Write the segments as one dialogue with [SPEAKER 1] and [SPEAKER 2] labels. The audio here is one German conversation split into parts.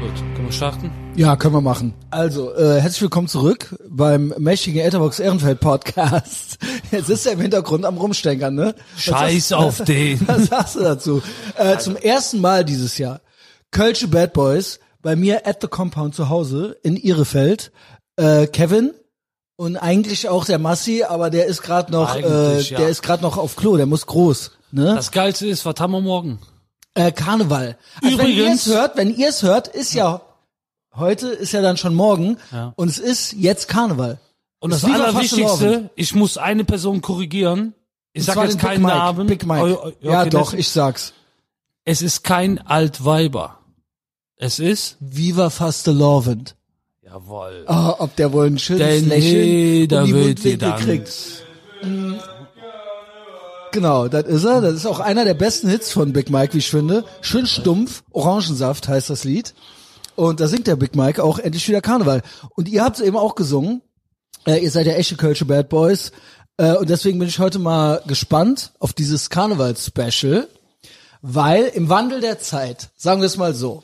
[SPEAKER 1] Gut, können wir starten?
[SPEAKER 2] Ja, können wir machen. Also, äh, herzlich willkommen zurück beim mächtigen Etherbox Ehrenfeld Podcast. Jetzt ist er im Hintergrund am Rumstenkern, ne? Was
[SPEAKER 1] Scheiß
[SPEAKER 2] sagst-
[SPEAKER 1] auf den.
[SPEAKER 2] Was sagst du dazu? Äh, Zum ersten Mal dieses Jahr. Kölsche Bad Boys bei mir at the Compound zu Hause in Ihrefeld. Äh, Kevin und eigentlich auch der Massi, aber der ist gerade noch, äh,
[SPEAKER 1] Eigentlich, ja.
[SPEAKER 2] der ist gerade noch auf Klo, der muss groß. Ne?
[SPEAKER 1] Das Geilste ist, was haben wir morgen?
[SPEAKER 2] Äh, Karneval. Also wenn ihr
[SPEAKER 1] Übrigens-
[SPEAKER 2] es hört, wenn ihr es hört, ist ja heute ist ja dann schon morgen
[SPEAKER 1] Ja.
[SPEAKER 2] und es ist jetzt Karneval.
[SPEAKER 1] Und
[SPEAKER 2] Ist
[SPEAKER 1] das
[SPEAKER 2] Viva
[SPEAKER 1] Allerwichtigste,
[SPEAKER 2] Fashion
[SPEAKER 1] ich muss eine Person korrigieren. Ich
[SPEAKER 2] Und
[SPEAKER 1] sag
[SPEAKER 2] zwar
[SPEAKER 1] jetzt
[SPEAKER 2] den Big
[SPEAKER 1] keinen
[SPEAKER 2] Mike,
[SPEAKER 1] Namen.
[SPEAKER 2] Big Mike.
[SPEAKER 1] Oh, oh, okay,
[SPEAKER 2] ja, doch,
[SPEAKER 1] das-
[SPEAKER 2] ich sag's.
[SPEAKER 1] Es ist kein Altweiber. Es ist?
[SPEAKER 2] Viva Fastelovend.
[SPEAKER 1] Jawohl.
[SPEAKER 2] Oh, ob der wohl ein schönes
[SPEAKER 1] Denn
[SPEAKER 2] Lächeln
[SPEAKER 1] jeder
[SPEAKER 2] um die
[SPEAKER 1] wird
[SPEAKER 2] Mundwinkel
[SPEAKER 1] gedankt.
[SPEAKER 2] kriegt. Mm. Genau, das ist er. Das ist auch einer der besten Hits von Big Mike, wie ich finde. Schön stumpf, Orangensaft heißt das Lied. Und da singt der Big Mike auch endlich wieder Karneval. Und ihr habt es eben auch gesungen. Äh, ihr seid ja echte Kölsche Bad Boys. Äh, und deswegen bin ich heute mal gespannt auf dieses Karnevals-Special. Weil im Wandel der Zeit, sagen wir es mal so,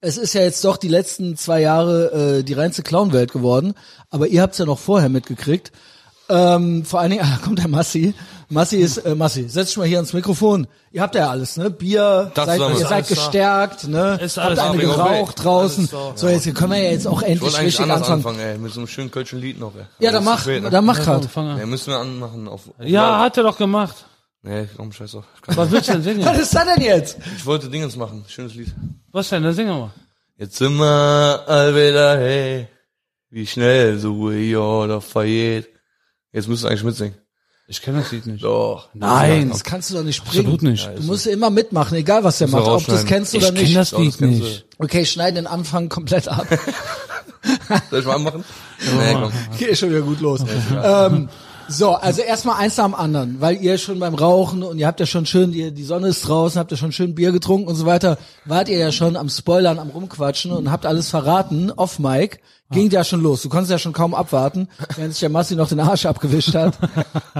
[SPEAKER 2] es ist ja jetzt doch die letzten zwei Jahre äh, die reinste Clownwelt geworden, aber ihr habt es ja noch vorher mitgekriegt. Ähm, vor allen Dingen, ah, da kommt der Massi. Massi ist, äh, Massi, setz dich mal hier ans Mikrofon. Ihr habt ja alles, ne? Bier,
[SPEAKER 3] Das
[SPEAKER 2] seid,
[SPEAKER 3] war
[SPEAKER 2] ihr
[SPEAKER 3] alles
[SPEAKER 2] seid
[SPEAKER 1] da.
[SPEAKER 2] gestärkt, ne?
[SPEAKER 1] Ist
[SPEAKER 2] habt
[SPEAKER 1] alles
[SPEAKER 2] eine
[SPEAKER 3] da.
[SPEAKER 2] geraucht draußen. So, jetzt können wir ja jetzt auch
[SPEAKER 3] Ich wollte
[SPEAKER 2] endlich
[SPEAKER 3] eigentlich
[SPEAKER 2] richtig
[SPEAKER 3] anders
[SPEAKER 2] anfangen.
[SPEAKER 3] anfangen, ey, mit so einem schönen kölschen Lied noch, ey.
[SPEAKER 2] Ja, dann
[SPEAKER 3] Aber
[SPEAKER 2] mach,
[SPEAKER 3] das ist zu spät, ne?
[SPEAKER 2] dann mach grad.
[SPEAKER 1] Fang
[SPEAKER 3] Nee,
[SPEAKER 1] an.
[SPEAKER 3] müssen wir anmachen auf. auf
[SPEAKER 1] Ja,
[SPEAKER 3] laut.
[SPEAKER 1] hat er doch gemacht.
[SPEAKER 3] Nee, komm, scheiß auf. Kann-
[SPEAKER 1] Was willst du denn singen?
[SPEAKER 2] Was ist das denn jetzt?
[SPEAKER 3] Ich wollte Dingens machen, schönes Lied.
[SPEAKER 1] Was denn? Dann singen wir.
[SPEAKER 3] Jetzt sind wir all wieder, hey, wie schnell so ja da vergeht. Jetzt müsst ihr eigentlich mitsingen.
[SPEAKER 1] Ich kenne das Lied nicht.
[SPEAKER 3] Doch.
[SPEAKER 1] Nein.
[SPEAKER 2] Das kannst du doch nicht springen.
[SPEAKER 1] Absolut nicht.
[SPEAKER 2] Du musst ja immer mitmachen, egal was der
[SPEAKER 3] Muss
[SPEAKER 2] macht,
[SPEAKER 3] man
[SPEAKER 2] ob du es
[SPEAKER 3] rausschneiden.
[SPEAKER 2] kennst oder
[SPEAKER 1] Ich kenne
[SPEAKER 2] nicht.
[SPEAKER 1] das
[SPEAKER 3] Doch, das
[SPEAKER 1] Lied
[SPEAKER 3] kennst du.
[SPEAKER 1] nicht.
[SPEAKER 2] Okay, schneide den Anfang komplett ab.
[SPEAKER 3] Soll ich mal anmachen? nee, komm.
[SPEAKER 2] Geht schon wieder gut los. ähm, so, also erstmal eins nach dem anderen, weil ihr schon beim Rauchen und ihr habt ja schon schön, die, die Sonne ist draußen, habt ja schon schön Bier getrunken und so weiter, wart ihr ja schon am Spoilern, am Rumquatschen und habt alles verraten, off Mike, ging ja schon los. Du konntest ja schon kaum abwarten, während sich der Massi noch den Arsch abgewischt hat.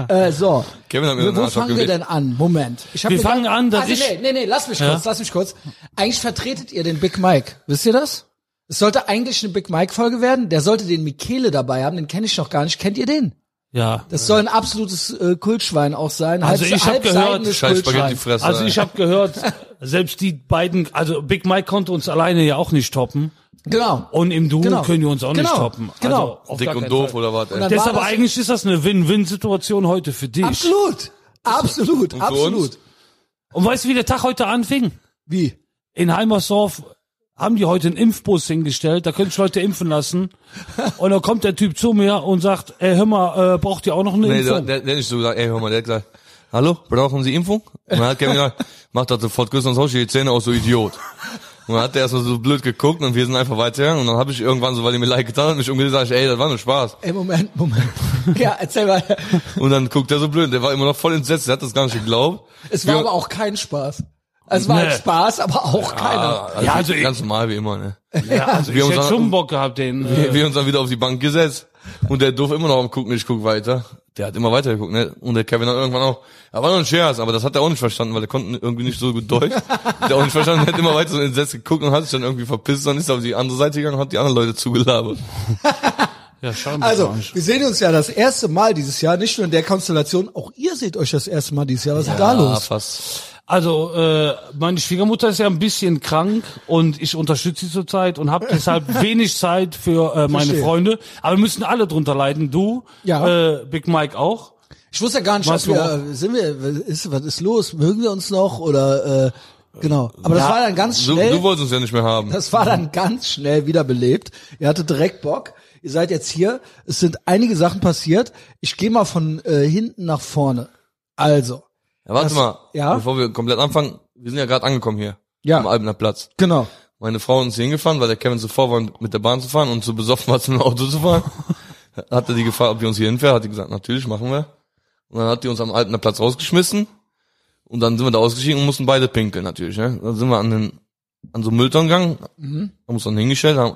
[SPEAKER 2] äh, so,
[SPEAKER 3] Kevin hat mir
[SPEAKER 2] Wo-
[SPEAKER 3] den
[SPEAKER 2] wo
[SPEAKER 3] Arsch
[SPEAKER 2] fangen wir
[SPEAKER 3] abgewischt.
[SPEAKER 2] denn an? Moment. Ich hab
[SPEAKER 1] Wir
[SPEAKER 2] mir
[SPEAKER 1] fangen
[SPEAKER 2] gar-
[SPEAKER 1] an, dass
[SPEAKER 2] also,
[SPEAKER 1] ich-
[SPEAKER 2] Nee, nee, nee, lass mich kurz, lass mich kurz. Eigentlich vertretet ihr den Big Mike, wisst ihr das? Es sollte eigentlich eine Big Mike-Folge werden. Der sollte den Michele dabei haben, den kenne ich noch gar nicht. Kennt ihr den?
[SPEAKER 1] Ja.
[SPEAKER 2] Das soll ein absolutes äh, Kultschwein auch sein.
[SPEAKER 1] Also
[SPEAKER 2] Halb-
[SPEAKER 1] ich hab
[SPEAKER 2] halbseidenes
[SPEAKER 3] Scheiß Spaghetti
[SPEAKER 2] Kultschwein.
[SPEAKER 3] Fresse.
[SPEAKER 1] Also ich habe gehört, selbst die beiden, also Big Mike konnte uns alleine ja auch nicht toppen.
[SPEAKER 2] Genau.
[SPEAKER 1] Und im Duo
[SPEAKER 2] Genau.
[SPEAKER 1] Oh, können die uns auch nicht
[SPEAKER 2] Genau.
[SPEAKER 1] toppen.
[SPEAKER 2] Genau.
[SPEAKER 1] Also auf
[SPEAKER 3] Dick
[SPEAKER 1] gar
[SPEAKER 3] und
[SPEAKER 1] keinen
[SPEAKER 3] doof
[SPEAKER 1] Fall.
[SPEAKER 3] oder was, ey?
[SPEAKER 2] dann-
[SPEAKER 1] Deshalb
[SPEAKER 2] War das-
[SPEAKER 1] eigentlich ist das eine Win-Win-Situation heute für dich.
[SPEAKER 2] Absolut. Absolut.
[SPEAKER 3] für
[SPEAKER 2] Absolut.
[SPEAKER 3] uns?
[SPEAKER 1] Und weißt du, wie der Tag heute anfing?
[SPEAKER 2] Wie?
[SPEAKER 1] In Heimersdorf haben die heute einen Impfbus hingestellt, da können sich Leute impfen lassen. Und dann kommt der Typ zu mir und sagt, ey, hör mal, äh, braucht ihr auch noch eine
[SPEAKER 3] Nee, der,
[SPEAKER 1] Impfung?
[SPEAKER 3] der, der hat nicht so gesagt, ey, hör mal, der hat gesagt, hallo, brauchen Sie Impfung? Und dann hat Kevin gesagt, mach das sofort, grüß uns die Zähne aus, so Idiot. Und dann hat der erstmal so blöd geguckt und wir sind einfach weiter. Und dann habe ich irgendwann so, weil die mir leid getan hat, mich umgedreht und gesagt, ey, das war nur Spaß.
[SPEAKER 2] Ey, Moment, Moment. ja, erzähl mal.
[SPEAKER 3] Und dann guckt er so blöd, der war immer noch voll entsetzt, der hat das gar nicht geglaubt.
[SPEAKER 2] Es war
[SPEAKER 3] Ja.
[SPEAKER 2] aber auch kein Spaß. Es war
[SPEAKER 1] Nee.
[SPEAKER 2] ein Spaß, aber auch keiner.
[SPEAKER 3] also,
[SPEAKER 1] Ja, also ich-
[SPEAKER 3] ganz normal wie immer, ne?
[SPEAKER 1] ja, also
[SPEAKER 3] wir
[SPEAKER 1] ich
[SPEAKER 3] haben
[SPEAKER 1] hätte
[SPEAKER 3] uns-
[SPEAKER 1] schon Bock gehabt, den. Äh,
[SPEAKER 3] Wir, wir haben uns dann wieder auf die Bank gesetzt. Und der durfte immer noch am gucken, ich guck weiter. Der hat immer weiter geguckt, ne? Und der Kevin hat irgendwann auch, er war nur ein Scherz, aber das hat er auch nicht verstanden, weil der konnte irgendwie nicht so gut Deutsch. der hat auch nicht verstanden, der hat immer weiter so entsetzt geguckt und hat sich dann irgendwie verpisst, dann ist er auf die andere Seite gegangen und hat die anderen Leute zugelabert.
[SPEAKER 1] ja, schauen wir
[SPEAKER 2] Also,
[SPEAKER 1] mal an.
[SPEAKER 2] wir sehen uns ja das erste Mal dieses Jahr, nicht nur in der Konstellation, auch ihr seht euch das erste Mal dieses Jahr. Was ist da
[SPEAKER 3] Ah,
[SPEAKER 2] los?
[SPEAKER 3] fast.
[SPEAKER 1] Also, äh, meine Schwiegermutter ist ja ein bisschen krank und ich unterstütze sie zurzeit und habe deshalb wenig Zeit für äh, meine
[SPEAKER 2] Verstehe.
[SPEAKER 1] Freunde. Aber wir müssen alle drunter leiden. Du,
[SPEAKER 2] Ja.
[SPEAKER 1] äh, Big Mike auch.
[SPEAKER 2] Ich wusste ja gar nicht,
[SPEAKER 1] Was
[SPEAKER 2] was wir, sind wir, was ist, was ist los? Mögen wir uns noch oder, äh, genau. Aber das war dann ganz
[SPEAKER 3] Du,
[SPEAKER 2] schnell.
[SPEAKER 3] du wolltest uns ja nicht mehr haben.
[SPEAKER 2] Das war dann ganz schnell wiederbelebt. Ihr hattet direkt Bock. Ihr seid jetzt hier. Es sind einige Sachen passiert. Ich gehe mal von äh, hinten nach vorne. Also,
[SPEAKER 3] Ja, warte mal,
[SPEAKER 2] ja?
[SPEAKER 3] bevor wir komplett anfangen, wir sind ja gerade angekommen hier.
[SPEAKER 2] Ja.
[SPEAKER 3] Am Albener Platz.
[SPEAKER 2] genau.
[SPEAKER 3] Meine Frau und uns hier hingefahren, weil der Kevin zuvor war, mit der Bahn zu fahren und zu besoffen war, zum Auto zu fahren. Hatte die gefragt, ob wir uns hier hinfahren, hat die gesagt, natürlich, machen wir. Und dann hat die uns am Altener Platz rausgeschmissen. Und dann sind wir da ausgestiegen und mussten beide pinkeln, natürlich, ne? Dann sind wir an den, an so einen Müllton gegangen,
[SPEAKER 2] Mhm.
[SPEAKER 3] haben uns dann hingestellt, haben,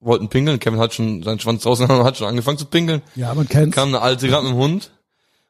[SPEAKER 3] wollten pinkeln. Kevin hat schon seinen Schwanz draußen, hat schon angefangen zu pinkeln.
[SPEAKER 2] Ja, man kennt's.
[SPEAKER 3] Kam eine alte gerade mit dem Hund,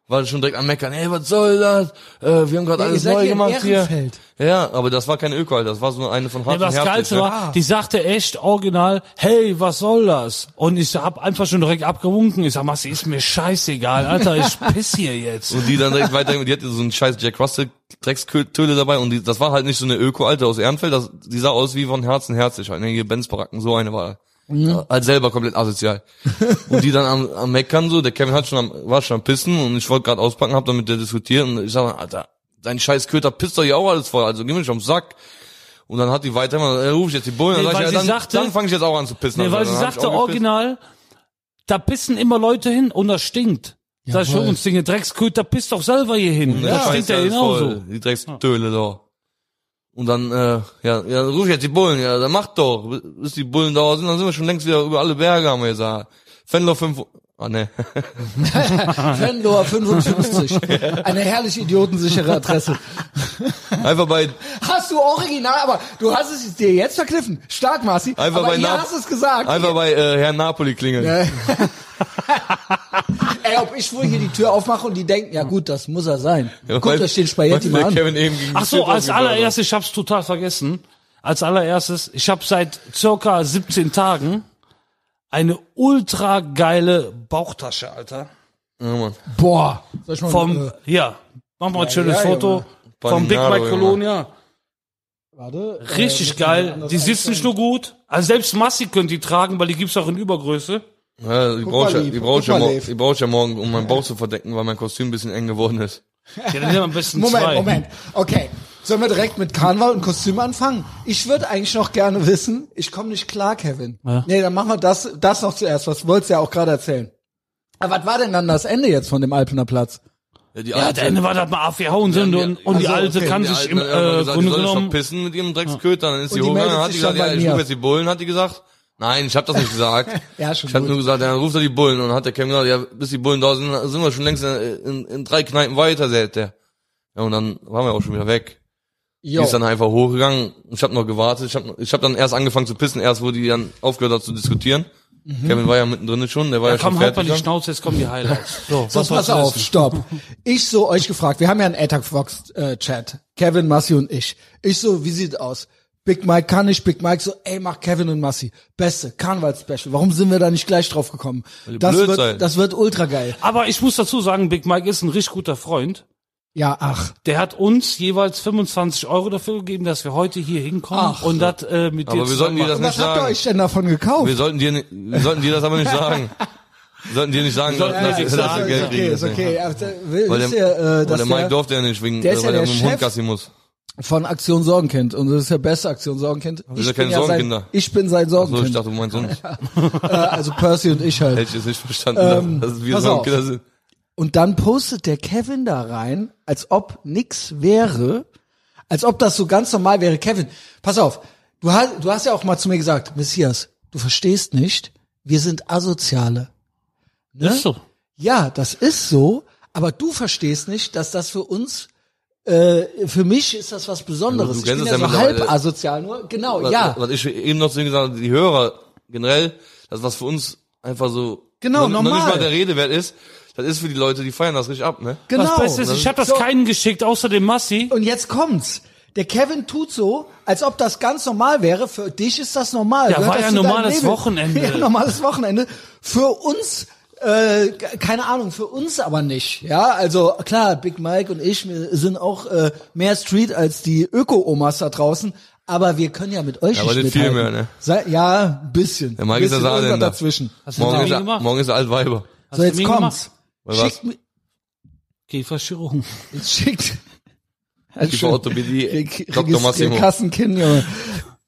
[SPEAKER 3] war das schon direkt am Meckern, ey, was soll das? Äh, wir haben gerade
[SPEAKER 2] Ja, ihr
[SPEAKER 3] alles
[SPEAKER 2] seid
[SPEAKER 3] neu
[SPEAKER 2] hier in
[SPEAKER 3] gemacht hier.
[SPEAKER 2] Ehrenfeld.
[SPEAKER 3] Ja, aber das war keine Öko, das war so eine von
[SPEAKER 1] Ja,
[SPEAKER 3] Hart
[SPEAKER 1] was
[SPEAKER 3] und Härtlich,
[SPEAKER 1] Geilste
[SPEAKER 3] ne?
[SPEAKER 1] war, die sagte echt original, hey, was soll das? Und ich hab einfach schon direkt abgewunken. Ich sag, Massi, ist mir scheißegal, Alter, ich piss hier jetzt.
[SPEAKER 3] Und die dann direkt weiter, die hatte so einen scheiß Jack Russell Dreckstöhle dabei und die, das war halt nicht so eine Öko-Alte aus Ehrenfeld, das, die sah aus wie von Herzen herzlich, halt, ne, hier Benz-Baracken, so eine war.
[SPEAKER 1] Mhm.
[SPEAKER 3] Ja, halt selber komplett asozial. und die dann am, am Meckern so, der Kevin hat schon am, war schon am Pissen und ich wollte gerade auspacken, hab dann mit der diskutiert und ich sag, Alter, dein scheiß Köter pisst doch hier auch alles voll, also geh mir nicht am Sack. Und dann hat die weiter, dann ruf ich jetzt die Bullen,
[SPEAKER 1] Nee,
[SPEAKER 3] dann, sag
[SPEAKER 1] weil
[SPEAKER 3] ich, ja,
[SPEAKER 1] sie
[SPEAKER 3] dann,
[SPEAKER 1] sagte-
[SPEAKER 3] dann fange ich jetzt auch an zu pissen.
[SPEAKER 1] Nee,
[SPEAKER 3] Also,
[SPEAKER 1] weil sie
[SPEAKER 3] dann hab ich
[SPEAKER 1] sagte
[SPEAKER 3] auch gepisst.
[SPEAKER 1] original, da pissen immer Leute hin und das stinkt. Sag ich
[SPEAKER 2] Jawohl.
[SPEAKER 1] uns, Dinge, Drecksköter, piss doch selber hier hin.
[SPEAKER 3] Ja,
[SPEAKER 1] das stinkt ja
[SPEAKER 3] alles
[SPEAKER 1] genauso.
[SPEAKER 3] voll, Die Dreckstöhle da. Und dann, äh, ja, ja, ruf ich jetzt die Bullen, ja, dann macht doch. Bis die Bullen da sind, dann sind wir schon längst wieder über alle Berge, haben wir gesagt. Fendler 5, ah ne.
[SPEAKER 2] Fenloher 55. Eine herrlich idiotensichere Adresse.
[SPEAKER 3] Einfach bei,
[SPEAKER 2] Hast du original, aber du hast es dir jetzt verkniffen. Stark, Marci.
[SPEAKER 3] Einfach
[SPEAKER 2] aber
[SPEAKER 3] bei
[SPEAKER 2] hier
[SPEAKER 3] Nap-
[SPEAKER 2] hast du es gesagt.
[SPEAKER 3] einfach bei, äh, Herrn Napoli klingeln.
[SPEAKER 2] Ja. Ey, ob ich wohl hier die Tür aufmache und die denken, ja gut, das muss er sein.
[SPEAKER 3] Ja,
[SPEAKER 2] Guck, da steht Spaghetti
[SPEAKER 3] weil
[SPEAKER 2] mal an.
[SPEAKER 3] der Kevin eben gegen
[SPEAKER 1] Ach
[SPEAKER 3] die
[SPEAKER 1] so,
[SPEAKER 3] Tür
[SPEAKER 1] als
[SPEAKER 3] draufgegangen ist.
[SPEAKER 1] allererstes, ich hab's total vergessen. Als allererstes, ich habe seit circa 17 Tagen eine ultra geile Bauchtasche, Alter.
[SPEAKER 3] Ja, Mann.
[SPEAKER 2] Boah. Soll ich mal,
[SPEAKER 1] Vom,
[SPEAKER 2] äh,
[SPEAKER 1] ja, machen wir ein schönes
[SPEAKER 2] ja,
[SPEAKER 1] Foto
[SPEAKER 2] Junge.
[SPEAKER 1] vom Big
[SPEAKER 3] Paninaro,
[SPEAKER 1] Mike Colonia.
[SPEAKER 2] warte, äh,
[SPEAKER 1] Richtig
[SPEAKER 2] muss man
[SPEAKER 1] geil.
[SPEAKER 2] anders
[SPEAKER 1] Die sitzen
[SPEAKER 2] einstellen.
[SPEAKER 1] nicht nur gut. Also selbst Massi können die tragen, weil die gibt's auch in Übergröße.
[SPEAKER 3] Ja, die
[SPEAKER 2] Guck
[SPEAKER 3] brauche ich,
[SPEAKER 2] mal,
[SPEAKER 3] ja-
[SPEAKER 2] Lief,
[SPEAKER 3] die brauche ich,
[SPEAKER 2] guck
[SPEAKER 3] ja
[SPEAKER 2] mal,
[SPEAKER 3] mor-
[SPEAKER 2] Lief.
[SPEAKER 3] die brauche ich ja morgen, um meinen Bauch zu verdecken, weil mein Kostüm ein bisschen eng geworden ist.
[SPEAKER 1] Ja, dann nehmen wir am besten
[SPEAKER 2] Moment,
[SPEAKER 1] zwei.
[SPEAKER 2] Moment. Okay. Sollen wir direkt mit Karneval und Kostüm anfangen? Ich würde eigentlich noch gerne wissen, ich komme nicht klar, Kevin.
[SPEAKER 1] Ja.
[SPEAKER 2] Nee, dann machen wir das, das noch zuerst. Was wolltest du ja auch gerade erzählen. Aber was war denn dann das Ende jetzt von dem Alpener Platz?
[SPEAKER 3] Ja, die
[SPEAKER 1] Ja, der Ende war das mal AFH und sind
[SPEAKER 3] Ja,
[SPEAKER 1] und,
[SPEAKER 3] ja,
[SPEAKER 1] und die
[SPEAKER 2] also,
[SPEAKER 1] Alte
[SPEAKER 2] okay,
[SPEAKER 1] kann
[SPEAKER 3] Ja,
[SPEAKER 1] sich
[SPEAKER 3] Alter,
[SPEAKER 1] im
[SPEAKER 3] dann hat man
[SPEAKER 1] äh,
[SPEAKER 3] gesagt, die
[SPEAKER 1] Grunde
[SPEAKER 3] soll sich
[SPEAKER 1] genommen
[SPEAKER 3] verpissen mit ihrem Drecksköter, dann ist
[SPEAKER 2] Und
[SPEAKER 3] sie
[SPEAKER 2] die
[SPEAKER 3] hochgegangen,
[SPEAKER 2] meldet
[SPEAKER 3] dann hat
[SPEAKER 2] sich
[SPEAKER 3] die gesagt,
[SPEAKER 2] schon
[SPEAKER 3] ja,
[SPEAKER 2] bei
[SPEAKER 3] ich
[SPEAKER 2] mir.
[SPEAKER 3] rufe jetzt die Bullen, hat die gesagt. Nein, ich habe das nicht gesagt.
[SPEAKER 2] Ja, schon
[SPEAKER 3] ich habe
[SPEAKER 2] gut.
[SPEAKER 3] nur gesagt, ja, dann ruft er die Bullen und dann hat der Cam gesagt, ja, bis die Bullen da sind, sind wir schon längst in, in, in drei Kneipen weiter, sagt der. Ja, und dann waren wir auch schon wieder weg.
[SPEAKER 2] Jo.
[SPEAKER 3] Die ist dann einfach hochgegangen. Ich habe noch gewartet. Ich habe ich hab dann erst angefangen zu pissen, erst wo die dann aufgehört hat zu diskutieren.
[SPEAKER 2] Mhm.
[SPEAKER 3] Kevin war ja mittendrin schon, der war ja,
[SPEAKER 1] ja, komm,
[SPEAKER 3] schon
[SPEAKER 1] halt mal
[SPEAKER 3] fertig.
[SPEAKER 1] die
[SPEAKER 3] dann.
[SPEAKER 1] Schnauze, jetzt kommen die Highlights. So,
[SPEAKER 2] So,
[SPEAKER 1] was
[SPEAKER 2] pass
[SPEAKER 1] wolltest du
[SPEAKER 2] auf,
[SPEAKER 1] wissen?
[SPEAKER 2] stopp. Ich so euch gefragt, wir haben ja einen Attack Fox äh, Chat, Kevin, Massi und ich. Ich so, wie sieht aus? Big Mike kann ich, Big Mike so, ey, mach Kevin und Massi. Beste, Karneval-Special. Warum sind wir da nicht gleich drauf gekommen?
[SPEAKER 3] die
[SPEAKER 2] Das
[SPEAKER 3] blöd
[SPEAKER 2] wird,
[SPEAKER 3] sein.
[SPEAKER 2] das wird ultra geil.
[SPEAKER 1] Aber ich muss dazu sagen, Big Mike ist ein richtig guter Freund.
[SPEAKER 2] Ja, ach.
[SPEAKER 1] Der hat uns jeweils 25 Euro dafür gegeben, dass wir heute hier hinkommen
[SPEAKER 2] Ach.
[SPEAKER 1] und das äh, mit
[SPEAKER 3] Aber
[SPEAKER 1] dir
[SPEAKER 3] wir
[SPEAKER 1] zusammen
[SPEAKER 3] sollten die
[SPEAKER 1] machen.
[SPEAKER 3] das
[SPEAKER 2] Und was
[SPEAKER 3] nicht
[SPEAKER 2] habt ihr
[SPEAKER 3] sagen.
[SPEAKER 2] euch denn davon gekauft?
[SPEAKER 3] Wir sollten dir, ni- wir sollten dir das aber nicht sagen. Wir sollten dir nicht sagen,
[SPEAKER 1] sollten
[SPEAKER 3] dass,
[SPEAKER 1] das nicht
[SPEAKER 3] dass, dass
[SPEAKER 1] sagen,
[SPEAKER 3] wir
[SPEAKER 2] Äh, ist
[SPEAKER 3] Geld
[SPEAKER 2] okay,
[SPEAKER 3] kriegen.
[SPEAKER 2] ist okay. Aber, äh, wisst
[SPEAKER 3] Weil der,
[SPEAKER 2] ihr, äh,
[SPEAKER 3] weil
[SPEAKER 2] dass
[SPEAKER 3] der Mike
[SPEAKER 2] der-
[SPEAKER 3] durfte ja nicht wegen,
[SPEAKER 2] der ist
[SPEAKER 3] weil
[SPEAKER 2] ja
[SPEAKER 3] er
[SPEAKER 2] der
[SPEAKER 3] mit dem
[SPEAKER 2] Chef.
[SPEAKER 3] Hund Gassi muss.
[SPEAKER 2] von Aktion Sorgenkind. Und das ist der beste Aktion Sorgenkind. Ich
[SPEAKER 3] sind
[SPEAKER 2] bin
[SPEAKER 3] keine
[SPEAKER 2] ja sein,
[SPEAKER 3] Sorgenkinder.
[SPEAKER 2] ich bin sein
[SPEAKER 3] So, ich
[SPEAKER 2] Sorgenkind.
[SPEAKER 3] dachte, du meinst uns. Hätte
[SPEAKER 2] äh, also Percy und ich halt.
[SPEAKER 3] ich jetzt nicht verstanden,
[SPEAKER 2] Ähm,
[SPEAKER 3] dass, dass wir
[SPEAKER 2] pass
[SPEAKER 3] so
[SPEAKER 2] auf.
[SPEAKER 3] Kinder sind.
[SPEAKER 2] Und dann postet der Kevin da rein, als ob nix wäre, als ob das so ganz normal wäre. Kevin, pass auf, du hast, du hast ja auch mal zu mir gesagt, Messias, du verstehst nicht, wir sind Asoziale.
[SPEAKER 1] Ist so.
[SPEAKER 2] Ja, das ist so, aber du verstehst nicht, dass das für uns, äh, für mich ist das was Besonderes.
[SPEAKER 3] Ja,
[SPEAKER 2] ich
[SPEAKER 3] Also du kennst
[SPEAKER 2] bin
[SPEAKER 3] es
[SPEAKER 2] ja
[SPEAKER 3] ja
[SPEAKER 2] so halb
[SPEAKER 3] mittlerweile.
[SPEAKER 2] asozial nur, genau,
[SPEAKER 3] Was,
[SPEAKER 2] ja.
[SPEAKER 3] was ich eben noch zu ihm gesagt habe, die Hörer generell, das was für uns einfach so
[SPEAKER 2] Genau,
[SPEAKER 3] noch, noch
[SPEAKER 2] normal.
[SPEAKER 3] nicht mal der Rede wert ist, das ist für die Leute, die feiern das richtig ab, ne?
[SPEAKER 2] Genau.
[SPEAKER 1] Das Beste ist, ich habe das
[SPEAKER 2] So.
[SPEAKER 1] keinen geschickt, außer dem Massi.
[SPEAKER 2] Und jetzt kommt's. Der Kevin tut so, als ob das ganz normal wäre. Für dich ist das normal.
[SPEAKER 1] Ja,
[SPEAKER 2] Gehört
[SPEAKER 1] war
[SPEAKER 2] das
[SPEAKER 1] ja
[SPEAKER 2] zu deinem
[SPEAKER 1] normales
[SPEAKER 2] Leben?
[SPEAKER 1] Wochenende.
[SPEAKER 2] Ja, normales Wochenende. Für uns, äh, g- keine Ahnung, für uns aber nicht. Ja, also klar, Big Mike und ich wir sind auch äh, mehr Street als die Öko-Omas da draußen. Aber wir können ja mit euch
[SPEAKER 3] aber
[SPEAKER 2] nicht
[SPEAKER 3] nicht viel
[SPEAKER 2] mithalten.
[SPEAKER 3] mehr, ne?
[SPEAKER 2] Sei, ja, ein bisschen. Der
[SPEAKER 3] Mike ist
[SPEAKER 2] bisschen
[SPEAKER 3] der Saarländer.
[SPEAKER 2] irgendwas dazwischen.
[SPEAKER 1] Hast du
[SPEAKER 3] Morgen
[SPEAKER 1] Termin
[SPEAKER 3] ist, er,
[SPEAKER 1] gemacht?
[SPEAKER 3] morgen ist er Altweiber.
[SPEAKER 1] Hast
[SPEAKER 2] So,
[SPEAKER 1] du
[SPEAKER 2] jetzt
[SPEAKER 1] Termin
[SPEAKER 2] kommt's.
[SPEAKER 3] Weil was?
[SPEAKER 2] Schickt, mi-
[SPEAKER 1] Kieferchirurgen.
[SPEAKER 2] jetzt schickt,
[SPEAKER 3] Die Orthopädie, Dr.
[SPEAKER 2] Registrier-
[SPEAKER 3] Massimo.
[SPEAKER 2] Kassenkind, Junge.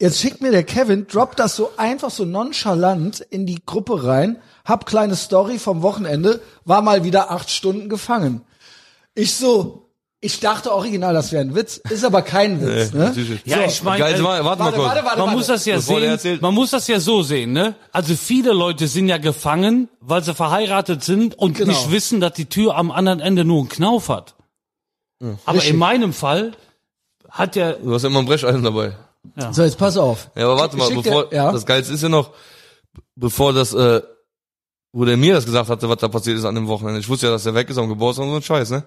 [SPEAKER 2] Jetzt schickt mir der Kevin, droppt das so einfach so nonchalant in die Gruppe rein. Hab kleine Story vom Wochenende, war mal wieder acht Stunden gefangen. Ich so, ich dachte original, das wäre ein Witz, ist aber kein Witz,
[SPEAKER 3] Äh,
[SPEAKER 2] ne?
[SPEAKER 3] natürlich.
[SPEAKER 1] Ja, ich mein,
[SPEAKER 3] Geil,
[SPEAKER 1] äh,
[SPEAKER 3] warte, warte mal
[SPEAKER 2] Warte,
[SPEAKER 3] kurz.
[SPEAKER 2] warte, warte,
[SPEAKER 1] Man
[SPEAKER 2] warte.
[SPEAKER 1] muss das ja
[SPEAKER 3] Bevor der
[SPEAKER 1] sehen,
[SPEAKER 3] erzählt.
[SPEAKER 1] man muss das ja so sehen, ne? Also viele Leute sind ja gefangen, weil sie verheiratet sind und
[SPEAKER 2] Genau.
[SPEAKER 1] nicht wissen, dass die Tür am anderen Ende nur einen Knauf hat. Aber
[SPEAKER 2] Mhm. Richtig.
[SPEAKER 1] in meinem Fall hat der
[SPEAKER 3] Du hast ja immer ein Brecheisen dabei.
[SPEAKER 2] So, jetzt pass auf.
[SPEAKER 3] Ja, aber warte mal,
[SPEAKER 2] Schick dir-
[SPEAKER 3] bevor
[SPEAKER 2] ja.
[SPEAKER 3] das Geilste ist ja noch, bevor das äh, wo der mir das gesagt hatte, was da passiert ist an dem Wochenende. Ich wusste ja, dass er weg ist am Geburtstag und so ein Scheiß, ne?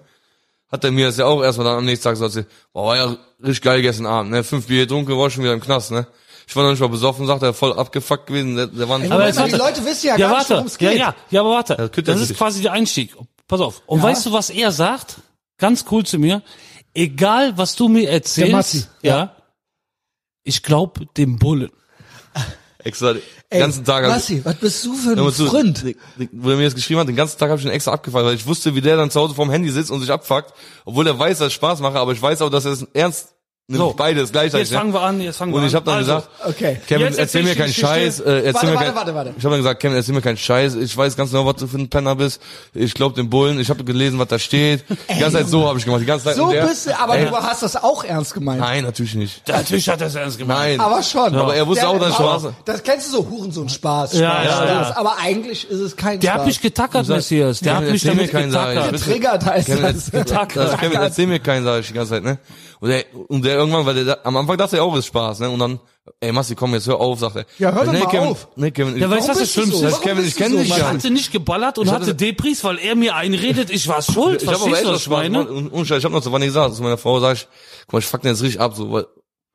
[SPEAKER 3] Hat er mir das ja auch erstmal dann am nächsten Tag so erzählt. Boah, war ja richtig geil gestern Abend, ne? Fünf Bier getrunken, war schon wieder im Knast, ne? Ich war noch nicht mal besoffen, sagt er, voll abgefuckt gewesen, der, der war nicht
[SPEAKER 1] Aber
[SPEAKER 2] Aber
[SPEAKER 1] jetzt
[SPEAKER 2] die
[SPEAKER 1] warte.
[SPEAKER 2] Leute wissen ja,
[SPEAKER 1] Ja,
[SPEAKER 2] gar nicht,
[SPEAKER 1] warte.
[SPEAKER 2] worum es
[SPEAKER 1] Ja,
[SPEAKER 2] geht.
[SPEAKER 1] ja, ja, aber warte.
[SPEAKER 3] das könnte
[SPEAKER 1] das
[SPEAKER 3] er
[SPEAKER 1] ist
[SPEAKER 3] sich-
[SPEAKER 1] quasi der Einstieg. Pass auf. Und weißt du, was er sagt? Ganz cool zu mir. Egal, was du mir erzählst.
[SPEAKER 2] Der Matzi.
[SPEAKER 1] Ja. Ich glaub dem Bullen.
[SPEAKER 3] extra den
[SPEAKER 2] Ey,
[SPEAKER 3] ganzen Tag. hab ich-
[SPEAKER 2] Massi, was bist du für
[SPEAKER 3] Ja,
[SPEAKER 2] ein
[SPEAKER 3] aber zu-
[SPEAKER 2] Freund?
[SPEAKER 3] den- den- Wo er mir das geschrieben hat, den ganzen Tag habe ich ihn extra abgefallen, weil ich wusste, wie der dann zu Hause vorm Handy sitzt und sich abfuckt, obwohl er weiß, dass ich Spaß mache, aber ich weiß auch, dass er es ernst nimmt,
[SPEAKER 1] So.
[SPEAKER 3] beides
[SPEAKER 1] Jetzt
[SPEAKER 3] gleichzeitig. ne?
[SPEAKER 1] fangen wir an, jetzt fangen wir an.
[SPEAKER 3] Und ich habe dann
[SPEAKER 1] Also,
[SPEAKER 3] gesagt,
[SPEAKER 2] Okay.
[SPEAKER 3] Kevin,
[SPEAKER 1] Jetzt
[SPEAKER 3] erzähl
[SPEAKER 1] erzähl
[SPEAKER 3] mir
[SPEAKER 1] ich
[SPEAKER 3] keinen
[SPEAKER 1] die Geschichte.
[SPEAKER 3] Scheiß. Äh, erzähl
[SPEAKER 2] Warte,
[SPEAKER 3] mir
[SPEAKER 2] warte,
[SPEAKER 3] kein-
[SPEAKER 2] warte, warte.
[SPEAKER 3] Ich habe dann gesagt, Kevin, erzähl mir keinen Scheiß. Ich weiß ganz genau, was du für ein Penner bist. Ich glaub den Bullen. Ich habe gelesen, was da steht. Die ganze Zeit so habe ich gemacht. Die ganze Zeit.
[SPEAKER 2] So
[SPEAKER 3] und der-
[SPEAKER 2] bist du, aber
[SPEAKER 3] Ey,
[SPEAKER 2] du hast das auch ernst gemeint.
[SPEAKER 3] Nein, natürlich nicht.
[SPEAKER 1] natürlich hat er es ernst gemeint.
[SPEAKER 3] Nein.
[SPEAKER 2] Aber schon.
[SPEAKER 3] Aber er wusste
[SPEAKER 2] Der-
[SPEAKER 3] auch, dass ich
[SPEAKER 2] aber-
[SPEAKER 3] Spaß-
[SPEAKER 2] Das kennst du so, Hurensohn, Spaß, Spaß,
[SPEAKER 1] Ja, ja,
[SPEAKER 2] Spaß.
[SPEAKER 1] ja.
[SPEAKER 2] Aber eigentlich ist es kein
[SPEAKER 1] Der
[SPEAKER 2] Spaß.
[SPEAKER 1] hat mich getackert, Messias. Der
[SPEAKER 3] Ja,
[SPEAKER 1] hat mich
[SPEAKER 3] erzähl mir
[SPEAKER 1] damit
[SPEAKER 3] keinen Saal.
[SPEAKER 1] getackert.
[SPEAKER 3] Ich bin-
[SPEAKER 2] getriggert, heißt
[SPEAKER 3] Kevin,
[SPEAKER 2] das.
[SPEAKER 3] erzähl, das, Kevin, erzähl mir keinen, sag ich die ganze Zeit, ne? Und der, und der irgendwann, weil der, da- am Anfang dachte er auch, ist Spaß, ne? Und dann, ey, Massi, komm, jetzt hör auf, sagt er.
[SPEAKER 2] Ja, hör doch
[SPEAKER 3] nee,
[SPEAKER 2] mal
[SPEAKER 3] Kevin,
[SPEAKER 2] auf.
[SPEAKER 3] Nee, Kevin,
[SPEAKER 1] Ja, weißt du, was
[SPEAKER 2] Warum
[SPEAKER 1] das
[SPEAKER 2] bist du
[SPEAKER 1] Schlimmste
[SPEAKER 2] so?
[SPEAKER 1] ist?
[SPEAKER 2] Warum
[SPEAKER 3] Kevin,
[SPEAKER 2] bist
[SPEAKER 3] ich
[SPEAKER 2] du
[SPEAKER 3] kenn
[SPEAKER 2] so,
[SPEAKER 3] dich
[SPEAKER 1] Ich
[SPEAKER 3] ja.
[SPEAKER 1] hatte nicht geballert und
[SPEAKER 3] Ich
[SPEAKER 1] hatte,
[SPEAKER 3] hatte-
[SPEAKER 1] Depris, weil er mir einredet, ich war schuld.
[SPEAKER 3] ich habe aber
[SPEAKER 1] Verstehst
[SPEAKER 3] echt
[SPEAKER 1] du,
[SPEAKER 3] noch
[SPEAKER 1] was ich
[SPEAKER 3] Spaß gemacht.
[SPEAKER 1] meine?
[SPEAKER 3] Und, und ich habe noch zu Vanni gesagt, zu meiner Frau, sag ich, guck mal, ich fuck den jetzt richtig ab, so, weil,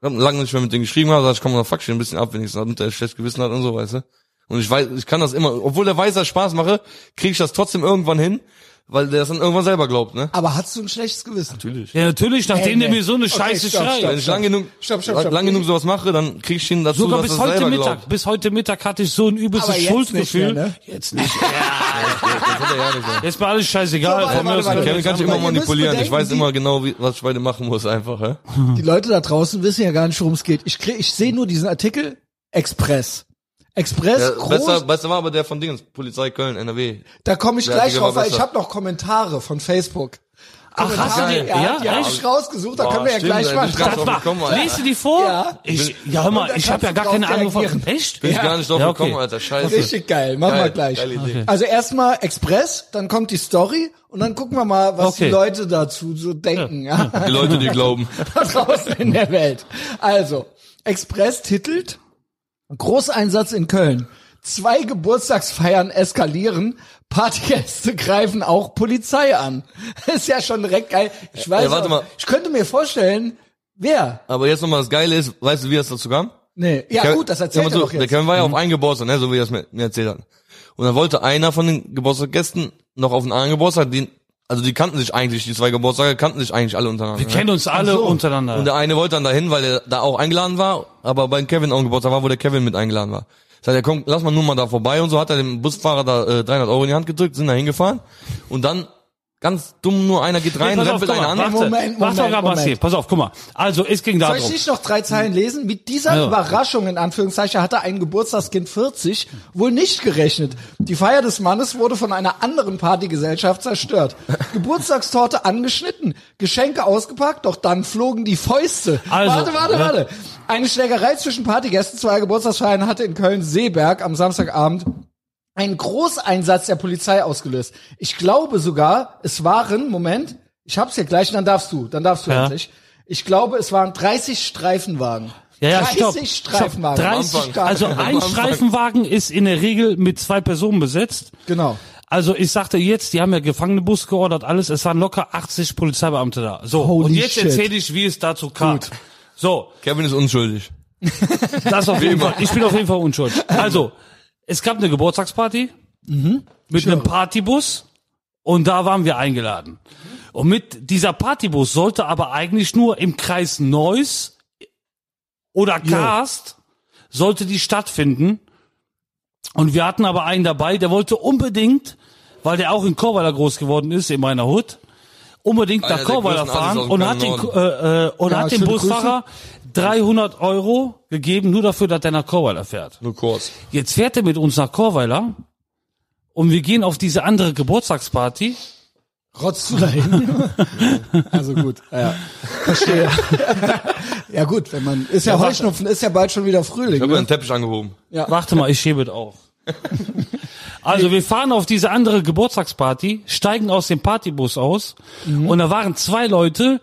[SPEAKER 3] ich hab lange nicht mehr mit dem geschrieben, habe, sag ich, komm, dann fuck ich den ein bisschen ab, wenigstens, damit er schlecht gewissen hat und so, weißt du? Und ich weiß, ich kann das immer, obwohl der weiß, dass ich Spaß mache, kriege ich das trotzdem irgendwann hin, weil der das dann irgendwann selber glaubt, ne?
[SPEAKER 2] Aber hast du ein schlechtes Gewissen? Natürlich.
[SPEAKER 1] Ja, natürlich, nachdem
[SPEAKER 2] nee.
[SPEAKER 1] der mir so eine
[SPEAKER 2] Okay,
[SPEAKER 1] Scheiße
[SPEAKER 2] stopp,
[SPEAKER 1] schreit.
[SPEAKER 2] stopp,
[SPEAKER 3] Wenn ich lang genug,
[SPEAKER 2] Stopp, stopp, stopp.
[SPEAKER 3] lang genug sowas mache, dann krieg ich ihn dazu,
[SPEAKER 1] Sogar
[SPEAKER 3] dass
[SPEAKER 1] bis
[SPEAKER 3] er
[SPEAKER 1] heute
[SPEAKER 3] selber
[SPEAKER 1] Mittag,
[SPEAKER 3] glaubt.
[SPEAKER 1] bis heute Mittag hatte ich so ein übelstes
[SPEAKER 2] Aber jetzt
[SPEAKER 1] Schuldgefühl.
[SPEAKER 2] nicht mehr, ne?
[SPEAKER 1] Jetzt nicht.
[SPEAKER 3] Das hat er ja nicht mehr.
[SPEAKER 1] Jetzt war alles scheißegal.
[SPEAKER 2] So, warte,
[SPEAKER 1] Von mir
[SPEAKER 2] warte,
[SPEAKER 1] aus-
[SPEAKER 2] warte,
[SPEAKER 3] Kevin
[SPEAKER 2] warte.
[SPEAKER 3] kann ich
[SPEAKER 2] Aber
[SPEAKER 3] immer
[SPEAKER 2] ihr müsst
[SPEAKER 3] manipulieren. Ich
[SPEAKER 2] bedenken,
[SPEAKER 3] weiß
[SPEAKER 2] die-
[SPEAKER 3] immer genau, wie, was ich beide machen muss, einfach. Ja?
[SPEAKER 2] Die Leute da draußen wissen ja gar nicht, worum es geht. Ich, krieg, ich sehe nur diesen Artikel Express. Express,
[SPEAKER 3] Ja,
[SPEAKER 2] groß,
[SPEAKER 3] besser, besser war aber der von Dingens, Polizei Köln, NRW.
[SPEAKER 2] da komme ich
[SPEAKER 3] Der
[SPEAKER 2] gleich
[SPEAKER 3] Artikel
[SPEAKER 2] drauf,
[SPEAKER 3] war
[SPEAKER 2] weil ich
[SPEAKER 3] besser.
[SPEAKER 2] habe noch Kommentare von Facebook.
[SPEAKER 1] Ach, hast du
[SPEAKER 2] Kommentare,
[SPEAKER 1] den?
[SPEAKER 2] ja,
[SPEAKER 1] Ja,
[SPEAKER 2] die habe
[SPEAKER 1] echt?
[SPEAKER 2] ich rausgesucht, da
[SPEAKER 3] Boah,
[SPEAKER 2] können wir ja
[SPEAKER 3] stimmt,
[SPEAKER 2] gleich
[SPEAKER 3] ey,
[SPEAKER 2] mal
[SPEAKER 3] du kannst
[SPEAKER 2] dran.
[SPEAKER 3] drauf gekommen,
[SPEAKER 1] Mal,
[SPEAKER 3] Alter.
[SPEAKER 1] lest du die vor?
[SPEAKER 2] Ja.
[SPEAKER 1] Ich, ja, hör
[SPEAKER 2] Und
[SPEAKER 1] mal,
[SPEAKER 2] dann
[SPEAKER 1] ich habe
[SPEAKER 2] kannst
[SPEAKER 1] ja
[SPEAKER 2] du
[SPEAKER 1] gar
[SPEAKER 2] drauf
[SPEAKER 1] keine Ahnung von.
[SPEAKER 2] reagieren.
[SPEAKER 1] Echt?
[SPEAKER 3] Bin ich gar nicht drauf
[SPEAKER 1] Ja, okay.
[SPEAKER 3] gekommen, Alter. Scheiße.
[SPEAKER 2] Richtig geil, machen wir
[SPEAKER 3] Geil,
[SPEAKER 2] gleich.
[SPEAKER 3] geile Idee. Okay.
[SPEAKER 2] Also erstmal Express, dann kommt die Story und dann gucken wir mal, was
[SPEAKER 1] Okay.
[SPEAKER 2] die Leute dazu so denken. Ja.
[SPEAKER 3] Die Leute, die glauben.
[SPEAKER 2] da draußen in der Welt. Also, Express titelt Großeinsatz in Köln. Zwei Geburtstagsfeiern eskalieren, Partygäste greifen auch Polizei an. Ist ja schon direkt geil. Ich weiß,
[SPEAKER 3] Ja, Äh, warte
[SPEAKER 2] auch-
[SPEAKER 3] mal.
[SPEAKER 2] ich könnte mir vorstellen, wer?
[SPEAKER 3] Aber jetzt nochmal das Geile ist, weißt du, wie das dazu kam?
[SPEAKER 1] Ah,
[SPEAKER 2] Nee, ja
[SPEAKER 3] Kevin-
[SPEAKER 2] gut, das erzählt
[SPEAKER 3] Ja,
[SPEAKER 2] er
[SPEAKER 3] aber so,
[SPEAKER 2] doch
[SPEAKER 3] Der
[SPEAKER 2] jetzt.
[SPEAKER 3] Kevin war ja
[SPEAKER 1] Mhm.
[SPEAKER 3] auf einen Geburtstag, ne, so wie er es mir, mir erzählt hat. Und dann wollte einer von den Geburtstagsgästen noch auf einen anderen Geburtstag, die, also die kannten sich eigentlich, die zwei Geburtstage kannten sich eigentlich alle untereinander. ne?
[SPEAKER 1] Wir kennen uns alle untereinander.
[SPEAKER 3] Und der eine wollte dann dahin, weil er da auch eingeladen war, aber bei Kevin auch ein Geburtstag war, wo der Kevin mit eingeladen war. Sagt er, komm, lass mal nur mal da vorbei und so, hat er dem Busfahrer da äh, 300 Euro in die Hand gedrückt, sind da hingefahren und dann ganz dumm, nur einer geht rein,
[SPEAKER 1] pass auf,
[SPEAKER 3] rempelt
[SPEAKER 1] guck
[SPEAKER 3] einen
[SPEAKER 1] mal,
[SPEAKER 3] an.
[SPEAKER 1] warte,
[SPEAKER 2] Moment,
[SPEAKER 1] warte
[SPEAKER 2] Moment,
[SPEAKER 1] mal,
[SPEAKER 2] Moment.
[SPEAKER 1] Marcel, Pass auf, guck mal. Also, es ging
[SPEAKER 2] Soll ich
[SPEAKER 1] darum.
[SPEAKER 2] nicht noch drei Zeilen lesen? Mit dieser
[SPEAKER 1] Also.
[SPEAKER 2] Überraschung, in Anführungszeichen, hatte ein Geburtstagskind 40 wohl nicht gerechnet. Die Feier des Mannes wurde von einer anderen Partygesellschaft zerstört. Geburtstagstorte angeschnitten, Geschenke ausgepackt, doch dann flogen die Fäuste.
[SPEAKER 1] Also,
[SPEAKER 2] warte, warte,
[SPEAKER 1] ja.
[SPEAKER 2] warte. Eine Schlägerei zwischen Partygästen zweier Geburtstagsfeiern hatte in Köln-Seeberg am Samstagabend einen Großeinsatz der Polizei ausgelöst. Ich glaube sogar, es waren, Moment, ich hab's hier gleich, dann darfst du, dann darfst du
[SPEAKER 1] Ja.
[SPEAKER 2] endlich. Ich glaube, es waren 30 Streifenwagen.
[SPEAKER 1] Ja, ja,
[SPEAKER 2] 30
[SPEAKER 1] stopp.
[SPEAKER 2] Streifenwagen.
[SPEAKER 1] Stopp. 30
[SPEAKER 3] Am Anfang.
[SPEAKER 1] Also ein Streifenwagen ist in der Regel mit zwei Personen besetzt.
[SPEAKER 2] Genau.
[SPEAKER 1] Also ich sagte jetzt, die haben ja Gefangenenbus geordert, alles. Es waren locker 80 Polizeibeamte da. So,
[SPEAKER 2] Holy
[SPEAKER 1] und jetzt
[SPEAKER 2] shit.
[SPEAKER 1] erzähle ich, wie es dazu kam. So,
[SPEAKER 3] Kevin ist unschuldig.
[SPEAKER 1] das auf jeden Fall. Ich bin auf jeden Fall unschuldig. Also, es gab eine Geburtstagsparty
[SPEAKER 3] Mhm.
[SPEAKER 1] mit einem Partybus und da waren wir eingeladen. Und mit dieser Partybus sollte aber eigentlich nur im Kreis Neuss oder Karst sollte die stattfinden. Und wir hatten aber einen dabei, der wollte unbedingt, weil der auch in Korweiler groß geworden ist, in meiner Hut, unbedingt
[SPEAKER 3] Einer
[SPEAKER 1] nach
[SPEAKER 3] Ah der
[SPEAKER 1] Korweiler
[SPEAKER 3] größten Assis
[SPEAKER 1] fahren
[SPEAKER 3] aus dem
[SPEAKER 1] und hat den,
[SPEAKER 3] kleinen
[SPEAKER 1] äh, äh, und
[SPEAKER 2] Ja,
[SPEAKER 1] hat dem
[SPEAKER 2] schöne
[SPEAKER 1] Busfahrer 300 Euro gegeben, nur dafür, dass der nach Korweiler fährt.
[SPEAKER 3] Nur kurz.
[SPEAKER 1] Jetzt fährt er mit uns nach Korweiler und wir gehen auf diese andere Geburtstagsparty.
[SPEAKER 2] Rotzt du dahin? also gut, ja. Verstehe. ja gut, wenn man, ist ja, Heuschnupfen, ist ja bald schon wieder Frühling.
[SPEAKER 3] Ich habe
[SPEAKER 2] Ne?
[SPEAKER 3] den Teppich angehoben.
[SPEAKER 1] Warte mal, ich schiebe es auf. Also wir fahren auf diese andere Geburtstagsparty, steigen aus dem Partybus aus
[SPEAKER 2] Mhm.
[SPEAKER 1] und da waren zwei Leute,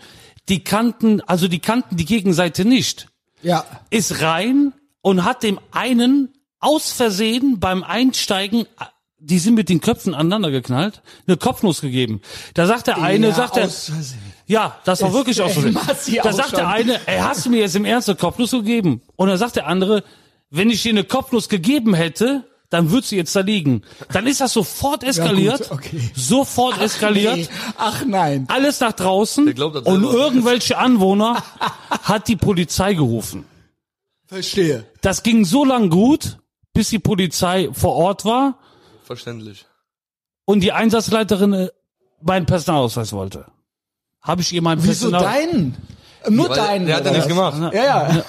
[SPEAKER 1] die kannten, also die kannten die Gegenseite nicht.
[SPEAKER 2] Ja.
[SPEAKER 1] Ist rein und hat dem einen aus Versehen beim Einsteigen äh, die sind mit den Köpfen aneinander geknallt, eine Kopfnuss gegeben. Da sagt der eine,
[SPEAKER 2] Ja,
[SPEAKER 1] sagt er,
[SPEAKER 2] aus Versehen.
[SPEAKER 1] ja, das war wirklich auch so.
[SPEAKER 2] ey, Massi
[SPEAKER 1] Da
[SPEAKER 2] auch
[SPEAKER 1] sagt der
[SPEAKER 2] schon.
[SPEAKER 1] eine, ey, hast du mir jetzt im Ernst eine Kopfnuss gegeben? Und dann sagt der andere, wenn ich dir eine Kopfnuss gegeben hätte, dann würdest du jetzt da liegen. Dann ist das sofort eskaliert,
[SPEAKER 2] okay.
[SPEAKER 1] sofort eskaliert,
[SPEAKER 2] Nee, ach nein.
[SPEAKER 1] alles nach draußen
[SPEAKER 3] Der glaubt das
[SPEAKER 1] und
[SPEAKER 3] selber.
[SPEAKER 1] irgendwelche Anwohner hat die Polizei gerufen.
[SPEAKER 2] Verstehe.
[SPEAKER 1] Das ging so lang gut, bis die Polizei vor Ort war
[SPEAKER 3] Verständlich.
[SPEAKER 1] und die Einsatzleiterin äh, meinen Personalausweis wollte. Habe ich ihr meinen
[SPEAKER 2] Wieso
[SPEAKER 1] Personalausweis?
[SPEAKER 2] deinen? Nur
[SPEAKER 3] Weil
[SPEAKER 2] deinen.
[SPEAKER 3] der hat ja
[SPEAKER 2] oder
[SPEAKER 3] nichts
[SPEAKER 2] was?
[SPEAKER 3] gemacht.
[SPEAKER 2] Ja, ja.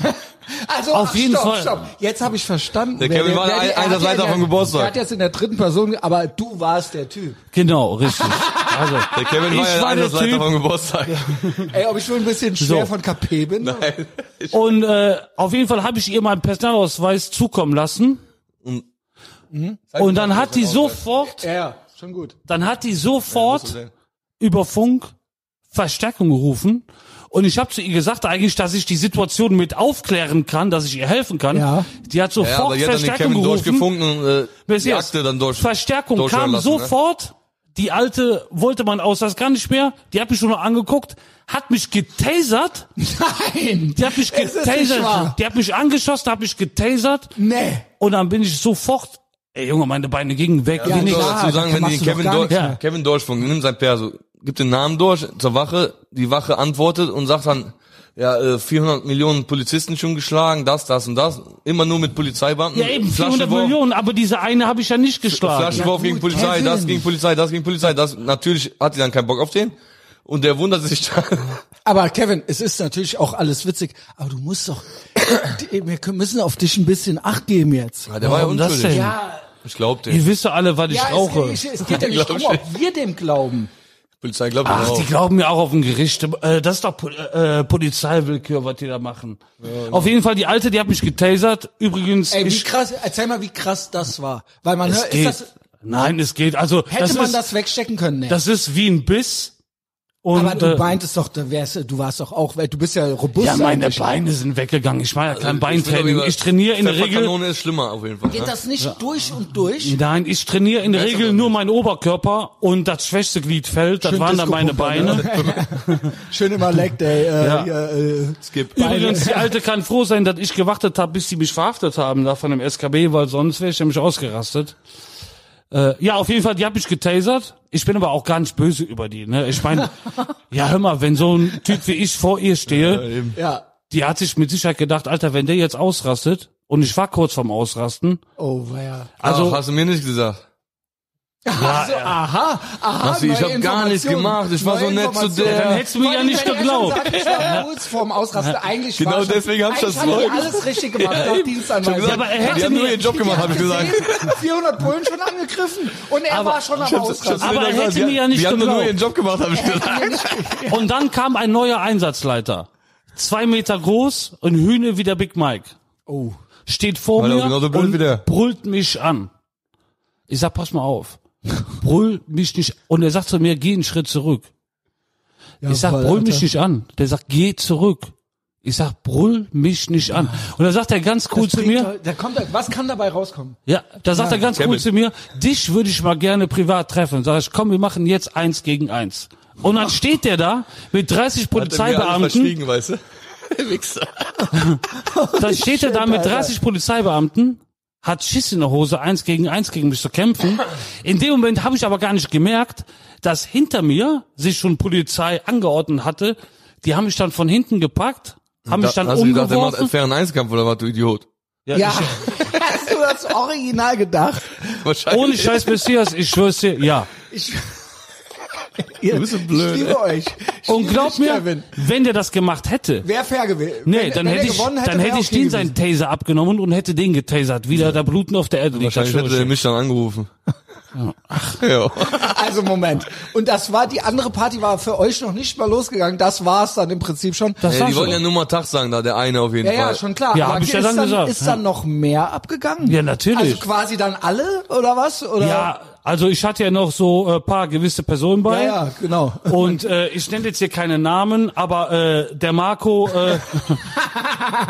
[SPEAKER 2] Also,
[SPEAKER 1] Auf
[SPEAKER 2] ach,
[SPEAKER 1] jeden
[SPEAKER 2] stopp,
[SPEAKER 1] Fall.
[SPEAKER 2] Stopp. Jetzt habe ich verstanden.
[SPEAKER 3] Der Kevin war der
[SPEAKER 2] die- er hat
[SPEAKER 3] Einsatzleiter
[SPEAKER 2] ja in der-
[SPEAKER 3] vom Geburtstag.
[SPEAKER 2] Er hat jetzt in der dritten Person, aber du warst der Typ.
[SPEAKER 1] Genau, richtig. Also,
[SPEAKER 3] Der Kevin war
[SPEAKER 1] Ich
[SPEAKER 3] ja
[SPEAKER 1] war
[SPEAKER 3] der
[SPEAKER 1] der
[SPEAKER 3] Einsatzleiter
[SPEAKER 1] Typ.
[SPEAKER 3] vom Geburtstag.
[SPEAKER 2] Ey, ob ich schon ein bisschen
[SPEAKER 1] So.
[SPEAKER 2] schwer von KP bin?
[SPEAKER 1] und äh, auf jeden Fall habe ich ihr meinen Personalausweis zukommen lassen Mhm. und dann hat die sofort,
[SPEAKER 2] Ja, ja, schon gut.
[SPEAKER 1] dann hat die sofort über Funk Verstärkung gerufen. Und ich habe zu ihr gesagt eigentlich, dass ich die Situation mit aufklären kann, dass ich ihr helfen kann.
[SPEAKER 2] Ja.
[SPEAKER 1] Die hat
[SPEAKER 3] Ja, aber
[SPEAKER 1] sofort
[SPEAKER 3] die hat dann den
[SPEAKER 1] Verstärkung
[SPEAKER 3] Kevin
[SPEAKER 1] gerufen.
[SPEAKER 3] durchgefunken und äh,
[SPEAKER 1] Bis
[SPEAKER 3] die
[SPEAKER 1] jetzt.
[SPEAKER 3] Akte dann durch.
[SPEAKER 1] Verstärkung
[SPEAKER 3] durchhören
[SPEAKER 1] kam
[SPEAKER 3] lassen, ne?
[SPEAKER 1] sofort. Die alte wollte man aus, das gar nicht mehr. Die hat mich schon noch angeguckt, hat mich getasert.
[SPEAKER 2] Nein!
[SPEAKER 1] Die hat mich
[SPEAKER 2] Es ist nicht wahr.
[SPEAKER 1] getasert. Die hat mich angeschossen, hat mich getasert.
[SPEAKER 2] Nee!
[SPEAKER 1] Und dann bin ich sofort, ey Junge, meine Beine gingen weg.
[SPEAKER 3] Ja,
[SPEAKER 1] wie
[SPEAKER 3] ich
[SPEAKER 1] nix.
[SPEAKER 3] muss
[SPEAKER 2] klar,
[SPEAKER 3] dazu sagen,
[SPEAKER 2] da
[SPEAKER 3] wenn
[SPEAKER 2] machst du
[SPEAKER 3] die
[SPEAKER 2] doch
[SPEAKER 3] Kevin,
[SPEAKER 2] gar
[SPEAKER 3] Dor
[SPEAKER 2] nichts
[SPEAKER 1] mehr.
[SPEAKER 3] Kevin durchfunken, nimm sein Perso, gibt den Namen durch zur Wache, die Wache antwortet und sagt dann, ja, äh, 400 Millionen Polizisten schon geschlagen, das, das und das, immer nur mit Polizeibeamten.
[SPEAKER 1] ja eben, 400
[SPEAKER 3] Flaschenwurf,
[SPEAKER 1] Millionen, aber diese eine habe ich ja nicht geschlagen.
[SPEAKER 3] Flaschenwurf
[SPEAKER 2] Ja,
[SPEAKER 3] gegen
[SPEAKER 2] gut,
[SPEAKER 3] Polizei, das
[SPEAKER 2] Kevin.
[SPEAKER 3] gegen Polizei, das gegen Polizei, das, natürlich hat die dann keinen Bock auf den. Und der wundert sich dann.
[SPEAKER 2] Aber Kevin, es ist natürlich auch alles witzig, aber du musst doch, die- wir können- müssen auf dich ein bisschen Acht geben jetzt.
[SPEAKER 3] Ja, der war ja
[SPEAKER 1] Warum das
[SPEAKER 3] unschuldig.
[SPEAKER 1] denn?
[SPEAKER 2] Ja,
[SPEAKER 3] Ich glaub den.
[SPEAKER 1] Ihr wisst doch alle, was ich
[SPEAKER 2] ja
[SPEAKER 1] rauche.
[SPEAKER 2] es, es geht ja nicht darum, ob wir dem glauben.
[SPEAKER 3] Polizei glaubt den
[SPEAKER 1] Ach,
[SPEAKER 3] auch.
[SPEAKER 1] die glauben mir auch auf dem Gericht. Äh, Das ist doch Pol- äh, Polizeiwillkür, was die da machen.
[SPEAKER 3] genau.
[SPEAKER 1] Auf jeden Fall, die alte, die hat mich getasert. Übrigens,
[SPEAKER 2] Ey, wie
[SPEAKER 1] ich,
[SPEAKER 2] krass, erzähl mal, wie krass das war. Weil man
[SPEAKER 1] es
[SPEAKER 2] hört,
[SPEAKER 1] geht.
[SPEAKER 2] ist das,
[SPEAKER 1] Nein, es geht. Also,
[SPEAKER 2] hätte
[SPEAKER 1] das
[SPEAKER 2] man
[SPEAKER 1] ist,
[SPEAKER 2] das wegstecken können? Nee.
[SPEAKER 1] Das ist wie ein Biss. Und,
[SPEAKER 2] aber du
[SPEAKER 1] äh,
[SPEAKER 2] meintest doch, du, wärst, du warst doch auch, weil du bist ja robust.
[SPEAKER 1] ja, meine
[SPEAKER 2] eigentlich.
[SPEAKER 1] Beine sind weggegangen. Ich mache ja kein
[SPEAKER 3] Ich will aber
[SPEAKER 1] Beintraining.
[SPEAKER 3] über-
[SPEAKER 1] Ich trainiere in der Regel.
[SPEAKER 3] Pfefferkanone ist schlimmer auf jeden Fall.
[SPEAKER 2] Geht
[SPEAKER 3] Ne?
[SPEAKER 2] das nicht durch und durch?
[SPEAKER 1] Nein, ich trainiere in der
[SPEAKER 3] Besser
[SPEAKER 1] Regel
[SPEAKER 3] doch
[SPEAKER 1] nur meinen Oberkörper und das schwächste Glied fällt. Das
[SPEAKER 2] Schön ne?
[SPEAKER 1] waren dann meine
[SPEAKER 2] Disco-Pumper,
[SPEAKER 1] Beine.
[SPEAKER 2] Schön immer Leg Day. Äh,
[SPEAKER 1] Ja.
[SPEAKER 2] hier, äh,
[SPEAKER 3] Skip.
[SPEAKER 1] Übrigens, die Alte kann froh sein, dass ich gewartet habe, bis sie mich verhaftet haben da von dem SKB, weil sonst wäre ich nämlich ausgerastet. Äh, ja, auf jeden Fall, die hat mich getasert. Ich bin aber auch gar nicht böse über die. Ne? Ich meine, ja, hör mal, wenn so ein Typ wie ich vor ihr stehe,
[SPEAKER 2] ja.
[SPEAKER 1] die hat sich mit Sicherheit gedacht, Alter, wenn der jetzt ausrastet, und ich war kurz vorm Ausrasten,
[SPEAKER 2] Oh, ja.
[SPEAKER 1] also
[SPEAKER 3] Ach, hast du mir nicht gesagt.
[SPEAKER 1] Ah,
[SPEAKER 2] Also, aha, aha.
[SPEAKER 3] Hast du- ich
[SPEAKER 2] neue
[SPEAKER 3] hab gar nichts
[SPEAKER 2] Informationen.
[SPEAKER 3] gemacht, ich war
[SPEAKER 2] Neue
[SPEAKER 3] so nett zu
[SPEAKER 2] Informationen.
[SPEAKER 3] der. Dann
[SPEAKER 1] hättest du mir
[SPEAKER 2] Vor
[SPEAKER 1] ja
[SPEAKER 2] allem,
[SPEAKER 1] nicht
[SPEAKER 2] wenn er
[SPEAKER 1] geglaubt.
[SPEAKER 2] schon sagt, Ich war kurz vorm Ausrasten, eigentlich
[SPEAKER 3] Genau
[SPEAKER 2] war schon-
[SPEAKER 3] deswegen hab ich das
[SPEAKER 2] eigentlich hat
[SPEAKER 3] vorhin-
[SPEAKER 2] er alles richtig gemacht, laut Dienstanweisung.
[SPEAKER 1] Ja, aber er hätte
[SPEAKER 3] die haben
[SPEAKER 1] mir-
[SPEAKER 3] nur ihren Job gemacht, habe ich gesagt.
[SPEAKER 2] 400 Bullen schon angegriffen und er war schon am Ausrasten.
[SPEAKER 1] Aber er hätte mir ja nicht
[SPEAKER 3] die haben nur
[SPEAKER 1] geglaubt.
[SPEAKER 3] ihren Job gemacht, habe ich gesagt.
[SPEAKER 1] und dann kam ein neuer Einsatzleiter. Zwei Meter groß und Hühne wie der Big Mike.
[SPEAKER 2] Oh.
[SPEAKER 1] Steht vor
[SPEAKER 3] War doch
[SPEAKER 1] mir
[SPEAKER 3] genauso blöd
[SPEAKER 1] und
[SPEAKER 3] wie genau der.
[SPEAKER 1] brüllt mich an. Ich sag, pass mal auf. Brüll mich nicht. Und er sagt zu mir, geh einen Schritt zurück. Ich sag,
[SPEAKER 2] voll,
[SPEAKER 1] brüll mich
[SPEAKER 2] Alter.
[SPEAKER 1] nicht an. Der sagt, geh zurück. Ich sag, brüll mich nicht an. Und dann sagt er ganz cool zu mir,
[SPEAKER 2] Da kommt, er- was kann dabei rauskommen?
[SPEAKER 1] Ja, da sagt er ganz
[SPEAKER 3] Kevin.
[SPEAKER 1] cool zu mir, dich würde ich mal gerne privat treffen. Sag ich, komm, wir machen jetzt eins gegen eins. Und dann steht der da mit 30 Polizeibeamten,
[SPEAKER 3] verschwiegen, weißt du? Wichser.
[SPEAKER 1] dann steht er da mit
[SPEAKER 2] Alter.
[SPEAKER 1] 30 Polizeibeamten, hat Schiss in der Hose, eins gegen eins gegen mich zu kämpfen. In dem Moment habe ich aber gar nicht gemerkt, dass hinter mir sich schon Polizei angeordnet hatte. Die haben mich dann von hinten gepackt, haben mich dann
[SPEAKER 3] hast du gedacht, der macht einen
[SPEAKER 1] umgeworfen.
[SPEAKER 3] fairen Eiskampf oder was, du Idiot?
[SPEAKER 2] Ja. Hast du das Original gedacht?
[SPEAKER 3] Wahrscheinlich.
[SPEAKER 1] Ohne Scheiß Messias, ich schwör's dir, ja.
[SPEAKER 2] Ich, ihr,
[SPEAKER 3] bist so blöd,
[SPEAKER 2] ich
[SPEAKER 3] ey.
[SPEAKER 2] liebe euch. Ich
[SPEAKER 1] Und
[SPEAKER 2] liebe
[SPEAKER 1] glaub
[SPEAKER 2] dich,
[SPEAKER 1] mir,
[SPEAKER 2] Kevin.
[SPEAKER 1] wenn der das gemacht hätte,
[SPEAKER 2] Wäre fair gewesen.
[SPEAKER 1] Nee, dann, hätte ich, dann hätte ich den seinen Taser abgenommen und hätte den getasert. Wieder da blutend auf der Erde liegt.
[SPEAKER 3] Wahrscheinlich
[SPEAKER 1] das
[SPEAKER 3] hätte der
[SPEAKER 1] schwöre ich
[SPEAKER 3] mich dann angerufen. Ach. Ja.
[SPEAKER 2] Also Moment. Und das war, die andere Party war für euch noch nicht mal losgegangen. Das war's dann im Prinzip schon.
[SPEAKER 1] Das
[SPEAKER 3] Ja,
[SPEAKER 1] war
[SPEAKER 3] die wollten ja
[SPEAKER 1] schon.
[SPEAKER 3] nur mal Tag sagen, da der eine auf jeden
[SPEAKER 2] ja,
[SPEAKER 3] Fall.
[SPEAKER 2] ja, schon klar.
[SPEAKER 1] Ja,
[SPEAKER 2] Aber
[SPEAKER 1] hab ich ja
[SPEAKER 2] ist
[SPEAKER 1] dann gesagt,
[SPEAKER 2] Ist
[SPEAKER 1] ja.
[SPEAKER 2] dann noch mehr abgegangen?
[SPEAKER 1] Ja, natürlich.
[SPEAKER 2] Also quasi dann alle oder was? Oder?
[SPEAKER 1] Ja, also ich hatte ja noch so äh, paar gewisse Personen
[SPEAKER 2] ja,
[SPEAKER 1] bei.
[SPEAKER 2] ja, genau.
[SPEAKER 1] Und äh, ich nenne jetzt hier keine Namen, aber äh, der Marco, äh,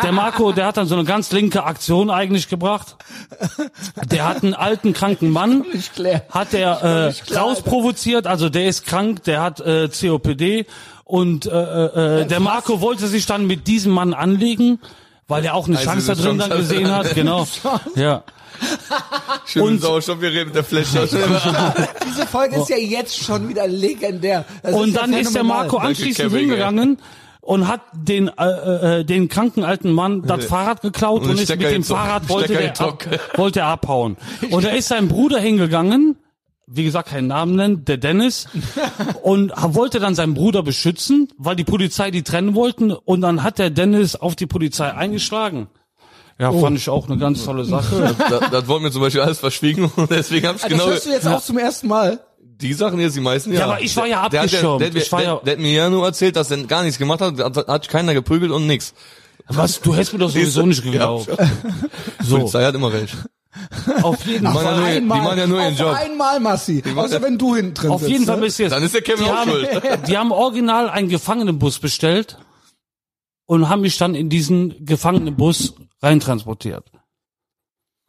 [SPEAKER 1] Der Marco, der hat dann so eine ganz linke Aktion eigentlich gebracht. Der hat einen alten, kranken Mann,
[SPEAKER 2] Ich klär.
[SPEAKER 1] hat der äh, rausprovoziert, also der ist krank, der hat äh, COPD und äh, äh, äh, der Marco wollte sich dann mit diesem Mann anlegen, weil er auch eine
[SPEAKER 3] Also
[SPEAKER 1] Chance da
[SPEAKER 3] eine
[SPEAKER 1] drin dann
[SPEAKER 3] Chance hat.
[SPEAKER 1] gesehen hat, genau. Ja.
[SPEAKER 3] Schön
[SPEAKER 1] Und-
[SPEAKER 3] und Sauerstoff, wir reden mit der Fläche.
[SPEAKER 2] Diese Folge ist ja jetzt schon wieder legendär. Das
[SPEAKER 1] Und
[SPEAKER 2] Oh. ja
[SPEAKER 1] dann ist der
[SPEAKER 2] phänomenal.
[SPEAKER 1] Marco
[SPEAKER 3] Danke,
[SPEAKER 1] anschließend
[SPEAKER 3] Kevin,
[SPEAKER 1] hingegangen und hat den äh, äh, den kranken alten Mann das Fahrrad geklaut
[SPEAKER 3] Und
[SPEAKER 1] und ist
[SPEAKER 3] Stecker
[SPEAKER 1] mit dem
[SPEAKER 3] gezogen.
[SPEAKER 1] Fahrrad wollte
[SPEAKER 3] Stecker
[SPEAKER 1] der, ab,
[SPEAKER 3] gezogen.
[SPEAKER 1] wollte er abhauen. Und da ist sein Bruder hingegangen, wie gesagt keinen Namen nennen, der Dennis, und wollte dann seinen Bruder beschützen, weil die Polizei die trennen wollten und dann hat der Dennis auf die Polizei eingeschlagen. Ja,
[SPEAKER 3] Oh.
[SPEAKER 1] fand ich auch eine ganz tolle Sache.
[SPEAKER 3] das, das wollte mir zum Beispiel alles verschwiegen und deswegen habe ich
[SPEAKER 2] Ah, Das
[SPEAKER 3] genau
[SPEAKER 2] hörst du jetzt auch zum ersten Mal.
[SPEAKER 3] die Sachen jetzt die meisten. Ja,
[SPEAKER 1] aber ich war ja
[SPEAKER 3] Der- der hat-
[SPEAKER 1] abgeschirmt.
[SPEAKER 3] Der, der,
[SPEAKER 1] Ich war ja-
[SPEAKER 3] der, der hat mir ja nur erzählt, dass er gar nichts gemacht hat, hat, hat keiner geprügelt und nix.
[SPEAKER 1] Was, du hättest mir doch sowieso nicht geglaubt. So,
[SPEAKER 3] Polizei hat immer recht.
[SPEAKER 1] auf jeden
[SPEAKER 3] Die
[SPEAKER 1] Fall.
[SPEAKER 3] machen ja nur, die machen ja nur ihren
[SPEAKER 2] auf
[SPEAKER 3] Job.
[SPEAKER 2] einmal, Massi.
[SPEAKER 3] machen-
[SPEAKER 2] Außer wenn du hinten drin
[SPEAKER 1] Auf
[SPEAKER 2] sitzt.
[SPEAKER 1] jeden Fall
[SPEAKER 2] ne?
[SPEAKER 1] bist du jetzt.
[SPEAKER 3] Dann ist der Kevin
[SPEAKER 1] die,
[SPEAKER 3] auch schuld.
[SPEAKER 1] haben, die haben original einen Gefangenenbus bestellt und haben mich dann in diesen Gefangenenbus reintransportiert.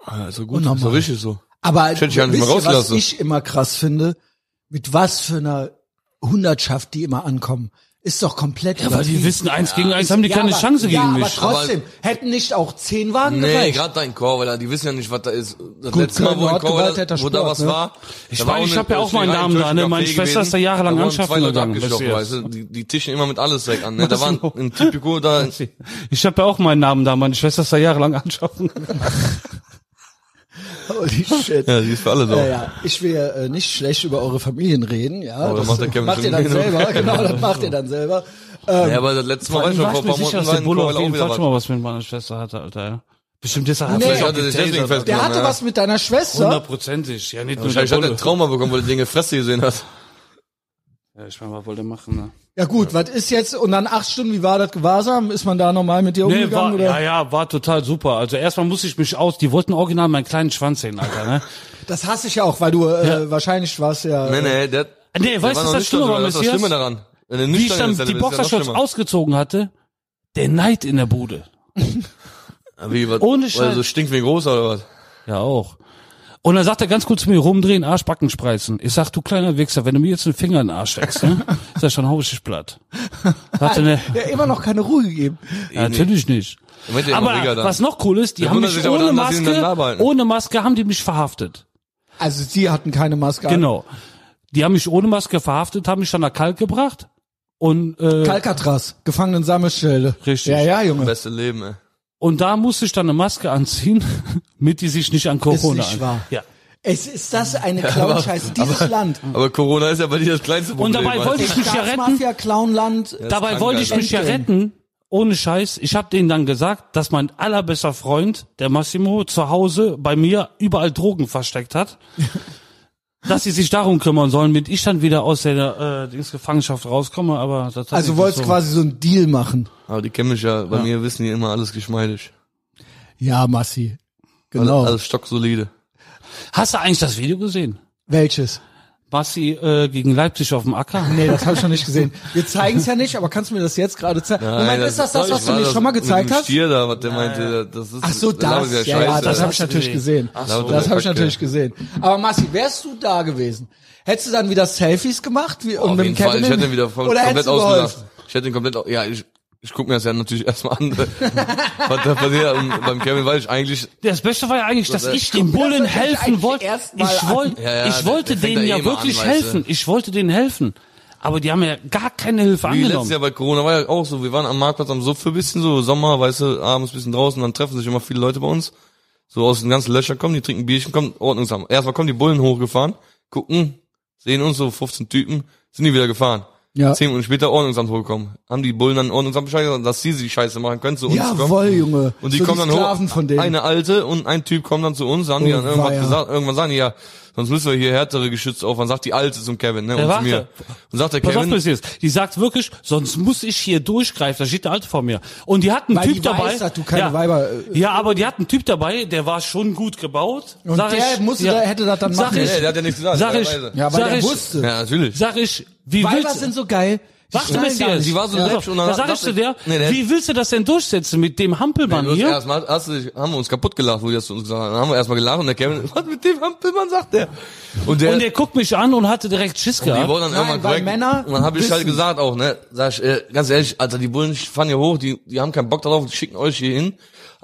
[SPEAKER 3] Ah, So
[SPEAKER 2] Und
[SPEAKER 3] gut,
[SPEAKER 2] nochmal.
[SPEAKER 3] so richtig so.
[SPEAKER 2] Aber
[SPEAKER 3] hätte ich ja nicht
[SPEAKER 2] wisst
[SPEAKER 3] mal
[SPEAKER 2] ihr, was
[SPEAKER 3] rausgelassen.
[SPEAKER 2] ich immer krass finde, mit was für einer Hundertschaft die immer ankommen, ist doch komplett Ja,
[SPEAKER 1] Weil die wissen, eins gegen eins haben die keine
[SPEAKER 2] aber,
[SPEAKER 1] Chance
[SPEAKER 2] ja,
[SPEAKER 1] gegen
[SPEAKER 2] aber
[SPEAKER 1] mich.
[SPEAKER 2] trotzdem, hätten nicht auch zehn Wagen
[SPEAKER 3] Nee,
[SPEAKER 2] gereicht?
[SPEAKER 3] gerade dein Korweiler, die wissen ja nicht, was da ist. Das
[SPEAKER 2] Gut,
[SPEAKER 3] letzte Mal,
[SPEAKER 2] Köln,
[SPEAKER 3] wo in
[SPEAKER 2] Nord,
[SPEAKER 3] Korweiler,
[SPEAKER 2] gewalttäter
[SPEAKER 3] wo da
[SPEAKER 2] Sport,
[SPEAKER 3] was
[SPEAKER 2] ne?
[SPEAKER 3] war.
[SPEAKER 1] Ich
[SPEAKER 3] da
[SPEAKER 1] weiß,
[SPEAKER 3] war auch
[SPEAKER 1] ich
[SPEAKER 3] eine-
[SPEAKER 1] hab ja auch
[SPEAKER 3] da
[SPEAKER 1] meinen
[SPEAKER 3] stehen
[SPEAKER 1] Namen da,
[SPEAKER 3] Türchen
[SPEAKER 1] ne?
[SPEAKER 3] am
[SPEAKER 1] Meine
[SPEAKER 3] Weg
[SPEAKER 1] Schwester ist da jahrelang
[SPEAKER 3] da wurden
[SPEAKER 1] anschaffen
[SPEAKER 3] zwei Leute
[SPEAKER 1] gegangen,
[SPEAKER 3] abgestochen,
[SPEAKER 1] bis
[SPEAKER 3] weißt
[SPEAKER 1] jetzt.
[SPEAKER 3] du? Die, die tischen immer mit alles weg an, ne? Da waren
[SPEAKER 1] Maslow.
[SPEAKER 3] ein Typico da.
[SPEAKER 1] Ich habe ja auch meinen Namen da, meine Schwester ist da jahrelang anschaffen.
[SPEAKER 2] Holy shit.
[SPEAKER 3] Ja, die ist für alle so.
[SPEAKER 2] Ja, ja. Ich will ja äh, nicht schlecht über eure Familien reden, ja.
[SPEAKER 3] das Oh, macht der Kevin
[SPEAKER 2] macht ihr
[SPEAKER 3] schon
[SPEAKER 2] dann
[SPEAKER 3] genug.
[SPEAKER 2] selber, genau, das macht ihr dann selber. Ähm,
[SPEAKER 3] Ja, aber das letzte Mal
[SPEAKER 1] Ich
[SPEAKER 3] schon
[SPEAKER 1] war
[SPEAKER 3] vor
[SPEAKER 1] mir
[SPEAKER 3] paar
[SPEAKER 1] sicher,
[SPEAKER 3] Monaten
[SPEAKER 1] dass
[SPEAKER 3] war
[SPEAKER 1] der
[SPEAKER 3] in
[SPEAKER 1] Bulle auf
[SPEAKER 3] Korweiler auch
[SPEAKER 1] jeden Fall
[SPEAKER 3] wieder
[SPEAKER 1] schon
[SPEAKER 3] was.
[SPEAKER 1] mal was mit meiner Schwester hatte, Alter. Ja. Bestimmt deshalb hat
[SPEAKER 2] Nee.
[SPEAKER 1] er sich
[SPEAKER 3] Vielleicht
[SPEAKER 1] auch
[SPEAKER 3] hat er sich
[SPEAKER 1] getasert.
[SPEAKER 3] deswegen
[SPEAKER 2] der
[SPEAKER 3] festgenommen.
[SPEAKER 2] hatte
[SPEAKER 3] ja.
[SPEAKER 2] was mit deiner Schwester.
[SPEAKER 1] Hundertprozentig, ja nicht nur der
[SPEAKER 3] Wahrscheinlich hat er
[SPEAKER 1] Bulle.
[SPEAKER 3] ein halt Trauma bekommen, weil er den in die Fresse gesehen hat.
[SPEAKER 1] Ja, ich meine, was wollte er machen, ne?
[SPEAKER 2] Ja gut, was ist jetzt, und dann acht Stunden, wie war das Gewahrsam? Ist man da normal mit dir
[SPEAKER 1] Nee,
[SPEAKER 2] umgegangen?
[SPEAKER 1] war,
[SPEAKER 2] oder?
[SPEAKER 1] ja, ja, war total super. Also erstmal musste ich mich aus, die wollten original meinen kleinen Schwanz sehen, Alter, ne?
[SPEAKER 2] Das hasse ich ja auch, weil du äh, wahrscheinlich warst ja.
[SPEAKER 3] Nee, nee, der,
[SPEAKER 1] Nee, weißt du,
[SPEAKER 3] der war
[SPEAKER 1] was
[SPEAKER 3] noch
[SPEAKER 1] das
[SPEAKER 3] nicht
[SPEAKER 1] Schlimme
[SPEAKER 3] so,
[SPEAKER 1] war,
[SPEAKER 3] das ist das
[SPEAKER 1] Messias?
[SPEAKER 3] Schlimme daran. Wenn er
[SPEAKER 1] wie ich
[SPEAKER 3] nüchtern
[SPEAKER 1] dann
[SPEAKER 3] ist, dann
[SPEAKER 1] die
[SPEAKER 3] ist es ja noch
[SPEAKER 1] Boxershorts
[SPEAKER 3] schlimmer.
[SPEAKER 1] ausgezogen hatte, der Neid in der Bude.
[SPEAKER 3] Wie, was,
[SPEAKER 1] Ohne
[SPEAKER 3] Weil er
[SPEAKER 1] Scheiß.
[SPEAKER 3] so stinkt wie ein großer oder was?
[SPEAKER 1] Ja, auch. Und dann sagt er ganz kurz zu mir, rumdrehen, Arschbacken spreizen. Ich sag, du kleiner Wichser, wenn du mir jetzt einen Finger in den Arsch steckst, ne, ist das schon hausisch platt. Sagt er, ne,
[SPEAKER 2] Ja, immer noch keine Ruhe gegeben.
[SPEAKER 1] ja, natürlich nicht.
[SPEAKER 3] Dann wird er immer ruhiger
[SPEAKER 1] Aber
[SPEAKER 3] dann.
[SPEAKER 1] was noch cool ist, die
[SPEAKER 3] Der
[SPEAKER 1] haben
[SPEAKER 3] wundert
[SPEAKER 1] mich
[SPEAKER 3] sich aber
[SPEAKER 1] ohne
[SPEAKER 3] dann, dass sie ihn dann da
[SPEAKER 1] Maske,
[SPEAKER 3] behalten.
[SPEAKER 1] ohne Maske haben die mich verhaftet.
[SPEAKER 2] Also sie hatten keine Maske. an.
[SPEAKER 1] Genau. Die haben mich ohne Maske verhaftet, haben mich dann nach Kalk gebracht und äh,
[SPEAKER 2] Alcatraz, Gefangenen-Sammelstelle.
[SPEAKER 1] Richtig.
[SPEAKER 2] Ja, ja, Junge.
[SPEAKER 3] Beste Leben, ey.
[SPEAKER 1] und da musste ich dann eine Maske anziehen, mit die sich nicht an Corona
[SPEAKER 2] nicht
[SPEAKER 1] an-
[SPEAKER 2] wahr.
[SPEAKER 1] Ja.
[SPEAKER 2] Es ist das eine Clown-Scheiße. Dieses Land.
[SPEAKER 3] Aber Corona ist ja bei dir das kleinste Problem.
[SPEAKER 1] dabei
[SPEAKER 3] weißt du?
[SPEAKER 1] wollte ich mich ja retten.
[SPEAKER 2] Staatsmafia, Clownland.
[SPEAKER 1] Dabei
[SPEAKER 3] kann
[SPEAKER 1] wollte
[SPEAKER 3] gar
[SPEAKER 1] ich mich
[SPEAKER 2] nicht
[SPEAKER 1] ja
[SPEAKER 2] sein.
[SPEAKER 1] retten, ohne Scheiß. Ich habe denen dann gesagt, dass mein allerbester Freund, der Massimo, zu Hause bei mir überall Drogen versteckt hat. dass sie sich darum kümmern sollen, damit ich dann wieder aus der äh, Dings Gefangenschaft rauskomme, aber das hat
[SPEAKER 2] Also
[SPEAKER 1] nicht
[SPEAKER 2] wolltest
[SPEAKER 1] so-
[SPEAKER 2] quasi so einen Deal machen.
[SPEAKER 3] Aber die kennen mich ja, bei mir wissen die immer alles geschmeidig.
[SPEAKER 2] Ja, Massi.
[SPEAKER 3] Alles,
[SPEAKER 2] Genau.
[SPEAKER 3] alles stocksolide.
[SPEAKER 1] Hast du eigentlich das Video gesehen?
[SPEAKER 2] Welches?
[SPEAKER 1] Bassi äh, gegen Leipzig auf dem Acker?
[SPEAKER 2] Nee, das habe ich noch nicht gesehen. Wir zeigen es ja nicht, aber kannst du mir das jetzt gerade zeigen? Moment, ist das das, was du
[SPEAKER 3] war
[SPEAKER 2] mir
[SPEAKER 3] das
[SPEAKER 2] schon mal
[SPEAKER 3] mit dem
[SPEAKER 2] gezeigt hast?
[SPEAKER 3] Stier Genau, da, was der meinte, das ist,
[SPEAKER 2] Ach so,
[SPEAKER 3] labert
[SPEAKER 2] das.
[SPEAKER 3] ja
[SPEAKER 2] Ja, ja,
[SPEAKER 3] Scheiße.
[SPEAKER 2] das habe
[SPEAKER 1] Hast
[SPEAKER 2] ich
[SPEAKER 1] du
[SPEAKER 2] natürlich gesehen.
[SPEAKER 1] gesehen.
[SPEAKER 3] so.
[SPEAKER 2] das habe ich
[SPEAKER 3] Kacke.
[SPEAKER 2] natürlich gesehen. Aber Massi, wärst du da gewesen? Hättest du dann wieder Selfies gemacht? Wie, und
[SPEAKER 3] Auf
[SPEAKER 2] mit
[SPEAKER 3] jeden
[SPEAKER 2] dem
[SPEAKER 3] Fall,
[SPEAKER 2] Kevin
[SPEAKER 3] ich hätte
[SPEAKER 2] hin?
[SPEAKER 3] ihn wieder voll,
[SPEAKER 2] Oder hättest
[SPEAKER 3] komplett
[SPEAKER 2] du geholfen?
[SPEAKER 3] ausgelassen. Ich hätte ihn komplett, au- ja, ich, ich gucke mir das ja natürlich erstmal an, was da passiert. Und beim Kevin weiß ich eigentlich,
[SPEAKER 1] Das Beste war ja eigentlich, dass
[SPEAKER 3] das-
[SPEAKER 1] ich dem Bullen
[SPEAKER 2] das hört sich
[SPEAKER 1] helfen
[SPEAKER 2] eigentlich
[SPEAKER 1] wollte.
[SPEAKER 2] erst mal
[SPEAKER 1] Ich,
[SPEAKER 2] an.
[SPEAKER 1] wollt,
[SPEAKER 3] Ja, ja,
[SPEAKER 1] ich
[SPEAKER 3] der-
[SPEAKER 1] wollte
[SPEAKER 3] der fängt
[SPEAKER 1] denen
[SPEAKER 3] da eh
[SPEAKER 1] ja
[SPEAKER 3] immer an,
[SPEAKER 1] wirklich
[SPEAKER 3] weißt du.
[SPEAKER 1] helfen. Ich wollte denen helfen. Aber die haben ja gar keine Hilfe
[SPEAKER 3] wie
[SPEAKER 1] angenommen.
[SPEAKER 3] letztes Jahr bei Corona war ja auch so, wir waren am Marktplatz am Suff für ein bisschen so, Sommer, weißt du, abends ein bisschen draußen, dann treffen sich immer viele Leute bei uns. So aus den ganzen Löchern kommen, die trinken Bierchen, kommen, ordnungsam. Erstmal kommen die Bullen hochgefahren, gucken, sehen uns so 15 Typen, sind die wieder gefahren.
[SPEAKER 2] Ja.
[SPEAKER 3] Zehn Minuten später Ordnungsamt hochgekommen. Haben die Bullen dann Ordnungsamt Bescheid gesagt, dass sie die Scheiße machen können, zu uns zu kommen.
[SPEAKER 2] Jawohl, Junge.
[SPEAKER 3] Und die
[SPEAKER 2] so
[SPEAKER 3] kommen
[SPEAKER 2] die
[SPEAKER 3] dann
[SPEAKER 2] Sklaven
[SPEAKER 3] hoch.
[SPEAKER 2] von denen.
[SPEAKER 3] Eine alte und ein Typ kommen dann zu uns, haben die dann
[SPEAKER 2] Oh,
[SPEAKER 3] irgendwas
[SPEAKER 2] weia.
[SPEAKER 3] gesagt, irgendwann sagen die ja, sonst müssen wir hier härtere Geschütze aufbauen. Sagt die alte zum Kevin, ne, und zu
[SPEAKER 1] warte.
[SPEAKER 3] mir. Und sagt der
[SPEAKER 1] Pass auf,
[SPEAKER 3] Kevin,
[SPEAKER 1] Messias. Die sagt wirklich, sonst muss ich hier durchgreifen. Da steht eine Alte vor mir. Und die hat einen
[SPEAKER 2] Weil
[SPEAKER 1] Typ
[SPEAKER 2] die weiß,
[SPEAKER 1] dabei.
[SPEAKER 2] dass du keine
[SPEAKER 1] ja,
[SPEAKER 2] Weiber, äh,
[SPEAKER 1] ja, aber die hat einen Typ dabei, der war schon gut gebaut.
[SPEAKER 2] Und
[SPEAKER 1] sag
[SPEAKER 2] der
[SPEAKER 1] ich,
[SPEAKER 2] musste
[SPEAKER 1] ja,
[SPEAKER 2] da- hätte das dann
[SPEAKER 1] sag
[SPEAKER 2] machen.
[SPEAKER 1] Ich,
[SPEAKER 3] Nee, der hat ja nichts gesagt,
[SPEAKER 1] Sag ich,
[SPEAKER 3] der weiß es.
[SPEAKER 2] ja, weil
[SPEAKER 1] sag
[SPEAKER 2] der
[SPEAKER 1] ich,
[SPEAKER 2] wusste.
[SPEAKER 3] ja, natürlich.
[SPEAKER 1] Sag ich, wie
[SPEAKER 2] Weiber
[SPEAKER 1] willst
[SPEAKER 2] sind so geil.
[SPEAKER 1] Sagst du
[SPEAKER 2] Nein,
[SPEAKER 1] mir
[SPEAKER 2] gar
[SPEAKER 1] jetzt?
[SPEAKER 2] nicht.
[SPEAKER 3] Die war so
[SPEAKER 1] Pass
[SPEAKER 3] läppisch
[SPEAKER 1] auf,
[SPEAKER 3] und dann
[SPEAKER 1] Da
[SPEAKER 3] hat-
[SPEAKER 1] sagst du
[SPEAKER 3] dachte
[SPEAKER 1] der,
[SPEAKER 3] ich- Nee, der-
[SPEAKER 1] wie willst du das denn durchsetzen mit dem Hampelmann
[SPEAKER 3] Du hast
[SPEAKER 1] hier?
[SPEAKER 3] erstmal, hast du dich, haben wir uns kaputt gelacht, wo die das zu uns gesagt haben. Dann haben wir erstmal gelacht und der Kevin, was mit dem Hampelmann sagt der? Und der,
[SPEAKER 1] Und der guckt mich an und hatte direkt Schiss
[SPEAKER 3] die
[SPEAKER 1] gehabt.
[SPEAKER 3] wurden dann
[SPEAKER 2] Nein,
[SPEAKER 3] irgendwann
[SPEAKER 2] weil
[SPEAKER 3] korrekt.
[SPEAKER 2] Männer
[SPEAKER 3] und dann habe ich halt
[SPEAKER 2] wissen.
[SPEAKER 3] gesagt auch, ne, sag ich, äh, ganz ehrlich, Alter, die Bullen fahren hier hoch, die, die haben keinen Bock darauf, die schicken euch hier hin.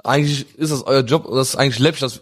[SPEAKER 3] Eigentlich ist das euer Job, das ist eigentlich läppisch, dass,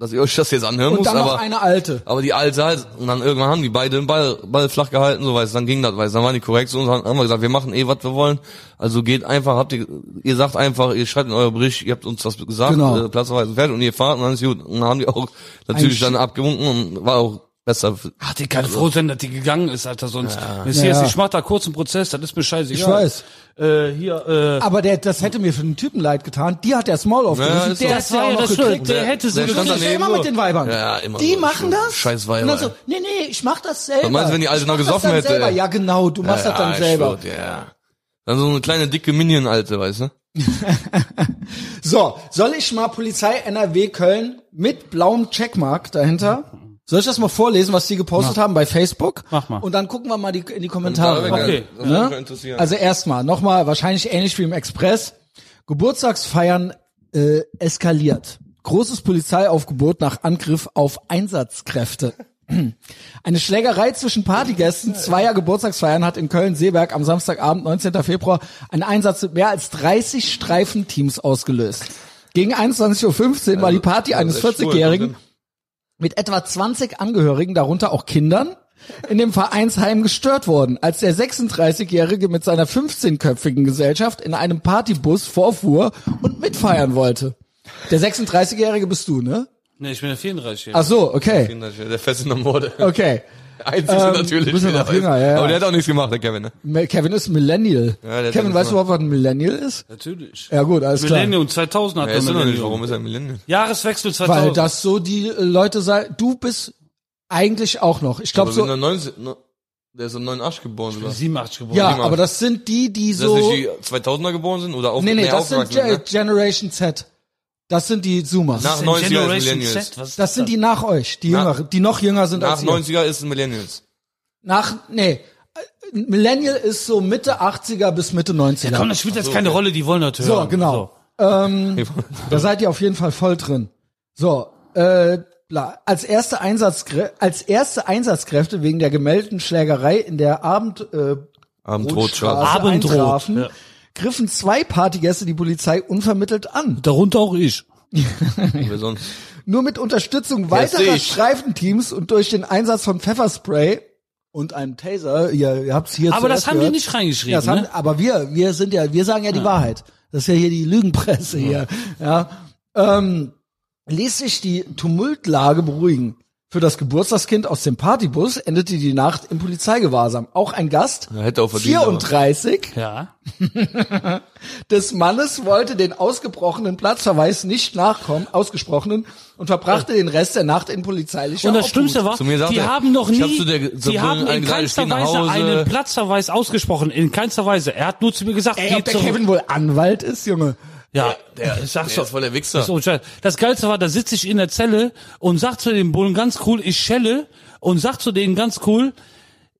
[SPEAKER 3] dass ihr euch das jetzt anhören
[SPEAKER 2] Und
[SPEAKER 3] müsst,
[SPEAKER 2] dann noch
[SPEAKER 3] aber,
[SPEAKER 2] eine alte.
[SPEAKER 3] aber die alte halt, und dann irgendwann haben die beide den Ball, Ball flach gehalten, so weißt, du, dann ging das, weißt, du, dann waren die korrekt zu uns, dann haben wir gesagt, wir machen eh, was wir wollen, also geht einfach, habt ihr, ihr sagt einfach, ihr schreibt in euer Bericht, ihr habt uns das gesagt,
[SPEAKER 2] Genau.
[SPEAKER 3] äh, platzweise fertig, und ihr fahrt, und dann ist gut, und dann haben die auch natürlich
[SPEAKER 2] Eigentlich-
[SPEAKER 3] dann abgewunken und war auch besser.
[SPEAKER 1] Ach, die
[SPEAKER 3] Also-
[SPEAKER 1] kann froh sein, dass die gegangen ist, Alter, sonst. Messias,
[SPEAKER 2] Ja.
[SPEAKER 1] ich mach da kurz einen Prozess, das ist mir scheißegal.
[SPEAKER 2] Ich weiß.
[SPEAKER 1] Äh, hier, äh,
[SPEAKER 2] Aber der, das hätte mir für den Typen leid getan. Die hat der Small
[SPEAKER 3] Ja,
[SPEAKER 2] aufgerissen.
[SPEAKER 3] ist
[SPEAKER 2] der
[SPEAKER 3] so.
[SPEAKER 2] hat
[SPEAKER 1] das
[SPEAKER 2] sie auch
[SPEAKER 1] war ja
[SPEAKER 2] noch
[SPEAKER 1] das
[SPEAKER 2] gekriegt.
[SPEAKER 1] Schuld, der hätte so
[SPEAKER 3] Der stand
[SPEAKER 2] Das ist
[SPEAKER 1] gekriegt.
[SPEAKER 2] ja
[SPEAKER 3] daneben
[SPEAKER 2] immer
[SPEAKER 3] so.
[SPEAKER 2] mit den Weibern.
[SPEAKER 3] Ja, immer
[SPEAKER 2] Die
[SPEAKER 3] so.
[SPEAKER 2] machen das?
[SPEAKER 3] Scheiß Weiber,
[SPEAKER 2] Und dann
[SPEAKER 3] ey.
[SPEAKER 2] so, nee, nee, ich mach das selber.
[SPEAKER 3] Was meinst du, wenn die Alte
[SPEAKER 2] Ich
[SPEAKER 3] noch
[SPEAKER 2] mach das
[SPEAKER 3] gesoffen
[SPEAKER 2] dann
[SPEAKER 3] hätte,
[SPEAKER 2] Selber.
[SPEAKER 3] ey?
[SPEAKER 2] Ja, genau, du machst das dann
[SPEAKER 3] ich
[SPEAKER 2] selber.
[SPEAKER 3] schwör dir, ja. Dann so eine kleine, dicke Minion-Alte, weißt du?
[SPEAKER 2] So, soll ich mal Polizei NRW Köln mit blauem Checkmark dahinter? Soll ich das mal vorlesen, was die gepostet haben bei Facebook?
[SPEAKER 1] Mhm. Mach mal.
[SPEAKER 2] Und dann gucken wir mal die, in die Kommentare.
[SPEAKER 1] Okay.
[SPEAKER 3] Das würde mich
[SPEAKER 2] Ne?
[SPEAKER 3] interessieren.
[SPEAKER 2] Also erstmal, nochmal, wahrscheinlich ähnlich wie im Express. Geburtstagsfeiern äh, eskaliert. Großes Polizeiaufgebot nach Angriff auf Einsatzkräfte. Eine Schlägerei zwischen Partygästen zweier Geburtstagsfeiern hat in Köln-Seeberg am Samstagabend, 19. Februar, einen Einsatz mit mehr als 30 Streifenteams ausgelöst. Gegen 21.15 Uhr war die Party
[SPEAKER 3] also
[SPEAKER 2] eines
[SPEAKER 3] echt schwul,
[SPEAKER 2] 40-Jährigen
[SPEAKER 3] ne?
[SPEAKER 2] mit etwa 20 Angehörigen, darunter auch Kindern, in dem Vereinsheim gestört worden, als der 36-Jährige mit seiner 15-köpfigen Gesellschaft in einem Partybus vorfuhr und mitfeiern wollte. Der 36-Jährige bist du, ne?
[SPEAKER 1] Nee, ich bin ja 34 hier.
[SPEAKER 2] Ach so, okay.
[SPEAKER 3] Der Fest in der Morde.
[SPEAKER 2] Okay.
[SPEAKER 3] Einzige
[SPEAKER 2] Ähm,
[SPEAKER 3] natürlich.
[SPEAKER 2] bisschen
[SPEAKER 3] wieder,
[SPEAKER 2] noch jünger,
[SPEAKER 3] weißt du?
[SPEAKER 2] ja, ja.
[SPEAKER 3] Aber der hat auch nichts gemacht, der Kevin, ne?
[SPEAKER 2] Me- Kevin ist Millennial.
[SPEAKER 3] Ja, der hat
[SPEAKER 2] Kevin, weißt
[SPEAKER 3] das
[SPEAKER 2] du
[SPEAKER 3] gemacht.
[SPEAKER 2] überhaupt, was ein Millennial ist?
[SPEAKER 1] Natürlich.
[SPEAKER 2] Ja gut, alles klar.
[SPEAKER 1] Millennium 2000 hat
[SPEAKER 3] Er
[SPEAKER 1] er
[SPEAKER 3] ist doch noch nicht,
[SPEAKER 1] Millennium.
[SPEAKER 3] warum ist er ein Millennial?
[SPEAKER 1] Jahreswechsel 2000.
[SPEAKER 2] Weil das so die äh, Leute sei. Du bist eigentlich auch noch. Ich glaube
[SPEAKER 3] Aber wenn
[SPEAKER 2] so.
[SPEAKER 3] er 19, ne, der ist im 89 geboren, oder?
[SPEAKER 1] 87 geboren.
[SPEAKER 2] Ja,
[SPEAKER 3] niemals.
[SPEAKER 2] aber das sind die, die
[SPEAKER 3] Dass
[SPEAKER 2] so.
[SPEAKER 3] nicht die 2000er geboren sind oder auf,
[SPEAKER 2] Nee, nee, das sind äh,
[SPEAKER 3] aufgewachsen
[SPEAKER 2] Ge-
[SPEAKER 3] ne?
[SPEAKER 2] Generation Z. Das sind die Zoomers.
[SPEAKER 1] Das
[SPEAKER 3] Nach
[SPEAKER 1] ist
[SPEAKER 3] 90er ist
[SPEAKER 1] Generation
[SPEAKER 3] Millennials.
[SPEAKER 1] Z, was ist
[SPEAKER 2] das sind die nach euch, die
[SPEAKER 3] Na-
[SPEAKER 2] jüngeren, die noch jünger sind
[SPEAKER 3] Nach
[SPEAKER 2] als ihr.
[SPEAKER 3] 90er ist ein Millennials.
[SPEAKER 2] Nach nee, äh, Millennial ist so Mitte 80er bis Mitte 90er.
[SPEAKER 1] Komm, das spielt jetzt keine Rolle, die wollen natürlich.
[SPEAKER 2] so, genau. Ähm, Da seid ihr auf jeden Fall voll drin. So, äh, bla. als erste Einsatzkräfte, als erste Einsatzkräfte wegen der gemeldeten Schlägerei in der Abend äh,
[SPEAKER 3] Abendrotstraße.
[SPEAKER 1] Abendrot,
[SPEAKER 2] eintrafen,
[SPEAKER 1] ja.
[SPEAKER 2] griffen zwei Partygäste die Polizei unvermittelt an.
[SPEAKER 1] Darunter auch ich.
[SPEAKER 3] Wer sonst?
[SPEAKER 2] Nur mit Unterstützung
[SPEAKER 3] sehe
[SPEAKER 2] weiterer
[SPEAKER 3] ich.
[SPEAKER 2] Streifenteams und durch den Einsatz von Pfefferspray und einem Taser, ihr, ihr habt's hier
[SPEAKER 1] Aber
[SPEAKER 2] zuerst
[SPEAKER 1] das haben
[SPEAKER 2] gehört.
[SPEAKER 1] die nicht reingeschrieben.
[SPEAKER 2] Das haben,
[SPEAKER 1] ne?
[SPEAKER 2] aber wir, wir sind ja, wir sagen ja die Wahrheit. Das ist ja hier die Lügenpresse hier. Ja. Ähm, ließ sich die Tumultlage beruhigen. Für das Geburtstagskind aus dem Partybus endete die Nacht im Polizeigewahrsam. Auch ein Gast,
[SPEAKER 3] Ja, hätte auch verdient, aber-
[SPEAKER 2] 34,
[SPEAKER 1] Ja.
[SPEAKER 2] des Mannes wollte den ausgebrochenen Platzverweis nicht nachkommen, ausgesprochenen, und verbrachte den Rest der Nacht in polizeilicher
[SPEAKER 1] Und das
[SPEAKER 2] Obhut.
[SPEAKER 1] Schlimmste war,
[SPEAKER 3] Zu mir sagt
[SPEAKER 1] die
[SPEAKER 3] er,
[SPEAKER 1] haben noch
[SPEAKER 3] ich
[SPEAKER 1] nie,
[SPEAKER 3] hab zu der- zur
[SPEAKER 1] die haben
[SPEAKER 3] Bullen
[SPEAKER 1] in
[SPEAKER 3] gesagt, ich geh
[SPEAKER 1] keinster
[SPEAKER 3] nach
[SPEAKER 1] Weise
[SPEAKER 3] Hause.
[SPEAKER 1] einen Platzverweis ausgesprochen, in keinster Weise. Er hat nur zu mir gesagt,
[SPEAKER 2] Ey,
[SPEAKER 1] geh
[SPEAKER 2] ob der
[SPEAKER 1] zurück.
[SPEAKER 2] Kevin wohl Anwalt ist, Junge?
[SPEAKER 1] ja, der, ich sag's
[SPEAKER 3] Der ist
[SPEAKER 1] doch.
[SPEAKER 3] voll der Wichser.
[SPEAKER 1] So, Scheiß. das Geilste war, da sitze ich in der Zelle und sag zu den Bullen ganz cool, ich schelle und sag zu denen ganz cool,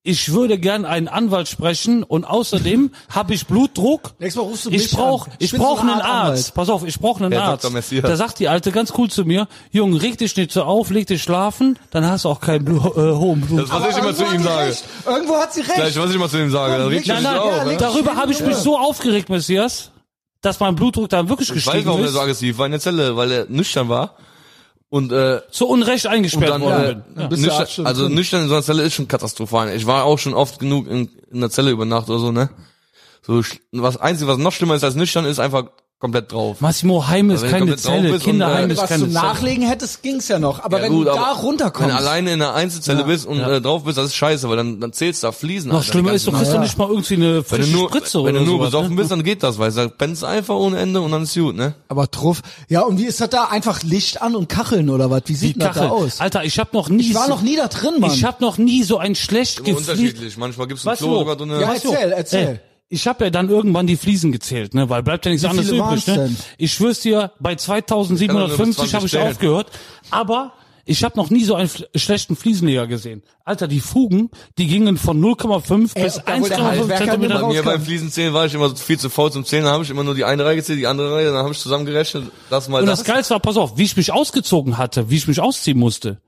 [SPEAKER 1] ich würde gern einen Anwalt sprechen und außerdem habe ich Blutdruck.
[SPEAKER 2] Nächstes Mal rufst du
[SPEAKER 1] ich
[SPEAKER 2] mich
[SPEAKER 1] brauch,
[SPEAKER 2] an.
[SPEAKER 1] ich
[SPEAKER 2] bin so
[SPEAKER 1] brauche
[SPEAKER 2] eine
[SPEAKER 1] einen
[SPEAKER 2] Art Anwalt.
[SPEAKER 1] Arzt. Pass auf, ich brauche einen
[SPEAKER 3] Herr
[SPEAKER 1] Arzt.
[SPEAKER 3] Dr. Messias.
[SPEAKER 1] Da sagt die Alte ganz cool zu mir, Junge, reg dich nicht so auf, leg dich schlafen, dann hast du auch kein Blu äh, hohen Blut.
[SPEAKER 3] Das, was ich immer zu
[SPEAKER 2] irgendwo hat sie
[SPEAKER 3] ihm sage.
[SPEAKER 2] recht. Irgendwo hat sie recht.
[SPEAKER 3] Gleich, was ich immer zu ihm sage. Da regt er
[SPEAKER 1] Nein,
[SPEAKER 3] sich
[SPEAKER 1] nein,
[SPEAKER 3] auf.
[SPEAKER 2] ja,
[SPEAKER 3] ne?
[SPEAKER 1] darüber habe ich mich
[SPEAKER 2] Ja.
[SPEAKER 1] so aufgeregt, Messias, dass mein Blutdruck dann wirklich
[SPEAKER 3] Ich weiß,
[SPEAKER 1] gestiegen
[SPEAKER 3] warum er
[SPEAKER 1] ist,
[SPEAKER 3] so aggressiv war in der Zelle, weil er nüchtern war. Und, äh,
[SPEAKER 1] zu Unrecht
[SPEAKER 3] und
[SPEAKER 1] eingesperrt
[SPEAKER 3] dann, äh,
[SPEAKER 1] worden bin. Ja.
[SPEAKER 2] bist du acht
[SPEAKER 3] nüchtern,
[SPEAKER 2] Stunden
[SPEAKER 3] also
[SPEAKER 2] drin.
[SPEAKER 3] nüchtern in so einer Zelle ist schon katastrophal. Ich war auch schon oft genug in, in der Zelle über Nacht oder so, ne? So, sch- was Einzige, was noch schlimmer ist als nüchtern, ist einfach komplett drauf.
[SPEAKER 1] Massimo Heim ist
[SPEAKER 3] wenn du
[SPEAKER 1] keine
[SPEAKER 3] komplett drauf
[SPEAKER 1] Zelle,
[SPEAKER 3] bist und,
[SPEAKER 1] Kinderheim
[SPEAKER 3] äh,
[SPEAKER 1] ist
[SPEAKER 2] was du
[SPEAKER 1] keine Zelle.
[SPEAKER 2] nachlegen hättest, ging's ja noch. Aber
[SPEAKER 3] Ja,
[SPEAKER 2] wenn
[SPEAKER 3] gut,
[SPEAKER 2] du
[SPEAKER 3] aber
[SPEAKER 2] da runterkommst,
[SPEAKER 3] Wenn du alleine in einer Einzelzelle bist und äh, drauf bist, das ist scheiße, weil dann, dann zählst du da Fliesen.
[SPEAKER 1] Noch
[SPEAKER 3] Alter, die
[SPEAKER 1] schlimmer ist,
[SPEAKER 3] ganzen
[SPEAKER 1] du kriegst
[SPEAKER 3] Nacht.
[SPEAKER 1] doch nicht mal irgendwie eine
[SPEAKER 3] wenn du
[SPEAKER 1] frische
[SPEAKER 3] nur,
[SPEAKER 1] Spritze
[SPEAKER 3] wenn
[SPEAKER 1] oder
[SPEAKER 3] du nur
[SPEAKER 1] sowas,
[SPEAKER 3] besoffen
[SPEAKER 1] ne?
[SPEAKER 3] bist, dann geht das, weißt du, dann pennst du einfach ohne Ende und dann ist gut, ne?
[SPEAKER 2] aber truff. Ja, und wie ist das da? Einfach Licht an und Kacheln oder was? Wie sieht
[SPEAKER 1] Die
[SPEAKER 2] denn das da
[SPEAKER 1] Kachel.
[SPEAKER 2] aus?
[SPEAKER 1] Alter, ich habe noch nie
[SPEAKER 2] Ich war noch nie da drin, Mann.
[SPEAKER 1] Ich habe noch nie so ein schlecht
[SPEAKER 3] Immer
[SPEAKER 1] gefliest.
[SPEAKER 3] unterschiedlich. Manchmal gibt's ein
[SPEAKER 1] Weißt
[SPEAKER 3] Klo
[SPEAKER 1] du,
[SPEAKER 3] sogar drin.
[SPEAKER 2] Ja,
[SPEAKER 3] Ja,
[SPEAKER 1] Weißt du,
[SPEAKER 2] erzähl, erzähl.
[SPEAKER 1] ey, ich habe ja dann irgendwann die Fliesen gezählt, ne, weil bleibt ja nichts
[SPEAKER 2] Wie
[SPEAKER 1] anderes
[SPEAKER 2] viele
[SPEAKER 1] übrig,
[SPEAKER 2] waren's
[SPEAKER 1] ne?
[SPEAKER 2] denn?
[SPEAKER 1] Ich schwör's dir, bei
[SPEAKER 3] kann doch nur bis
[SPEAKER 1] 2750 habe
[SPEAKER 3] 20
[SPEAKER 1] ich aufgehört, aber Ich habe noch nie so einen fl- schlechten Fliesenleger gesehen. Alter, die Fugen, die gingen von 0,5 bis
[SPEAKER 2] ob da wohl der
[SPEAKER 1] 1,5
[SPEAKER 2] Handwerker mit
[SPEAKER 1] Zentimeter.
[SPEAKER 2] raus-
[SPEAKER 3] Mir
[SPEAKER 2] Rauskam.
[SPEAKER 3] beim Fliesenzählen war ich immer viel zu faul zum Zählen, da habe ich immer nur die eine Reihe gezählt, die andere Reihe, dann habe ich zusammengerechnet, das mal
[SPEAKER 1] Und
[SPEAKER 2] Also
[SPEAKER 3] das.
[SPEAKER 1] das Geilste war, pass auf, wie ich mich ausgezogen hatte, wie ich mich ausziehen musste,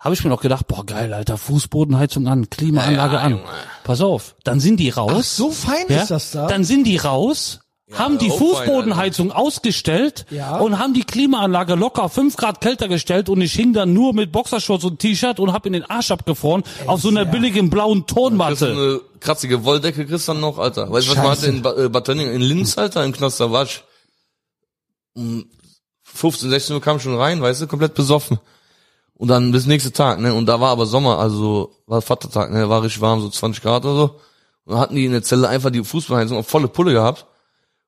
[SPEAKER 1] habe ich mir noch gedacht, boah geil, Alter, Fußbodenheizung an, Klimaanlage an. Pass auf, dann sind die raus.
[SPEAKER 2] So fein
[SPEAKER 1] ja,
[SPEAKER 2] ist das da. ne?
[SPEAKER 1] Dann sind die raus, haben die
[SPEAKER 3] oh,
[SPEAKER 1] Fußbodenheizung ausgestellt
[SPEAKER 2] Ja.
[SPEAKER 1] und haben die Klimaanlage locker 5 Grad kälter gestellt und ich hing dann nur mit Boxershorts und T-Shirt und hab in den Arsch abgefroren auf so einer billigen blauen
[SPEAKER 3] Kriegst du
[SPEAKER 1] Tonmatte.
[SPEAKER 3] eine kratzige Wolldecke kriegst dann noch, Alter. Weißt du, was man
[SPEAKER 2] Scheiße.
[SPEAKER 3] hatte in ba äh, Bad Tönning, in Linz, Alter, im Knast, da war ich um 15, 16 Uhr kam ich schon rein, weißt du, komplett besoffen. Und dann bis nächste Tag, ne, und da war aber Sommer, also war Vatertag, ne, war richtig warm, so 20 Grad oder so. Und dann hatten die in der Zelle einfach die Fußballheizung auf volle Pulle gehabt.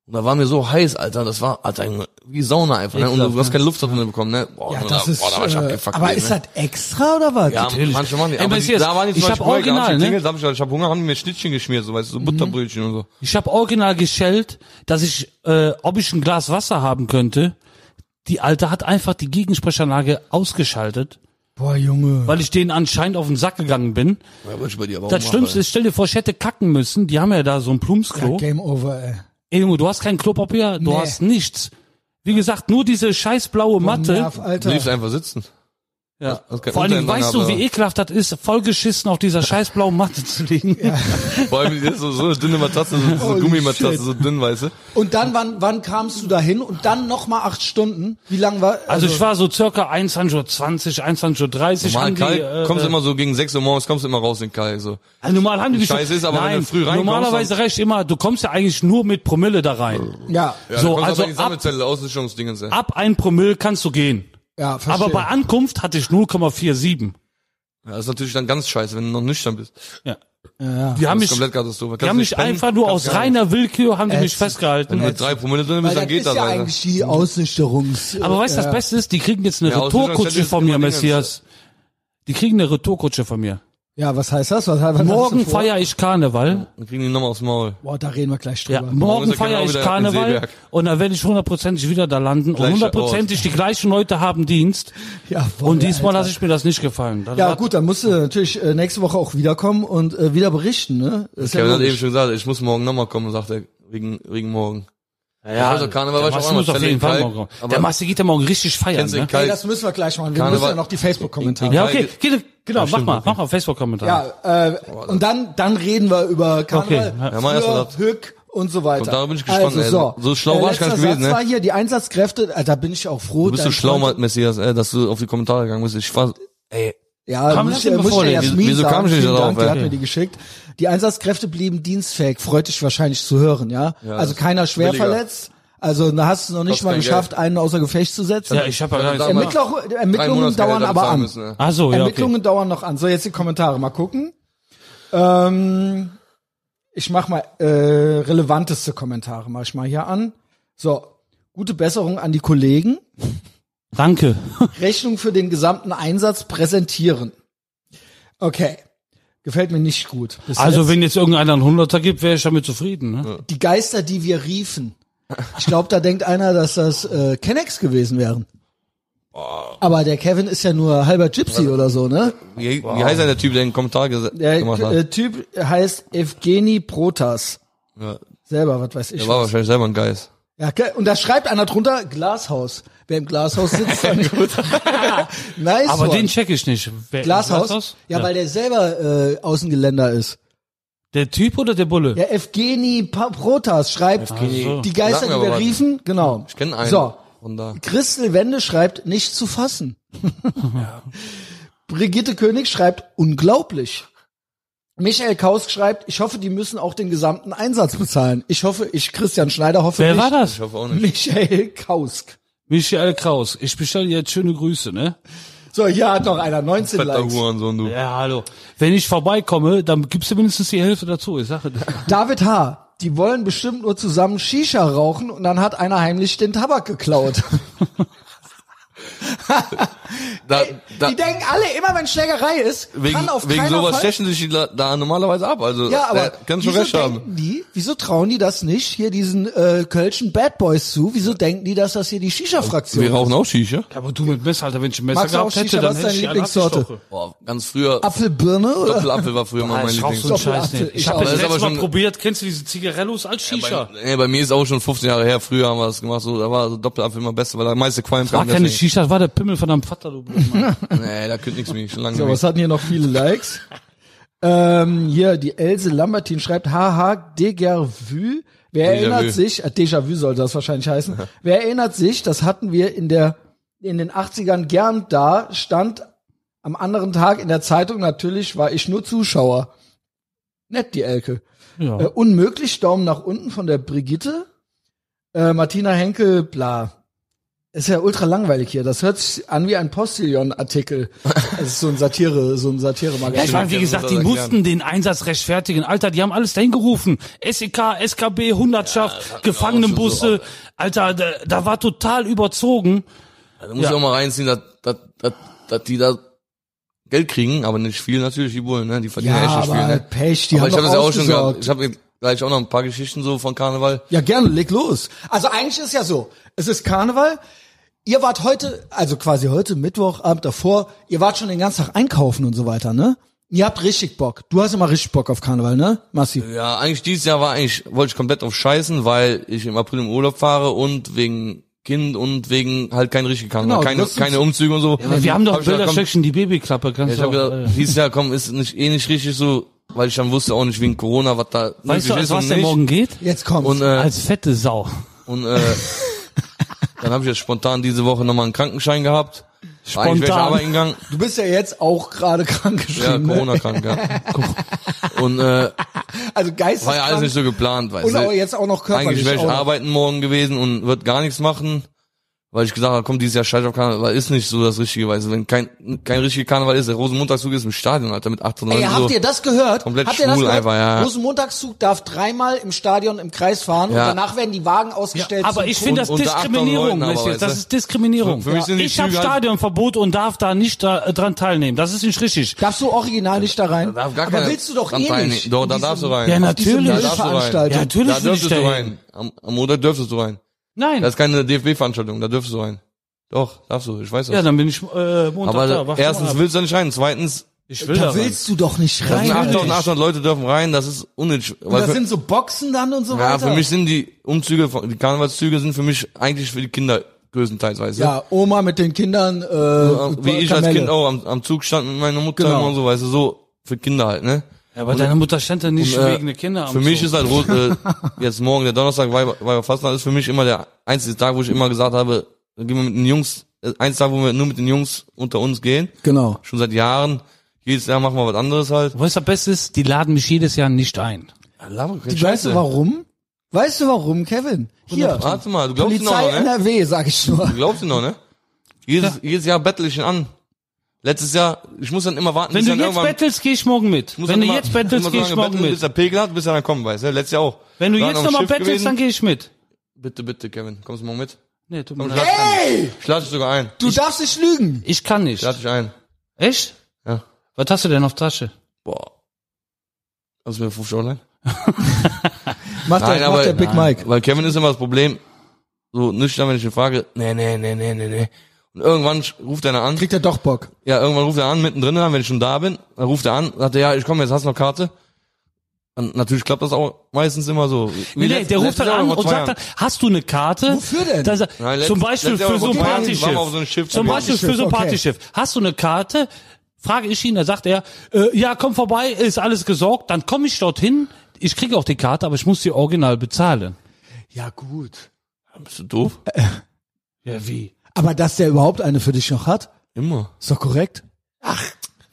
[SPEAKER 3] Und da war mir so heiß, Alter, das war, Alter, Junge, wie Sauna einfach, ne, und du
[SPEAKER 1] Ekelhaft,
[SPEAKER 3] hast keine Luft da drin bekommen, ne. Boah,
[SPEAKER 2] Ja,
[SPEAKER 3] Junge,
[SPEAKER 2] das
[SPEAKER 3] da,
[SPEAKER 2] ist,
[SPEAKER 3] boah, da war ich
[SPEAKER 2] äh,
[SPEAKER 3] abgefuckt,
[SPEAKER 2] aber
[SPEAKER 3] ne.
[SPEAKER 2] ist das extra oder was?
[SPEAKER 3] Ja,
[SPEAKER 1] Also Natürlich.
[SPEAKER 3] manche machen die.
[SPEAKER 1] Ey,
[SPEAKER 3] Aber
[SPEAKER 1] weißt
[SPEAKER 3] die,
[SPEAKER 1] du jetzt,
[SPEAKER 3] da waren die
[SPEAKER 1] ich
[SPEAKER 3] zum
[SPEAKER 1] hab
[SPEAKER 3] Beispiel Burger,
[SPEAKER 1] original,
[SPEAKER 3] hab ich
[SPEAKER 1] ne?
[SPEAKER 3] geklingelt, hab ich, ich hab Hunger, haben mir Schnittchen geschmiert, so weißt du, so Butterbrötchen und so.
[SPEAKER 1] Ich habe original geschellt, dass ich, äh, ob ich ein Glas Wasser haben könnte. Die Alte hat einfach die Gegensprechanlage ausgeschaltet,
[SPEAKER 2] Boah, Junge.
[SPEAKER 1] weil ich denen anscheinend auf den Sack gegangen bin.
[SPEAKER 3] Ja, aber ich bei dir aber
[SPEAKER 1] Das Schlimmste ist, stell dir vor, ich hätte kacken müssen. Die haben ja da so ein
[SPEAKER 2] Ja,
[SPEAKER 1] Plumpsklo.
[SPEAKER 2] Game over, ey.
[SPEAKER 1] Ey, Junge, du hast kein Klopapier, du
[SPEAKER 2] Nee.
[SPEAKER 1] hast nichts. Wie gesagt, nur diese scheiß blaue Matte.
[SPEAKER 2] Nerv,
[SPEAKER 3] Du
[SPEAKER 2] Alter.
[SPEAKER 3] bliebst einfach sitzen.
[SPEAKER 1] ja.
[SPEAKER 3] das kann
[SPEAKER 1] Vor allen Dingen,
[SPEAKER 3] Unterhemd
[SPEAKER 1] weißt du,
[SPEAKER 3] anhaben,
[SPEAKER 1] wie ekelhaft das ist, vollgeschissen auf dieser scheiß blauen Matte zu liegen.
[SPEAKER 3] Vor allem hier ist so, so eine dünne Matratze, so, so
[SPEAKER 2] Holy
[SPEAKER 3] eine Gummimatratze,
[SPEAKER 2] shit.
[SPEAKER 3] so dünn, weißt du.
[SPEAKER 2] Und dann, wann, wann kamst du da hin? Und dann noch mal acht Stunden? Wie lang war...
[SPEAKER 1] Also ich war so circa 21.20 Uhr, 21.30 Uhr.
[SPEAKER 3] Normal
[SPEAKER 1] an die, äh,
[SPEAKER 3] Kalk, kommst immer so gegen 6 Uhr morgens, kommst du immer raus in den Kalk, so.
[SPEAKER 1] Also normal haben die dich
[SPEAKER 3] Scheiße
[SPEAKER 1] schon-
[SPEAKER 3] ist aber, wenn
[SPEAKER 1] Nein,
[SPEAKER 3] du früh reinkommst,
[SPEAKER 1] Normalerweise recht immer, du kommst ja eigentlich nur mit Promille da rein.
[SPEAKER 3] Äh.
[SPEAKER 2] Ja, ja,
[SPEAKER 3] Ja,
[SPEAKER 1] So,
[SPEAKER 3] du kommst
[SPEAKER 1] also
[SPEAKER 3] aber in die
[SPEAKER 1] ab-
[SPEAKER 3] Sammelzelle, Auslichtungsdingens, ey.
[SPEAKER 1] Ab ein Promille kannst du gehen.
[SPEAKER 2] verstehe.
[SPEAKER 1] Aber bei Ankunft hatte ich 0,47.
[SPEAKER 3] Ja, ist natürlich dann ganz scheiße, wenn du noch nüchtern bist.
[SPEAKER 1] Ja.
[SPEAKER 2] ja,
[SPEAKER 1] Die haben mich,
[SPEAKER 3] Das ist komplett Katastrophe.
[SPEAKER 1] die haben mich einfach nur aus reiner Willkür haben die mich
[SPEAKER 2] Ätzend.
[SPEAKER 1] festgehalten.
[SPEAKER 3] Wenn du mit drei Promille drin
[SPEAKER 2] Weil
[SPEAKER 3] bist, dann
[SPEAKER 2] das
[SPEAKER 3] geht
[SPEAKER 2] ist
[SPEAKER 3] das,
[SPEAKER 2] ja
[SPEAKER 3] Alter.
[SPEAKER 2] eigentlich die Ausnüchterungs...
[SPEAKER 1] also. Aber weißt du,
[SPEAKER 2] ja.
[SPEAKER 1] das Beste ist, die kriegen jetzt eine
[SPEAKER 3] Ja, aus
[SPEAKER 1] Retourkutsche
[SPEAKER 3] Deutschland
[SPEAKER 1] von mir,
[SPEAKER 3] ist immer Dingens.
[SPEAKER 1] Messias. Die kriegen eine Retourkutsche von mir.
[SPEAKER 2] Ja, was heißt das? Was, was hast du
[SPEAKER 1] Morgen
[SPEAKER 2] vor?
[SPEAKER 1] feiere ich Karneval.
[SPEAKER 3] Dann kriegen die nochmal aufs Maul.
[SPEAKER 2] Boah, da reden wir gleich drüber.
[SPEAKER 1] Ja,
[SPEAKER 3] Morgen
[SPEAKER 1] morgen
[SPEAKER 3] ist er
[SPEAKER 1] feiere
[SPEAKER 3] genau
[SPEAKER 1] ich
[SPEAKER 3] wieder in
[SPEAKER 1] Karneval
[SPEAKER 3] Seeberg.
[SPEAKER 1] und dann werde ich hundertprozentig wieder da landen und
[SPEAKER 3] Gleicher
[SPEAKER 1] hundertprozentig die gleichen Leute haben Dienst.
[SPEAKER 2] Ja, voll,
[SPEAKER 1] Und diesmal
[SPEAKER 2] Alter.
[SPEAKER 1] lasse ich mir das nicht gefallen. Das
[SPEAKER 2] Ja
[SPEAKER 1] war-
[SPEAKER 2] gut, dann musst du natürlich äh, nächste Woche auch wiederkommen und äh, wieder berichten, ne? Das ist
[SPEAKER 3] Kevin hat
[SPEAKER 2] logisch.
[SPEAKER 3] eben schon gesagt, ich muss morgen nochmal kommen, sagt er, wegen, wegen morgen.
[SPEAKER 1] Ja,
[SPEAKER 3] Also Karneval war
[SPEAKER 1] der
[SPEAKER 3] ich
[SPEAKER 1] Marcel
[SPEAKER 3] auch einmal
[SPEAKER 1] muss auf
[SPEAKER 3] Stelle
[SPEAKER 1] jeden
[SPEAKER 3] in
[SPEAKER 1] Fall
[SPEAKER 3] Kalk,
[SPEAKER 1] morgen.
[SPEAKER 3] aber-
[SPEAKER 1] Der Marcel geht ja morgen richtig feiern.
[SPEAKER 3] Kennst du
[SPEAKER 1] Ne?
[SPEAKER 3] den
[SPEAKER 2] Ey,
[SPEAKER 3] Kalk?
[SPEAKER 2] das müssen wir gleich machen. Wir
[SPEAKER 3] Karneval-
[SPEAKER 2] müssen ja noch die Facebook-Kommentare.
[SPEAKER 1] Ja,
[SPEAKER 2] Ja,
[SPEAKER 1] okay,
[SPEAKER 3] Kalk-
[SPEAKER 1] geht, genau, mach
[SPEAKER 3] stimmt,
[SPEAKER 1] mal,
[SPEAKER 3] okay.
[SPEAKER 1] mach mal Facebook-Kommentar.
[SPEAKER 2] äh, und dann dann reden wir über Karneval,
[SPEAKER 1] Okay, ja.
[SPEAKER 3] Oh, Ja, mach erst mal
[SPEAKER 2] Fleur,
[SPEAKER 3] das.
[SPEAKER 2] Hück und so weiter.
[SPEAKER 3] Komm, da bin ich gespannt, ey.
[SPEAKER 2] Also, so.
[SPEAKER 3] So schlau
[SPEAKER 2] Der
[SPEAKER 3] war ich gar nicht
[SPEAKER 2] letzte
[SPEAKER 3] gewesen,
[SPEAKER 2] Satz
[SPEAKER 3] ne?
[SPEAKER 2] war hier die Einsatzkräfte, äh, da bin ich auch froh.
[SPEAKER 3] Du bist so schlau, Messias, ey, dass du auf die Kommentare gegangen bist. Ich war, ey,
[SPEAKER 2] Ja,
[SPEAKER 1] Komm,
[SPEAKER 2] muss
[SPEAKER 1] lass
[SPEAKER 2] ich,
[SPEAKER 1] ihn mal
[SPEAKER 2] äh, muss ich der
[SPEAKER 1] vorlesen.
[SPEAKER 2] Jasmin
[SPEAKER 3] Wieso
[SPEAKER 2] sagen.
[SPEAKER 3] kam ich nicht
[SPEAKER 2] Vielen
[SPEAKER 3] darauf,
[SPEAKER 2] Dank, die
[SPEAKER 3] ey?
[SPEAKER 2] hat mir die geschickt. Die Einsatzkräfte blieben dienstfähig. Freut dich wahrscheinlich zu hören, ja? also
[SPEAKER 3] das
[SPEAKER 2] keiner
[SPEAKER 3] ist
[SPEAKER 2] schwer
[SPEAKER 3] billiger.
[SPEAKER 2] verletzt. Also da hast du noch nicht
[SPEAKER 3] Kostet
[SPEAKER 2] mal
[SPEAKER 3] kein
[SPEAKER 2] geschafft, einen außer Gefecht zu setzen.
[SPEAKER 1] Ja, ich habe ja gar
[SPEAKER 3] Verdammt.
[SPEAKER 1] nichts.
[SPEAKER 3] Ermittler-
[SPEAKER 2] Ermittler,
[SPEAKER 3] drei
[SPEAKER 2] Ermittlungen
[SPEAKER 3] Monatsgehälter
[SPEAKER 2] dauern aber
[SPEAKER 3] bezahlen
[SPEAKER 2] an. Ah,
[SPEAKER 3] müssen, ey.
[SPEAKER 1] Ach so, ja, okay.
[SPEAKER 2] Ermittlungen dauern noch an. So, jetzt die Kommentare. Mal gucken. Ähm, ich mach mal äh, relevanteste Kommentare, mach ich mal hier an. So, gute Besserung an die Kollegen.
[SPEAKER 1] Danke.
[SPEAKER 2] Rechnung für den gesamten Einsatz präsentieren. Okay. Gefällt mir nicht gut. Bis
[SPEAKER 1] Also
[SPEAKER 2] jetzt.
[SPEAKER 1] wenn jetzt irgendeiner einen Hunderter gibt, wäre ich damit zufrieden. Ne?
[SPEAKER 2] die Geister, die wir riefen. Ich glaube, da denkt einer, dass das äh, Kennex gewesen wären. Aber der Kevin ist ja nur halber Gypsy oder so, ne?
[SPEAKER 3] Wie, wie heißt denn der Typ, der den Kommentar gese-
[SPEAKER 2] Der
[SPEAKER 3] gemacht hat?
[SPEAKER 2] äh, Typ heißt Evgeni Protas.
[SPEAKER 3] ja,
[SPEAKER 2] Selber, was weiß ich.
[SPEAKER 3] der war wahrscheinlich selber ein Geist.
[SPEAKER 2] Ja, ge- und da schreibt einer drunter, Glashaus. Wer im Glashaus sitzt, dann gut. nice
[SPEAKER 1] Aber
[SPEAKER 2] one.
[SPEAKER 1] den check ich nicht. Wer,
[SPEAKER 2] Glashaus? Ja,
[SPEAKER 1] Ja,
[SPEAKER 2] weil der selber äh, Außengeländer ist.
[SPEAKER 1] der Typ oder der Bulle?
[SPEAKER 2] Ja, Evgeni Pa- Protas schreibt,
[SPEAKER 1] so.
[SPEAKER 2] die Geister,
[SPEAKER 3] Sag
[SPEAKER 2] die
[SPEAKER 3] mir aber
[SPEAKER 2] wir
[SPEAKER 3] was.
[SPEAKER 2] riefen, genau.
[SPEAKER 3] Ich kenne einen
[SPEAKER 2] So,
[SPEAKER 3] von da.
[SPEAKER 2] Christel Wende schreibt, nicht zu fassen. Brigitte König schreibt, unglaublich. Michael Kausk schreibt, ich hoffe, die müssen auch den gesamten Einsatz bezahlen. Ich hoffe, ich, Christian Schneider, hoffe
[SPEAKER 1] Wer
[SPEAKER 2] nicht.
[SPEAKER 1] war
[SPEAKER 3] Ich
[SPEAKER 1] das?
[SPEAKER 3] hoffe auch nicht.
[SPEAKER 2] Michael Kausk.
[SPEAKER 1] Michael Kraus. Ich bestelle jetzt schöne Grüße, ne?
[SPEAKER 2] So, hier hat noch einer 19
[SPEAKER 3] Fetter
[SPEAKER 2] Likes.
[SPEAKER 3] Hurensohn, du.
[SPEAKER 1] Ja, hallo. Wenn ich vorbeikomme, dann gibst du mindestens die Hälfte dazu. Ich sage das.
[SPEAKER 2] David H., die wollen bestimmt nur zusammen Shisha rauchen und dann hat einer heimlich den Tabak geklaut.
[SPEAKER 3] Da, da,
[SPEAKER 2] Die denken alle, immer wenn Schlägerei ist,
[SPEAKER 3] wegen,
[SPEAKER 2] kann auf
[SPEAKER 3] wegen
[SPEAKER 2] keiner
[SPEAKER 3] sowas
[SPEAKER 2] Fall-
[SPEAKER 3] stechen sich die da- da normalerweise ab. Also
[SPEAKER 2] Ja, aber
[SPEAKER 3] kannst schon
[SPEAKER 2] wieso
[SPEAKER 3] recht haben.
[SPEAKER 2] denken die, wieso trauen die das nicht hier diesen äh, Kölschen Bad Boys zu? Wieso denken die, dass das hier die Shisha-Fraktion
[SPEAKER 3] Wir
[SPEAKER 2] ist?
[SPEAKER 3] rauchen auch Shisha.
[SPEAKER 1] Ja, aber du mit Messer, Alter, wenn ich ein Messer
[SPEAKER 2] Magst du auch
[SPEAKER 1] gehabt hätte,
[SPEAKER 2] Shisha?
[SPEAKER 1] dann
[SPEAKER 2] Was ist
[SPEAKER 1] hätte ich
[SPEAKER 2] deine
[SPEAKER 1] einen
[SPEAKER 2] Lieblingssorte?
[SPEAKER 1] Apfelstoche.
[SPEAKER 3] Boah, ganz früher,
[SPEAKER 2] Apfelbirne oder?
[SPEAKER 3] Doppelapfel war früher mal
[SPEAKER 1] Ah,
[SPEAKER 3] mein
[SPEAKER 1] ich rauch so
[SPEAKER 3] Lieblings.
[SPEAKER 1] einen Scheiß
[SPEAKER 2] Doppelapfel,
[SPEAKER 1] nicht. Ich
[SPEAKER 2] ich
[SPEAKER 1] habe
[SPEAKER 2] auch.
[SPEAKER 1] das
[SPEAKER 3] Das ist
[SPEAKER 1] letzte
[SPEAKER 3] aber
[SPEAKER 1] Mal
[SPEAKER 3] schon-
[SPEAKER 1] probiert. Kennst du diese Zigarillos als Shisha?
[SPEAKER 3] Nee, bei mir ist auch schon 15 Jahre her. Früher haben wir das gemacht, so, da war so Doppelapfel immer besser, weil da meiste Qualm
[SPEAKER 1] War
[SPEAKER 3] kam.
[SPEAKER 1] keine
[SPEAKER 3] deswegen.
[SPEAKER 1] Shisha, das war der Pimmel von deinem Vater, du Blödmann.
[SPEAKER 3] Nee, da könnt nichts mehr, schon lange
[SPEAKER 2] So,
[SPEAKER 3] nicht.
[SPEAKER 2] was hatten hier noch viele Likes? ähm, hier, die Else Lambertin schreibt, haha, déjà vu. Wer erinnert sich, äh, déjà vu sollte das wahrscheinlich heißen. Wer erinnert sich, das hatten wir in der, in den 80ern gern da, stand am anderen Tag in der Zeitung, natürlich war ich nur Zuschauer. Nett, die Elke.
[SPEAKER 1] Ja.
[SPEAKER 2] Äh, unmöglich, Daumen nach unten von der Brigitte. Äh, Martina Henkel, bla. Ist ja ultra langweilig hier. Das hört sich an wie ein Postillon-Artikel. Das ist so ein Satire, so ein
[SPEAKER 1] Ja, ich
[SPEAKER 2] Satire-Magazin.
[SPEAKER 1] meine, wie gesagt, die mussten den Einsatz rechtfertigen. Alter, die haben alles dahin gerufen. E SEK, SKB, Hundertschaft, Gefangenenbusse. Alter, da, da war total überzogen.
[SPEAKER 3] Da muss ich auch mal reinziehen, dass, dass, dass, dass die da Geld kriegen, aber nicht viel natürlich, die Bullen, ne? Die verdienen
[SPEAKER 2] Ja,
[SPEAKER 3] echt nicht viel.
[SPEAKER 2] aber halt
[SPEAKER 3] Ne?
[SPEAKER 2] Pech, die
[SPEAKER 3] aber
[SPEAKER 2] haben
[SPEAKER 3] ich habe
[SPEAKER 2] doch
[SPEAKER 3] das ja auch schon gehabt.
[SPEAKER 2] ausgesorgt.
[SPEAKER 3] Ich habe gleich auch noch ein paar Geschichten so von Karneval.
[SPEAKER 2] Ja, gerne, leg los. Also eigentlich ist ja so, es ist Karneval. Ihr wart heute, also quasi heute Mittwochabend davor, ihr wart schon den ganzen Tag einkaufen und so weiter, ne? Ihr habt richtig Bock. Du hast immer richtig Bock auf Karneval, ne? Massiv.
[SPEAKER 3] Ja, eigentlich dieses Jahr war eigentlich, wollte ich komplett auf Scheißen, weil ich im April im Urlaub fahre und wegen Kind und wegen halt kein richtig Karneval,
[SPEAKER 2] Genau,
[SPEAKER 3] keine,
[SPEAKER 2] das ist-
[SPEAKER 3] keine Umzüge und so.
[SPEAKER 1] Wir haben
[SPEAKER 3] Hab
[SPEAKER 1] doch
[SPEAKER 3] ich gedacht, komm,
[SPEAKER 1] Bilderstöckchen, die Babyklappe. Kannst
[SPEAKER 3] Ich
[SPEAKER 1] du
[SPEAKER 3] habe
[SPEAKER 1] auch,
[SPEAKER 2] äh.
[SPEAKER 1] äh,
[SPEAKER 3] gedacht, dieses Jahr komm, ist nicht, eh nicht richtig so, weil ich dann wusste auch nicht wegen Corona, was da
[SPEAKER 1] weißt du,
[SPEAKER 3] möglich
[SPEAKER 1] als
[SPEAKER 3] ist
[SPEAKER 1] was
[SPEAKER 3] und
[SPEAKER 1] der
[SPEAKER 3] nicht.
[SPEAKER 1] morgen geht?
[SPEAKER 2] Jetzt kommt's.
[SPEAKER 3] Und, äh,
[SPEAKER 1] Als fette Sau.
[SPEAKER 3] und äh, dann habe ich jetzt spontan diese Woche nochmal einen Krankenschein gehabt. Spontan. Eigentlich wäre ich
[SPEAKER 1] Spontan.
[SPEAKER 3] arbeiten gegangen.
[SPEAKER 2] du bist ja jetzt auch gerade krank
[SPEAKER 3] Ja,
[SPEAKER 2] geschrieben. ne?
[SPEAKER 3] Corona-krank, ja. Und äh,
[SPEAKER 2] Also geisteskrank.
[SPEAKER 3] war ja alles nicht so geplant, weißt
[SPEAKER 2] und
[SPEAKER 3] du.
[SPEAKER 2] aber jetzt auch noch körperlich.
[SPEAKER 3] Eigentlich wäre ich
[SPEAKER 2] auch noch.
[SPEAKER 3] arbeiten morgen gewesen und wird gar nichts machen, weil ich gesagt habe, komm, dieses Jahr scheiß auf Karneval, ist nicht so das richtige, weißt du, wenn kein, kein richtiger Karneval ist, der Rosenmontagszug ist im Stadion, Alter, mit 800
[SPEAKER 2] Ey, habt ihr das gehört?
[SPEAKER 3] Komplett
[SPEAKER 2] habt ihr das
[SPEAKER 3] schwul
[SPEAKER 2] gehört?
[SPEAKER 3] einfach, ja.
[SPEAKER 2] Rosenmontagszug darf dreimal im Stadion im Kreis fahren
[SPEAKER 3] Ja.
[SPEAKER 2] und danach werden die Wagen ausgestellt.
[SPEAKER 1] Aber
[SPEAKER 2] zum
[SPEAKER 1] ich finde das
[SPEAKER 3] unter 8.000
[SPEAKER 1] Diskriminierung.
[SPEAKER 3] Leuten, aber
[SPEAKER 1] Messias.
[SPEAKER 3] weißt
[SPEAKER 1] das
[SPEAKER 3] du?
[SPEAKER 1] ist Diskriminierung.
[SPEAKER 3] Für mich sind die
[SPEAKER 1] Ich habe
[SPEAKER 3] Züge halt-
[SPEAKER 1] Stadionverbot und darf da nicht da, äh, dran teilnehmen. Das ist nicht richtig.
[SPEAKER 2] Darfst du original nicht da rein?
[SPEAKER 3] Darf gar
[SPEAKER 2] Aber
[SPEAKER 3] keiner
[SPEAKER 2] willst du doch
[SPEAKER 3] dran
[SPEAKER 2] eh
[SPEAKER 3] teilnehmen.
[SPEAKER 2] nicht.
[SPEAKER 3] Doch,
[SPEAKER 2] in
[SPEAKER 3] da
[SPEAKER 2] diesem-
[SPEAKER 3] darfst du rein.
[SPEAKER 1] Ja,
[SPEAKER 2] auf diese
[SPEAKER 1] natürlich.
[SPEAKER 3] Da darfst du rein.
[SPEAKER 2] Veranstaltung.
[SPEAKER 1] Ja, natürlich
[SPEAKER 3] Da
[SPEAKER 1] will ich
[SPEAKER 3] dürftest du
[SPEAKER 1] dahin.
[SPEAKER 3] rein. Am, am Montag dürftest du rein.
[SPEAKER 1] Nein.
[SPEAKER 3] Das ist keine DFB-Veranstaltung, da dürftest du rein. Doch, darfst du, ich weiß das.
[SPEAKER 1] ja, dann bin ich äh, Montag
[SPEAKER 3] aber
[SPEAKER 1] da. Wach schon
[SPEAKER 3] erstens
[SPEAKER 1] ab.
[SPEAKER 3] willst du da nicht rein, zweitens,
[SPEAKER 1] ich will da
[SPEAKER 2] Da
[SPEAKER 1] rein.
[SPEAKER 2] willst du doch nicht
[SPEAKER 3] das
[SPEAKER 2] rein.
[SPEAKER 3] sind
[SPEAKER 1] Nein,
[SPEAKER 3] 8800 Leute dürfen rein, das ist unnötig.
[SPEAKER 2] Und
[SPEAKER 3] Weil
[SPEAKER 2] das
[SPEAKER 3] für,
[SPEAKER 2] sind so Boxen dann und so
[SPEAKER 3] ja,
[SPEAKER 2] weiter.
[SPEAKER 3] für mich sind die Umzüge, von- die Karnevalszüge sind für mich eigentlich für die Kinder größtenteils, weißt du.
[SPEAKER 2] ja, Oma mit den Kindern. Äh,
[SPEAKER 3] Wie ich als
[SPEAKER 2] Kamelle.
[SPEAKER 3] Kind auch am, am Zug stand mit meiner Mutter
[SPEAKER 2] Genau.
[SPEAKER 3] immer und so, weißt du, so für Kinder halt, ne?
[SPEAKER 1] Ja, aber deine Mutter stand da nicht
[SPEAKER 3] Und, äh,
[SPEAKER 1] wegen der Kinder am
[SPEAKER 3] Für mich
[SPEAKER 1] Zoo.
[SPEAKER 3] ist halt Ros- äh, jetzt morgen der Donnerstag Weiber, Weiberfastnacht ist für mich immer der einzige Tag, wo ich immer gesagt habe, dann gehen wir mit den Jungs, äh, ein Tag, wo wir nur mit den Jungs unter uns gehen.
[SPEAKER 2] Genau.
[SPEAKER 3] Schon seit Jahren. Jedes Jahr machen wir was anderes halt.
[SPEAKER 1] Weißt du, das Beste ist, die laden mich jedes Jahr nicht ein.
[SPEAKER 3] Äh,
[SPEAKER 2] Weißt du warum? Weißt du warum, Kevin? Hier.
[SPEAKER 3] Warte mal, du glaubst ihn
[SPEAKER 2] Polizei
[SPEAKER 3] noch, ne?
[SPEAKER 2] NRW, sag ich nur.
[SPEAKER 3] Du glaubst ihn noch, ne? Jedes, jedes Jahr bettel ich ihn an. Letztes Jahr, ich muss dann immer warten,
[SPEAKER 1] Wenn
[SPEAKER 3] bis
[SPEAKER 1] du
[SPEAKER 3] dann
[SPEAKER 1] jetzt
[SPEAKER 3] irgendwann-
[SPEAKER 1] bettelst, gehe ich morgen mit.
[SPEAKER 3] muss
[SPEAKER 1] Wenn
[SPEAKER 3] dann
[SPEAKER 1] du
[SPEAKER 3] immer-
[SPEAKER 1] jetzt
[SPEAKER 3] immer
[SPEAKER 1] bettelst,
[SPEAKER 3] so
[SPEAKER 1] gehe ich
[SPEAKER 3] lange
[SPEAKER 1] morgen
[SPEAKER 3] betteln,
[SPEAKER 1] mit.
[SPEAKER 3] Bis der Pegel hat, bis er dann kommt, weißt du? Letztes Jahr auch.
[SPEAKER 1] Wenn du
[SPEAKER 3] Wir waren
[SPEAKER 1] jetzt
[SPEAKER 3] auf dem
[SPEAKER 1] nochmal
[SPEAKER 3] Schiff
[SPEAKER 1] bettelst,
[SPEAKER 3] gewesen.
[SPEAKER 1] dann gehe ich mit.
[SPEAKER 3] Bitte, bitte, Kevin, kommst du mal mit?
[SPEAKER 1] Nee, tut mir
[SPEAKER 3] Komm, ich
[SPEAKER 1] leid.
[SPEAKER 3] lade dich ein.
[SPEAKER 2] Ey!
[SPEAKER 3] Ich lade dich sogar ein.
[SPEAKER 2] Du darfst nicht lügen.
[SPEAKER 1] Ich kann nicht.
[SPEAKER 3] Ich lade dich ein.
[SPEAKER 1] Echt?
[SPEAKER 3] Ja.
[SPEAKER 1] Was hast du denn auf Tasche?
[SPEAKER 3] Boah. Hast du mir 50 Euro leihen?
[SPEAKER 2] Macht der, macht der Big Mike.
[SPEAKER 3] Weil Kevin ist immer das Problem, so nüchtern, wenn ich ihn frage, nee, nee, nee, nee, nee, nee. Und irgendwann sch- ruft einer an,
[SPEAKER 2] Kriegt er doch Bock.
[SPEAKER 3] ja, irgendwann ruft er an, mittendrin, wenn ich schon da bin, dann ruft er an, sagt er, ja, ich komme, jetzt hast du noch Karte. Und natürlich klappt das auch meistens immer so. Wie
[SPEAKER 1] Nee, nee,
[SPEAKER 3] letzt-
[SPEAKER 1] der ruft dann
[SPEAKER 3] letztes Jahr
[SPEAKER 1] an
[SPEAKER 3] vor
[SPEAKER 1] und
[SPEAKER 3] zwei
[SPEAKER 1] sagt
[SPEAKER 3] Jahren.
[SPEAKER 1] dann, hast du eine Karte?
[SPEAKER 2] Wofür denn?
[SPEAKER 1] Dass er-
[SPEAKER 3] Nein, letzt-
[SPEAKER 1] zum Beispiel
[SPEAKER 3] letztes Jahr
[SPEAKER 1] für so ein
[SPEAKER 3] vor zwei Jahren
[SPEAKER 1] Partyschiff.
[SPEAKER 3] waren wir auf so einem Schiff
[SPEAKER 1] zum
[SPEAKER 3] gewesen.
[SPEAKER 1] Beispiel für so ein
[SPEAKER 2] Okay.
[SPEAKER 1] Partyschiff. Hast du eine Karte? Frage ich ihn, dann sagt er, äh, ja, komm vorbei, ist alles gesorgt. Dann komme ich dorthin, ich kriege auch die Karte, aber ich muss die original bezahlen.
[SPEAKER 2] Ja, gut.
[SPEAKER 3] Bist du doof?
[SPEAKER 1] Äh, Ja, wie?
[SPEAKER 2] Aber dass der überhaupt eine für dich noch hat,
[SPEAKER 3] Immer.
[SPEAKER 2] ist doch korrekt.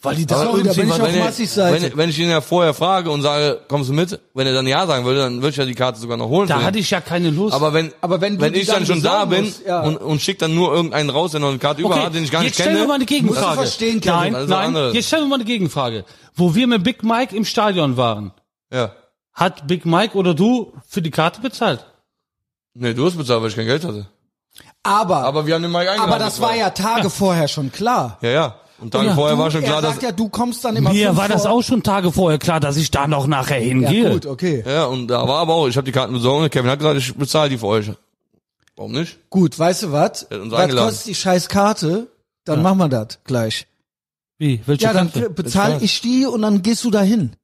[SPEAKER 1] Weil die
[SPEAKER 2] Aber-
[SPEAKER 1] das
[SPEAKER 2] Sorry, da bin ich auf
[SPEAKER 3] er-
[SPEAKER 2] Massis Seite.
[SPEAKER 3] Wenn, wenn ich ihn ja vorher frage und sage, kommst du mit? Wenn er dann ja sagen würde, dann würde ich ja die Karte sogar noch holen.
[SPEAKER 1] Da
[SPEAKER 3] für ihn.
[SPEAKER 1] hatte ich ja keine Lust.
[SPEAKER 3] aber wenn,
[SPEAKER 2] Aber wenn du
[SPEAKER 3] wenn
[SPEAKER 2] die
[SPEAKER 3] ich
[SPEAKER 2] dann
[SPEAKER 3] dann, schon da
[SPEAKER 2] besorgen
[SPEAKER 3] bin
[SPEAKER 2] musst, ja.
[SPEAKER 3] und, und schick dann nur irgendeinen raus, der noch eine Karte über hat, den ich gar nicht
[SPEAKER 1] jetzt stellen
[SPEAKER 3] kenne.
[SPEAKER 1] wir mal eine Gegenfrage.
[SPEAKER 2] Musst du verstehen, Kevin,
[SPEAKER 1] nein,
[SPEAKER 3] das ist was
[SPEAKER 1] nein,
[SPEAKER 3] anderes.
[SPEAKER 1] jetzt stellen wir mal eine Gegenfrage. Wo wir mit Big Mike im Stadion waren,
[SPEAKER 3] ja.
[SPEAKER 1] hat Big Mike oder du für die Karte bezahlt?
[SPEAKER 3] Nee, du hast bezahlt, weil ich kein Geld hatte.
[SPEAKER 2] Aber, aber,
[SPEAKER 3] Aber wir haben den Mike eingeladen.
[SPEAKER 2] das war ja Tage vorher schon klar.
[SPEAKER 3] Ja, ja. Und dann vorher
[SPEAKER 2] du,
[SPEAKER 3] war schon klar,
[SPEAKER 2] er
[SPEAKER 3] dass...
[SPEAKER 2] sagt ja, du kommst dann immer
[SPEAKER 1] Mir
[SPEAKER 2] fünf
[SPEAKER 1] war das
[SPEAKER 2] vor-
[SPEAKER 1] auch schon Tage vorher klar, dass ich da noch nachher hingehe.
[SPEAKER 2] Ja, gut, okay.
[SPEAKER 3] Ja, und da war aber auch, ich habe die Karten besorgt. Kevin hat gesagt, ich bezahle die für euch. Warum nicht?
[SPEAKER 2] Gut, weißt du was?
[SPEAKER 3] hat uns
[SPEAKER 2] Was
[SPEAKER 3] eingeladen.
[SPEAKER 2] kostet die scheiß Karte? Dann machen wir das gleich.
[SPEAKER 1] Wie? Welche
[SPEAKER 2] Ja, dann äh,
[SPEAKER 1] Karte?
[SPEAKER 2] bezahle ich die und dann gehst du dahin.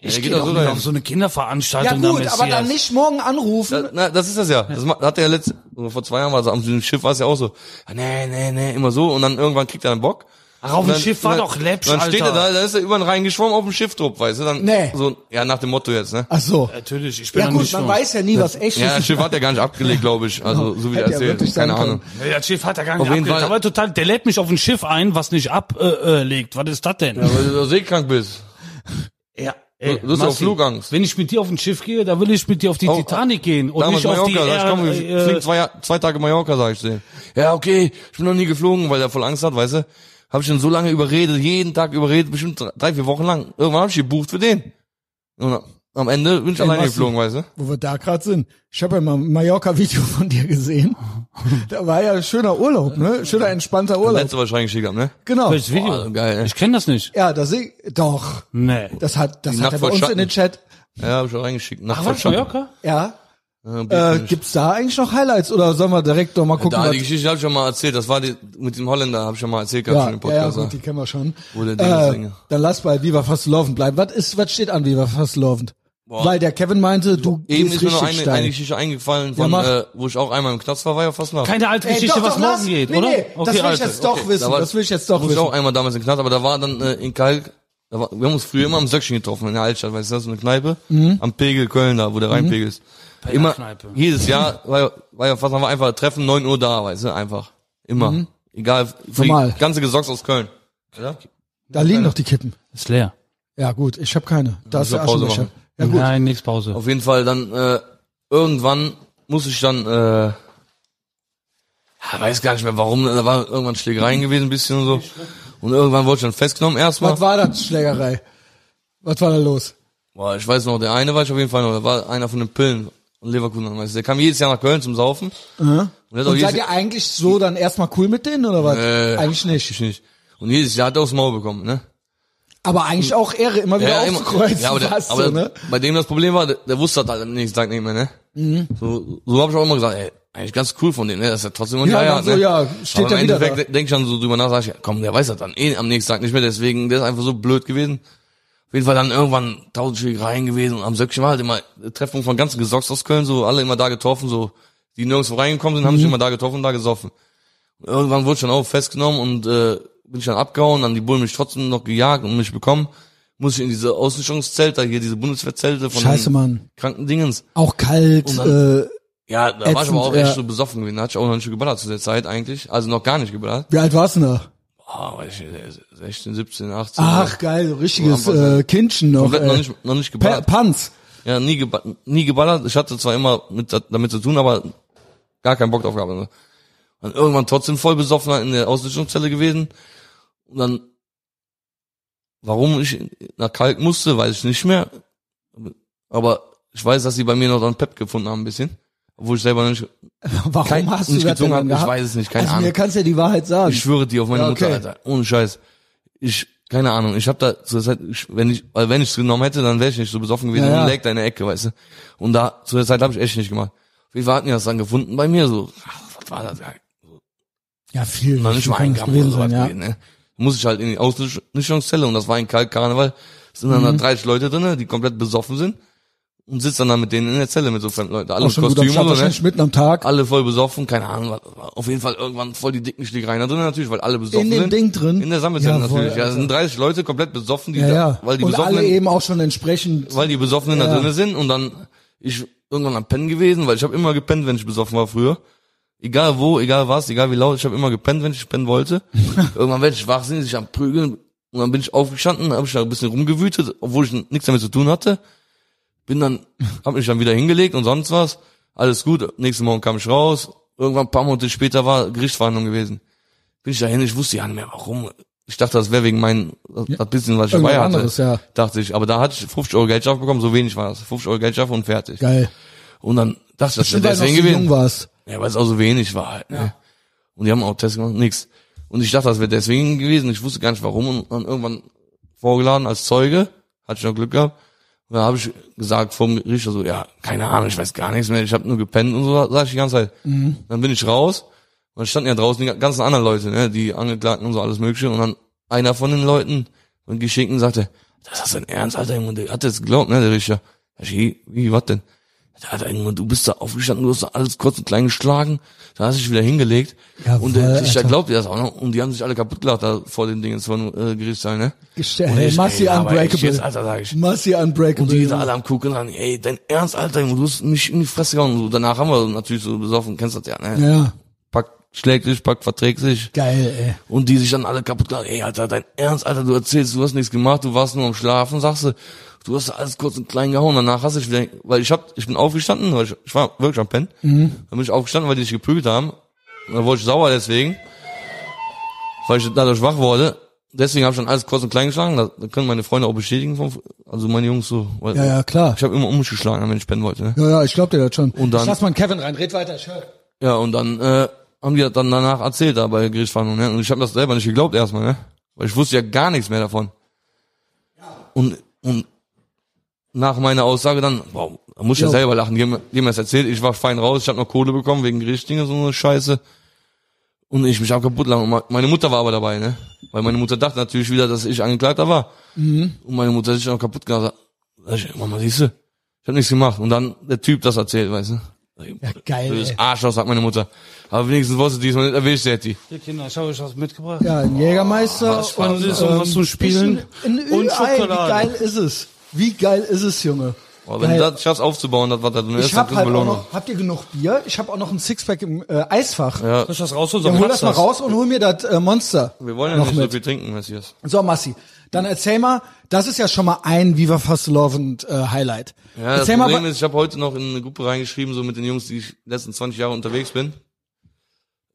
[SPEAKER 1] Ich
[SPEAKER 3] geht
[SPEAKER 1] gehe
[SPEAKER 3] doch
[SPEAKER 1] doch
[SPEAKER 3] so
[SPEAKER 1] nicht
[SPEAKER 3] dahin.
[SPEAKER 1] auf so eine
[SPEAKER 3] Also
[SPEAKER 2] Ja
[SPEAKER 3] um
[SPEAKER 1] Kinderveranstaltung.
[SPEAKER 2] gut,
[SPEAKER 1] da
[SPEAKER 2] aber dann
[SPEAKER 1] Messias.
[SPEAKER 2] nicht morgen
[SPEAKER 3] Da,
[SPEAKER 2] anrufen.
[SPEAKER 3] na, das ist das ja. Das ma- hat er ja letzt, oder vor zwei Jahren war so am Schiff war es ja auch so. Ah, Nee, nee, nee, immer so. Und dann irgendwann kriegt er einen Bock.
[SPEAKER 1] Ach, auf
[SPEAKER 3] Und
[SPEAKER 1] dem
[SPEAKER 3] dann-
[SPEAKER 1] Schiff war
[SPEAKER 3] dann-
[SPEAKER 1] doch Läppsch,
[SPEAKER 3] Dann steht
[SPEAKER 1] Alter.
[SPEAKER 3] er da, da ist er über den Rhein geschwommen auf dem Schiff drauf, weißt du? Dann
[SPEAKER 2] Nee.
[SPEAKER 3] So, ja, nach dem Motto jetzt, ne?
[SPEAKER 2] Ach so.
[SPEAKER 1] Natürlich, ich bin
[SPEAKER 2] Ja
[SPEAKER 1] da
[SPEAKER 2] gut,
[SPEAKER 1] nicht
[SPEAKER 2] man
[SPEAKER 1] schon.
[SPEAKER 2] weiß ja nie, was echt
[SPEAKER 3] Ja, das
[SPEAKER 2] ist.
[SPEAKER 3] Schiff hat er gar nicht abgelegt, glaube ich. Also, so wie er
[SPEAKER 2] Hätte ja wirklich
[SPEAKER 3] erzählt.
[SPEAKER 2] sein
[SPEAKER 3] Keine
[SPEAKER 2] können.
[SPEAKER 3] Ahnung.
[SPEAKER 1] Ja, das Schiff hat er gar
[SPEAKER 3] Auf
[SPEAKER 1] nicht
[SPEAKER 3] jeden
[SPEAKER 1] abgelegt.
[SPEAKER 3] Fall.
[SPEAKER 1] Aber total, der lädt mich auf ein Schiff ein, was nicht ablegt. Äh, äh, legt. was ist das denn?
[SPEAKER 3] Weil du so seekrank bist.
[SPEAKER 1] Ja. Ey,
[SPEAKER 3] Du hast ja auch
[SPEAKER 1] Massi,
[SPEAKER 3] Flugangst.
[SPEAKER 1] Wenn ich mit dir auf ein Schiff gehe, da will ich mit dir auf die
[SPEAKER 3] Oh,
[SPEAKER 1] Titanic gehen und
[SPEAKER 3] Damals
[SPEAKER 1] nicht auf die
[SPEAKER 3] Mallorca, sag ich, komm, wir
[SPEAKER 1] Air- äh,
[SPEAKER 3] fliegen zwei, Jahr- zwei Tage Mallorca, sag ich denen. Ja, okay, ich bin noch nie geflogen, weil er voll Angst hat, weißt du. Hab ich ihn so lange überredet, jeden Tag überredet, bestimmt drei, vier Wochen lang. Irgendwann hab ich gebucht für den. Und am Ende bin ich alleine
[SPEAKER 2] Massi.
[SPEAKER 3] geflogen, weißt du.
[SPEAKER 2] Wo wir da gerade sind. Ich habe ja mal ein Mallorca-Video von dir gesehen. Da war ja schöner Urlaub, ne? Schöner, entspannter Urlaub.
[SPEAKER 3] Letzte, was ich reingeschickt hab, ne?
[SPEAKER 2] Genau.
[SPEAKER 1] welches Video?
[SPEAKER 3] Boah, geil, ey.
[SPEAKER 1] ich kenne das nicht.
[SPEAKER 2] Ja, da seh doch.
[SPEAKER 1] Nee.
[SPEAKER 2] Das hat, das
[SPEAKER 3] Die
[SPEAKER 2] hat
[SPEAKER 3] Nacht
[SPEAKER 2] er bei
[SPEAKER 3] voll
[SPEAKER 2] uns in
[SPEAKER 3] Schatten.
[SPEAKER 2] den Chat.
[SPEAKER 3] Ja, hab ich auch reingeschickt. Nach
[SPEAKER 1] Ach, was, Mallorca?
[SPEAKER 2] Ja. Äh,
[SPEAKER 3] Äh,
[SPEAKER 2] gibt's da eigentlich noch Highlights oder sollen wir direkt doch mal gucken,
[SPEAKER 3] da,
[SPEAKER 2] was
[SPEAKER 3] die Geschichte hab ich schon mal erzählt. Das war die, mit dem Holländer, hab ich schon mal erzählt gehabt
[SPEAKER 2] ja,
[SPEAKER 3] schon im
[SPEAKER 2] ja, ja,
[SPEAKER 3] Podcast.
[SPEAKER 2] gut, die kennen wir schon.
[SPEAKER 3] Wo der Ding ist,
[SPEAKER 2] Äh,
[SPEAKER 3] Inge.
[SPEAKER 2] dann lass bei Viva Fast Lovend bleiben. Was ist, was steht an Viva Fast Lovend? Weil der Kevin meinte, du
[SPEAKER 3] Eben
[SPEAKER 2] gehst
[SPEAKER 3] ist mir noch
[SPEAKER 2] richtig
[SPEAKER 3] eine,
[SPEAKER 2] steil.
[SPEAKER 3] eine Geschichte eingefallen, von,
[SPEAKER 2] mach.
[SPEAKER 3] äh, wo ich auch einmal im Knast war, war ja fast noch.
[SPEAKER 1] Keine alte
[SPEAKER 2] Ey,
[SPEAKER 1] Geschichte,
[SPEAKER 2] Äh, doch,
[SPEAKER 1] was
[SPEAKER 2] doch,
[SPEAKER 1] morgen
[SPEAKER 2] lass.
[SPEAKER 1] geht,
[SPEAKER 2] nee,
[SPEAKER 1] oder?
[SPEAKER 2] Nee, das will ich
[SPEAKER 1] Alter.
[SPEAKER 2] jetzt doch wissen.
[SPEAKER 3] also, war-
[SPEAKER 2] das will ich jetzt doch
[SPEAKER 3] muss
[SPEAKER 2] wissen.
[SPEAKER 3] Ich auch einmal damals in den Knast, aber da war dann äh, in Kalk, da war, wir haben uns früher immer am Söckchen getroffen in der Altstadt, weißt du, das ist so eine Kneipe
[SPEAKER 2] Mhm.
[SPEAKER 3] am Pegel Köln da, wo der Rheinpegel ist. Immer
[SPEAKER 1] Kneipe.
[SPEAKER 3] jedes Jahr war ja, war ja fast einfach einfach treffen 9 Uhr da, weißt du, einfach immer. Egal, für
[SPEAKER 2] Mhm. Normal.
[SPEAKER 3] die ganze Gesocks aus Köln. Oder?
[SPEAKER 2] Da liegen noch die Kippen.
[SPEAKER 1] Ist leer.
[SPEAKER 2] Ja gut, ich habe keine. Da ist
[SPEAKER 3] wir
[SPEAKER 2] der
[SPEAKER 3] Also, Pause
[SPEAKER 2] Aschenbecher.
[SPEAKER 3] machen. Mhm.
[SPEAKER 2] Ja gut.
[SPEAKER 1] Nein, nix Pause.
[SPEAKER 3] Auf jeden Fall dann äh, irgendwann muss ich dann äh, ja, weiß gar nicht mehr warum, da war irgendwann Schlägereien gewesen ein bisschen und so. Und irgendwann wurde ich dann festgenommen erstmal.
[SPEAKER 2] Mhm. Was war das, Schlägerei? Was war da los?
[SPEAKER 3] Boah, ich weiß noch, der eine war ich auf jeden Fall noch, da war einer von den Pillen und Leverkusen, weißt du, der kam jedes Jahr nach Köln zum Saufen. Und, der hat auch
[SPEAKER 2] Und seid
[SPEAKER 3] jedes,
[SPEAKER 2] ihr eigentlich so dann erstmal cool mit denen oder was?
[SPEAKER 3] Also, Äh,
[SPEAKER 2] eigentlich nicht.
[SPEAKER 3] nicht. und jedes Jahr hat er aufs Maul bekommen, ne?
[SPEAKER 2] Aber eigentlich auch Ehre, immer wieder
[SPEAKER 3] immer-
[SPEAKER 2] aufzukreuzen.
[SPEAKER 3] ja, aber, der,
[SPEAKER 2] fast
[SPEAKER 3] aber
[SPEAKER 2] so,
[SPEAKER 3] der-
[SPEAKER 2] ne?
[SPEAKER 3] bei dem das Problem war, der, der wusste das halt am nächsten Tag nicht mehr, ne?
[SPEAKER 2] Mhm.
[SPEAKER 3] So, so habe ich auch immer gesagt, ey, eigentlich ganz cool von dem, ne? Das ist ja trotzdem
[SPEAKER 2] Ja,
[SPEAKER 3] ein
[SPEAKER 2] dann
[SPEAKER 3] Geier,
[SPEAKER 2] so,
[SPEAKER 3] ne?
[SPEAKER 2] ja, steht
[SPEAKER 3] aber
[SPEAKER 2] ja
[SPEAKER 3] im
[SPEAKER 2] wieder
[SPEAKER 3] Endeffekt denke ich dann so drüber nach, sag ich, ja, komm, der weiß das dann eh am nächsten Tag nicht mehr, deswegen, der ist einfach so blöd gewesen. Auf jeden Fall dann irgendwann tausend Schlägereien gewesen und am Söckchen war halt immer eine Treffung von ganzen Gesocks aus Köln, so alle immer da getroffen, so, die nirgendwo reingekommen sind, haben
[SPEAKER 2] Mhm.
[SPEAKER 3] sich immer da getroffen und da gesoffen. Irgendwann wurde ich dann auch festgenommen und äh, bin ich dann abgehauen, haben die Bullen mich trotzdem noch gejagt und mich bekommen. Muss ich in diese Außenstellungszelte, hier diese Bundeswehrzelte von
[SPEAKER 2] Scheiße,
[SPEAKER 3] den
[SPEAKER 2] Mann.
[SPEAKER 3] kranken Dingens.
[SPEAKER 2] Auch kalt.
[SPEAKER 3] Und dann-
[SPEAKER 2] äh,
[SPEAKER 3] Ja, da war ich
[SPEAKER 2] Ätzend,
[SPEAKER 3] aber auch
[SPEAKER 2] ja.
[SPEAKER 3] echt so besoffen gewesen. Da hatte ich auch noch nicht geballert zu der Zeit eigentlich. Also noch gar nicht geballert.
[SPEAKER 2] wie alt warst du denn da?
[SPEAKER 3] Ah, weiß ich nicht, 16, 17, 18.
[SPEAKER 2] Ach geil, richtiges
[SPEAKER 3] So am Anfang.
[SPEAKER 2] äh, Kindchen noch.
[SPEAKER 3] komplett noch
[SPEAKER 2] Äh,
[SPEAKER 3] nicht, noch nicht
[SPEAKER 2] Pa-
[SPEAKER 3] geballert.
[SPEAKER 2] Panz.
[SPEAKER 3] Ja, nie, geba nie geballert. Ich hatte zwar immer mit, da- damit zu tun, aber gar keinen Bock drauf gehabt. Also. Und irgendwann trotzdem voll besoffen in der Auslöschungszelle gewesen. Und dann, warum ich nach Kalk musste, weiß ich nicht mehr. Aber ich weiß, dass sie bei mir noch dann Pep gefunden haben, ein bisschen. Obwohl ich selber noch nicht,
[SPEAKER 2] Warum
[SPEAKER 3] kein,
[SPEAKER 2] hast du
[SPEAKER 3] nicht
[SPEAKER 2] das denn
[SPEAKER 3] gezogen
[SPEAKER 2] dann
[SPEAKER 3] habe. Ich
[SPEAKER 2] gehabt?
[SPEAKER 3] weiß es nicht, keine
[SPEAKER 2] also mir
[SPEAKER 3] Ahnung.
[SPEAKER 2] kannst ja die Wahrheit sagen.
[SPEAKER 3] Ich schwöre dir auf meine
[SPEAKER 2] Also, Ja, okay.
[SPEAKER 3] Mutter, Alter. Ohne Scheiß. Ich, keine Ahnung. Ich habe da zur Zeit, ich, wenn ich, weil wenn ich es genommen hätte, dann wäre ich nicht so besoffen gewesen.
[SPEAKER 2] Ja, ja.
[SPEAKER 3] Und lag da in der Ecke, weißt du. Und da, zu der Zeit habe ich echt nicht gemacht. Wie hatten die das dann gefunden bei mir? So, ach, was war das? Ja,
[SPEAKER 2] ja, viel.
[SPEAKER 3] noch nicht mal ein Gramm oder sowas gewesen, ne? Muss ich halt in die Ausnichtungszelle und das war ein Kaltkarneval. Sind dann da
[SPEAKER 2] Mhm.
[SPEAKER 3] 30 Leute drinne, die komplett besoffen sind. Und sitzt dann da mit denen in der Zelle mit so fremden Leuten. Alle
[SPEAKER 2] Auch
[SPEAKER 3] im
[SPEAKER 2] schon gut am
[SPEAKER 3] Kostüm
[SPEAKER 2] Start,
[SPEAKER 3] oder ne?
[SPEAKER 2] wahrscheinlich mitten am Tag.
[SPEAKER 3] Alle voll besoffen, keine Ahnung. was- Auf jeden Fall irgendwann voll die dicken Schlägereien da drin natürlich, weil alle besoffen
[SPEAKER 2] In dem
[SPEAKER 3] sind.
[SPEAKER 2] Ding drin?
[SPEAKER 3] In der Sammelzelle
[SPEAKER 2] Jawohl,
[SPEAKER 3] natürlich. Ja, es sind 30 Leute komplett besoffen, die
[SPEAKER 2] Ja,
[SPEAKER 3] da,
[SPEAKER 2] ja.
[SPEAKER 3] weil die
[SPEAKER 2] Und alle
[SPEAKER 3] Besoffenen,
[SPEAKER 2] eben auch schon entsprechend.
[SPEAKER 3] weil die Besoffenen
[SPEAKER 2] Ja.
[SPEAKER 3] da drin sind und dann ich irgendwann am Pennen gewesen, weil ich habe immer gepennt, wenn ich besoffen war früher. Egal wo, egal was, egal wie laut, ich habe immer gepennt, wenn ich pennen wollte. irgendwann werde ich wachsinnig, ich am prügeln und dann bin ich aufgestanden, habe ich da ein bisschen rumgewütet, obwohl ich nichts damit zu tun hatte. Bin dann habe mich dann wieder hingelegt und sonst was. Alles gut, nächsten Morgen kam ich raus. Irgendwann ein paar Monate später war Gerichtsverhandlung gewesen. Bin ich dahin, ich wusste ja nicht mehr warum. Ich dachte, das wäre wegen meinem, das bisschen, was ich
[SPEAKER 2] Irgendwas
[SPEAKER 3] dabei hatte.
[SPEAKER 2] anderes, ja.
[SPEAKER 3] Dachte ich, aber da hatte ich 50 Euro Geldstrafe bekommen, so wenig war das. 50 Euro Geldstrafe und fertig.
[SPEAKER 2] Geil.
[SPEAKER 3] Und dann dachte ich,
[SPEAKER 2] Bestimmt, weil
[SPEAKER 3] das wäre
[SPEAKER 2] du noch
[SPEAKER 3] deswegen
[SPEAKER 2] so jung
[SPEAKER 3] gewesen.
[SPEAKER 2] warst.
[SPEAKER 3] Ja, weil es auch so wenig war halt. Ne? Und die haben auch Tests gemacht, nix. Und ich dachte, das wäre deswegen gewesen. Ich wusste gar nicht warum und dann irgendwann vorgeladen als Zeuge. Hatte ich noch Glück gehabt. Und dann habe ich gesagt vom Richter so, ja, keine Ahnung, ich weiß gar nichts mehr. Ich habe nur gepennt und so, sag ich die ganze Zeit. Dann bin ich raus. Und dann standen ja draußen die ganzen anderen Leute, ne, die Angeklagten und so alles mögliche. Und dann einer von den Leuten und Geschickten sagte, das ist dein Ernst, Alter, Junge. Der hat das geglaubt, ne, der Richter. Ich, wie, wie, was denn? Da hat er irgendwann, du bist da aufgestanden, du hast da alles kurz und klein geschlagen, da hast du dich wieder hingelegt.
[SPEAKER 2] Jawohl,
[SPEAKER 3] und der Richter
[SPEAKER 2] Alter.
[SPEAKER 3] glaubt dir das auch noch. Und die haben sich alle kaputt gelacht da vor den Dingen von äh, Gerichtssaal, ne?
[SPEAKER 2] Gestell,
[SPEAKER 3] Und
[SPEAKER 2] hey,
[SPEAKER 3] ich,
[SPEAKER 2] Massi
[SPEAKER 3] ey, aber echt
[SPEAKER 2] Unbreakable.
[SPEAKER 3] Jetzt, Alter, sag ich.
[SPEAKER 2] Massi Unbreakable.
[SPEAKER 3] Und die da alle am Gucken und sagen, ey, dein Ernst, Alter, Junge, du hast mich in die Fresse gehauen. Und so, danach haben wir natürlich so besoffen, kennst das ja, ne?
[SPEAKER 2] ja,
[SPEAKER 3] Pack schlägt sich, pack verträgt sich.
[SPEAKER 2] geil, ey.
[SPEAKER 3] Und die sich dann alle kaputt lachen, ey, Alter, dein Ernst, Alter, du erzählst, du hast nichts gemacht, du warst nur am Schlafen, sagst du, du hast alles kurz und klein gehauen, danach hast du dich wieder, weil ich hab, ich bin aufgestanden, weil ich, ich war wirklich am Pennen,
[SPEAKER 2] Mhm.
[SPEAKER 3] dann bin ich aufgestanden, weil die dich geprügelt haben, und dann wurde ich sauer deswegen, weil ich dadurch wach wurde, deswegen habe ich dann alles kurz und klein geschlagen, das, das können meine Freunde auch bestätigen, vom, also meine Jungs so, weil
[SPEAKER 2] Ja, ja, klar.
[SPEAKER 3] ich habe immer um mich geschlagen, wenn ich pennen wollte, ne?
[SPEAKER 2] Ja, ja, ich glaub dir das schon. Und
[SPEAKER 3] dann-
[SPEAKER 2] ich lass mal einen Kevin rein, red weiter, ich höre.
[SPEAKER 3] Ja, und dann äh, haben die das dann danach erzählt da bei der Gerichtsverhandlung, ne? Und ich habe das selber nicht geglaubt erstmal, ne? Weil ich wusste ja gar nichts mehr davon. Und und nach meiner Aussage dann, wow, da muss ich ja
[SPEAKER 2] Jo.
[SPEAKER 3] selber lachen, die haben, die haben mir das erzählt, ich war fein raus, ich habe noch Kohle bekommen wegen Gerichtsdinge, so eine Scheiße. Und ich mich auch kaputt lachen. Und me- meine Mutter war aber dabei, ne? Weil meine Mutter dachte natürlich wieder, dass ich Angeklagter war. Und meine Mutter hat sich noch kaputt gemacht. Sag ich, Mama, siehst du, ich hab nichts gemacht. Und dann der Typ das erzählt, weißt du?
[SPEAKER 2] Ja, geil,
[SPEAKER 3] Blödes
[SPEAKER 2] ey.
[SPEAKER 3] Arschloch, sagt meine Mutter. Aber wenigstens wusste du diesmal nicht erwischt, Setti.
[SPEAKER 1] Hier, Kinder, ich habe euch was mitgebracht.
[SPEAKER 2] Ja, ein Jägermeister
[SPEAKER 3] Was
[SPEAKER 1] Und
[SPEAKER 2] und ähm,
[SPEAKER 1] es ist um was zum Spielen.
[SPEAKER 2] ein
[SPEAKER 1] und
[SPEAKER 2] Ü-Ei, wie
[SPEAKER 1] Schokolade.
[SPEAKER 2] geil ist es? Wie geil ist es, Junge?
[SPEAKER 3] Aber wenn
[SPEAKER 2] Geil.
[SPEAKER 3] du das schaffst aufzubauen, das war da drin ist,
[SPEAKER 2] ich
[SPEAKER 3] dann
[SPEAKER 2] hab
[SPEAKER 3] kriegst du
[SPEAKER 2] halt auch
[SPEAKER 3] Belohnung.
[SPEAKER 2] noch, habt ihr genug Bier? Ich hab auch noch ein Sixpack im äh, Eisfach.
[SPEAKER 3] Ja,
[SPEAKER 1] Soll ich das raus
[SPEAKER 2] Dann hol das mal raus und hol mir das äh, Monster.
[SPEAKER 3] wir wollen ja
[SPEAKER 2] noch
[SPEAKER 3] nicht
[SPEAKER 2] mit.
[SPEAKER 3] so viel trinken, Messias.
[SPEAKER 2] So, Massi, dann erzähl mal, das ist ja schon mal ein Viva Fast Lovend äh, Highlight.
[SPEAKER 3] Ja, das
[SPEAKER 2] erzähl mal,
[SPEAKER 3] Problem
[SPEAKER 2] wa-
[SPEAKER 3] ist, ich habe heute noch in eine Gruppe reingeschrieben, so mit den Jungs, die ich die letzten 20 Jahre unterwegs bin,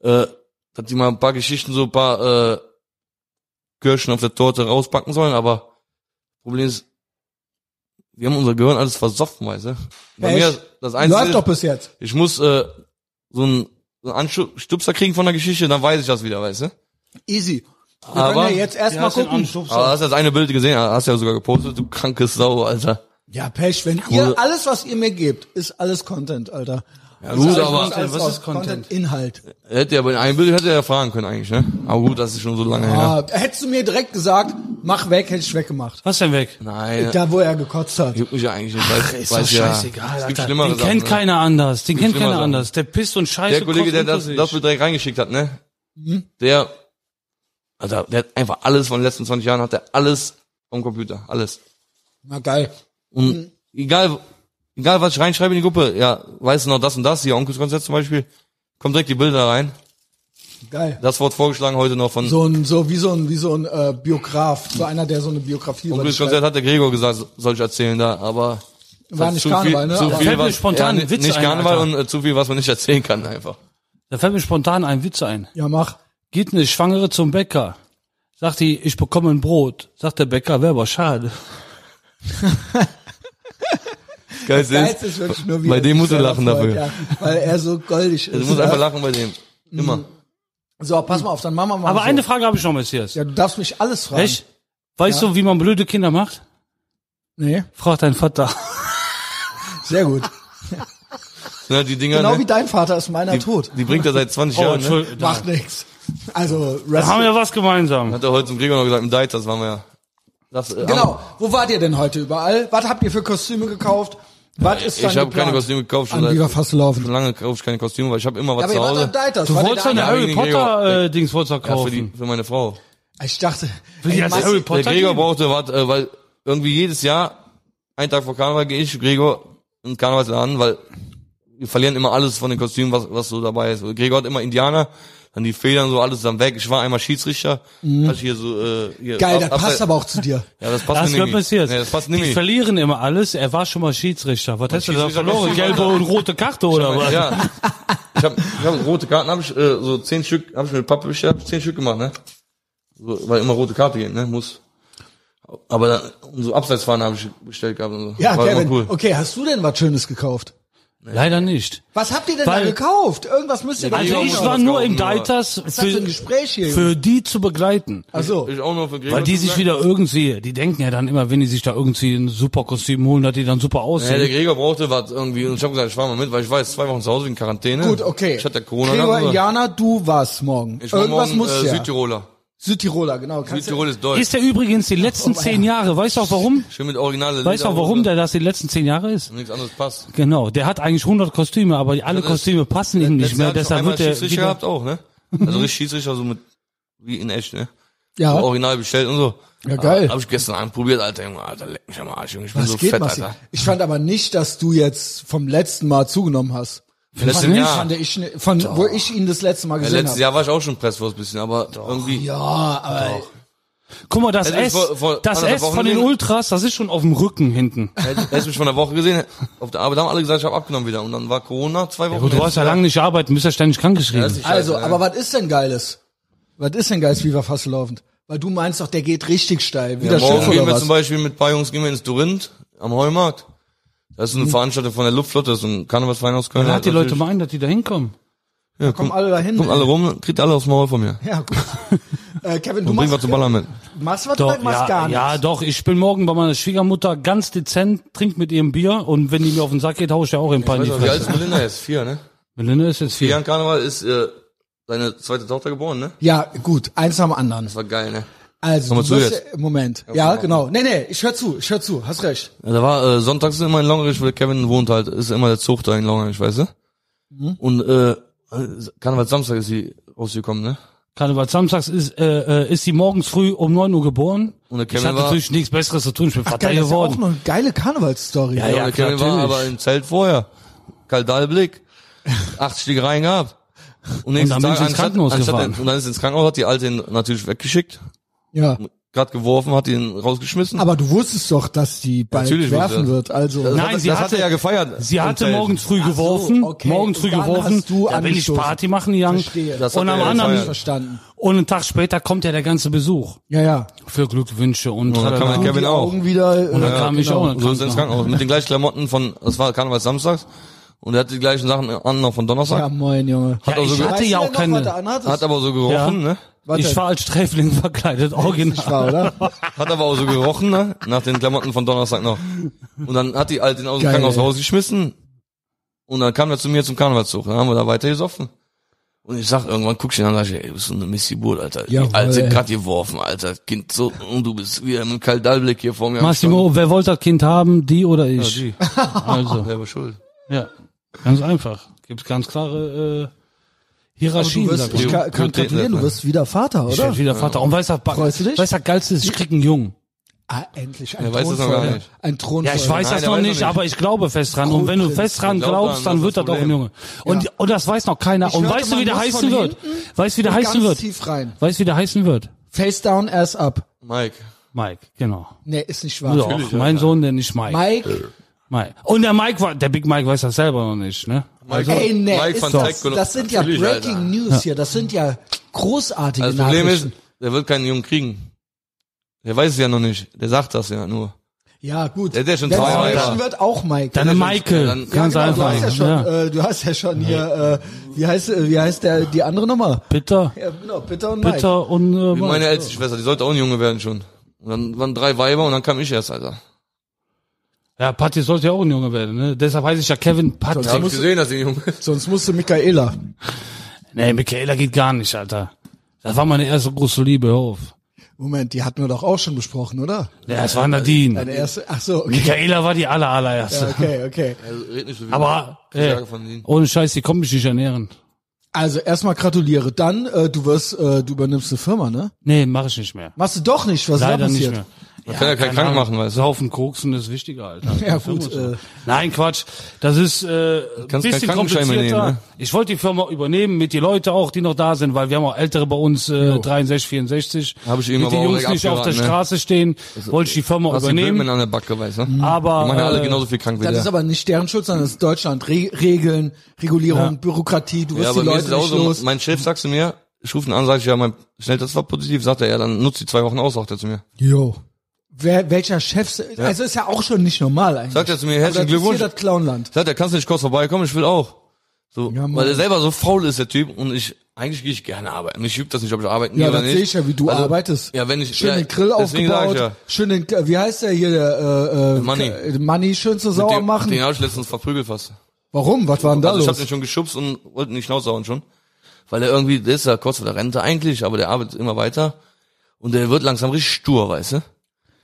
[SPEAKER 3] äh, dass die mal ein paar Geschichten, so ein paar äh, Kirschen auf der Torte rauspacken sollen, aber Problem ist, wir haben unser Gehirn alles versoffen, weißt du? Bei
[SPEAKER 2] Echt?
[SPEAKER 3] mir das Einzige,
[SPEAKER 2] läuft doch bis jetzt.
[SPEAKER 3] ich muss äh, so einen, so einen Anstupser kriegen von der Geschichte, dann weiß ich das wieder, weißt du?
[SPEAKER 2] Easy. Wir
[SPEAKER 3] Aber-
[SPEAKER 2] können ja jetzt erstmal gucken.
[SPEAKER 3] Aber hast du das eine Bild gesehen? Hast du ja sogar gepostet, du krankes Sau, Alter.
[SPEAKER 2] Ja, Pech, wenn ihr alles, was ihr mir gebt, ist alles Content, Alter. Ja,
[SPEAKER 3] gut, aber-
[SPEAKER 1] was ist Content?
[SPEAKER 2] Inhalt.
[SPEAKER 3] Hätte ja bei einem Bild hätte er ja fragen können eigentlich, ne? Aber gut, das ist schon so lange her.
[SPEAKER 2] Ah, hättest du mir direkt gesagt, mach weg, hätte ich weggemacht.
[SPEAKER 1] Was denn weg?
[SPEAKER 3] Nein,
[SPEAKER 2] Da, wo er gekotzt hat.
[SPEAKER 3] juckt mich ja eigentlich nicht. Weiß,
[SPEAKER 2] ist
[SPEAKER 3] weiß
[SPEAKER 2] doch
[SPEAKER 3] ja.
[SPEAKER 2] scheißegal,
[SPEAKER 3] es gibt
[SPEAKER 2] Alter.
[SPEAKER 3] schlimmere
[SPEAKER 1] Den kennt
[SPEAKER 3] Sachen, ne?
[SPEAKER 1] keiner anders. Den kennt
[SPEAKER 3] schlimmer
[SPEAKER 1] keiner
[SPEAKER 3] Sachen.
[SPEAKER 1] anders. Der pisst und scheißt
[SPEAKER 3] Der
[SPEAKER 1] und
[SPEAKER 3] Kollege,
[SPEAKER 1] kotzt
[SPEAKER 3] der
[SPEAKER 1] unter
[SPEAKER 3] das,
[SPEAKER 1] sich.
[SPEAKER 3] das Bild direkt reingeschickt hat, ne?
[SPEAKER 2] Hm?
[SPEAKER 3] Der, Alter, der hat einfach alles von den letzten 20 Jahren, hat er alles am Computer, alles.
[SPEAKER 2] Na geil.
[SPEAKER 3] Und
[SPEAKER 2] Mhm.
[SPEAKER 3] egal, egal was ich reinschreibe in die Gruppe, ja, weißt du noch das und das, hier Onkelskonzert zum Beispiel, kommt direkt die Bilder rein.
[SPEAKER 2] Geil.
[SPEAKER 3] Das Wort vorgeschlagen heute noch von
[SPEAKER 2] So ein, so wie so ein, wie so ein äh, Biograf, so einer, der so eine Biografie über dich
[SPEAKER 3] Unglückskonzert hat der Gregor gesagt, soll ich erzählen da, aber
[SPEAKER 2] War
[SPEAKER 3] das
[SPEAKER 2] nicht
[SPEAKER 3] zu
[SPEAKER 2] Karneval, ne?
[SPEAKER 3] Zu
[SPEAKER 2] Aber-
[SPEAKER 3] Also viel,
[SPEAKER 1] Fällt mir
[SPEAKER 3] was,
[SPEAKER 1] spontan
[SPEAKER 3] ja,
[SPEAKER 1] ein
[SPEAKER 3] ni-
[SPEAKER 1] Witz
[SPEAKER 3] nicht
[SPEAKER 1] ein,
[SPEAKER 3] Karneval
[SPEAKER 1] Alter.
[SPEAKER 3] und äh, zu viel, was man nicht erzählen kann einfach.
[SPEAKER 1] Da fällt mir spontan ein Witz ein.
[SPEAKER 2] Ja, mach.
[SPEAKER 1] Geht eine Schwangere zum Bäcker. Sagt die, ich bekomme ein Brot. Sagt der Bäcker, wäre aber schade.
[SPEAKER 3] Das Geilste
[SPEAKER 2] Geil ist wirklich nur, wie
[SPEAKER 3] Äh, bei
[SPEAKER 2] er
[SPEAKER 3] dem
[SPEAKER 2] sich
[SPEAKER 3] musst du
[SPEAKER 2] selber
[SPEAKER 3] lachen
[SPEAKER 2] freut,
[SPEAKER 3] dafür.
[SPEAKER 2] Ja, weil er so goldig ist.
[SPEAKER 3] Du musst
[SPEAKER 2] ja.
[SPEAKER 3] einfach lachen bei dem.
[SPEAKER 2] Mhm.
[SPEAKER 3] Immer.
[SPEAKER 2] So, pass mal auf, dann machen wir mal
[SPEAKER 1] Aber
[SPEAKER 2] so.
[SPEAKER 1] eine Frage habe ich noch, Messias.
[SPEAKER 2] Ja, du darfst mich alles fragen.
[SPEAKER 1] Echt? Weißt du, wie man blöde Kinder macht?
[SPEAKER 2] Nee,
[SPEAKER 1] Frag deinen Vater.
[SPEAKER 2] sehr gut.
[SPEAKER 3] Ne, die Dinger,
[SPEAKER 2] Genau wie
[SPEAKER 3] ne?
[SPEAKER 2] dein Vater ist meiner
[SPEAKER 3] die,
[SPEAKER 2] tot.
[SPEAKER 3] die bringt er seit 20 Jahren. Ne?
[SPEAKER 1] Oh, Entschuldigung. Da
[SPEAKER 2] Macht nix. Also,
[SPEAKER 1] haben
[SPEAKER 2] Rest
[SPEAKER 1] wir was gemeinsam.
[SPEAKER 3] Hat er heute zum Gregor noch gesagt, im Deit, das waren wir ja. Das, äh,
[SPEAKER 2] Genau. Wo wart ihr denn heute überall? Was habt ihr für Kostüme gekauft? Was ist
[SPEAKER 3] Ich
[SPEAKER 2] dann
[SPEAKER 3] habe keine
[SPEAKER 2] geplant?
[SPEAKER 3] Kostüme gekauft, schon
[SPEAKER 2] An Viva
[SPEAKER 3] seit,
[SPEAKER 2] fast
[SPEAKER 3] schon
[SPEAKER 2] laufen.
[SPEAKER 3] lange kaufe ich keine Kostüme, weil ich habe immer was
[SPEAKER 2] Aber
[SPEAKER 3] zu
[SPEAKER 2] ihr wart am
[SPEAKER 3] Hause.
[SPEAKER 2] Deitas.
[SPEAKER 1] Du
[SPEAKER 2] wart ihr
[SPEAKER 1] wolltest
[SPEAKER 2] da
[SPEAKER 1] eine
[SPEAKER 2] alle?
[SPEAKER 1] Harry
[SPEAKER 3] wegen Gregor.
[SPEAKER 1] Potter äh, Dings wolltest du
[SPEAKER 3] Ja, für, die,
[SPEAKER 1] kaufen.
[SPEAKER 3] für meine Frau.
[SPEAKER 2] Ich dachte,
[SPEAKER 1] die
[SPEAKER 2] ey,
[SPEAKER 1] als
[SPEAKER 2] Massi,
[SPEAKER 1] Harry Potter-
[SPEAKER 3] Der Gregor
[SPEAKER 1] geben?
[SPEAKER 3] brauchte was, äh, weil irgendwie jedes Jahr, einen Tag vor Karneval, gehe ich Gregor in Karnevalsladen, weil wir verlieren immer alles von den Kostümen, was, was so dabei ist. Gregor hat immer Indianer, dann die Federn, so alles dann weg. Ich war einmal Schiedsrichter, hatte ich hier so, äh, hier.
[SPEAKER 2] geil,
[SPEAKER 3] ab-
[SPEAKER 2] das passt
[SPEAKER 3] abseits-
[SPEAKER 2] aber auch zu dir.
[SPEAKER 3] Ja, das passt
[SPEAKER 1] Das
[SPEAKER 3] mir
[SPEAKER 1] gehört
[SPEAKER 3] nicht.
[SPEAKER 1] passiert.
[SPEAKER 3] Nee, das passt
[SPEAKER 1] die
[SPEAKER 3] nicht.
[SPEAKER 1] verlieren immer alles. Er war schon mal Schiedsrichter. Was hast du da
[SPEAKER 3] Schiedsrichter
[SPEAKER 1] verloren?
[SPEAKER 3] kann ich nicht
[SPEAKER 1] Gelbe und rote Karte oder was?
[SPEAKER 3] Ja. Ich habe ich hab rote Karten, habe ich äh, so zehn Stück, habe ich mit Pappe bestellt, hab ich zehn Stück gemacht, ne? So, weil immer rote Karte geht, ne? Muss. Aber um da, und so Abseitsfahren habe ich bestellt gehabt und so.
[SPEAKER 2] Ja, Oh.
[SPEAKER 3] War immer
[SPEAKER 2] Kevin. Okay, hast du denn was Schönes gekauft?
[SPEAKER 1] Leider nicht.
[SPEAKER 2] Was habt ihr denn
[SPEAKER 1] Weil-
[SPEAKER 2] da gekauft? Irgendwas müsst ihr da
[SPEAKER 1] Also
[SPEAKER 3] Ja,
[SPEAKER 1] ich
[SPEAKER 3] muss
[SPEAKER 1] war
[SPEAKER 3] was
[SPEAKER 1] nur
[SPEAKER 3] kaufen,
[SPEAKER 1] im
[SPEAKER 3] nur-
[SPEAKER 1] Deiters
[SPEAKER 2] Was ist das für ein
[SPEAKER 1] für,
[SPEAKER 2] Gespräch hier? Junge?
[SPEAKER 1] für die zu begleiten.
[SPEAKER 2] Ach so.
[SPEAKER 3] Ich auch noch von Gregor
[SPEAKER 1] Weil die
[SPEAKER 3] zu
[SPEAKER 1] sich
[SPEAKER 3] sagen.
[SPEAKER 1] wieder irgendwie, die denken ja dann immer, wenn die sich da irgendwie ein super Kostüm holen, dass die dann super
[SPEAKER 3] Ja, der
[SPEAKER 1] aussehen.
[SPEAKER 3] Gregor brauchte was irgendwie und ich habe gesagt, ich fahr mal mit, weil ich war jetzt zwei Wochen zu Hause wegen Quarantäne.
[SPEAKER 2] Gut, okay.
[SPEAKER 3] Ich hatte Corona.
[SPEAKER 2] Gregor,
[SPEAKER 3] gehabt, aber
[SPEAKER 2] Indianer, du was morgen.
[SPEAKER 3] Ich war
[SPEAKER 2] Irgendwas
[SPEAKER 3] morgen
[SPEAKER 2] muss
[SPEAKER 3] äh,
[SPEAKER 2] ja.
[SPEAKER 3] Südtiroler.
[SPEAKER 2] Südtiroler, genau. Kannst
[SPEAKER 3] Südtirol ist deutsch.
[SPEAKER 1] ist der übrigens die letzten
[SPEAKER 3] Oh,
[SPEAKER 1] zehn Jahre, weißt du auch warum?
[SPEAKER 3] Schön mit originale
[SPEAKER 1] Weißt du auch
[SPEAKER 3] Lederhose.
[SPEAKER 1] warum der das die letzten zehn Jahre ist?
[SPEAKER 3] Nichts anderes passt.
[SPEAKER 1] Genau, der hat eigentlich 100 Kostüme, aber die- alle
[SPEAKER 3] Das ist-
[SPEAKER 1] Kostüme passen ihm nicht
[SPEAKER 3] Letztes
[SPEAKER 1] mehr,
[SPEAKER 3] Jahr hatte ich
[SPEAKER 1] deshalb
[SPEAKER 3] einmal
[SPEAKER 1] wird er
[SPEAKER 3] Schiedsrichter
[SPEAKER 1] wieder...
[SPEAKER 3] gehabt auch, ne? Also richtig Schiedsrichter, so mit, wie in echt, ne?
[SPEAKER 2] Ja.
[SPEAKER 3] So original bestellt und so.
[SPEAKER 2] Ja, geil.
[SPEAKER 3] Ah, hab ich gestern Abend probiert, Alter, Junge, Alter, leck mich am Arsch, Junge, ich bin
[SPEAKER 2] Was
[SPEAKER 3] so
[SPEAKER 2] geht,
[SPEAKER 3] fett,
[SPEAKER 2] Massi?
[SPEAKER 3] Alter.
[SPEAKER 2] Ich fand aber nicht, dass du jetzt vom letzten Mal zugenommen hast.
[SPEAKER 3] Letztes
[SPEAKER 2] Fand-
[SPEAKER 3] Jahr.
[SPEAKER 2] Fand ich, ne- von, wo ich ihn das letzte Mal
[SPEAKER 3] Ja,
[SPEAKER 2] gesehen
[SPEAKER 3] letztes
[SPEAKER 2] habe.
[SPEAKER 3] Jahr war ich auch schon Presswurst bisschen, aber irgendwie.
[SPEAKER 2] Ja, aber
[SPEAKER 1] Guck mal, das
[SPEAKER 3] Hätte Also ich
[SPEAKER 1] S,
[SPEAKER 3] vor- vor
[SPEAKER 1] das
[SPEAKER 3] anderthalb
[SPEAKER 1] S
[SPEAKER 3] Wochen
[SPEAKER 1] von den
[SPEAKER 3] gesehen.
[SPEAKER 1] Ultras, das ist schon auf dem Rücken hinten.
[SPEAKER 3] Hätt- Hättest mich von der Woche gesehen, auf der Arbeit haben alle gesagt, ich habe abgenommen wieder. Und dann war Corona, zwei Wochen.
[SPEAKER 1] Gut, du hast ja lange nicht arbeiten, bist ja ständig krankgeschrieben.
[SPEAKER 3] das ist scheiße,
[SPEAKER 2] also,
[SPEAKER 3] ne?
[SPEAKER 2] aber was ist denn geiles? Was ist denn geiles Viva Fassel laufend? Weil du meinst doch, der geht richtig steil. Wie
[SPEAKER 3] Ja,
[SPEAKER 2] der Schiff
[SPEAKER 3] morgen gehen
[SPEAKER 2] oder
[SPEAKER 3] wir
[SPEAKER 2] was?
[SPEAKER 3] zum Beispiel mit ein paar Jungs gehen wir ins Dorinth am Heumarkt. Das ist eine
[SPEAKER 2] Mhm.
[SPEAKER 3] Veranstaltung von der Luftflotte, das ist ein Karnevalsverein aus Köln.
[SPEAKER 1] Lad die Leute
[SPEAKER 3] Natürlich.
[SPEAKER 1] mal ein, dass die da hinkommen.
[SPEAKER 3] Ja,
[SPEAKER 2] Kommen
[SPEAKER 3] kommt,
[SPEAKER 2] alle dahin.
[SPEAKER 3] kommt alle rum, kriegt alle aufs Maul von mir.
[SPEAKER 2] Ja, gut. äh, Kevin, du
[SPEAKER 3] Und bringt was
[SPEAKER 2] machst,
[SPEAKER 3] zu ballern mit.
[SPEAKER 2] machst was,
[SPEAKER 1] Doch,
[SPEAKER 2] du machst
[SPEAKER 1] ja,
[SPEAKER 2] gar nichts.
[SPEAKER 1] ja, doch, ich bin morgen bei meiner Schwiegermutter ganz dezent, trink mit ihrem Bier und wenn die mir auf den Sack geht, hau ich ja auch ein paar in
[SPEAKER 3] Weißt
[SPEAKER 1] die
[SPEAKER 3] du, wie alt ist
[SPEAKER 1] Fresse.
[SPEAKER 3] Melinda jetzt? Vier, ne?
[SPEAKER 1] Melinda ist jetzt
[SPEAKER 3] Vier
[SPEAKER 1] vier.
[SPEAKER 3] an Karneval ist äh, seine zweite Tochter geboren, ne?
[SPEAKER 2] Ja, gut, eins am anderen.
[SPEAKER 3] Das war geil, ne?
[SPEAKER 2] Also,
[SPEAKER 3] Komm mal
[SPEAKER 2] du
[SPEAKER 3] zu
[SPEAKER 2] wirst,
[SPEAKER 3] jetzt.
[SPEAKER 2] ja- Moment. Ja, genau. Nee, nee, ich hör zu, ich hör zu, hast recht.
[SPEAKER 3] Ja, da war, äh, sonntags ist immer in Longerich, weil Kevin wohnt halt, ist immer der Zug da in Longerich, weißt du?
[SPEAKER 1] Mhm.
[SPEAKER 3] Und äh, Karneval Samstag ist sie rausgekommen, ne?
[SPEAKER 1] Karneval Samstags ist, äh, äh, ist sie morgens früh um 9 Uhr geboren.
[SPEAKER 3] Und der
[SPEAKER 1] Ich
[SPEAKER 3] Kevin
[SPEAKER 1] hatte
[SPEAKER 3] war-
[SPEAKER 1] natürlich nichts Besseres zu tun, ich bin Vater
[SPEAKER 2] Geil, das ist ja auch
[SPEAKER 1] geworden.
[SPEAKER 2] noch eine geile Karnevalsstory.
[SPEAKER 1] Ja, ja.
[SPEAKER 3] der Kevin war
[SPEAKER 1] natürlich.
[SPEAKER 3] aber im Zelt vorher. Kaldalblick. Acht Schlägereien gehabt. Und, nächsten
[SPEAKER 1] dann bin ich ins Krankenhaus gefahren.
[SPEAKER 3] und dann ist ins Krankenhaus, hat die Alte ihn natürlich weggeschickt,
[SPEAKER 2] ja.
[SPEAKER 3] gerade geworfen, hat ihn rausgeschmissen.
[SPEAKER 2] Aber du wusstest doch, dass die bald
[SPEAKER 3] Natürlich wusste
[SPEAKER 2] werfen
[SPEAKER 3] ich das.
[SPEAKER 2] wird. Also
[SPEAKER 1] Nein,
[SPEAKER 3] das
[SPEAKER 1] sie
[SPEAKER 3] das
[SPEAKER 1] hatte-
[SPEAKER 3] hat er ja gefeiert.
[SPEAKER 1] Sie
[SPEAKER 3] im
[SPEAKER 1] hatte
[SPEAKER 3] Zelt.
[SPEAKER 1] morgens früh
[SPEAKER 2] so,
[SPEAKER 1] geworfen,
[SPEAKER 2] okay.
[SPEAKER 1] morgens früh
[SPEAKER 2] Und dann
[SPEAKER 1] geworfen,
[SPEAKER 2] hast du
[SPEAKER 1] da will ich
[SPEAKER 2] angestoßen.
[SPEAKER 1] Party machen gegangen
[SPEAKER 2] Verstehe.
[SPEAKER 3] Das hat
[SPEAKER 1] und am
[SPEAKER 3] er
[SPEAKER 1] anderen
[SPEAKER 2] nicht
[SPEAKER 3] gefeiert.
[SPEAKER 2] verstanden.
[SPEAKER 1] und einen Tag später kommt ja der ganze Besuch
[SPEAKER 2] Ja, ja.
[SPEAKER 1] für Glückwünsche und äh,
[SPEAKER 3] Und dann kam
[SPEAKER 1] tralala.
[SPEAKER 3] der Kevin
[SPEAKER 2] die
[SPEAKER 3] auch.
[SPEAKER 2] Augen wieder. äh, genau.
[SPEAKER 1] Und dann kam ich auch.
[SPEAKER 3] Und so ist er ins Krankenhaus. Mit den gleichen Klamotten von, das war Karneval Samstags. Und er hatte die gleichen Sachen an noch von Donnerstag.
[SPEAKER 2] Ja, moin, Junge.
[SPEAKER 1] Ja,
[SPEAKER 3] also
[SPEAKER 1] ich
[SPEAKER 3] ge-
[SPEAKER 1] hatte ja auch keine.
[SPEAKER 3] Hat aber so
[SPEAKER 1] Ja.
[SPEAKER 3] gerochen, ne?
[SPEAKER 2] Warte.
[SPEAKER 1] Ich war als Sträfling verkleidet,
[SPEAKER 2] Ich
[SPEAKER 1] original.
[SPEAKER 2] war, oder?
[SPEAKER 3] Hat aber auch so gerochen, ne? Nach den Klamotten von Donnerstag noch. Und dann hat die Alte ihn aus dem
[SPEAKER 2] Geil.
[SPEAKER 3] Krankenhaus rausgeschmissen. Und dann kam er zu mir zum Karnevalszug. Dann haben wir da weiter gesoffen. Und ich sag, irgendwann guck ich ihn an und sag, ey, du bist so eine Missgeburt, Alter. Die
[SPEAKER 2] Jawohl.
[SPEAKER 3] Alte grad geworfen, Alter. Das Kind so, und du bist wieder mit einem Kaldallblick hier vor mir. am Stand.
[SPEAKER 1] Massimo, wer wollte das Kind haben, die oder ich?
[SPEAKER 3] Ja,
[SPEAKER 1] Also,
[SPEAKER 3] Selber schuld.
[SPEAKER 1] ja, ganz einfach. Gibt's ganz klare äh, Hierarchien.
[SPEAKER 2] Du wirst,
[SPEAKER 1] sagt man.
[SPEAKER 2] ich
[SPEAKER 3] Jo,
[SPEAKER 2] kann, kann
[SPEAKER 3] jo,
[SPEAKER 2] gratulieren,
[SPEAKER 3] jo,
[SPEAKER 2] du wirst wieder Vater,
[SPEAKER 1] Ich
[SPEAKER 2] oder?
[SPEAKER 1] werd wieder Vater. Und weißt du,
[SPEAKER 2] Freust du dich?
[SPEAKER 1] weißt du, das Geilste ist, ich krieg einen Jungen.
[SPEAKER 2] Ah, endlich. Ein
[SPEAKER 3] Er weiß das noch gar
[SPEAKER 2] Thronfolger.
[SPEAKER 3] nicht.
[SPEAKER 2] Ein Thron.
[SPEAKER 1] Ja, ich weiß
[SPEAKER 3] Nein,
[SPEAKER 1] das noch
[SPEAKER 3] der weiß
[SPEAKER 1] nicht,
[SPEAKER 3] noch nicht.
[SPEAKER 1] aber ich glaube fest dran. Und wenn du fest dran
[SPEAKER 3] Ich glaub
[SPEAKER 1] glaubst,
[SPEAKER 3] dran,
[SPEAKER 1] dann
[SPEAKER 3] das
[SPEAKER 1] wird
[SPEAKER 3] ist
[SPEAKER 1] das
[SPEAKER 3] das
[SPEAKER 1] doch ein Junge. Und, und das weiß noch keiner.
[SPEAKER 2] Ich
[SPEAKER 1] und
[SPEAKER 2] hörte,
[SPEAKER 1] weißt du, wie
[SPEAKER 2] man
[SPEAKER 1] der
[SPEAKER 2] muss
[SPEAKER 1] heißen
[SPEAKER 2] von
[SPEAKER 1] wird?
[SPEAKER 2] hinten
[SPEAKER 1] Weißt du, wie der
[SPEAKER 2] Ganz
[SPEAKER 1] heißen wird?
[SPEAKER 2] tief rein.
[SPEAKER 1] Weißt du, wie der heißen wird?
[SPEAKER 2] Face down, ass up.
[SPEAKER 3] Mike.
[SPEAKER 1] Mike, genau.
[SPEAKER 2] Nee, ist nicht wahr.
[SPEAKER 1] Doch, mein Sohn, der nicht Mike.
[SPEAKER 2] Mike,
[SPEAKER 1] Mike. Und der Mike war, der Big Mike weiß das selber noch nicht, ne?
[SPEAKER 3] Mike,
[SPEAKER 2] ey, nee,
[SPEAKER 3] Mike
[SPEAKER 2] Also, ist
[SPEAKER 3] van
[SPEAKER 2] das,
[SPEAKER 3] Dijk-
[SPEAKER 2] das sind ja
[SPEAKER 3] Natürlich,
[SPEAKER 2] Breaking
[SPEAKER 3] Alter.
[SPEAKER 2] News hier. Das sind ja großartige
[SPEAKER 3] Also das
[SPEAKER 2] Nachrichten.
[SPEAKER 3] Problem ist, der wird keinen Jungen kriegen. Der weiß es ja noch nicht. Der sagt das ja nur.
[SPEAKER 2] ja, gut.
[SPEAKER 3] Der ist ja schon
[SPEAKER 2] Wenn's
[SPEAKER 3] zwei Jahre
[SPEAKER 2] Menschen
[SPEAKER 3] alt.
[SPEAKER 2] wird auch Mike.
[SPEAKER 1] Deine
[SPEAKER 3] schon-
[SPEAKER 1] Maike,
[SPEAKER 3] dann-
[SPEAKER 1] ganz
[SPEAKER 2] ja, genau,
[SPEAKER 1] einfach.
[SPEAKER 2] Du hast ja schon,
[SPEAKER 1] ja.
[SPEAKER 2] äh, du hast ja schon hier, äh, wie heißt, wie heißt der, die andere Nummer?
[SPEAKER 1] Bitter,
[SPEAKER 2] Ja, genau, Peter und Mike.
[SPEAKER 1] bitter und äh,
[SPEAKER 3] Wie meine älteste Schwester, die sollte auch ein Junge werden schon. Und dann waren drei Weiber und dann kam ich erst, Alter.
[SPEAKER 1] Ja, Patti sollte ja auch ein Junge werden, ne? Deshalb heiße ich ja Kevin Patti.
[SPEAKER 3] Da hab ich gesehen, dass sie ein Junge ist.
[SPEAKER 2] Sonst musste Michaela.
[SPEAKER 1] Nee, Michaela geht gar nicht, Alter. Das war meine erste große Liebe, hör auf.
[SPEAKER 2] Moment, die hatten wir doch auch schon besprochen, oder?
[SPEAKER 1] Ja, es war Nadine.
[SPEAKER 2] Deine erste, ach so, okay,
[SPEAKER 1] Michaela war die aller, allererste.
[SPEAKER 2] okay, okay.
[SPEAKER 3] Also, red nicht so viel.
[SPEAKER 1] Aber äh,
[SPEAKER 3] Sage von denen.
[SPEAKER 1] ohne Scheiß, die kommt mich nicht ernähren.
[SPEAKER 2] Also erstmal gratuliere, dann, äh, du wirst, äh, du übernimmst eine Firma, ne?
[SPEAKER 1] Nee, mache ich nicht mehr.
[SPEAKER 2] Machst du doch nicht, was
[SPEAKER 1] Leider
[SPEAKER 2] ist da
[SPEAKER 1] nicht
[SPEAKER 2] passiert?
[SPEAKER 1] mehr.
[SPEAKER 3] Man kann ja keinen krank machen, weißt du.
[SPEAKER 1] Saufen, koksen ist wichtiger, Alter.
[SPEAKER 2] Ja, gut, äh.
[SPEAKER 1] Nein, Quatsch. Das ist äh, ein
[SPEAKER 3] kannst
[SPEAKER 1] bisschen
[SPEAKER 3] keinen Krankenschein mehr
[SPEAKER 1] komplizierter.
[SPEAKER 3] nehmen, ne?
[SPEAKER 1] Ich wollte die Firma übernehmen mit die Leute auch, die noch da sind, weil wir haben auch Ältere bei uns, äh, 63, 64.
[SPEAKER 3] Hab ich ihm
[SPEAKER 1] Damit die
[SPEAKER 3] aber auch
[SPEAKER 1] Jungs
[SPEAKER 3] direkt
[SPEAKER 1] nicht auf der
[SPEAKER 3] abgeraten, ne?
[SPEAKER 1] Straße stehen, wollte ich die Firma
[SPEAKER 3] Hast du Blödmann
[SPEAKER 1] übernehmen.
[SPEAKER 3] an der Backe, weißt du. Die machen ja alle
[SPEAKER 1] Aber äh,
[SPEAKER 3] genauso viel krank wie
[SPEAKER 2] Das
[SPEAKER 3] der.
[SPEAKER 2] ist aber nicht deren Schuld, sondern das ist Deutschland. Re Regeln, Regulierung,
[SPEAKER 1] Ja.
[SPEAKER 2] Bürokratie, du wirst
[SPEAKER 3] ja,
[SPEAKER 2] die
[SPEAKER 3] aber mir
[SPEAKER 2] Leute
[SPEAKER 3] ist es auch
[SPEAKER 2] nicht
[SPEAKER 3] so,
[SPEAKER 2] los.
[SPEAKER 3] mein Chef sagst du mir, ich rufe ihn an, sag ich, ja, mein Schnelltest war positiv, sagt er, ja, dann nutzt die zwei Wochen aus, sagt er zu mir.
[SPEAKER 2] Jo. Wer, welcher Chef, also ist ja auch schon nicht normal eigentlich.
[SPEAKER 3] Sagt er zu mir,
[SPEAKER 2] Aber
[SPEAKER 3] herzlichen
[SPEAKER 2] das ist
[SPEAKER 3] Glückwunsch.
[SPEAKER 2] hier das Clownland.
[SPEAKER 3] Sagt er, kannst du nicht kurz vorbeikommen? Ich will auch. So,
[SPEAKER 2] Ja, Mann.
[SPEAKER 3] weil er selber so faul ist, der Typ, und ich, eigentlich gehe ich gerne arbeiten. Mich übt das nicht, ob ich arbeiten
[SPEAKER 2] Ja,
[SPEAKER 3] gehe oder
[SPEAKER 2] das
[SPEAKER 3] nicht.
[SPEAKER 2] sehe ich ja, wie du
[SPEAKER 3] Also,
[SPEAKER 2] arbeitest.
[SPEAKER 3] Ja, wenn ich,
[SPEAKER 2] Schön
[SPEAKER 3] ja,
[SPEAKER 2] den Grill
[SPEAKER 3] deswegen sag
[SPEAKER 2] aufgebaut,
[SPEAKER 3] Ich, ja.
[SPEAKER 2] schön den, wie heißt der hier, der, äh, äh,
[SPEAKER 3] Manni.
[SPEAKER 2] K- Manni schön zur Sauer
[SPEAKER 3] Den,
[SPEAKER 2] machen.
[SPEAKER 3] den habe ich letztens verprügelt fast.
[SPEAKER 2] Warum? Was war denn da
[SPEAKER 3] Also ich habe
[SPEAKER 2] los?
[SPEAKER 3] den schon geschubst und wollte ihn nicht hinaushauen schon. Weil er irgendwie, der ist ja kurz vor der Rente eigentlich, aber der arbeitet immer weiter. Und der wird langsam richtig stur, weißt du?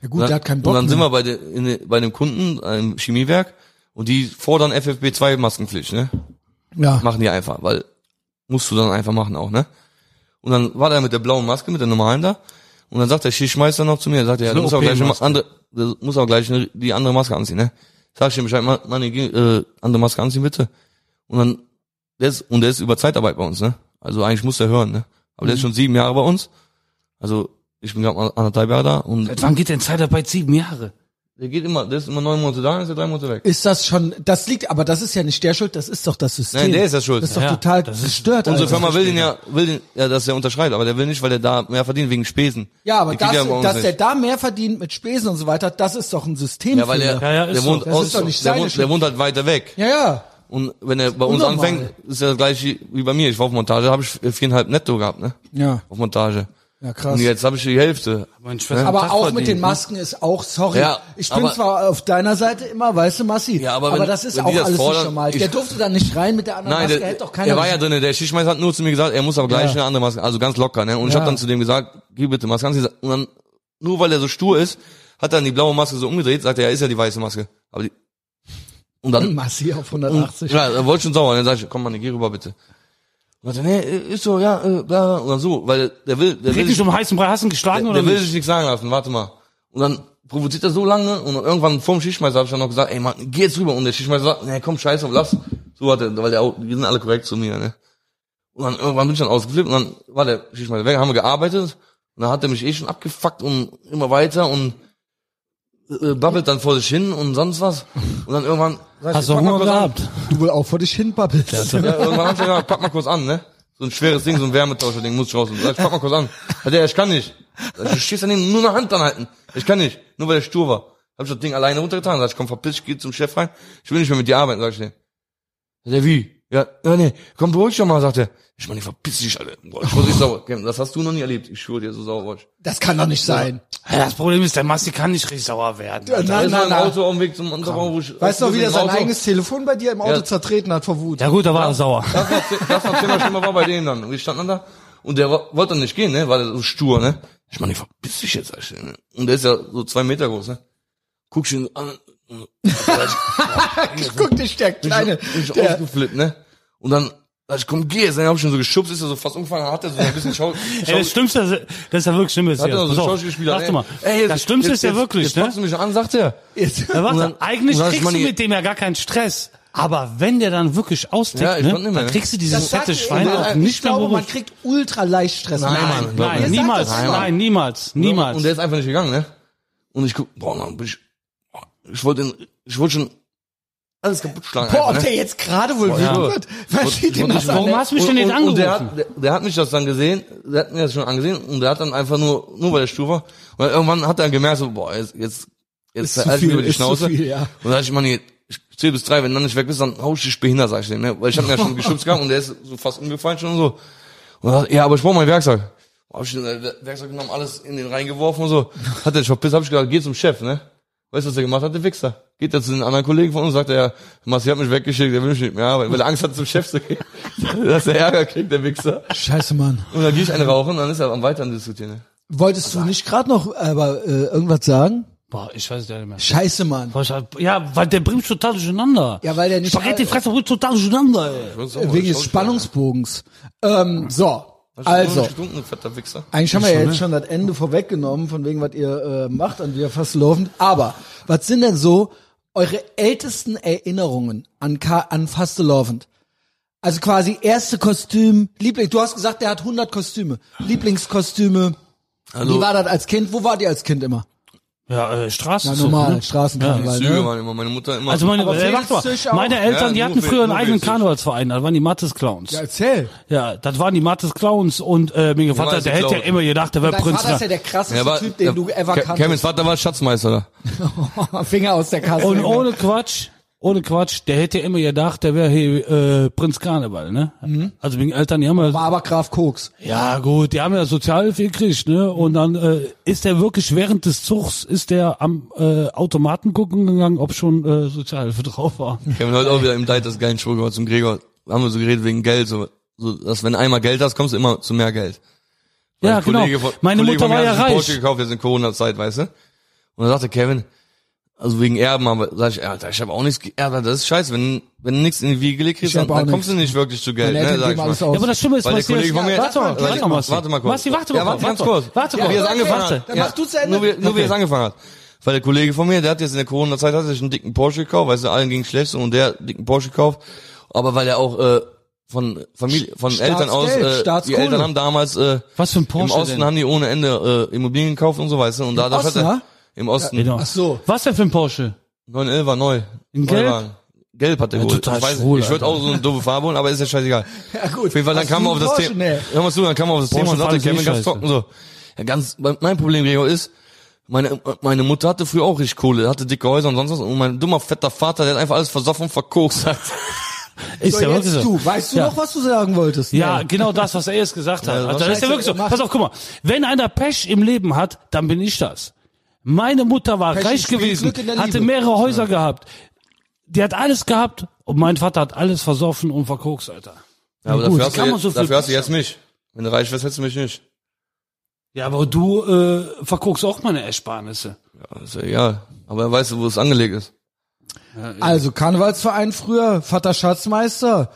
[SPEAKER 2] Ja gut, der hat keinen Bock
[SPEAKER 3] ne? Und dann sind
[SPEAKER 2] mehr.
[SPEAKER 3] wir bei, der, in, der- bei dem Kunden, einem Chemiewerk, und die fordern FFP2-Maskenpflicht, ne?
[SPEAKER 2] ja.
[SPEAKER 3] Machen die einfach, weil musst du dann einfach machen auch, ne? Und dann war der mit der blauen Maske, mit der normalen da, und dann sagt der Schichtmeister noch zu mir, sagt er, ja,
[SPEAKER 1] eine
[SPEAKER 3] du musst auch gleich eine
[SPEAKER 1] OP-Maske.
[SPEAKER 3] andere, du musst auch gleich eine, die andere Maske anziehen, ne? Sag ich ihm Bescheid, Mann, Mann, ich geh, äh, andere Maske anziehen bitte. Und dann, der ist, und der ist über Zeitarbeit bei uns, ne? Also eigentlich muss der hören, ne? Aber der ist schon sieben Jahre bei uns. Also, ich bin gerade mal anderthalb Jahre da und
[SPEAKER 1] Seit wann geht denn Zeitarbeit sieben Jahre?
[SPEAKER 3] der geht immer, der ist immer neun Monate da, dann ist er drei Monate weg.
[SPEAKER 2] Ist das schon, das liegt, aber das ist ja nicht der Schuld, das ist doch das System.
[SPEAKER 3] Nein, der ist ja schuld.
[SPEAKER 2] Das ist doch
[SPEAKER 1] Ja,
[SPEAKER 2] total
[SPEAKER 1] das ist-
[SPEAKER 2] gestört.
[SPEAKER 3] Unsere
[SPEAKER 2] Alter.
[SPEAKER 3] Firma will den ja, will den, ja, dass er unterschreibt, aber der will nicht, weil der da mehr verdient wegen Spesen.
[SPEAKER 2] Ja, aber
[SPEAKER 3] Die kriegt
[SPEAKER 2] das,
[SPEAKER 3] er bei uns
[SPEAKER 2] dass der
[SPEAKER 3] nicht.
[SPEAKER 2] da mehr verdient mit Spesen und so weiter, das ist doch ein System.
[SPEAKER 3] ja, weil er,
[SPEAKER 1] Ja, ja, ist
[SPEAKER 3] der
[SPEAKER 1] so.
[SPEAKER 3] wohnt
[SPEAKER 1] Das
[SPEAKER 3] aus,
[SPEAKER 2] ist doch nicht
[SPEAKER 3] der,
[SPEAKER 2] seine
[SPEAKER 3] wohnt,
[SPEAKER 2] Schuld.
[SPEAKER 3] der wohnt halt weiter weg.
[SPEAKER 2] ja, ja.
[SPEAKER 3] Und wenn er bei uns
[SPEAKER 2] unnormal.
[SPEAKER 3] anfängt, ist ja das gleiche wie bei mir. Ich war auf Montage, habe ich viereinhalb netto gehabt, ne?
[SPEAKER 2] Ja,
[SPEAKER 3] Auf Montage.
[SPEAKER 2] ja krass.
[SPEAKER 3] Und jetzt habe ich die Hälfte.
[SPEAKER 1] Meine Schwester hat
[SPEAKER 2] aber
[SPEAKER 1] Tag
[SPEAKER 2] auch mit
[SPEAKER 1] verdient,
[SPEAKER 2] den
[SPEAKER 1] ne?
[SPEAKER 2] Masken ist auch, sorry,
[SPEAKER 3] Ja,
[SPEAKER 2] ich bin
[SPEAKER 3] aber-
[SPEAKER 2] zwar auf deiner Seite immer, weißt du, Massi,
[SPEAKER 3] Ja, aber wenn-
[SPEAKER 2] das ist
[SPEAKER 3] wenn
[SPEAKER 2] auch
[SPEAKER 3] die das
[SPEAKER 2] alles nicht
[SPEAKER 3] fordern,
[SPEAKER 2] normal.
[SPEAKER 3] ich-
[SPEAKER 2] Der durfte dann nicht rein mit der anderen
[SPEAKER 3] Nein,
[SPEAKER 2] Maske,
[SPEAKER 3] der,
[SPEAKER 2] hätte doch keiner...
[SPEAKER 3] der war ja drin, der Schichtmeister hat nur zu mir gesagt, er muss aber gleich
[SPEAKER 2] Ja.
[SPEAKER 3] eine andere Maske, also ganz locker, ne? Und ich
[SPEAKER 2] Ja.
[SPEAKER 3] habe dann zu dem gesagt, geh bitte Maske an. Sie sagt- Und dann, nur weil er so stur ist, hat dann die blaue Maske so umgedreht, sagt er, ja, ist ja die weiße Maske. Aber die, und dann
[SPEAKER 2] Massi auf
[SPEAKER 3] Und-
[SPEAKER 2] 180.
[SPEAKER 3] Ja, er wollte schon sauer. Dann sag ich, komm mal, geh rüber bitte. Und dann, nee, ist so, ja, äh, bla, bla. Und dann so, weil der will, der will,
[SPEAKER 1] Richtig
[SPEAKER 3] sich,
[SPEAKER 1] um heißen Brei hast du ihn geschlagen
[SPEAKER 3] der
[SPEAKER 1] oder
[SPEAKER 3] will
[SPEAKER 1] nicht?
[SPEAKER 3] sich nichts sagen lassen, warte mal. Und dann provoziert er so lange und irgendwann vorm Schichtmeister habe ich dann noch gesagt, ey Mann, geh jetzt rüber. Und der Schichtmeister sagt, nee, komm, scheiß auf, lass. So hat er, weil der auch, die sind alle korrekt zu mir, ne. Und dann irgendwann bin ich dann ausgeflippt und dann war der Schichtmeister weg, haben wir gearbeitet. Und dann hat er mich eh schon abgefuckt und immer weiter und äh, babbelt dann vor sich hin und sonst was. Und dann irgendwann sag ich,
[SPEAKER 1] Hast du
[SPEAKER 3] pack mal
[SPEAKER 1] Hunger
[SPEAKER 3] kurz an.
[SPEAKER 1] gehabt?
[SPEAKER 2] Du wohl auch vor dich hinbabbelst.
[SPEAKER 3] Ja, irgendwann hat er gesagt, pack mal kurz an, ne? So ein schweres Ding, so ein Wärmetauscher-Ding, muss ich raus. Sag ich, pack mal kurz an. Hat er, ich kann nicht. Sag ich, du stehst daneben, nur eine Hand anhalten. Ich kann nicht. Nur weil er stur war. Hab ich das Ding alleine runtergetan. Sag ich, komm, verpiss, ich geh zum Chef rein. Ich will nicht mehr mit dir arbeiten, sag ich dem. Sagt er, wie? Ja, ja, nee, komm, beruhig dich doch mal, sagt er. Ich meine, verpiss dich, Alter. Boah, ich war richtig sauer. Kevin, Das hast du noch nie erlebt. Ich schwöre dir, so sauer war ich.
[SPEAKER 2] Das kann doch nicht sein.
[SPEAKER 1] Ja, das Problem ist, der Massi kann nicht richtig sauer werden.
[SPEAKER 2] Ja,
[SPEAKER 1] Alter.
[SPEAKER 3] Da
[SPEAKER 2] Nein,
[SPEAKER 3] ist
[SPEAKER 2] nein,
[SPEAKER 3] mein
[SPEAKER 2] nein.
[SPEAKER 3] Auto auf dem Weg zum Unterbau, wo ich...
[SPEAKER 2] Weißt du, wie der
[SPEAKER 3] das
[SPEAKER 2] sein
[SPEAKER 3] Auto-
[SPEAKER 2] eigenes Telefon bei dir im Auto
[SPEAKER 3] Ja.
[SPEAKER 2] zertreten hat vor Wut?
[SPEAKER 1] Ja gut, da war er sauer.
[SPEAKER 3] Das war, das war zehnmal schlimmer war bei denen dann. Und ich stand dann da und der wo- wollte dann nicht gehen, ne? War der so stur, ne? Ich meine, ich verpiss dich jetzt, sag ich, dir, ne? Und der ist ja so zwei Meter groß, ne? Guckst ihn an. und-
[SPEAKER 2] Guck dich, der Kleine.
[SPEAKER 3] Bin ich
[SPEAKER 2] Der,
[SPEAKER 3] ausgeflippt, ne? Und dann, sag ich, komm, geh jetzt. Dann hab ich ihn so geschubst, ist er so fast umgefallen, dann hat er so ein bisschen Schau.
[SPEAKER 1] Ey, das Schlimmste, ist- das ist ja wirklich schlimm. Ist
[SPEAKER 3] hat
[SPEAKER 1] hier.
[SPEAKER 3] er so
[SPEAKER 1] Pass auf,
[SPEAKER 3] Schauspieler.
[SPEAKER 1] warte mal. das Schlimmste ist ja wirklich,
[SPEAKER 3] jetzt,
[SPEAKER 1] ne?
[SPEAKER 3] Jetzt packst du mich an, sagt er.
[SPEAKER 2] jetzt,
[SPEAKER 1] Ja, warte,
[SPEAKER 3] dann-
[SPEAKER 1] eigentlich
[SPEAKER 3] und dann
[SPEAKER 1] kriegst
[SPEAKER 3] ist man
[SPEAKER 1] du
[SPEAKER 3] die-
[SPEAKER 1] mit dem ja gar keinen Stress. Aber wenn der dann wirklich austickt,
[SPEAKER 3] Ja, ich
[SPEAKER 1] ne,
[SPEAKER 3] konnte nicht mehr,
[SPEAKER 1] dann
[SPEAKER 3] ne?
[SPEAKER 1] kriegst du dieses
[SPEAKER 2] sagt
[SPEAKER 1] fette
[SPEAKER 2] ihr,
[SPEAKER 1] Schwein
[SPEAKER 2] Alter.
[SPEAKER 1] auch
[SPEAKER 2] Ich
[SPEAKER 1] nicht mehr
[SPEAKER 2] glaube, man
[SPEAKER 1] beruhigt.
[SPEAKER 2] kriegt ultra leicht Stress.
[SPEAKER 3] Nein, Mann, glaub
[SPEAKER 1] Nein,
[SPEAKER 3] Ihr sagt
[SPEAKER 1] niemals,
[SPEAKER 2] das immer.
[SPEAKER 1] nein, niemals, niemals.
[SPEAKER 3] Und der ist einfach nicht gegangen, ne? Und ich guck, boah, Mann, bin ich, boah, ich wollte ihn, ich wollte schon alles kaputt schlagen.
[SPEAKER 2] Boah,
[SPEAKER 3] einfach, ne?
[SPEAKER 2] ob der jetzt gerade wohl
[SPEAKER 3] ja.
[SPEAKER 2] wütend wird? Versteht ihr
[SPEAKER 3] Und-
[SPEAKER 2] das
[SPEAKER 3] und-
[SPEAKER 1] Warum
[SPEAKER 2] an?
[SPEAKER 1] hast du mich denn
[SPEAKER 3] und-
[SPEAKER 1] nicht
[SPEAKER 3] und- Und der,
[SPEAKER 1] angerufen?
[SPEAKER 3] hat, der, der hat mich das dann gesehen, der hat mir das schon angesehen und der hat dann einfach nur, nur weil der stur war. Und irgendwann hat er gemerkt, so, boah, jetzt, jetzt,
[SPEAKER 2] Ist
[SPEAKER 3] jetzt
[SPEAKER 2] zu
[SPEAKER 3] halt
[SPEAKER 2] viel,
[SPEAKER 3] mir über die
[SPEAKER 2] ist zu
[SPEAKER 3] Schnauze.
[SPEAKER 2] viel, ja.
[SPEAKER 3] Und da hab ich, man, ich zähl bis drei, wenn du dann nicht weg bist, dann hau ich dich behindert, sag ich dem, ne? Weil ich hab ihn ja schon geschubst gehabt und der ist so fast umgefallen schon und so. Und dann, ja, aber ich brauch mein Werkzeug. Hab ich den äh, Werkzeug genommen, alles in den reingeworfen und so. Hat er sich verpisst, hab ich gedacht, geh zum Chef, ne? Weißt du, was er gemacht hat, der Wichser? Geht er zu den anderen Kollegen von uns, sagt er, ja, Massi hat mich weggeschickt, der will mich nicht mehr arbeiten, weil er Angst hat, zum Chef zu gehen. Dass er Ärger kriegt, der Wichser.
[SPEAKER 2] Scheiße, Mann.
[SPEAKER 3] Und dann geh ich einen rauchen, dann ist er am Weiteren diskutieren, ne?
[SPEAKER 2] Wolltest du nicht gerade noch aber, äh, irgendwas sagen?
[SPEAKER 1] Boah, ich weiß es ja nicht mehr.
[SPEAKER 2] Scheiße, Mann.
[SPEAKER 1] Boah, ich hab- Ja, weil der bringt total durcheinander.
[SPEAKER 2] Ja, weil der nicht- äh,
[SPEAKER 1] Spaghetti Oh, frisst bringt total durcheinander, ey.
[SPEAKER 2] Wegen des Spannungsbogens. Ähm, so, also.
[SPEAKER 3] Stunden, fetter Wichser.
[SPEAKER 2] Eigentlich haben wir ja jetzt schon das Ende vorweggenommen, von wegen, was ihr äh, macht und wir fast laufend. Aber was sind denn so eure ältesten Erinnerungen an, Ka an faste laufend? Also quasi erste Kostüm, Liebling. Du hast gesagt, der hat 100 Kostüme. Lieblingskostüme. Wie war das als Kind? Wo war die als Kind immer?
[SPEAKER 1] Ja, äh, Straßen.
[SPEAKER 2] Ja, normal,
[SPEAKER 3] hm?
[SPEAKER 2] Straßenkarneval.
[SPEAKER 3] Züge
[SPEAKER 2] ne?
[SPEAKER 3] waren immer, meine Mutter immer.
[SPEAKER 1] Also meine,
[SPEAKER 2] Aber
[SPEAKER 1] äh, warte mal,
[SPEAKER 2] Felix Züch auch.
[SPEAKER 1] meine Eltern,
[SPEAKER 3] Ja,
[SPEAKER 1] die
[SPEAKER 3] nur
[SPEAKER 1] hatten
[SPEAKER 3] Fe-
[SPEAKER 1] früher einen
[SPEAKER 3] nur
[SPEAKER 1] eigenen
[SPEAKER 3] Felix Züch.
[SPEAKER 1] Karnevalsverein, das waren die Mattes Clowns.
[SPEAKER 2] Ja,
[SPEAKER 1] Ja,
[SPEAKER 2] erzähl.
[SPEAKER 1] das waren die Mattes Clowns und äh, mein Vater,
[SPEAKER 3] meinst
[SPEAKER 1] der
[SPEAKER 3] die
[SPEAKER 1] hätte ja
[SPEAKER 3] Clowns.
[SPEAKER 1] immer gedacht, der wäre
[SPEAKER 2] Dein
[SPEAKER 1] Prinz.
[SPEAKER 2] Vater ist ja
[SPEAKER 1] Ne?
[SPEAKER 2] der krasseste
[SPEAKER 3] Ja, war-
[SPEAKER 2] Typ, den
[SPEAKER 3] ja,
[SPEAKER 2] du ever
[SPEAKER 3] Ke- Kevins
[SPEAKER 2] kanntest.
[SPEAKER 3] Vater war Schatzmeister.
[SPEAKER 2] Finger aus der Kasse.
[SPEAKER 1] Und ohne Quatsch, ohne Quatsch, der hätte immer gedacht, der wäre hier, äh, Prinz Karneval, ne? Also wegen Eltern, die haben ja,
[SPEAKER 2] War Mhm. aber Graf Koks.
[SPEAKER 1] ja gut, die haben ja Sozialhilfe gekriegt, ne? Und dann äh, ist der wirklich während des Zugs, ist der am äh, Automaten gucken gegangen, ob schon äh, Sozialhilfe drauf war.
[SPEAKER 3] Kevin heute auch wieder im Deit das geilen Show gemacht zum Gregor. Haben wir so geredet wegen Geld, so, so, dass wenn du einmal Geld hast, kommst du immer zu mehr Geld.
[SPEAKER 1] Ja,
[SPEAKER 3] Ein
[SPEAKER 1] genau.
[SPEAKER 3] Kollege von-
[SPEAKER 1] Meine
[SPEAKER 3] Kollege
[SPEAKER 1] Mutter
[SPEAKER 3] von mir
[SPEAKER 1] war ja
[SPEAKER 3] hat sich einen Porsche
[SPEAKER 1] reich.
[SPEAKER 3] gekauft jetzt in Corona-Zeit, weißt du? Und dann sagte Kevin, also wegen Erben, aber sag ich, Alter, ich habe auch nichts geerbt, das ist scheiße, wenn, wenn du nichts in die Wiege gelegt kriegst,
[SPEAKER 2] Ich hab
[SPEAKER 3] dann, dann
[SPEAKER 2] auch
[SPEAKER 3] kommst du nicht wirklich zu Geld,
[SPEAKER 2] Meine
[SPEAKER 3] ne,
[SPEAKER 2] Eltern
[SPEAKER 3] sag ich
[SPEAKER 2] geben alles
[SPEAKER 3] mal.
[SPEAKER 1] Ja,
[SPEAKER 2] aus.
[SPEAKER 1] aber das Schlimme ist,
[SPEAKER 3] Weil der
[SPEAKER 1] was hier
[SPEAKER 3] Kollege
[SPEAKER 1] ist-
[SPEAKER 3] von mir-
[SPEAKER 1] Ja, warte mal,
[SPEAKER 3] Warte mal,
[SPEAKER 1] warte mal, Basti.
[SPEAKER 3] warte mal kurz.
[SPEAKER 1] Basti, warte mal
[SPEAKER 3] Ja, warte
[SPEAKER 1] kurz.
[SPEAKER 3] ganz kurz.
[SPEAKER 1] Warte
[SPEAKER 3] Ja,
[SPEAKER 1] kurz.
[SPEAKER 3] wie er es angefangen
[SPEAKER 2] Dann
[SPEAKER 3] hat.
[SPEAKER 2] mach du zu Ende.
[SPEAKER 3] Nur, wie, nur wie er es
[SPEAKER 1] Okay.
[SPEAKER 3] angefangen hat. Weil der Kollege von mir, der hat jetzt in der Corona-Zeit hat sich einen dicken Porsche gekauft, weißt du, allen ging schlecht und der hat einen dicken Porsche gekauft. Aber weil er auch äh, von Familie, von Eltern aus,
[SPEAKER 2] Staatsgeld,
[SPEAKER 3] äh, die
[SPEAKER 2] Staatskohle.
[SPEAKER 3] Eltern haben damals äh,
[SPEAKER 1] Was für ein
[SPEAKER 3] im
[SPEAKER 1] Porsche
[SPEAKER 3] Osten
[SPEAKER 1] denn?
[SPEAKER 3] haben die ohne Ende äh, Immobilien gekauft und so, weißt du. Und da, da
[SPEAKER 2] Osten,
[SPEAKER 3] hat er halt-
[SPEAKER 2] ja?
[SPEAKER 3] im Osten
[SPEAKER 1] Genau.
[SPEAKER 2] Ach so.
[SPEAKER 1] Was denn für ein Porsche?
[SPEAKER 3] 911 war neu.
[SPEAKER 1] In
[SPEAKER 3] Neu
[SPEAKER 1] gelb?
[SPEAKER 3] waren. Gelb hat der
[SPEAKER 1] Ja,
[SPEAKER 3] geholt.
[SPEAKER 1] total
[SPEAKER 3] ich weiß,
[SPEAKER 1] schwul,
[SPEAKER 3] ich würde
[SPEAKER 1] Alter.
[SPEAKER 3] auch so eine doofe Farbe holen, aber ist ja scheißegal.
[SPEAKER 2] Ja, gut.
[SPEAKER 3] Auf jeden Fall, dann
[SPEAKER 2] Hast
[SPEAKER 3] kam
[SPEAKER 2] du
[SPEAKER 3] man auf das
[SPEAKER 2] Porsche?
[SPEAKER 3] Thema.
[SPEAKER 2] Nee.
[SPEAKER 3] Hör mal zu, dann kam man auf das
[SPEAKER 1] Porsche
[SPEAKER 3] Thema und sagte
[SPEAKER 1] fanden sie
[SPEAKER 3] Kevin
[SPEAKER 1] nicht
[SPEAKER 3] ganz
[SPEAKER 1] scheiße.
[SPEAKER 3] trocken so. Ja, ganz, mein Problem, Gregor, ist, meine, meine Mutter hatte früher auch richtig Kohle, hatte dicke Häuser und sonst was. Und mein dummer, fetter Vater, der hat einfach alles versoffen und verkokst. Hat.
[SPEAKER 1] Ist
[SPEAKER 2] So,
[SPEAKER 1] ja
[SPEAKER 2] jetzt
[SPEAKER 1] wirklich so.
[SPEAKER 2] du. Weißt du
[SPEAKER 1] Ja.
[SPEAKER 2] noch, was du sagen wolltest?
[SPEAKER 1] Ja,
[SPEAKER 2] Nee.
[SPEAKER 1] genau das, was er jetzt gesagt hat. Also das ist ja
[SPEAKER 2] scheiße,
[SPEAKER 1] wirklich so.
[SPEAKER 2] mach-
[SPEAKER 1] Pass auf, guck mal. Wenn einer Pech im Leben hat, dann bin ich das. Meine Mutter war
[SPEAKER 2] Pech
[SPEAKER 1] reich
[SPEAKER 2] ist viel
[SPEAKER 1] gewesen,
[SPEAKER 2] Glück in der
[SPEAKER 1] hatte
[SPEAKER 2] Liebe.
[SPEAKER 1] mehrere Häuser gehabt. Die hat alles gehabt und mein Vater hat alles versoffen und verkokst, Alter.
[SPEAKER 3] Ja, aber
[SPEAKER 1] gut,
[SPEAKER 3] dafür, hast
[SPEAKER 1] kann
[SPEAKER 3] du,
[SPEAKER 1] man
[SPEAKER 3] jetzt-
[SPEAKER 1] so viel-
[SPEAKER 3] dafür hast du jetzt mich. Wenn du reich wärst, hättest du mich nicht.
[SPEAKER 1] Ja, aber du äh, verkokst auch meine Ersparnisse.
[SPEAKER 3] Ja, ist Also, ja egal. Aber weißt du, wo es angelegt ist?
[SPEAKER 2] Also Karnevalsverein früher, Vater Schatzmeister,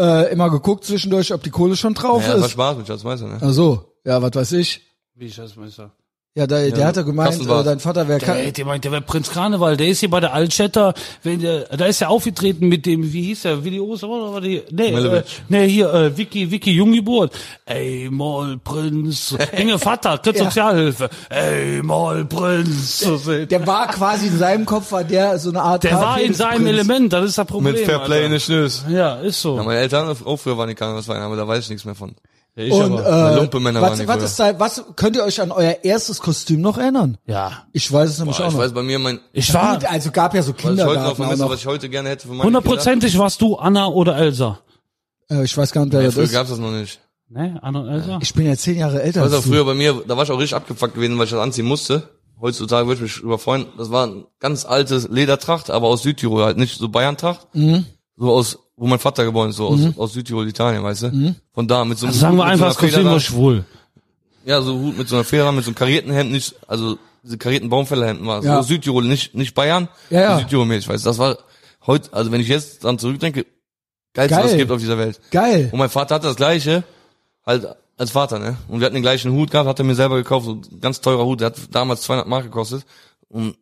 [SPEAKER 2] äh, immer geguckt zwischendurch, ob die Kohle schon drauf
[SPEAKER 3] Ja, das war
[SPEAKER 2] ist.
[SPEAKER 3] Spaß mit Schatzmeister, ne?
[SPEAKER 2] Ach so, ja, was weiß ich.
[SPEAKER 1] Wie ich das meister.
[SPEAKER 2] Ja, da, der hat ja gemeint,
[SPEAKER 3] Kassenwart.
[SPEAKER 2] äh, dein Vater wäre
[SPEAKER 1] Der hätte gemeint, der wäre Prinz Karneval, der ist hier bei der Altstädter, wenn der, da ist er aufgetreten mit dem, wie hieß der, Willi Oster oder was? die- Nee, äh,
[SPEAKER 3] Melovic.
[SPEAKER 1] nee, hier, äh, Vicky, Vicky Junggeburt. Ey, Moll, Prinz, enge Vater, kriegt Sozialhilfe. Ey, Moll, Prinz.
[SPEAKER 2] Der war quasi in seinem Kopf, war der so eine Art.
[SPEAKER 1] Der war in seinem
[SPEAKER 2] Prinz.
[SPEAKER 1] Element, das ist das Problem.
[SPEAKER 3] Mit Fairplay in
[SPEAKER 1] Alter.
[SPEAKER 3] den Schnürs.
[SPEAKER 1] Ja, ist so.
[SPEAKER 3] Ja, meine Eltern auch früher waren die Karnevalsvereine, aber da weiß ich nichts mehr von.
[SPEAKER 1] Ja, ich
[SPEAKER 2] Und,
[SPEAKER 1] aber.
[SPEAKER 2] äh,
[SPEAKER 3] Lumpemänner waren die
[SPEAKER 2] was,
[SPEAKER 3] früher.
[SPEAKER 2] was, ist da, was könnt ihr euch an euer erstes Kostüm noch erinnern?
[SPEAKER 1] ja.
[SPEAKER 2] Ich weiß es nämlich
[SPEAKER 3] Boah,
[SPEAKER 2] auch
[SPEAKER 3] ich
[SPEAKER 2] noch.
[SPEAKER 3] weiß bei mir, mein,
[SPEAKER 1] Ich war,
[SPEAKER 2] Gut, also gab ja so
[SPEAKER 3] was ich heute noch
[SPEAKER 2] Kindergarten auch
[SPEAKER 3] vermisse,
[SPEAKER 2] noch.
[SPEAKER 3] was ich heute gerne hätte für meine Kinder.
[SPEAKER 1] hundertprozentig warst du Anna oder Elsa.
[SPEAKER 2] Äh, ich weiß gar nicht, wer
[SPEAKER 3] Ja,
[SPEAKER 2] das
[SPEAKER 3] früher
[SPEAKER 2] ist.
[SPEAKER 3] gab's das noch nicht.
[SPEAKER 1] Ne, Anna und Elsa?
[SPEAKER 2] Ich bin ja zehn Jahre älter
[SPEAKER 3] Das war
[SPEAKER 2] als du.
[SPEAKER 3] früher bei mir, da war ich auch richtig abgefuckt gewesen, weil ich das anziehen musste. Heutzutage würde ich mich überfreuen. Das war ein ganz altes Ledertracht, aber aus Südtirol halt nicht so Bayern-Tracht. So aus, wo mein Vater geboren ist, so aus, aus Südtirol, Italien, weißt du? Von da, mit so einem
[SPEAKER 1] Also sagen wir
[SPEAKER 3] Hut, mit
[SPEAKER 1] einfach, das
[SPEAKER 3] so einer
[SPEAKER 1] Kostüm war
[SPEAKER 3] Feder
[SPEAKER 1] schwul.
[SPEAKER 3] dran. Ja, so Hut mit so einer Feder, dran, mit so einem karierten Hemd, nicht, also, diese karierten Baumfällerhemden war.
[SPEAKER 2] Ja.
[SPEAKER 3] So Südtirol, nicht, nicht Bayern.
[SPEAKER 2] Ja, ja.
[SPEAKER 3] Südtirol-mäßig, weißt du? Das war heute, also wenn ich jetzt dann zurückdenke, geilste,
[SPEAKER 2] Geil.
[SPEAKER 3] was es gibt auf dieser Welt.
[SPEAKER 2] Geil.
[SPEAKER 3] Und mein Vater hatte das gleiche, halt als Vater, ne? Und wir hatten den gleichen Hut gehabt, hat er mir selber gekauft, so ein ganz teurer Hut, der hat damals 200 Mark gekostet. Und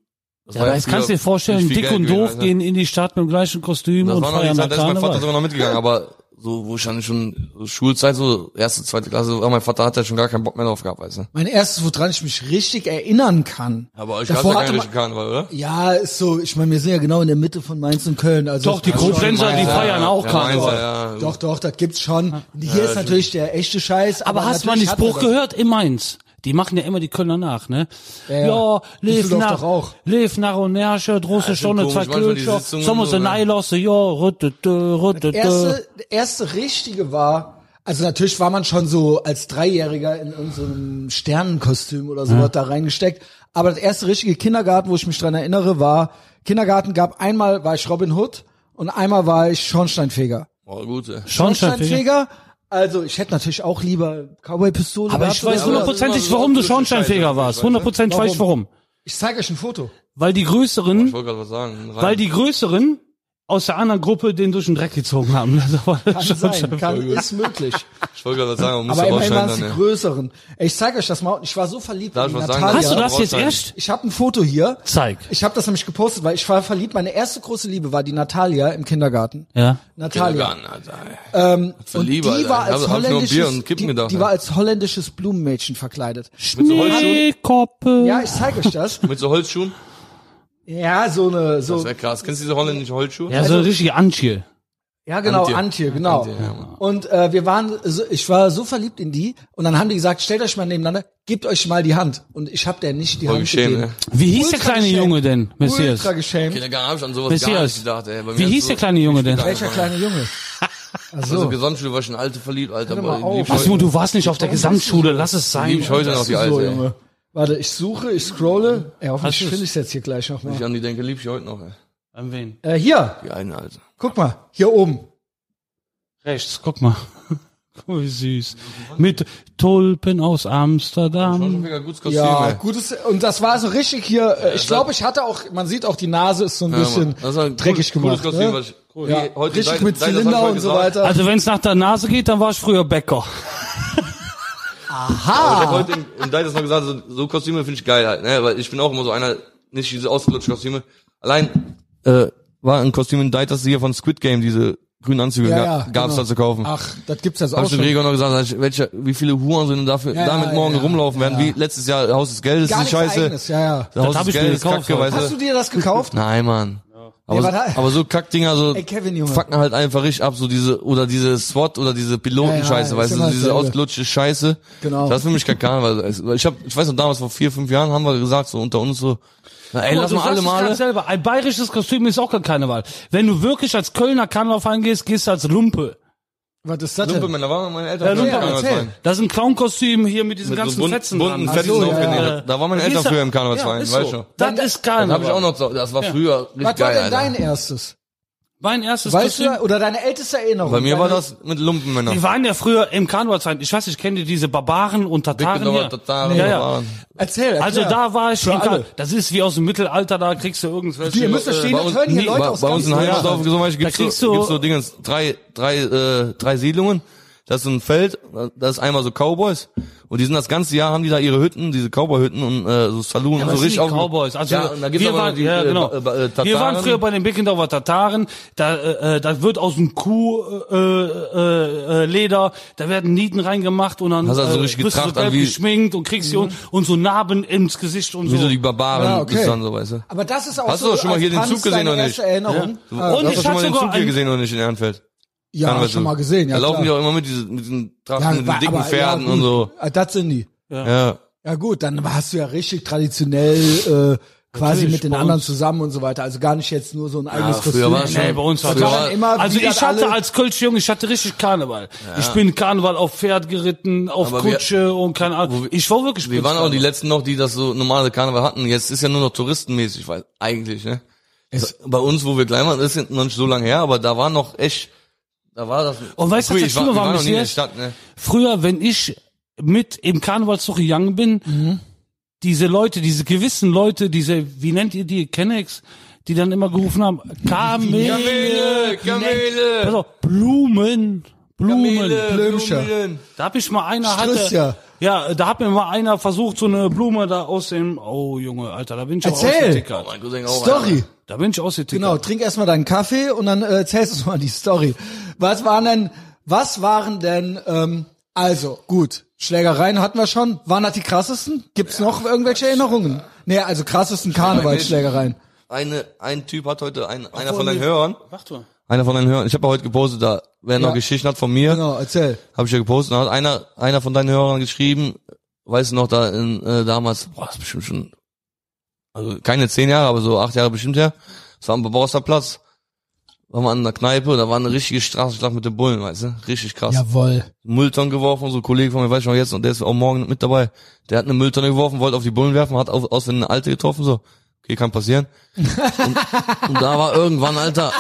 [SPEAKER 3] das
[SPEAKER 1] Ja, aber jetzt
[SPEAKER 3] früher
[SPEAKER 1] kannst du dir vorstellen,
[SPEAKER 3] nicht viel
[SPEAKER 1] dick
[SPEAKER 3] Geld
[SPEAKER 1] und
[SPEAKER 3] gewesen,
[SPEAKER 1] doof
[SPEAKER 3] Alter.
[SPEAKER 1] gehen in die Stadt mit dem gleichen Kostüm
[SPEAKER 3] Das
[SPEAKER 1] und
[SPEAKER 3] war noch die
[SPEAKER 1] feiern nach
[SPEAKER 3] Zeit, da ist mein Vater
[SPEAKER 1] Karneval.
[SPEAKER 3] sogar noch mitgegangen, aber so, wo ich dann schon so Schulzeit, so erste, zweite Klasse, war, mein Vater hat ja schon gar keinen Bock mehr drauf gehabt, weißt du?
[SPEAKER 2] Mein erstes, woran ich mich richtig erinnern kann.
[SPEAKER 3] Aber euch gab's ja
[SPEAKER 2] Davor
[SPEAKER 3] keinen
[SPEAKER 2] hatte man-
[SPEAKER 3] richtigen Karneval, oder?
[SPEAKER 2] Ja, ist so, ich meine, wir sind ja genau in der Mitte von Mainz und Köln. Also
[SPEAKER 1] Doch, die
[SPEAKER 2] das-
[SPEAKER 1] Koblenzer, die
[SPEAKER 3] Ja,
[SPEAKER 1] feiern auch
[SPEAKER 3] ja, Mainzer,
[SPEAKER 1] Karneval.
[SPEAKER 3] Ja,
[SPEAKER 2] Doch, doch, das gibt's schon. Hier ist natürlich der echte Scheiß.
[SPEAKER 1] Aber hast du mal den
[SPEAKER 2] natürlich
[SPEAKER 1] Spruch
[SPEAKER 2] hat man das.
[SPEAKER 1] gehört in Mainz? Die machen ja immer die Kölner nach, ne?
[SPEAKER 2] ja.
[SPEAKER 1] Ja, lev
[SPEAKER 2] Düsseldorf
[SPEAKER 1] nach,
[SPEAKER 2] doch auch.
[SPEAKER 1] lev nach und Nersche,
[SPEAKER 3] Ja,
[SPEAKER 1] große
[SPEAKER 3] ist
[SPEAKER 1] Stunde,
[SPEAKER 3] schon
[SPEAKER 1] zwei
[SPEAKER 3] komisch, manchmal die
[SPEAKER 1] Kölscher,
[SPEAKER 3] Sitzungen
[SPEAKER 1] Sommer
[SPEAKER 3] so,
[SPEAKER 1] so
[SPEAKER 3] ne?
[SPEAKER 1] Neilosse, ja, äh, rüttete, rüttete.
[SPEAKER 2] Erste, der erste richtige war, also natürlich war man schon so als Dreijähriger in irgendeinem Sternenkostüm oder sowas da reingesteckt. Aber das erste richtige Kindergarten, wo ich mich dran erinnere, war, Kindergarten gab einmal war ich Robin Hood und einmal war ich Schornsteinfeger.
[SPEAKER 3] Oh, gut, ey.
[SPEAKER 1] Schornsteinfeger.
[SPEAKER 2] Schornsteinfeger. Also ich hätte natürlich auch lieber Cowboy-Pistole.
[SPEAKER 1] Aber
[SPEAKER 2] gehabt
[SPEAKER 1] ich
[SPEAKER 2] oder
[SPEAKER 1] weiß
[SPEAKER 2] so.
[SPEAKER 1] hundertprozentig,
[SPEAKER 3] so
[SPEAKER 1] warum du
[SPEAKER 3] optische
[SPEAKER 1] Schornsteinfeger
[SPEAKER 3] Scheiße,
[SPEAKER 1] warst.
[SPEAKER 3] weißt du?
[SPEAKER 1] Hundertprozentig weiß ich warum.
[SPEAKER 2] Ich zeige euch ein Foto.
[SPEAKER 1] Weil die
[SPEAKER 3] Ich
[SPEAKER 1] Größeren,
[SPEAKER 3] wollte gerade was sagen. Rein.
[SPEAKER 1] weil die Größeren aus der anderen Gruppe den durch den Dreck gezogen haben. Das war
[SPEAKER 2] Kann
[SPEAKER 1] schon-
[SPEAKER 2] sein,
[SPEAKER 1] schon-
[SPEAKER 2] kann, ist möglich.
[SPEAKER 3] Ich wollte gerade was sagen, man muss
[SPEAKER 2] Aber
[SPEAKER 3] ja
[SPEAKER 2] immerhin waren es
[SPEAKER 3] rausschneiden
[SPEAKER 2] die
[SPEAKER 3] dann, ja. größeren.
[SPEAKER 2] größeren. Ey, Ich zeige euch das mal. Ich war so verliebt
[SPEAKER 3] Darf
[SPEAKER 2] in
[SPEAKER 3] ich was sagen?
[SPEAKER 2] Natalia.
[SPEAKER 1] Hast du
[SPEAKER 3] Ja,
[SPEAKER 1] das jetzt
[SPEAKER 3] brauchst du
[SPEAKER 1] erst?
[SPEAKER 2] Ich habe ein Foto hier.
[SPEAKER 1] Zeig.
[SPEAKER 2] Ich habe das nämlich gepostet, weil ich war verliebt. Meine erste große Liebe war die Natalia im Kindergarten.
[SPEAKER 1] Ja.
[SPEAKER 2] Natalia.
[SPEAKER 3] Ähm,
[SPEAKER 2] Und die war als
[SPEAKER 3] Bier
[SPEAKER 2] holländisches,
[SPEAKER 3] und Kippen
[SPEAKER 2] die,
[SPEAKER 3] gedacht. ne?
[SPEAKER 2] die war als holländisches Blumenmädchen verkleidet.
[SPEAKER 3] mit so Holzschuhen,
[SPEAKER 1] Schneekoppe.
[SPEAKER 2] Ja, ich zeige euch das.
[SPEAKER 3] mit so Holzschuhen.
[SPEAKER 2] Ja, so eine,
[SPEAKER 3] Das
[SPEAKER 2] so,
[SPEAKER 3] wäre krass. Kennst du diese holländischen Holzschuhe?
[SPEAKER 1] Ja, so eine richtige Antje.
[SPEAKER 2] ja genau,
[SPEAKER 3] Antje.
[SPEAKER 2] Antje, genau.
[SPEAKER 3] Antje, ja, Mann.
[SPEAKER 2] und äh, wir waren, so, ich war so verliebt in die und dann haben die gesagt, stellt euch mal nebeneinander, gebt euch mal die Hand. Und ich habe der nicht die
[SPEAKER 3] Voll
[SPEAKER 2] Hand
[SPEAKER 3] geschämt,
[SPEAKER 2] gegeben.
[SPEAKER 3] ne?
[SPEAKER 1] Wie hieß der
[SPEAKER 2] Ultra
[SPEAKER 1] kleine
[SPEAKER 2] geschämt.
[SPEAKER 1] Junge denn, Messias?
[SPEAKER 2] Ultra geschämt.
[SPEAKER 3] Kindergarten habe ich an sowas gar nicht
[SPEAKER 1] Messias.
[SPEAKER 3] gedacht, ey. Bei mir
[SPEAKER 1] Wie
[SPEAKER 3] hat's
[SPEAKER 1] hieß
[SPEAKER 3] so-
[SPEAKER 1] der kleine Junge denn?
[SPEAKER 2] Welcher kleine Junge?
[SPEAKER 3] Also
[SPEAKER 2] Also,
[SPEAKER 3] Gesamtschule war ich schon alte verliebt, Alter.
[SPEAKER 2] Hör mal oh,
[SPEAKER 3] aber
[SPEAKER 2] auf.
[SPEAKER 3] lieb ich
[SPEAKER 1] Ach so,
[SPEAKER 3] heute-
[SPEAKER 1] du warst nicht auf der Gesamtschule, lass es
[SPEAKER 3] lieb
[SPEAKER 1] sein.
[SPEAKER 3] ich heute noch die alte,
[SPEAKER 2] so,
[SPEAKER 3] ey.
[SPEAKER 2] Junge. Warte, ich suche, ich scrolle. Ey, hoffentlich
[SPEAKER 1] Hast du's?
[SPEAKER 2] finde ich jetzt hier gleich noch
[SPEAKER 3] Wenn ich
[SPEAKER 2] mal.
[SPEAKER 3] an die denke, lieb ich heute noch, ey.
[SPEAKER 1] An wen?
[SPEAKER 2] Äh, hier,
[SPEAKER 3] Die eine, Alter.
[SPEAKER 2] guck mal, hier oben.
[SPEAKER 1] Rechts, guck mal. Guck mal, wie süß. Mit Tulpen aus
[SPEAKER 3] War schon
[SPEAKER 1] Amsterdam.
[SPEAKER 3] mega gutes Kostüm,
[SPEAKER 2] Ja,
[SPEAKER 3] ey.
[SPEAKER 2] gutes und das war so richtig hier. äh, ich glaube, ich hatte auch, man sieht auch die Nase ist so ein
[SPEAKER 3] Ja,
[SPEAKER 2] bisschen
[SPEAKER 3] Mann. Das war ein
[SPEAKER 2] dreckig
[SPEAKER 3] cooles
[SPEAKER 2] gemacht.
[SPEAKER 3] Kostüm,
[SPEAKER 2] ne?
[SPEAKER 3] was ich, cool.
[SPEAKER 2] ja,
[SPEAKER 3] Hey, heute
[SPEAKER 2] richtig
[SPEAKER 3] seit-
[SPEAKER 2] mit
[SPEAKER 3] seit das hab ich
[SPEAKER 2] Zylinder
[SPEAKER 3] mal
[SPEAKER 2] und so
[SPEAKER 3] gesagt.
[SPEAKER 2] weiter.
[SPEAKER 1] Also wenn es nach der Nase geht, dann war ich früher Bäcker.
[SPEAKER 3] Aber
[SPEAKER 2] Ah.
[SPEAKER 3] Ich hab heute im, im Deitas noch gesagt, so, so Kostüme finde ich geil halt, ne? Weil ich bin auch immer so einer, nicht diese ausgelutschten Kostüme. Allein äh, war ein Kostüm in Deitas hier von Squid Game, diese grünen Anzüge
[SPEAKER 2] Ja,
[SPEAKER 3] ga-
[SPEAKER 2] ja,
[SPEAKER 3] gab's
[SPEAKER 2] genau.
[SPEAKER 3] da zu kaufen.
[SPEAKER 2] Ach, das gibt's jetzt
[SPEAKER 3] Hab
[SPEAKER 2] auch
[SPEAKER 3] ich dem
[SPEAKER 2] schon.
[SPEAKER 3] Gregor noch gesagt, sag ich, welche, wie viele Huren sind dafür
[SPEAKER 2] Ja,
[SPEAKER 3] damit
[SPEAKER 2] ja,
[SPEAKER 3] morgen
[SPEAKER 2] ja,
[SPEAKER 3] rumlaufen werden,
[SPEAKER 2] ja.
[SPEAKER 3] wie letztes Jahr Haus des Geldes,
[SPEAKER 2] Gar
[SPEAKER 3] ist
[SPEAKER 2] nichts
[SPEAKER 3] scheiße.
[SPEAKER 2] eigenes, ja, ja.
[SPEAKER 3] Haus
[SPEAKER 1] hab
[SPEAKER 3] des
[SPEAKER 1] ich mir
[SPEAKER 3] Geldes,
[SPEAKER 1] gekauft,
[SPEAKER 3] Kacke,
[SPEAKER 1] Alter.
[SPEAKER 2] Hast
[SPEAKER 3] weißt
[SPEAKER 2] du
[SPEAKER 3] du?
[SPEAKER 2] dir das gekauft?
[SPEAKER 3] Nein, Mann.
[SPEAKER 2] Nee,
[SPEAKER 3] Aber,
[SPEAKER 2] warte.
[SPEAKER 3] aber so Kackdinger, so
[SPEAKER 2] Ey, Kevin, Junge.
[SPEAKER 3] fucken halt einfach richtig ab, so diese, oder diese SWAT oder diese Pilotenscheiße,
[SPEAKER 2] Ja, ja,
[SPEAKER 3] weißt du,
[SPEAKER 2] ist
[SPEAKER 3] so
[SPEAKER 2] immer
[SPEAKER 3] diese
[SPEAKER 2] dasselbe.
[SPEAKER 3] ausgelutschte Scheiße.
[SPEAKER 2] Genau.
[SPEAKER 3] Das ist für mich Kakan, weil es- weil ich hab, ich weiß noch damals, vor vier, fünf Jahren haben wir gesagt, so unter uns so, na, ey,
[SPEAKER 1] Guck
[SPEAKER 3] lass
[SPEAKER 1] du
[SPEAKER 3] mal alle
[SPEAKER 1] sagst es grad
[SPEAKER 3] Male.
[SPEAKER 1] selber. Ein bayerisches Kostüm ist auch kein Karneval. Wenn du wirklich als Kölner Karneval eingehst, gehst du als Lumpe.
[SPEAKER 2] Was ist das denn?
[SPEAKER 3] Lumpemänner waren meine
[SPEAKER 1] Ja,
[SPEAKER 3] Eltern.
[SPEAKER 1] Lumpe,
[SPEAKER 3] früher im
[SPEAKER 2] erzähl.
[SPEAKER 3] Karnevalsverein.
[SPEAKER 1] Das ist ein Clown-Kostüm hier mit diesen
[SPEAKER 3] Mit so
[SPEAKER 1] ganzen
[SPEAKER 3] bunten-
[SPEAKER 1] Fetzen
[SPEAKER 3] bunten
[SPEAKER 1] dran.
[SPEAKER 3] Fetzen
[SPEAKER 1] Ach
[SPEAKER 2] drauf
[SPEAKER 1] ja,
[SPEAKER 3] genäht.
[SPEAKER 1] ja.
[SPEAKER 3] Da waren meine
[SPEAKER 1] Siehst
[SPEAKER 3] Eltern
[SPEAKER 1] du?
[SPEAKER 3] früher im Karnevalsverein,
[SPEAKER 1] ist
[SPEAKER 3] weiß
[SPEAKER 1] so.
[SPEAKER 3] schon.
[SPEAKER 1] Das ist
[SPEAKER 3] Dann
[SPEAKER 1] Karneval.
[SPEAKER 3] hab ich auch noch, so- das war früher richtig
[SPEAKER 2] Was war
[SPEAKER 3] geil,
[SPEAKER 2] denn
[SPEAKER 3] Alter.
[SPEAKER 2] dein erstes?
[SPEAKER 1] Mein erstes
[SPEAKER 2] Weißt
[SPEAKER 1] Kostüm.
[SPEAKER 2] du, oder deine älteste Erinnerung?
[SPEAKER 3] Bei mir
[SPEAKER 2] deine,
[SPEAKER 3] war das mit Lumpenmännern.
[SPEAKER 1] Die waren ja früher im Karnevalsverein. Ich weiß nicht, kennt ihr diese Barbaren und Tataren hier?
[SPEAKER 3] Tataren,
[SPEAKER 1] ja, ja.
[SPEAKER 3] Barbaren.
[SPEAKER 2] Erzähl, erzähl.
[SPEAKER 1] Also da war ich
[SPEAKER 2] Für
[SPEAKER 1] im Kar
[SPEAKER 2] alle.
[SPEAKER 1] Das ist wie aus dem Mittelalter, da kriegst du irgendwelche...
[SPEAKER 2] Die, ihr müsst verstehen,
[SPEAKER 3] Bei
[SPEAKER 2] das
[SPEAKER 3] uns-
[SPEAKER 2] hören hier
[SPEAKER 1] nee,
[SPEAKER 2] Leute
[SPEAKER 3] Bei,
[SPEAKER 2] aus
[SPEAKER 3] bei uns
[SPEAKER 2] ganz
[SPEAKER 3] in Heimersdorf
[SPEAKER 1] Ja.
[SPEAKER 3] zum Beispiel
[SPEAKER 1] Da
[SPEAKER 3] gibt's
[SPEAKER 1] kriegst
[SPEAKER 3] so,
[SPEAKER 1] du-
[SPEAKER 3] gibt's so Dingens, drei, drei, äh, drei Siedlungen. Das ist so ein Feld, das ist einmal so Cowboys. Und die sind das ganze Jahr, haben die da ihre Hütten, diese Cowboy-Hütten und äh, so Saloon und
[SPEAKER 1] Das
[SPEAKER 3] so
[SPEAKER 1] sind
[SPEAKER 3] richtig
[SPEAKER 1] die Cowboys. Also
[SPEAKER 3] ja, und da gibt's
[SPEAKER 1] wir,
[SPEAKER 3] aber noch
[SPEAKER 1] waren,
[SPEAKER 3] die,
[SPEAKER 1] ja,
[SPEAKER 3] äh,
[SPEAKER 1] genau.
[SPEAKER 3] ba- äh, Tataren.
[SPEAKER 1] wir waren früher bei den Bickendorfer Tataren. Da, äh, äh, da wird aus dem Kuhleder, äh, äh, Leder, da werden Nieten reingemacht und dann
[SPEAKER 3] Hast du also
[SPEAKER 1] äh,
[SPEAKER 3] richtig
[SPEAKER 1] wirst du so
[SPEAKER 3] getracht, dann
[SPEAKER 1] gelb
[SPEAKER 3] wie-
[SPEAKER 1] geschminkt und kriegst hier und, und so Narben ins Gesicht und so.
[SPEAKER 3] wie so die Barbaren
[SPEAKER 2] Ja, okay.
[SPEAKER 3] ist dann so, weißt du.
[SPEAKER 2] Aber das ist auch
[SPEAKER 3] Hast
[SPEAKER 2] so
[SPEAKER 3] du doch schon mal
[SPEAKER 2] als
[SPEAKER 3] hier den
[SPEAKER 2] Tanz
[SPEAKER 3] Zug gesehen
[SPEAKER 2] deine
[SPEAKER 3] oder nicht?
[SPEAKER 2] erste Erinnerung.
[SPEAKER 3] So,
[SPEAKER 2] Ah,
[SPEAKER 1] Und
[SPEAKER 3] hast
[SPEAKER 1] ich
[SPEAKER 3] du schon
[SPEAKER 1] hatte
[SPEAKER 3] mal den
[SPEAKER 1] sogar
[SPEAKER 3] Zug hier
[SPEAKER 1] ein-
[SPEAKER 3] gesehen oder nicht in Ehrenfeld?
[SPEAKER 2] Ja,
[SPEAKER 3] Karnevalszug.
[SPEAKER 2] schon mal gesehen, ja
[SPEAKER 3] Da laufen die
[SPEAKER 2] klar.
[SPEAKER 3] auch immer mit diesen, mit diesen Trachten,
[SPEAKER 2] Ja,
[SPEAKER 3] mit
[SPEAKER 2] war-
[SPEAKER 3] den dicken
[SPEAKER 2] aber-
[SPEAKER 3] Pferden
[SPEAKER 2] ja,
[SPEAKER 3] und
[SPEAKER 2] gut.
[SPEAKER 3] so.
[SPEAKER 2] Ah, Das sind die.
[SPEAKER 3] Ja.
[SPEAKER 2] Ja gut, dann hast du ja richtig traditionell äh, quasi
[SPEAKER 1] Natürlich,
[SPEAKER 2] mit den
[SPEAKER 1] bei
[SPEAKER 2] anderen
[SPEAKER 1] uns.
[SPEAKER 2] zusammen und so weiter. Also gar nicht jetzt nur so ein eigenes
[SPEAKER 3] früher
[SPEAKER 2] Kostüm.
[SPEAKER 3] war es schon-
[SPEAKER 1] Nee, bei uns war
[SPEAKER 3] Früher
[SPEAKER 1] das-
[SPEAKER 3] war-
[SPEAKER 2] waren immer
[SPEAKER 1] also
[SPEAKER 2] wieder
[SPEAKER 1] ich hatte
[SPEAKER 2] alle-
[SPEAKER 1] als Kölsch Junge, ich hatte richtig Karneval. Ich bin Karneval auf Pferd geritten, auf
[SPEAKER 3] Aber wir-
[SPEAKER 1] Kutsche und keine Ahnung. Ich war wirklich
[SPEAKER 3] Wir
[SPEAKER 1] Spitz-
[SPEAKER 3] waren auch die letzten noch, die das so normale Karneval hatten. Jetzt ist ja nur noch touristenmäßig, weil eigentlich, ne? bei uns, wo wir klein waren, ist noch nicht so lange her, aber da war noch echt, da war das.
[SPEAKER 1] Und Oh, weißt du, was
[SPEAKER 3] Cool,
[SPEAKER 1] das
[SPEAKER 3] ich war,
[SPEAKER 1] Schlimme
[SPEAKER 3] wir
[SPEAKER 1] war,
[SPEAKER 3] waren noch nie in der
[SPEAKER 1] Messias?
[SPEAKER 3] Stadt, ne?
[SPEAKER 1] Früher, wenn ich mit im Karnevalszug gegangen bin,
[SPEAKER 3] Mhm.
[SPEAKER 1] diese Leute, diese gewissen Leute, diese, wie nennt ihr die, Kennex, die dann immer gerufen haben, Kamele,
[SPEAKER 3] Kamele,
[SPEAKER 1] pass auf, Blumen, Blumen.
[SPEAKER 2] Blümchen.
[SPEAKER 1] Da hab ich mal einer
[SPEAKER 2] Strüssia.
[SPEAKER 1] hatte, ja, da hat mir mal einer versucht, so eine Blume da aus dem, oh Junge, Alter, da bin ich aber
[SPEAKER 2] Erzähl.
[SPEAKER 1] ausgetickert.
[SPEAKER 3] Oh, mein Cousin auch.
[SPEAKER 2] Story.
[SPEAKER 1] Da bin ich ausgetickert.
[SPEAKER 2] Genau, trink erstmal deinen Kaffee und dann äh, erzählst du uns mal die Story. Was waren denn, was waren denn, ähm, also gut, Schlägereien hatten wir schon. Waren das die krassesten? Gibt's noch irgendwelche Erinnerungen? Nee, also krassesten Karnevalsschlägereien.
[SPEAKER 3] Eine, ein Typ hat heute, ein, einer von
[SPEAKER 2] Obwohl
[SPEAKER 3] deinen
[SPEAKER 2] wir-
[SPEAKER 3] Hörern,
[SPEAKER 1] Warte mal.
[SPEAKER 3] einer von deinen Hörern, ich habe ja heute gepostet, da, wer noch
[SPEAKER 2] Ja.
[SPEAKER 3] Geschichten hat von mir,
[SPEAKER 2] Genau, erzähl.
[SPEAKER 3] Habe ich ja gepostet. Da hat einer, einer von deinen Hörern geschrieben, weißt du noch, da in, äh, damals, boah, das ist bestimmt schon, also keine zehn Jahre, aber so acht Jahre bestimmt her. Das war am Bebauster Platz. Waren wir an der Kneipe, da war eine richtige Straßenschlacht mit den Bullen, weißt du? Richtig krass.
[SPEAKER 2] Jawoll.
[SPEAKER 3] Mülltonnen geworfen, so ein Kollege von mir, weiß ich noch jetzt, und der ist auch morgen mit dabei. Der hat eine Mülltonne geworfen, wollte auf die Bullen werfen, hat auf, auswendig eine alte getroffen, so. Okay, kann passieren. Und, und da war irgendwann, Alter,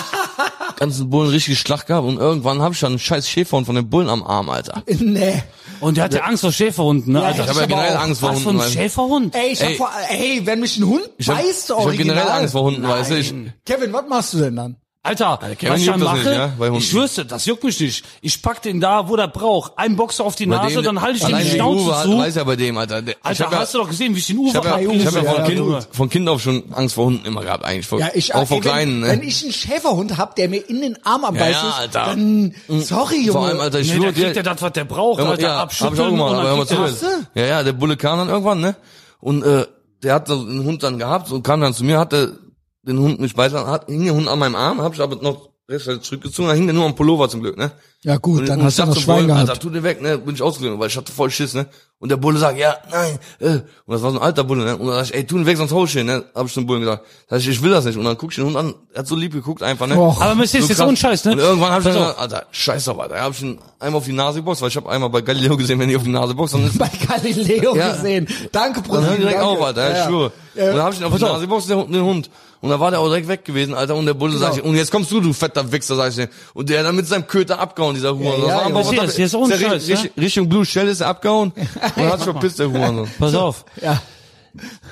[SPEAKER 3] ganzen Bullen richtig Schlacht gehabt und irgendwann hab ich dann einen scheiß Schäferhund von den Bullen am Arm, Alter.
[SPEAKER 2] Nee.
[SPEAKER 1] Und der hatte Angst vor Schäferhunden, ne? Alter,
[SPEAKER 3] Ich habe ja
[SPEAKER 2] aber
[SPEAKER 3] generell
[SPEAKER 2] auch-
[SPEAKER 3] Angst vor
[SPEAKER 1] was für ein
[SPEAKER 3] Hunden. weißt du?
[SPEAKER 1] Schäferhund?
[SPEAKER 2] Ey, ich hab
[SPEAKER 3] Ey.
[SPEAKER 2] vor, ey, wenn mich ein Hund
[SPEAKER 3] Ich habe
[SPEAKER 2] beißt,
[SPEAKER 3] hab
[SPEAKER 2] original.
[SPEAKER 3] generell Angst vor Hunden, weißt du? Ich,
[SPEAKER 2] Kevin, was machst du denn dann?
[SPEAKER 1] Alter,
[SPEAKER 3] Kevin
[SPEAKER 1] was ich dann
[SPEAKER 3] juckt das
[SPEAKER 1] mache,
[SPEAKER 3] nicht, ne? Bei Hunden.
[SPEAKER 1] ich schwör's dir, das juckt mich nicht. Ich pack den da, wo der braucht, einen Boxer auf die Nase, dann halte ich den die Schnauze
[SPEAKER 3] Uwe,
[SPEAKER 1] zu.
[SPEAKER 3] Weiß ja bei dem, Alter. Der, ich
[SPEAKER 1] Alter,
[SPEAKER 3] hab ja,
[SPEAKER 1] hast du doch gesehen, wie ich den Uwe
[SPEAKER 3] ich hab ja,
[SPEAKER 1] hab,
[SPEAKER 3] ich hab ja,
[SPEAKER 2] Ja,
[SPEAKER 3] von,
[SPEAKER 2] ja,
[SPEAKER 1] Junge.
[SPEAKER 3] kind, von Kind auf schon Angst vor Hunden immer gehabt, eigentlich. Vor,
[SPEAKER 4] Ja, ich,
[SPEAKER 3] auch vor
[SPEAKER 4] ey, wenn,
[SPEAKER 3] Kleinen, ne?
[SPEAKER 4] wenn ich einen Schäferhund hab, der mir in den Arm
[SPEAKER 3] ja,
[SPEAKER 4] abbeißt,
[SPEAKER 3] Alter. Mhm.
[SPEAKER 4] dann sorry Junge.
[SPEAKER 3] vor allem, Alter, ich
[SPEAKER 1] Nee,
[SPEAKER 3] schwör
[SPEAKER 1] da
[SPEAKER 3] dir,
[SPEAKER 1] kriegt er das, was der braucht, Alter,
[SPEAKER 3] ja, hab ich auch
[SPEAKER 1] abschütteln
[SPEAKER 3] gemacht,
[SPEAKER 1] und
[SPEAKER 3] aber hör
[SPEAKER 1] dann
[SPEAKER 3] mal
[SPEAKER 1] kriegt er das.
[SPEAKER 3] zu. Ja, ja, der Bulle kam dann irgendwann, ne? Und äh, der hat so einen Hund dann gehabt und kam dann zu mir, hatte den Hund mich beißen, hat, hing der Hund an meinem Arm, hab ich aber noch rechtzeitig zurückgezogen, da hing der nur am Pullover zum Glück, ne?
[SPEAKER 2] Ja gut,
[SPEAKER 3] Und-
[SPEAKER 2] dann
[SPEAKER 3] und
[SPEAKER 2] hast
[SPEAKER 3] ich
[SPEAKER 2] du
[SPEAKER 3] dachte
[SPEAKER 2] noch
[SPEAKER 3] so,
[SPEAKER 2] Schwein
[SPEAKER 3] boah,
[SPEAKER 2] gehabt.
[SPEAKER 3] Alter, tu den weg, ne? Bin ich ausgegangen, weil ich hatte voll Schiss, ne? Und der Bulle sagt, ja, nein, äh. Und das war so ein alter Bulle, ne? Und dann sag ich, ey, tu den weg, sonst hau ich den, ne? Hab ich dem Bullen gesagt. Sag ich, ich will das nicht. Und dann guck ich den Hund an, er hat so lieb geguckt einfach, ne?
[SPEAKER 2] Och.
[SPEAKER 1] Aber Mist, ist jetzt
[SPEAKER 3] krass.
[SPEAKER 1] so ein Scheiß, ne?
[SPEAKER 3] Und irgendwann hab ich dann
[SPEAKER 1] Pass auf.
[SPEAKER 3] gesagt, Alter, scheiß doch, Alter. Da hab ich ihn einmal auf die Nase geboxt, weil ich hab einmal bei Galileo gesehen, wenn ich auf die Nase boxe, dann ist
[SPEAKER 4] bei Galileo
[SPEAKER 3] Ja.
[SPEAKER 4] gesehen. Danke, Bruder.
[SPEAKER 3] dann hör direkt
[SPEAKER 4] danke.
[SPEAKER 3] auf, Alter, ich schwöre. Und dann hab ich ihn auf die Nase geboxt, der Hund- den Hund. Und da war der auch direkt weg gewesen, Alter. Und der Bulle
[SPEAKER 1] Genau.
[SPEAKER 3] sagt, und jetzt kommst du, du fetter Wichser, sag ich dir. Und der hat dann mit seinem Köter abgehauen, dieser Hurensohn.
[SPEAKER 4] ja,
[SPEAKER 3] Das war
[SPEAKER 4] ja.
[SPEAKER 3] einfach-
[SPEAKER 1] Ich seh das, hier ist ohne
[SPEAKER 3] der ri-
[SPEAKER 1] Scheiß, ne?
[SPEAKER 3] Richtung- Richtung Blue Shell ist er abgehauen. Und dann hat sich verpisst, der Hurensohn.
[SPEAKER 1] Pass auf.
[SPEAKER 4] Ja.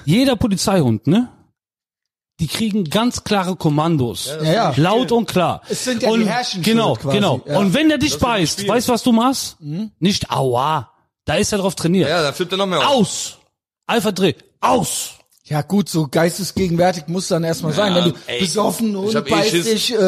[SPEAKER 1] Jeder Polizeihund, ne? Die kriegen ganz klare Kommandos.
[SPEAKER 2] Ja, ja.
[SPEAKER 1] Laut und klar.
[SPEAKER 4] Es sind ja die
[SPEAKER 1] und
[SPEAKER 4] Herrschenden
[SPEAKER 1] Genau,
[SPEAKER 4] quasi,
[SPEAKER 1] genau.
[SPEAKER 4] ja.
[SPEAKER 1] Und wenn der dich beißt, weißt du, was du machst? Nicht aua. Da ist er drauf trainiert.
[SPEAKER 3] Ja, da flippt er noch mehr
[SPEAKER 1] Aus!
[SPEAKER 3] aus.
[SPEAKER 1] Alpha Dreh, aus!
[SPEAKER 2] Ja gut, so geistesgegenwärtig muss dann erstmal sein, wenn du
[SPEAKER 3] ey.
[SPEAKER 2] besoffen
[SPEAKER 3] Ich
[SPEAKER 2] und
[SPEAKER 3] hab eh
[SPEAKER 2] beißt
[SPEAKER 3] Schiss.
[SPEAKER 2] dich. Äh,
[SPEAKER 1] Nee,
[SPEAKER 3] Vor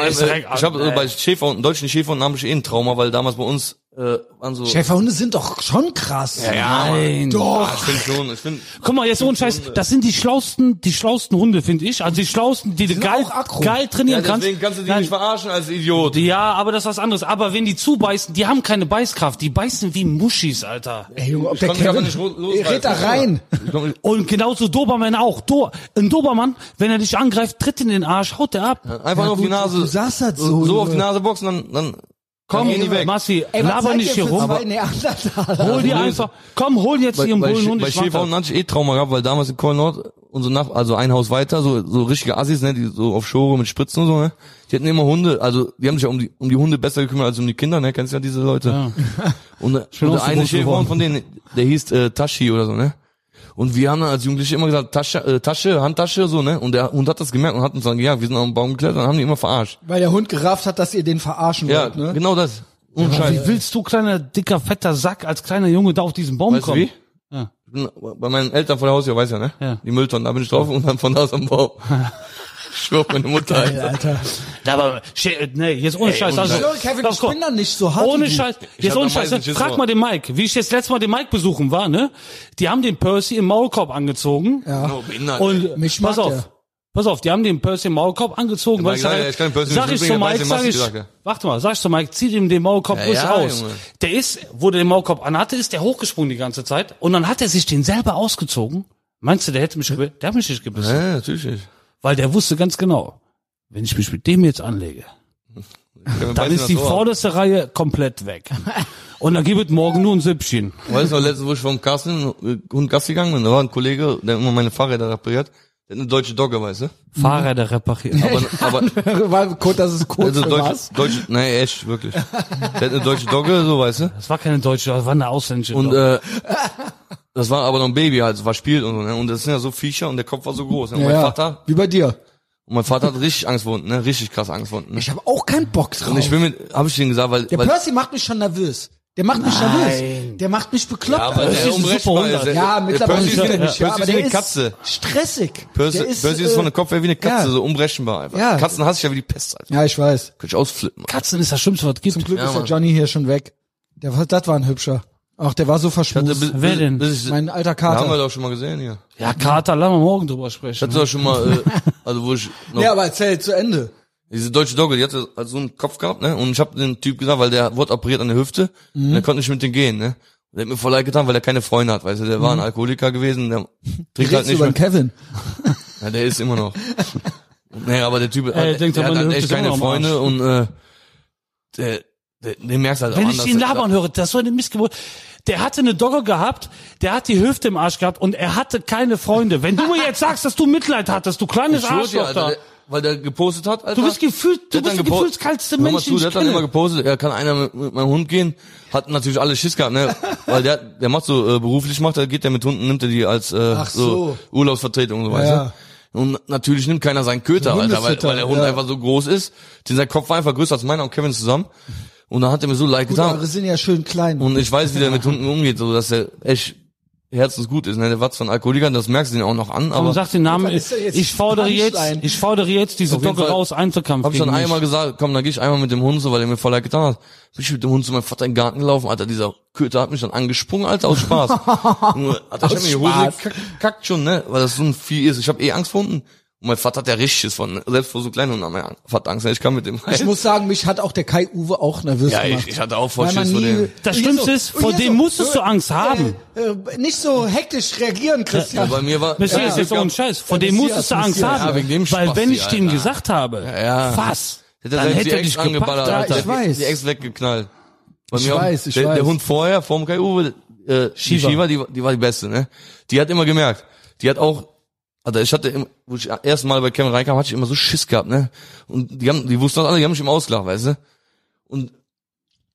[SPEAKER 3] allem,
[SPEAKER 1] ist
[SPEAKER 3] äh,
[SPEAKER 1] direkt
[SPEAKER 3] ich habe
[SPEAKER 1] ab,
[SPEAKER 3] äh, bei Schäferhunden, deutschen Schäferhunden habe ich eh ein Trauma, weil damals bei uns äh, waren so...
[SPEAKER 2] Schäferhunde sind doch schon krass.
[SPEAKER 3] Ja, Also,
[SPEAKER 1] Nein.
[SPEAKER 3] Doch. Ah, Ich finde schon, ich finde...
[SPEAKER 1] Guck mal, jetzt so ein Scheiß. Das sind die schlausten, die schlausten Hunde, finde ich. Also die schlausten, die, du geil,
[SPEAKER 2] auch aggro.
[SPEAKER 1] geil
[SPEAKER 3] Ja,
[SPEAKER 1] trainieren kannst.
[SPEAKER 3] deswegen kannst du dich
[SPEAKER 1] Nein,
[SPEAKER 3] nicht verarschen als Idiot.
[SPEAKER 1] ja, aber das ist was anderes. Aber wenn die zubeißen, die haben keine Beißkraft. Die beißen wie Muschis, Alter.
[SPEAKER 2] Ey, Junge, ob
[SPEAKER 3] Ich
[SPEAKER 2] der
[SPEAKER 3] konnte mich
[SPEAKER 2] Kevin,
[SPEAKER 3] einfach nicht lo-
[SPEAKER 2] Ey, red da rein.
[SPEAKER 3] losreißen. Ich konnte mich-
[SPEAKER 1] Und genauso Dobermann auch. Do ein Dobermann, wenn er dich angreift, tritt in den Arsch, haut der ab.
[SPEAKER 3] Einfach nur auf
[SPEAKER 2] gut,
[SPEAKER 3] die Nase.
[SPEAKER 2] du sagst das so,
[SPEAKER 3] So,
[SPEAKER 2] Junge.
[SPEAKER 3] auf die Nase boxen, dann, dann komm, geh die weg.
[SPEAKER 1] Massi,
[SPEAKER 4] Ey, was
[SPEAKER 1] laber
[SPEAKER 4] seid
[SPEAKER 1] nicht
[SPEAKER 4] ihr
[SPEAKER 1] hier
[SPEAKER 4] für
[SPEAKER 1] rum.
[SPEAKER 4] Zwei Neandertaler.
[SPEAKER 1] Hol dir
[SPEAKER 3] Problem
[SPEAKER 1] einfach, komm, hol jetzt
[SPEAKER 3] Also Bei,
[SPEAKER 1] hier einen
[SPEAKER 3] bei,
[SPEAKER 1] Bullenhund.
[SPEAKER 3] Sch- bei
[SPEAKER 1] ich mach
[SPEAKER 3] Schäferhunden hatte ich eh Trauma gehabt, weil damals in Köln Nord unser Nach also ein Haus weiter, so, so richtige Assis, ne, die so auf Shore mit Spritzen und so, ne? Die hatten immer Hunde, also die haben sich ja um die, um die Hunde besser gekümmert als um die Kinder, ne? Kennst ja diese Leute. Und, äh, und
[SPEAKER 1] auch
[SPEAKER 3] der
[SPEAKER 1] so
[SPEAKER 3] eine
[SPEAKER 1] groß geworden.
[SPEAKER 3] Schäferhund von denen, der hieß äh, Tashi oder so, ne? Und wir haben dann als Jugendliche immer gesagt, Tasche, äh, Tasche, Handtasche, so, ne? Und der Hund hat das gemerkt und hat uns dann gejagt, wir sind auf den Baum geklettert und haben die immer verarscht.
[SPEAKER 2] Weil der Hund gerafft hat, dass ihr den verarschen
[SPEAKER 3] Ja,
[SPEAKER 2] wollt, ne?
[SPEAKER 3] genau das. Und
[SPEAKER 1] das. Wie willst du, kleiner, dicker, fetter Sack, als kleiner Junge da auf diesen Baum
[SPEAKER 3] Weißt du
[SPEAKER 1] kommen?
[SPEAKER 3] wie?
[SPEAKER 1] Ja.
[SPEAKER 3] Ich bin Bei meinen Eltern vor der Haustür, weiß ja, ne?
[SPEAKER 1] Ja.
[SPEAKER 3] Die Mülltonnen, da bin ich drauf und dann von da aus am Baum. Schwör meine Mutter.
[SPEAKER 2] Ey,
[SPEAKER 3] Alter.
[SPEAKER 2] Alter.
[SPEAKER 1] Na, aber, Schä- äh, nee, jetzt ohne Scheiß.
[SPEAKER 3] ohne
[SPEAKER 1] Also,
[SPEAKER 2] Sorry, Kevin,
[SPEAKER 1] das
[SPEAKER 2] ich
[SPEAKER 1] kommt.
[SPEAKER 2] bin dann nicht so hart wie
[SPEAKER 1] Ohne
[SPEAKER 2] du.
[SPEAKER 1] Scheiß.
[SPEAKER 3] Ich hab
[SPEAKER 1] Jetzt ohne
[SPEAKER 3] am
[SPEAKER 1] Scheiß.
[SPEAKER 3] meisten Schiss
[SPEAKER 1] Frag
[SPEAKER 3] vor.
[SPEAKER 1] mal den Mike, wie ich jetzt letztes Mal den Mike besuchen war, ne? Die haben den Percy im Maulkorb angezogen. Ja.
[SPEAKER 3] Oh, behindert.
[SPEAKER 1] Und
[SPEAKER 2] Äh, Mich mag
[SPEAKER 1] pass auf.
[SPEAKER 2] der.
[SPEAKER 1] Pass auf, die haben den Percy im Maulkorb angezogen.
[SPEAKER 3] Ja,
[SPEAKER 1] weil
[SPEAKER 3] Mike,
[SPEAKER 1] sag-
[SPEAKER 3] ja, ich kann den Percy
[SPEAKER 1] sag
[SPEAKER 3] nicht
[SPEAKER 1] ich zu
[SPEAKER 3] mitbringen, der weiß
[SPEAKER 1] Mike,
[SPEAKER 3] den
[SPEAKER 1] sag
[SPEAKER 3] Massi,
[SPEAKER 1] ich,
[SPEAKER 3] sagt er.
[SPEAKER 1] warte mal, sag ich zu Mike, zieh ihm den Maulkorb
[SPEAKER 3] Ja,
[SPEAKER 1] ruhig
[SPEAKER 3] ja,
[SPEAKER 1] aus.
[SPEAKER 3] Junge.
[SPEAKER 1] Der ist, wo der den Maulkorb anhatte, ist der hochgesprungen die ganze Zeit. Und dann hat er sich den selber ausgezogen. Meinst du, der hätte mich, gebi- der hat mich nicht gebissen?
[SPEAKER 3] Ja, natürlich nicht.
[SPEAKER 1] Weil der wusste ganz genau, wenn ich mich mit dem jetzt anlege,
[SPEAKER 3] Kevin
[SPEAKER 1] dann
[SPEAKER 3] beißt
[SPEAKER 1] ist
[SPEAKER 3] das
[SPEAKER 1] die
[SPEAKER 3] Ohr ab.
[SPEAKER 1] vorderste Reihe komplett weg. Und dann gibt es morgen nur ein Süppchen.
[SPEAKER 3] Weißt du, noch, letztens, wo ich vom Carsten äh, Hund Gassi gegangen bin, da war ein Kollege, der immer meine Fahrräder repariert, der hat eine deutsche Dogge, weißt du?
[SPEAKER 1] Fahrräder reparieren.
[SPEAKER 3] Aber, aber
[SPEAKER 2] War kurz, das ist kurz
[SPEAKER 3] also
[SPEAKER 2] für
[SPEAKER 3] deutsche,
[SPEAKER 2] was.
[SPEAKER 3] deutsche, nee, echt, wirklich. Der hat eine deutsche Dogge, so, weißt du?
[SPEAKER 1] Das war keine deutsche, das war eine ausländische.
[SPEAKER 3] Und
[SPEAKER 1] Dogge.
[SPEAKER 3] äh, das war aber noch ein Baby, also war spielt und so, ne? Und das sind ja so Viecher und der Kopf war so groß. Ne? Und mein
[SPEAKER 2] Ja,
[SPEAKER 3] Vater,
[SPEAKER 2] Wie bei dir.
[SPEAKER 3] Und mein Vater hat richtig Angst vor Hunden, ne? Richtig krass Angst vor Hunden. Ne?
[SPEAKER 2] Ich habe auch keinen Bock drauf.
[SPEAKER 3] Und ich bin mit, habe ich denen gesagt, weil,
[SPEAKER 2] der
[SPEAKER 3] weil,
[SPEAKER 2] Percy macht mich schon nervös. Der macht mich nervös. Der macht mich bekloppt.
[SPEAKER 3] weil
[SPEAKER 2] Alter.
[SPEAKER 1] ist ein super Hund,
[SPEAKER 3] Der-
[SPEAKER 2] ja,
[SPEAKER 3] der
[SPEAKER 2] mittlerweile
[SPEAKER 3] Percy ist wie eine,
[SPEAKER 2] schon.
[SPEAKER 3] Percy ist wie eine Katze.
[SPEAKER 2] ist stressig.
[SPEAKER 3] Percy
[SPEAKER 2] Der äh,
[SPEAKER 3] Percy ist, von der Kopfwehr wie eine Katze,
[SPEAKER 2] ja.
[SPEAKER 3] so unbrechenbar einfach.
[SPEAKER 2] Ja.
[SPEAKER 3] Katzen hasse ich ja wie die Pest, Alter.
[SPEAKER 2] Ja, ich weiß.
[SPEAKER 3] Könnte ich ausflippen.
[SPEAKER 1] Katzen ist das Schlimmste, was es gibt.
[SPEAKER 2] Zum Glück
[SPEAKER 3] Ja,
[SPEAKER 2] ist der
[SPEAKER 3] Mann.
[SPEAKER 2] Johnny hier schon weg. Der, war- das war ein hübscher. Ach, der war so verschmust.
[SPEAKER 1] Wer denn?
[SPEAKER 3] Also Bis ich,
[SPEAKER 2] Mein alter
[SPEAKER 3] da haben wir
[SPEAKER 2] Kater.
[SPEAKER 3] doch schon mal gesehen hier.
[SPEAKER 1] Ja, Kater, lass mal morgen drüber
[SPEAKER 3] Ich hatte
[SPEAKER 1] sprechen.
[SPEAKER 3] doch schon mal, äh, also wo ich noch,
[SPEAKER 2] Ja, aber erzähl zu Ende.
[SPEAKER 3] diese deutsche Dogge, die hatte halt so einen Kopf gehabt, ne? Und ich habe den Typ gesagt, weil der wurde operiert an der Hüfte
[SPEAKER 2] Mhm.
[SPEAKER 3] und der konnte nicht mit dem gehen, ne? Und Der hat mir voll leid getan, weil er keine Freunde hat, weißt du, der war ein Alkoholiker gewesen, der trinkt halt
[SPEAKER 2] Mhm. Redest du
[SPEAKER 3] nicht
[SPEAKER 2] über
[SPEAKER 3] mehr.
[SPEAKER 2] den Kevin?
[SPEAKER 3] Ja, der ist immer noch. Nee, aber der Typ
[SPEAKER 1] Ey,
[SPEAKER 3] hat,
[SPEAKER 1] denkt
[SPEAKER 3] der
[SPEAKER 1] aber,
[SPEAKER 3] hat
[SPEAKER 1] der
[SPEAKER 3] dann
[SPEAKER 1] Hüfte
[SPEAKER 3] echt
[SPEAKER 1] ist immer
[SPEAKER 3] keine
[SPEAKER 1] noch am
[SPEAKER 3] Freunde und äh, der, der, den merkst du halt
[SPEAKER 1] Wenn
[SPEAKER 3] auch
[SPEAKER 1] ich
[SPEAKER 3] anders.
[SPEAKER 1] ihn labern höre, das war eine Missgeburt. Der hatte eine Dogge gehabt, der hat die Hüfte im Arsch gehabt und er hatte keine Freunde. Wenn du mir jetzt sagst, dass du Mitleid hattest, du kleines
[SPEAKER 3] Ich schwör dir,
[SPEAKER 1] Arschloch
[SPEAKER 3] Alter,
[SPEAKER 1] da.
[SPEAKER 3] also der, weil der gepostet hat, Alter.
[SPEAKER 1] Du bist gefühlt,
[SPEAKER 3] Der
[SPEAKER 1] du
[SPEAKER 3] hat
[SPEAKER 1] bist der
[SPEAKER 3] dann gepo-
[SPEAKER 1] gefühlskalteste
[SPEAKER 3] Hör mal
[SPEAKER 1] Mensch,
[SPEAKER 3] zu,
[SPEAKER 1] den
[SPEAKER 3] der
[SPEAKER 1] ich
[SPEAKER 3] hat dann immer
[SPEAKER 1] kenne.
[SPEAKER 3] gepostet, ja, kann einer mit, mit meinem Hund gehen? Hat natürlich alle Schiss gehabt, ne? Weil der, der macht so, äh, beruflich macht er, geht der mit Hunden, nimmt er die als, äh,
[SPEAKER 2] Ach so.
[SPEAKER 3] Urlaubsvertretung und so, weißt
[SPEAKER 2] Ja.
[SPEAKER 3] du? Und natürlich nimmt keiner seinen Köter, Alter, weil,
[SPEAKER 2] Hundefütter,
[SPEAKER 3] weil der Hund
[SPEAKER 2] ja.
[SPEAKER 3] einfach so groß ist. Denn sein Kopf war einfach größer als meiner und Kevin zusammen. Und dann hat er mir so leid
[SPEAKER 2] Gut,
[SPEAKER 3] getan.
[SPEAKER 2] eure sind ja schön klein.
[SPEAKER 3] Und ich weiß, wie der mit Hunden umgeht, so dass er echt herzensgut ist. Ne? Der war zwar ein Alkoholiker, das merkst du ihn auch noch an,
[SPEAKER 1] Warum
[SPEAKER 3] aber
[SPEAKER 1] sagt den Namen?
[SPEAKER 2] Ist doch jetzt
[SPEAKER 1] Ich fordere jetzt,
[SPEAKER 2] Punchline.
[SPEAKER 1] ich fordere jetzt diese
[SPEAKER 3] Auf jeden
[SPEAKER 1] Glocke
[SPEAKER 3] Fall
[SPEAKER 1] raus, Einzelkampf.
[SPEAKER 3] hab ich
[SPEAKER 1] gegen
[SPEAKER 3] dann
[SPEAKER 1] mich.
[SPEAKER 3] einmal gesagt, komm, dann gehe ich einmal mit dem Hund so, weil er mir voll leid getan hat. Bin ich mit dem Hund zu meinem Vater in den Garten gelaufen, Alter, dieser Köter hat mich dann angesprungen, Alter, aus Spaß. Nur, Alter, ich hab mir die Hose
[SPEAKER 2] Spaß.
[SPEAKER 3] gekackt- kackt schon, ne, weil das so ein Vieh ist. Ich habe eh Angst vor Hunden. Und mein Vater hat ja richtiges von, ne? selbst vor so kleinen Hunden hat mein Vater Angst. ne? Ich kann mit dem
[SPEAKER 2] ich muss sagen, mich hat auch der Kai Uwe auch nervös
[SPEAKER 3] Ja, ich-
[SPEAKER 2] gemacht.
[SPEAKER 3] ich hatte auch voll
[SPEAKER 2] Weil man
[SPEAKER 3] Schiss vor
[SPEAKER 2] nie-
[SPEAKER 3] dem.
[SPEAKER 1] Das
[SPEAKER 2] Und hier
[SPEAKER 1] Schlimmste ist,
[SPEAKER 2] und
[SPEAKER 1] vor
[SPEAKER 2] hier
[SPEAKER 1] dem musstest du Angst haben.
[SPEAKER 2] Äh, äh, nicht so hektisch reagieren,
[SPEAKER 3] ja,
[SPEAKER 2] Christian.
[SPEAKER 3] bei mir war,
[SPEAKER 1] Messias,
[SPEAKER 3] ja,
[SPEAKER 1] jetzt
[SPEAKER 3] ja,
[SPEAKER 1] ohne Scheiß. Vor
[SPEAKER 2] Ja,
[SPEAKER 1] dem
[SPEAKER 2] Messias,
[SPEAKER 1] musstest du Angst
[SPEAKER 2] Messias.
[SPEAKER 1] haben.
[SPEAKER 3] Ja, wegen dem
[SPEAKER 1] weil
[SPEAKER 3] Spasti,
[SPEAKER 1] wenn ich dem
[SPEAKER 3] Alter.
[SPEAKER 1] gesagt habe,
[SPEAKER 3] ja.
[SPEAKER 1] fass,
[SPEAKER 3] Hätte
[SPEAKER 1] dann
[SPEAKER 3] er
[SPEAKER 1] hätte
[SPEAKER 3] hätte
[SPEAKER 1] er
[SPEAKER 3] die Ex
[SPEAKER 1] dich gepackt.
[SPEAKER 3] angeballert,
[SPEAKER 1] Alter.
[SPEAKER 3] Alter.
[SPEAKER 2] ich weiß.
[SPEAKER 3] Die Ex weggeknallt. Bei
[SPEAKER 2] Ich
[SPEAKER 3] auch-
[SPEAKER 2] weiß, ich
[SPEAKER 3] der,
[SPEAKER 2] weiß.
[SPEAKER 3] Der Hund vorher, vorm Kai Uwe, äh,
[SPEAKER 1] Shiva.
[SPEAKER 3] Shiva, Shiva die, war- die war die Beste, ne? Die hat immer gemerkt. Die hat auch, also ich hatte, im- wo ich erst Mal bei Kevin reinkam, hatte ich immer so Schiss gehabt, ne? Und die haben, die wussten das alle, die haben mich immer ausgelacht, weißt du? Und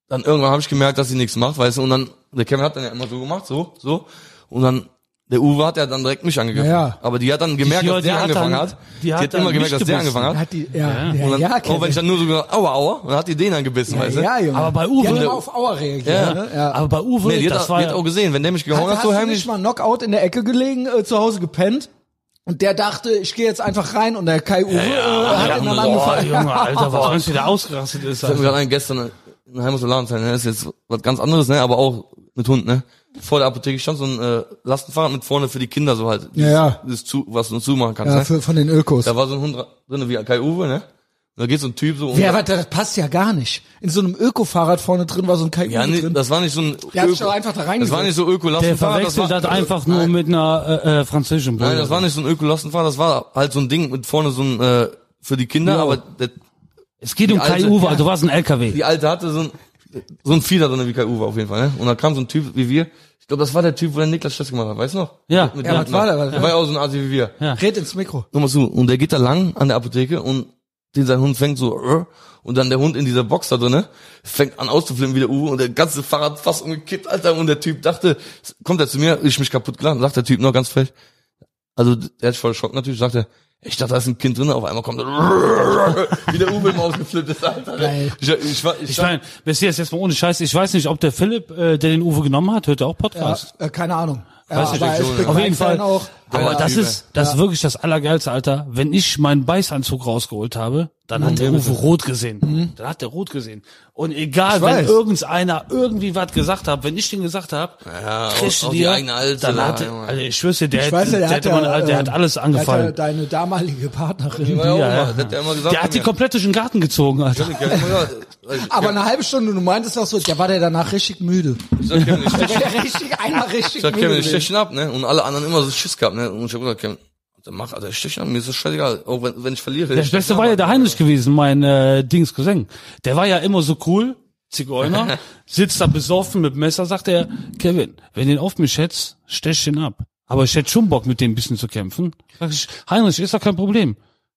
[SPEAKER 3] dann irgendwann habe ich gemerkt, dass sie nichts macht, weißt du? Und dann, der Kevin hat dann ja immer so gemacht, so, so. Und dann, der Uwe hat ja dann direkt mich angegriffen.
[SPEAKER 2] Ja, ja.
[SPEAKER 3] Aber die hat dann gemerkt,
[SPEAKER 1] die-
[SPEAKER 3] dass
[SPEAKER 1] die
[SPEAKER 3] der
[SPEAKER 1] hat
[SPEAKER 3] angefangen
[SPEAKER 1] dann-
[SPEAKER 3] hat.
[SPEAKER 1] die
[SPEAKER 3] Die
[SPEAKER 1] hat
[SPEAKER 3] hat
[SPEAKER 1] dann
[SPEAKER 3] immer gemerkt,
[SPEAKER 1] mich
[SPEAKER 3] dass der
[SPEAKER 1] gebissen.
[SPEAKER 3] angefangen hat.
[SPEAKER 2] Hat die, ja, ja,
[SPEAKER 3] Und
[SPEAKER 2] ja,
[SPEAKER 3] dann,
[SPEAKER 2] ja,
[SPEAKER 3] auch wenn Oh, ich
[SPEAKER 2] Kevin.
[SPEAKER 3] dann nur so gesagt, aua, aua, und dann hat die den dann gebissen, weißt du?
[SPEAKER 2] ja, Junge.
[SPEAKER 1] Aber bei
[SPEAKER 2] Die
[SPEAKER 1] Uwe,
[SPEAKER 2] haben immer auf Aua reagiert.
[SPEAKER 3] Ja.
[SPEAKER 2] Ne? Ja.
[SPEAKER 1] aber bei Uwe,
[SPEAKER 3] Nee, die, hat,
[SPEAKER 1] das
[SPEAKER 3] auch-
[SPEAKER 1] war
[SPEAKER 3] die hat auch gesehen, wenn der mich gehauen
[SPEAKER 2] Hat,
[SPEAKER 3] hat,
[SPEAKER 2] hast
[SPEAKER 3] so
[SPEAKER 2] du nicht
[SPEAKER 3] heimlich.
[SPEAKER 2] mal Knockout in der Ecke gelegen, äh, zu Hause gepennt? Und der dachte, ich gehe jetzt einfach rein und der Kai Uwe äh, hat
[SPEAKER 1] ja,
[SPEAKER 2] ihn
[SPEAKER 1] Junge,
[SPEAKER 2] dann
[SPEAKER 1] boah,
[SPEAKER 2] angefangen.
[SPEAKER 1] Junge, Alter, was meinst du, wie der ausgerastet ist?
[SPEAKER 3] Ich hab mir
[SPEAKER 1] Alter.
[SPEAKER 3] gerade einen gestern in Heim aus der Ladenzeile, ne? Das ist jetzt was ganz anderes, ne? Aber auch mit Hund, ne? Vor der Apotheke stand so ein äh, Lastenfahrrad mit vorne für die Kinder so halt.
[SPEAKER 2] Ja, ja.
[SPEAKER 3] Dieses zu, was du zumachen kannst,
[SPEAKER 2] Ja,
[SPEAKER 3] ne?
[SPEAKER 2] für, von den Ökos.
[SPEAKER 3] Da war so ein Hund drin wie Kai Uwe, ne? Und da geht so ein Typ so um- und
[SPEAKER 2] Ja, aber das passt ja gar nicht. In so einem Öko-Fahrrad vorne drin war so ein Kai
[SPEAKER 3] ja,
[SPEAKER 2] Uwe
[SPEAKER 3] nee,
[SPEAKER 2] drin.
[SPEAKER 3] das war nicht so ein
[SPEAKER 2] Der hat sich doch einfach da
[SPEAKER 3] Das
[SPEAKER 2] reingesetzt.
[SPEAKER 3] war nicht so
[SPEAKER 1] Der
[SPEAKER 3] Öko-Lastenfahrrad, das war also
[SPEAKER 1] verwechselt das einfach nur mit einer äh, äh, französischen Brille.
[SPEAKER 3] Nein, das war nicht so ein Öko-Lastenfahrrad, das war halt so ein Ding mit vorne so ein äh, für die Kinder, aber der,
[SPEAKER 1] Es geht um
[SPEAKER 3] Die
[SPEAKER 1] Kai
[SPEAKER 3] alte-
[SPEAKER 1] Uwe, also war es ein LKW.
[SPEAKER 3] die alte hatte so ein so ein Fieder drin wie Kai Uwe auf jeden Fall, ne? Und dann kam so ein Typ wie wir. Ich glaube, das war der Typ, wo der Niklas Stress gemacht hat, weißt du noch?
[SPEAKER 1] Ja,
[SPEAKER 3] Mit
[SPEAKER 1] ja,
[SPEAKER 3] dem-
[SPEAKER 2] was war der? Was-
[SPEAKER 3] Der war ja auch so ein Asi wie wir.
[SPEAKER 1] Ja.
[SPEAKER 2] Red ins Mikro.
[SPEAKER 3] Guck mal zu, und der geht da lang an der Apotheke und den sein Hund fängt so äh, und dann der Hund in dieser Box da drinne fängt an auszuflippen wie der Uwe und der ganze Fahrrad fast umgekippt, Alter, und der Typ dachte, kommt er zu mir, ich mich kaputt geladen, sagt der Typ noch ganz frech. Also der hat voll Schock natürlich, sagt er, ich dachte, da ist ein Kind drin, auf einmal kommt er, wie der Uwe im ausgeflippt ist, Alter.
[SPEAKER 2] Geil.
[SPEAKER 3] Ich, ich, war- ich,
[SPEAKER 1] Ich
[SPEAKER 3] war-
[SPEAKER 1] meine, Messias, jetzt mal ohne Scheiß, ich weiß nicht, ob der Philipp, äh, der den Uwe genommen hat, hört er auch
[SPEAKER 2] Ja,
[SPEAKER 1] Podcast.
[SPEAKER 2] äh, keine Ahnung. Ja,
[SPEAKER 1] Weiß nicht,
[SPEAKER 2] aber
[SPEAKER 3] ich
[SPEAKER 2] als
[SPEAKER 3] so,
[SPEAKER 2] Big
[SPEAKER 3] ja.
[SPEAKER 1] Auf jeden
[SPEAKER 2] Mike-Fan
[SPEAKER 1] Fall.
[SPEAKER 2] auch.
[SPEAKER 1] Aber
[SPEAKER 3] Ja,
[SPEAKER 1] das
[SPEAKER 3] übel.
[SPEAKER 1] ist, das ist wirklich das Allergeilste, Alter. Wenn ich meinen Beißanzug rausgeholt habe,
[SPEAKER 3] Mhm.
[SPEAKER 1] dann hat der Uwe rot gesehen. Dann hat der rot gesehen. Und egal,
[SPEAKER 2] Ich
[SPEAKER 1] wenn
[SPEAKER 2] weiß.
[SPEAKER 1] irgendeiner irgendwie was gesagt hat, wenn ich den gesagt habe,
[SPEAKER 3] Ja,
[SPEAKER 1] kriegst
[SPEAKER 3] auch-
[SPEAKER 1] du
[SPEAKER 3] auch die
[SPEAKER 1] dir,
[SPEAKER 3] eigene Alte,
[SPEAKER 1] dann hat,
[SPEAKER 3] ja,
[SPEAKER 1] er-
[SPEAKER 3] Junge.
[SPEAKER 1] also ich schwör's dir, der,
[SPEAKER 2] Ich
[SPEAKER 1] hat-
[SPEAKER 2] weiß ja,
[SPEAKER 1] der,
[SPEAKER 2] der,
[SPEAKER 1] hat, immer-
[SPEAKER 2] ja,
[SPEAKER 3] äh,
[SPEAKER 1] der hat
[SPEAKER 2] ähm,
[SPEAKER 1] alles
[SPEAKER 2] Der
[SPEAKER 1] angefallen.
[SPEAKER 2] hat ja deine damalige
[SPEAKER 3] die
[SPEAKER 2] Partnerin.
[SPEAKER 3] war ja, auch
[SPEAKER 1] Ja, ja.
[SPEAKER 3] mal- der hat ja immer gesagt,
[SPEAKER 1] Der hat die
[SPEAKER 3] zu mir,
[SPEAKER 1] komplett durch den Garten gezogen, Alter.
[SPEAKER 3] ich hab immer gesagt, ich-
[SPEAKER 2] Aber eine halbe Stunde, du meintest auch so, der war der danach richtig müde.
[SPEAKER 3] ich sag, Kevin, ich-
[SPEAKER 2] Der war richtig, einer richtig
[SPEAKER 3] Ich hab
[SPEAKER 2] müde.
[SPEAKER 3] Kevin, ich
[SPEAKER 2] gewesen.
[SPEAKER 3] stech ihn ab, ne? Und alle anderen immer so Schiss gehabt, ne? Und ich hab gesagt, Kevin, Alter, mach, Alter, ich stech ihn ab, mir ist das scheißegal. Auch wenn, wenn ich verliere.
[SPEAKER 1] Der Beste war ja der Heinrich gewesen, mein äh, Dings Cousin. Der war ja immer so cool, Zigeuner, sitzt da besoffen mit Messer, sagt er, Kevin, wenn den auf mich schätzt, stech den ab. Aber ich hätte schon Bock, mit dem ein bisschen zu kämpfen. Sag ich, Heinrich, ist doch kein Problem.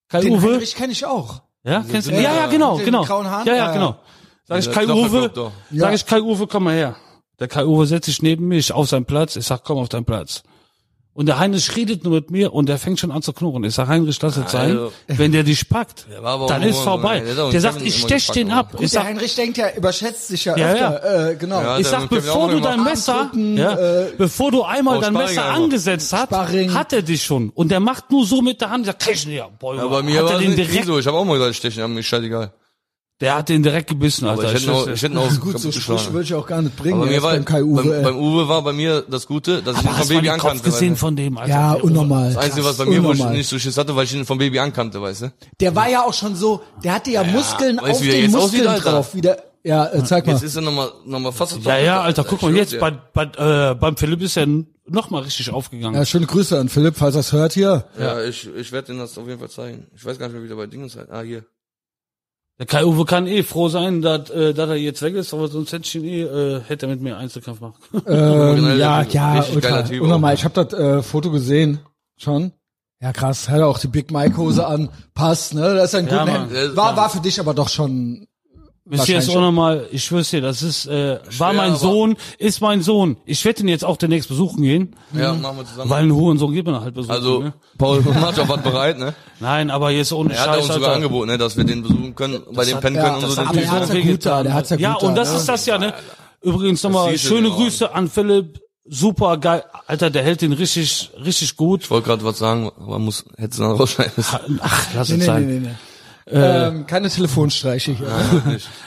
[SPEAKER 1] Kai
[SPEAKER 2] Den
[SPEAKER 1] Uwe,
[SPEAKER 2] Heinrich kenne ich auch.
[SPEAKER 1] ja, kennst du?
[SPEAKER 3] Also den- Ah,
[SPEAKER 1] Ja, ja, genau,
[SPEAKER 2] den
[SPEAKER 1] genau.
[SPEAKER 2] grauen Haaren?
[SPEAKER 1] Ja,
[SPEAKER 2] Ja,
[SPEAKER 1] ja, genau. Sag ich,
[SPEAKER 3] Dieser
[SPEAKER 1] Kai Uwe,
[SPEAKER 3] Knopferdruck doch.
[SPEAKER 1] sag ich, Kai Uwe, komm mal her. Der Kai Uwe setzt sich neben mich auf seinen Platz. Ich sag, komm auf deinen Platz. Und der Heinrich redet nur mit mir und der fängt schon an zu knurren. Ich sag, Heinrich, lass es sein.
[SPEAKER 3] Also-
[SPEAKER 1] Wenn der dich packt,
[SPEAKER 3] Der war aber auch
[SPEAKER 1] dann
[SPEAKER 3] nur
[SPEAKER 1] ist
[SPEAKER 3] so
[SPEAKER 1] vorbei.
[SPEAKER 3] einer, der hat auch
[SPEAKER 1] der
[SPEAKER 3] einen
[SPEAKER 1] sagt,
[SPEAKER 3] Kevin
[SPEAKER 1] ich
[SPEAKER 3] immer
[SPEAKER 1] stech
[SPEAKER 3] gepackt,
[SPEAKER 1] den
[SPEAKER 3] aber-
[SPEAKER 1] ab.
[SPEAKER 2] Gut,
[SPEAKER 1] Ich
[SPEAKER 2] der
[SPEAKER 1] sag,
[SPEAKER 2] Heinrich denkt ja, überschätzt sich ja,
[SPEAKER 1] Ja,
[SPEAKER 2] öfter. Äh, genau.
[SPEAKER 3] Ja,
[SPEAKER 1] ich
[SPEAKER 3] der
[SPEAKER 1] sag,
[SPEAKER 3] mit Kevin
[SPEAKER 1] bevor
[SPEAKER 3] auch
[SPEAKER 1] du
[SPEAKER 3] immer
[SPEAKER 1] dein
[SPEAKER 3] gemacht.
[SPEAKER 1] Messer,
[SPEAKER 2] Angucken,
[SPEAKER 1] ja,
[SPEAKER 2] äh,
[SPEAKER 1] bevor du einmal
[SPEAKER 3] auch
[SPEAKER 1] dein
[SPEAKER 3] Sparring
[SPEAKER 1] Messer
[SPEAKER 3] einfach.
[SPEAKER 1] angesetzt hast,
[SPEAKER 2] Sparring.
[SPEAKER 1] hat er dich schon. Und der macht nur so mit der Hand, sagt, krieg ich nicht ab. Boah,
[SPEAKER 3] Ja,
[SPEAKER 1] Junge.
[SPEAKER 3] bei mir
[SPEAKER 1] hat
[SPEAKER 3] war
[SPEAKER 1] er
[SPEAKER 3] das
[SPEAKER 1] den
[SPEAKER 3] nicht direkt
[SPEAKER 1] direkt,
[SPEAKER 3] so. Ich hab auch mal gesagt, ich stech ihn ab, mir ist scheißegal.
[SPEAKER 1] der hat den direkt gebissen,
[SPEAKER 3] Aber
[SPEAKER 1] Alter.
[SPEAKER 3] ich hätte ihn auch,
[SPEAKER 1] schwör's
[SPEAKER 3] ich
[SPEAKER 1] dir.
[SPEAKER 3] hätte ihn auch
[SPEAKER 2] Gut, so
[SPEAKER 3] kaputt
[SPEAKER 2] Sprüche
[SPEAKER 3] geschlagen.
[SPEAKER 2] würde ich auch gar nicht bringen.
[SPEAKER 3] Aber
[SPEAKER 2] jetzt
[SPEAKER 3] mir war,
[SPEAKER 2] beim Kai Uwe. äh,
[SPEAKER 3] beim,
[SPEAKER 2] ey.
[SPEAKER 3] beim Uwe war bei mir das Gute, dass ich ihn
[SPEAKER 1] Aber
[SPEAKER 3] vom
[SPEAKER 1] hast du mal
[SPEAKER 3] Baby
[SPEAKER 1] den Kopf
[SPEAKER 3] ankannte. weißt
[SPEAKER 1] gesehen
[SPEAKER 3] du?
[SPEAKER 1] von dem, Also Alter?
[SPEAKER 2] ja,
[SPEAKER 1] Der Uwe.
[SPEAKER 2] unnormal.
[SPEAKER 3] Das Einzige, was bei
[SPEAKER 2] Krass,
[SPEAKER 3] mir, wo ich
[SPEAKER 2] unnormal.
[SPEAKER 3] nicht so Schiss hatte, weil ich ihn vom Baby ankannte, weißt du?
[SPEAKER 2] Der war ja auch schon so, der hatte ja, Muskeln
[SPEAKER 3] weißt du,
[SPEAKER 2] auf
[SPEAKER 3] wie der
[SPEAKER 2] den
[SPEAKER 3] jetzt
[SPEAKER 2] Muskeln
[SPEAKER 3] aussieht, Alter?
[SPEAKER 2] drauf. Wieder, ja, äh, zeig mal.
[SPEAKER 3] Jetzt ist er nochmal, nochmal fast
[SPEAKER 1] Ja, ja, Alter,
[SPEAKER 3] Ich
[SPEAKER 1] guck mal,
[SPEAKER 3] schwör's
[SPEAKER 1] jetzt
[SPEAKER 3] dir.
[SPEAKER 1] bei, bei, äh, beim Philipp ist er nochmal richtig aufgegangen.
[SPEAKER 2] Ja, schöne Grüße an Philipp, falls das hört hier.
[SPEAKER 3] Ja, ich, ich werde dir das auf jeden Fall zeigen. Ich weiß gar nicht mehr, wie der bei Dingen ist. Ah, hier.
[SPEAKER 1] Der Kai-Uwe kann eh froh sein, dass, äh, dass er jetzt weg ist, aber sonst hätte ich ihn eh, äh, hätte er mit mir Einzelkampf machen können.
[SPEAKER 2] Ähm, ja,
[SPEAKER 3] Typ.
[SPEAKER 2] ja,
[SPEAKER 3] Richtig
[SPEAKER 2] ultra,
[SPEAKER 3] geiler Typ
[SPEAKER 2] unnormal.
[SPEAKER 1] ne?
[SPEAKER 3] auch.
[SPEAKER 2] Ich habe das äh, Foto gesehen schon. Ja, krass. Hat er auch die Big Mike Hose an. Passt, ne? Das ist ein
[SPEAKER 1] Ja,
[SPEAKER 2] guter
[SPEAKER 1] Mann.
[SPEAKER 2] Hemd. War, war für dich aber doch schon
[SPEAKER 1] Bis jetzt auch nochmal, ich schwör's dir, das ist, äh, war mein
[SPEAKER 3] aber-
[SPEAKER 1] Sohn, ist mein Sohn. Ich werde ihn jetzt auch demnächst besuchen gehen,
[SPEAKER 3] Ja, machen wir zusammen.
[SPEAKER 1] weil einen Hurensohn geht man halt besuchen.
[SPEAKER 3] also,
[SPEAKER 1] ne?
[SPEAKER 3] Paul macht auch was bereit, ne?
[SPEAKER 1] Nein, aber jetzt ohne
[SPEAKER 3] Er hat
[SPEAKER 1] Scheiß,
[SPEAKER 3] uns sogar
[SPEAKER 1] Alter.
[SPEAKER 3] angeboten, ne, dass wir den besuchen können, bei dem pennen
[SPEAKER 4] ja,
[SPEAKER 3] können und
[SPEAKER 4] das
[SPEAKER 3] so.
[SPEAKER 4] hat
[SPEAKER 3] den
[SPEAKER 4] er-
[SPEAKER 3] Typen.
[SPEAKER 4] hat's ja
[SPEAKER 1] Deswegen
[SPEAKER 4] gut da, der hat's ja
[SPEAKER 1] Ja,
[SPEAKER 4] gut da,
[SPEAKER 1] und das
[SPEAKER 4] ne?
[SPEAKER 1] ist das ja, ne? Übrigens nochmal,
[SPEAKER 3] sieht
[SPEAKER 1] schöne
[SPEAKER 3] in den Augen.
[SPEAKER 1] Grüße an Philipp. Super geil. Alter, der hält den richtig, richtig gut.
[SPEAKER 3] Ich wollte gerade was sagen, aber muss, hätte es dann rausschneiden müssen.
[SPEAKER 1] Ach, lass
[SPEAKER 2] Nee,
[SPEAKER 1] es
[SPEAKER 2] nee,
[SPEAKER 1] sein.
[SPEAKER 2] nee, nee. nee.
[SPEAKER 1] Äh.
[SPEAKER 2] Ähm, keine Telefonstreiche hier.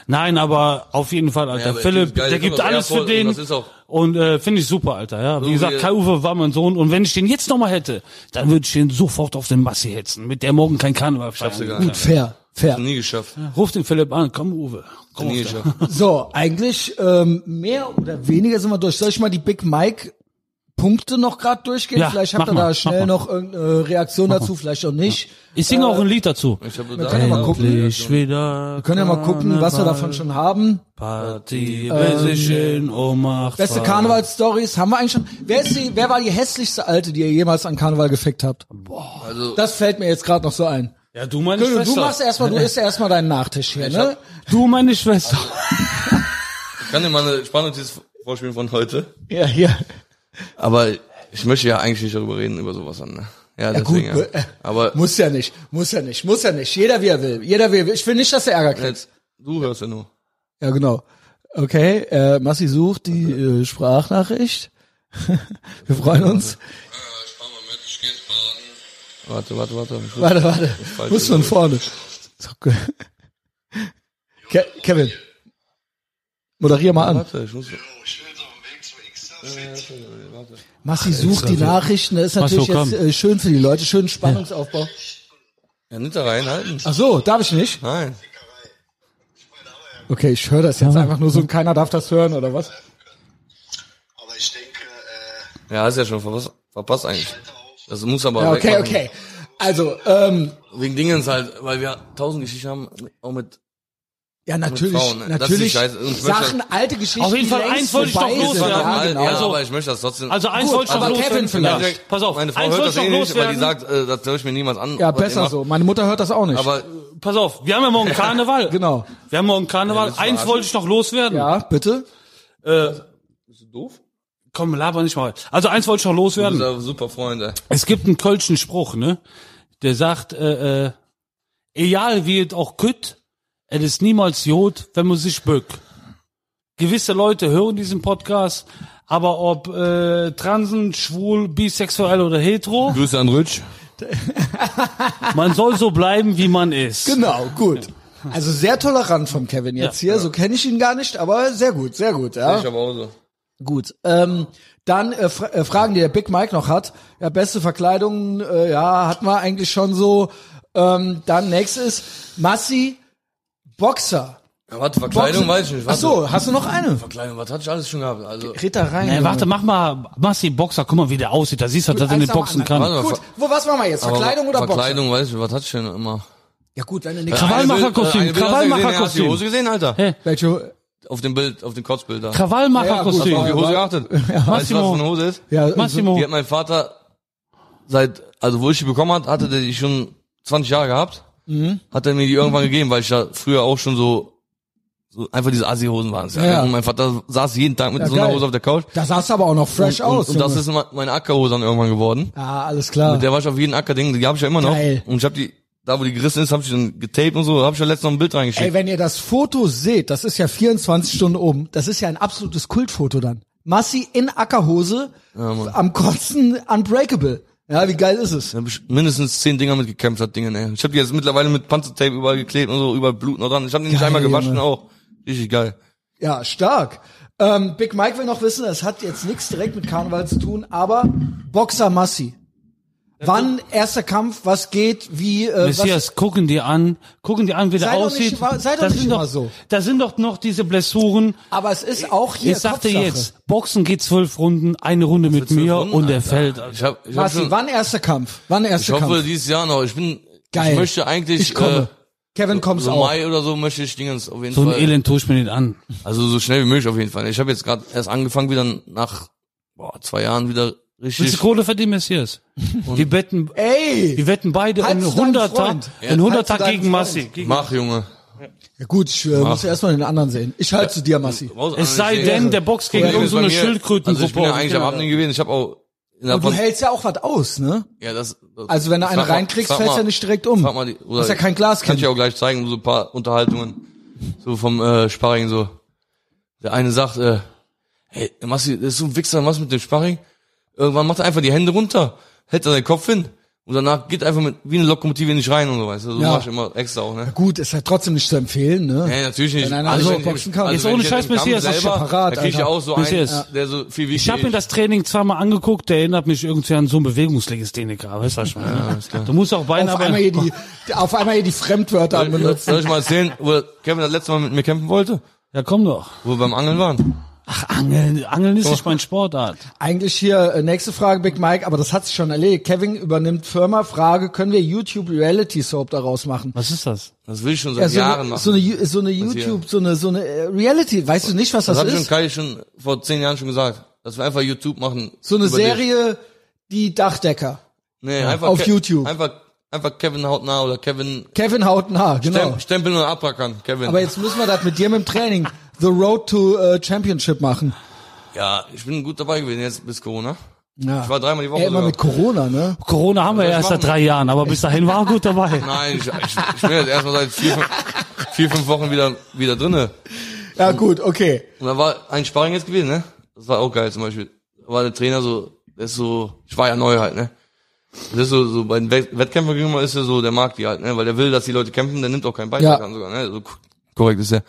[SPEAKER 1] Nein, aber auf jeden Fall,
[SPEAKER 3] Ja,
[SPEAKER 1] Alter.
[SPEAKER 3] aber ich
[SPEAKER 1] Philipp,
[SPEAKER 3] find's geil,
[SPEAKER 1] der
[SPEAKER 3] der
[SPEAKER 1] gibt
[SPEAKER 3] kommt aus
[SPEAKER 1] alles für
[SPEAKER 3] Erfurt
[SPEAKER 1] den.
[SPEAKER 3] und das ist auch-
[SPEAKER 1] Und äh, finde ich super, Alter. Ja, wie
[SPEAKER 3] So
[SPEAKER 1] gesagt,
[SPEAKER 3] wie-
[SPEAKER 1] Kai-Uwe war mein Sohn. Und wenn ich den jetzt nochmal hätte, dann würde ich den sofort auf den Massi hetzen. Mit der morgen kein Karneval
[SPEAKER 3] Schaffst du
[SPEAKER 1] feiern.
[SPEAKER 3] gar nicht.
[SPEAKER 2] Fair, fair.
[SPEAKER 3] Nie geschafft.
[SPEAKER 1] Ruf den Philipp an. Komm, Uwe. Komm
[SPEAKER 3] Nie
[SPEAKER 1] auf den.
[SPEAKER 3] geschafft.
[SPEAKER 2] So, eigentlich ähm, mehr oder weniger sind wir durch. Soll ich mal die Big Mike Punkte noch gerade durchgehen?
[SPEAKER 1] Ja,
[SPEAKER 2] vielleicht
[SPEAKER 1] mach
[SPEAKER 2] habt ihr
[SPEAKER 1] mal,
[SPEAKER 2] da
[SPEAKER 1] mach
[SPEAKER 2] schnell
[SPEAKER 1] mal.
[SPEAKER 2] noch irgendeine Reaktion dazu, vielleicht auch nicht.
[SPEAKER 1] Ich singe auch ein Lied dazu.
[SPEAKER 3] Ich hab
[SPEAKER 2] können ja mal
[SPEAKER 3] da,
[SPEAKER 2] gucken.
[SPEAKER 1] Endlich wieder.
[SPEAKER 2] Können ja mal gucken, was wir davon schon haben.
[SPEAKER 1] Party, wer sich in Ohnmacht
[SPEAKER 2] Beste
[SPEAKER 1] war.
[SPEAKER 2] Karnevalstories haben wir eigentlich schon. Wer ist die, wer war die hässlichste Alte, die ihr jemals an Karneval gefickt habt?
[SPEAKER 3] also,
[SPEAKER 2] Das fällt mir jetzt gerade noch so ein.
[SPEAKER 1] Ja, du meine
[SPEAKER 2] Du, du
[SPEAKER 1] Schwester.
[SPEAKER 2] machst erstmal, du isst erstmal deinen Nachtisch hier, ne?
[SPEAKER 1] du meine Schwester.
[SPEAKER 3] ich kann dir mal eine Spannnotiz vorspielen von heute.
[SPEAKER 2] Ja, hier.
[SPEAKER 3] Aber ich möchte ja eigentlich nicht darüber reden, über sowas dann, ne? Ja, deswegen,
[SPEAKER 2] gut,
[SPEAKER 3] ja.
[SPEAKER 2] äh,
[SPEAKER 3] Aber
[SPEAKER 2] Muss ja nicht, muss ja nicht, muss ja nicht. Jeder wie er will, jeder wie er will. Ich will nicht, dass er Ärger kriegt.
[SPEAKER 3] jetzt, du hörst ja nur.
[SPEAKER 2] Ja, genau. Okay, äh, Massi sucht die äh, Sprachnachricht. Wir freuen uns.
[SPEAKER 3] Warte, warte, warte. am Schluss.
[SPEAKER 2] Warte, warte. Muss von vorne. So, ge- Ke Kevin. Moderier mal an.
[SPEAKER 3] Warte, ich muss.
[SPEAKER 2] Massi sucht die Nachrichten. Das ist natürlich
[SPEAKER 1] komm.
[SPEAKER 2] jetzt äh, schön für die Leute. Schönen Spannungsaufbau.
[SPEAKER 3] Ja, nicht da reinhalten.
[SPEAKER 2] Ach so, darf ich nicht?
[SPEAKER 3] Nein.
[SPEAKER 2] Okay, ich höre das jetzt einfach nur so und keiner darf das hören, oder was?
[SPEAKER 5] Aber ich denke, äh,
[SPEAKER 3] Ja, hast ja schon verpasst, verpasst eigentlich. Das muss aber
[SPEAKER 2] Ja, okay,
[SPEAKER 3] wegmachen.
[SPEAKER 2] okay. Also, ähm,
[SPEAKER 3] Wegen Dingens halt, weil wir tausend Geschichten haben, auch mit
[SPEAKER 2] ja, natürlich,
[SPEAKER 3] Frauen, ne? Das ist
[SPEAKER 2] natürlich
[SPEAKER 3] scheiße. Und ich möchte-
[SPEAKER 2] Sachen, alte Geschichten.
[SPEAKER 1] Auf jeden Fall
[SPEAKER 2] die längst
[SPEAKER 1] eins wollte ich
[SPEAKER 2] vorbei
[SPEAKER 1] doch
[SPEAKER 2] sind.
[SPEAKER 1] loswerden.
[SPEAKER 2] Ja,
[SPEAKER 3] Ja,
[SPEAKER 2] genau.
[SPEAKER 3] ja, aber ich möchte das trotzdem.
[SPEAKER 1] Also eins wollte ich noch
[SPEAKER 2] aber
[SPEAKER 1] loswerden.
[SPEAKER 2] Kevin vielleicht.
[SPEAKER 1] Pass auf,
[SPEAKER 3] meine Frau
[SPEAKER 1] eins
[SPEAKER 3] hört
[SPEAKER 1] wollte
[SPEAKER 3] das
[SPEAKER 1] ich noch
[SPEAKER 3] eh nicht, weil die
[SPEAKER 1] loswerden.
[SPEAKER 3] sagt, äh, das höre ich mir niemals an.
[SPEAKER 2] Ja,
[SPEAKER 3] was ihr
[SPEAKER 2] besser
[SPEAKER 3] macht.
[SPEAKER 2] so. Meine Mutter hört das auch nicht.
[SPEAKER 3] Aber
[SPEAKER 1] Pass auf, wir haben ja morgen Karneval.
[SPEAKER 2] genau.
[SPEAKER 1] Wir haben morgen Karneval.
[SPEAKER 3] willst du
[SPEAKER 1] eins
[SPEAKER 3] verarschen?
[SPEAKER 1] wollte ich noch loswerden. Äh,
[SPEAKER 2] Ja, bitte.
[SPEAKER 3] doof?
[SPEAKER 1] Komm, laber nicht mal. Also eins wollte ich noch loswerden.
[SPEAKER 3] Unser super Freund, ey.
[SPEAKER 1] Es gibt einen kölschen Spruch, ne? Der sagt, äh, äh, egal wie es auch kütt, es ist niemals Jod, wenn man sich bückt. Gewisse Leute hören diesen Podcast, aber ob äh, transen, schwul, bisexuell oder hetero,
[SPEAKER 3] Grüße an Rütsch.
[SPEAKER 1] man soll so bleiben, wie man ist.
[SPEAKER 2] Genau, gut. Also sehr tolerant vom Kevin jetzt hier. So kenne ich ihn gar nicht, aber sehr gut, sehr gut, ja.
[SPEAKER 3] Ich aber auch so.
[SPEAKER 2] Gut. Ähm, dann äh, fra äh, Fragen, die der Big Mike noch hat. Ja, beste Verkleidung, äh, ja, hat man eigentlich schon so. Ähm, dann nächstes ist Massi Boxer.
[SPEAKER 3] Ja, warte, Verkleidung
[SPEAKER 2] Boxen-
[SPEAKER 3] weiß ich nicht.
[SPEAKER 2] Ach
[SPEAKER 3] Warte.
[SPEAKER 2] so, hast du noch eine?
[SPEAKER 3] Verkleidung, was hatte ich alles schon gehabt? Also,
[SPEAKER 2] Red da rein.
[SPEAKER 1] Ey,
[SPEAKER 2] Junge.
[SPEAKER 1] Äh, warte, mach mal, Massi Boxer, guck mal, wie der aussieht. Da siehst du, dass er
[SPEAKER 2] Eins
[SPEAKER 1] nicht
[SPEAKER 2] am
[SPEAKER 1] boxen
[SPEAKER 2] anderen.
[SPEAKER 1] kann.
[SPEAKER 3] Warte mal,
[SPEAKER 2] Gut, wo was machen wir jetzt? Verkleidung oder Boxer?
[SPEAKER 3] Verkleidung, weiß ich, nicht, was hatte ich denn immer?
[SPEAKER 2] Ja gut, wenn du nichts
[SPEAKER 1] Krawall- Krawallmacherkostüm,
[SPEAKER 3] Kostüm. Hast du die
[SPEAKER 1] Krawallmacherkostüm.
[SPEAKER 3] Hose gesehen, Alter?
[SPEAKER 1] Hä?
[SPEAKER 2] Welche?
[SPEAKER 3] Auf dem Bild, auf dem Kotzbild da.
[SPEAKER 1] Krawallmacherkostüm.
[SPEAKER 2] Ja,
[SPEAKER 3] Auf die Hose geachtet. Weißt du, was
[SPEAKER 1] Massimo.
[SPEAKER 3] für eine Hose ist?
[SPEAKER 2] Ja,
[SPEAKER 1] Massimo.
[SPEAKER 3] Die hat mein Vater seit, also wo ich die bekommen hat, hatte der die schon 20 Jahre gehabt.
[SPEAKER 2] Mhm.
[SPEAKER 3] Hat er mir die irgendwann gegeben, weil ich da früher auch schon so, so einfach diese Assi-Hosen waren. Ja.
[SPEAKER 2] Ja.
[SPEAKER 3] Und mein Vater saß jeden Tag mit
[SPEAKER 2] Ja,
[SPEAKER 3] so einer
[SPEAKER 2] geil.
[SPEAKER 3] Hose auf der Couch.
[SPEAKER 2] Da sahst du aber auch noch fresh
[SPEAKER 3] und,
[SPEAKER 2] aus.
[SPEAKER 3] Und das
[SPEAKER 2] Junge.
[SPEAKER 3] ist me- meine Ackerhose dann irgendwann geworden.
[SPEAKER 2] ah, alles klar.
[SPEAKER 3] Mit der war ich auf jeden Ackerding, die habe ich ja immer noch.
[SPEAKER 2] Geil.
[SPEAKER 3] Und ich habe die, da wo die gerissen ist, habe ich dann getaped und so, habe ich ja letztens noch ein Bild reingeschickt.
[SPEAKER 2] Ey, wenn ihr das Foto seht, das ist ja 24 Stunden oben. Das ist ja ein absolutes Kultfoto dann. Massi in Ackerhose, am Kotzen unbreakable. Ja, wie geil ist es?
[SPEAKER 3] Da hab ich mindestens zehn Dinger mitgekämpft hat, Dinge, ne. Ich habe die jetzt mittlerweile mit Panzertape überall geklebt und so, überall Blut noch dran. Ich habe die nicht
[SPEAKER 2] Geil,
[SPEAKER 3] einmal gewaschen
[SPEAKER 2] Junge.
[SPEAKER 3] auch. Richtig geil.
[SPEAKER 2] Ja, stark. Ähm, Big Mike will noch wissen, das hat jetzt nichts direkt mit Karneval zu tun, aber Boxer Massi. Wann erster Kampf, was geht, wie, äh, was,
[SPEAKER 1] Messias, gucken die an, gucken die an, wie der
[SPEAKER 2] Sei doch
[SPEAKER 1] aussieht.
[SPEAKER 2] nicht- wa- sei doch
[SPEAKER 1] da
[SPEAKER 2] nicht
[SPEAKER 1] sind
[SPEAKER 2] immer
[SPEAKER 1] doch,
[SPEAKER 2] so.
[SPEAKER 1] Da sind doch noch diese Blessuren.
[SPEAKER 2] aber es ist auch hier
[SPEAKER 1] Ich sagte
[SPEAKER 2] Kopfsache.
[SPEAKER 1] jetzt, Boxen geht zwölf Runden, eine Runde mit mir
[SPEAKER 3] Runden,
[SPEAKER 1] und er
[SPEAKER 3] Alter.
[SPEAKER 1] fällt.
[SPEAKER 3] Ich hab, ich hab
[SPEAKER 2] Massi,
[SPEAKER 3] schon,
[SPEAKER 2] wann erster Kampf? Wann
[SPEAKER 3] also- ich
[SPEAKER 2] erster
[SPEAKER 3] hoffe
[SPEAKER 2] Kampf?
[SPEAKER 3] dieses Jahr noch. Ich bin,
[SPEAKER 2] Geil.
[SPEAKER 3] ich möchte eigentlich,
[SPEAKER 2] Ich komme. Kevin,
[SPEAKER 3] äh,
[SPEAKER 2] kommst
[SPEAKER 3] so
[SPEAKER 2] auch.
[SPEAKER 3] Mai oder so möchte ich Dingens auf jeden
[SPEAKER 1] So ein
[SPEAKER 3] Fall.
[SPEAKER 1] Elend tue ich mir den an.
[SPEAKER 3] Also so schnell wie möglich auf jeden Fall. Ich habe jetzt gerade erst angefangen, wieder nach boah, zwei Jahren wieder
[SPEAKER 1] Willst du
[SPEAKER 3] richtig.
[SPEAKER 1] Kohle verdienen, Messias? Wir wetten,
[SPEAKER 2] Ey!
[SPEAKER 1] wir wetten beide
[SPEAKER 2] Halt's
[SPEAKER 1] einen
[SPEAKER 2] deinen
[SPEAKER 1] Hunderter,
[SPEAKER 2] Freund.
[SPEAKER 1] einen Hunderter
[SPEAKER 2] halt's deinen
[SPEAKER 1] gegen Massi.
[SPEAKER 2] Freund.
[SPEAKER 1] Gegen-
[SPEAKER 3] Mach, Junge.
[SPEAKER 2] Ja, gut, ich äh, muss erstmal den anderen sehen. Ich halte zu dir, Massi.
[SPEAKER 3] Äh,
[SPEAKER 1] Es sei denn, der boxt gegen
[SPEAKER 3] Problem ist
[SPEAKER 1] irgendeine
[SPEAKER 3] bei mir-
[SPEAKER 1] Schildkrötengruppe.
[SPEAKER 3] Also ich bin ja
[SPEAKER 1] auf dem
[SPEAKER 3] eigentlich am
[SPEAKER 1] Keller.
[SPEAKER 3] Abnehmen gewesen. Ich habe auch
[SPEAKER 2] Und
[SPEAKER 3] innerhalb
[SPEAKER 2] du
[SPEAKER 3] von
[SPEAKER 2] hältst ja auch was aus, ne?
[SPEAKER 3] Ja, das, das
[SPEAKER 2] Also wenn du eine
[SPEAKER 3] frag mal-
[SPEAKER 2] reinkriegst,
[SPEAKER 3] frag
[SPEAKER 2] fällst
[SPEAKER 3] mal-
[SPEAKER 2] du ja nicht direkt um.
[SPEAKER 3] Frag mal die, oder
[SPEAKER 2] Ist ja kein
[SPEAKER 3] Kann ich
[SPEAKER 2] Glaskind.
[SPEAKER 3] dir auch gleich zeigen, so ein paar Unterhaltungen so vom äh, Sparring so. Der eine sagt, äh, hey, Massi, das ist so ein Wichser, was mit dem Sparring? Irgendwann macht er einfach die Hände runter, hält er seinen Kopf hin und danach geht er einfach mit, wie eine Lokomotive in den Schrein und so, weißt du. So
[SPEAKER 2] Ja.
[SPEAKER 3] mach ich immer extra auch, ne?
[SPEAKER 2] Gut, ist halt trotzdem nicht zu empfehlen, ne?
[SPEAKER 3] Ja, natürlich nicht.
[SPEAKER 2] Wenn einer so
[SPEAKER 3] ich-
[SPEAKER 2] boxen kann.
[SPEAKER 1] Jetzt
[SPEAKER 3] wenn
[SPEAKER 1] ohne
[SPEAKER 3] ich
[SPEAKER 1] Scheiß,
[SPEAKER 3] im Kampf
[SPEAKER 1] Messias, das ist
[SPEAKER 3] selber,
[SPEAKER 2] separat,
[SPEAKER 3] Da krieg ich
[SPEAKER 2] Alter.
[SPEAKER 3] auch so einen,
[SPEAKER 1] Messias.
[SPEAKER 3] der so viel wichtiger
[SPEAKER 1] Ich habe mir das Training zweimal angeguckt, der erinnert mich irgendwie an so einen Bewegungslegastheniker, weißt du schon. ne? du musst auch Beine,
[SPEAKER 2] Auf
[SPEAKER 1] aber
[SPEAKER 2] einmal, hier die, die- auf einmal hier die Fremdwörter
[SPEAKER 3] Soll ich-
[SPEAKER 2] benutzt.
[SPEAKER 3] soll ich mal erzählen, wo Kevin das letzte Mal mit mir kämpfen wollte?
[SPEAKER 1] ja komm doch.
[SPEAKER 3] Wo wir beim Angeln waren.
[SPEAKER 1] Ach, Angeln, Angeln ist nicht mein Sportart.
[SPEAKER 2] Eigentlich hier, äh, nächste Frage, Big Mike, aber das hat sich schon erledigt. Kevin übernimmt Firma. Frage, können wir YouTube Reality Soap daraus machen?
[SPEAKER 1] Was ist das?
[SPEAKER 3] Das will ich schon seit
[SPEAKER 2] Ja, so,
[SPEAKER 3] Jahren
[SPEAKER 2] eine,
[SPEAKER 3] machen.
[SPEAKER 2] so eine, Ju- so eine
[SPEAKER 3] hier?
[SPEAKER 2] YouTube, so eine, so eine äh, Reality, weißt du nicht, was das,
[SPEAKER 3] das hat schon
[SPEAKER 2] ist?
[SPEAKER 3] Kai schon vor zehn Jahren schon gesagt, dass wir einfach YouTube machen.
[SPEAKER 2] So eine
[SPEAKER 3] über Dich.
[SPEAKER 2] Serie, die Dachdecker.
[SPEAKER 3] Nee, einfach
[SPEAKER 2] auf YouTube.
[SPEAKER 3] Einfach, einfach Kevin haut nah oder Kevin
[SPEAKER 2] Kevin haut nah, genau.
[SPEAKER 3] Stem- Stempeln oder abrackern, Kevin.
[SPEAKER 2] Aber jetzt müssen wir das mit dir mit dem Training, The Road to äh, Championship machen.
[SPEAKER 3] ja, ich bin gut dabei gewesen jetzt bis Corona.
[SPEAKER 2] Ja.
[SPEAKER 3] Ich war dreimal die Woche
[SPEAKER 2] Ey, immer
[SPEAKER 3] sogar.
[SPEAKER 2] mit Corona, ne?
[SPEAKER 1] Corona haben wir ja
[SPEAKER 3] ich
[SPEAKER 1] erst seit
[SPEAKER 3] machen?
[SPEAKER 1] drei Jahren, aber bis dahin war er gut dabei.
[SPEAKER 3] Nein, ich, ich, ich bin jetzt erstmal seit vier, fünf- vier, fünf Wochen wieder, wieder drinne.
[SPEAKER 2] Ja, gut, okay.
[SPEAKER 3] Und da war ein Sparring jetzt gewesen, ne? Das war auch geil zum Beispiel. Da war der Trainer so, der ist so, ich war ja neu halt, ne? Das ist so, so bei den Wett- Wettkämpfern gegenüber ist er so, der mag die halt, ne? Weil der will, dass die Leute kämpfen, der nimmt auch keinen Beitrag
[SPEAKER 2] Ja.
[SPEAKER 3] an sogar, ne? So k- korrekt ist er.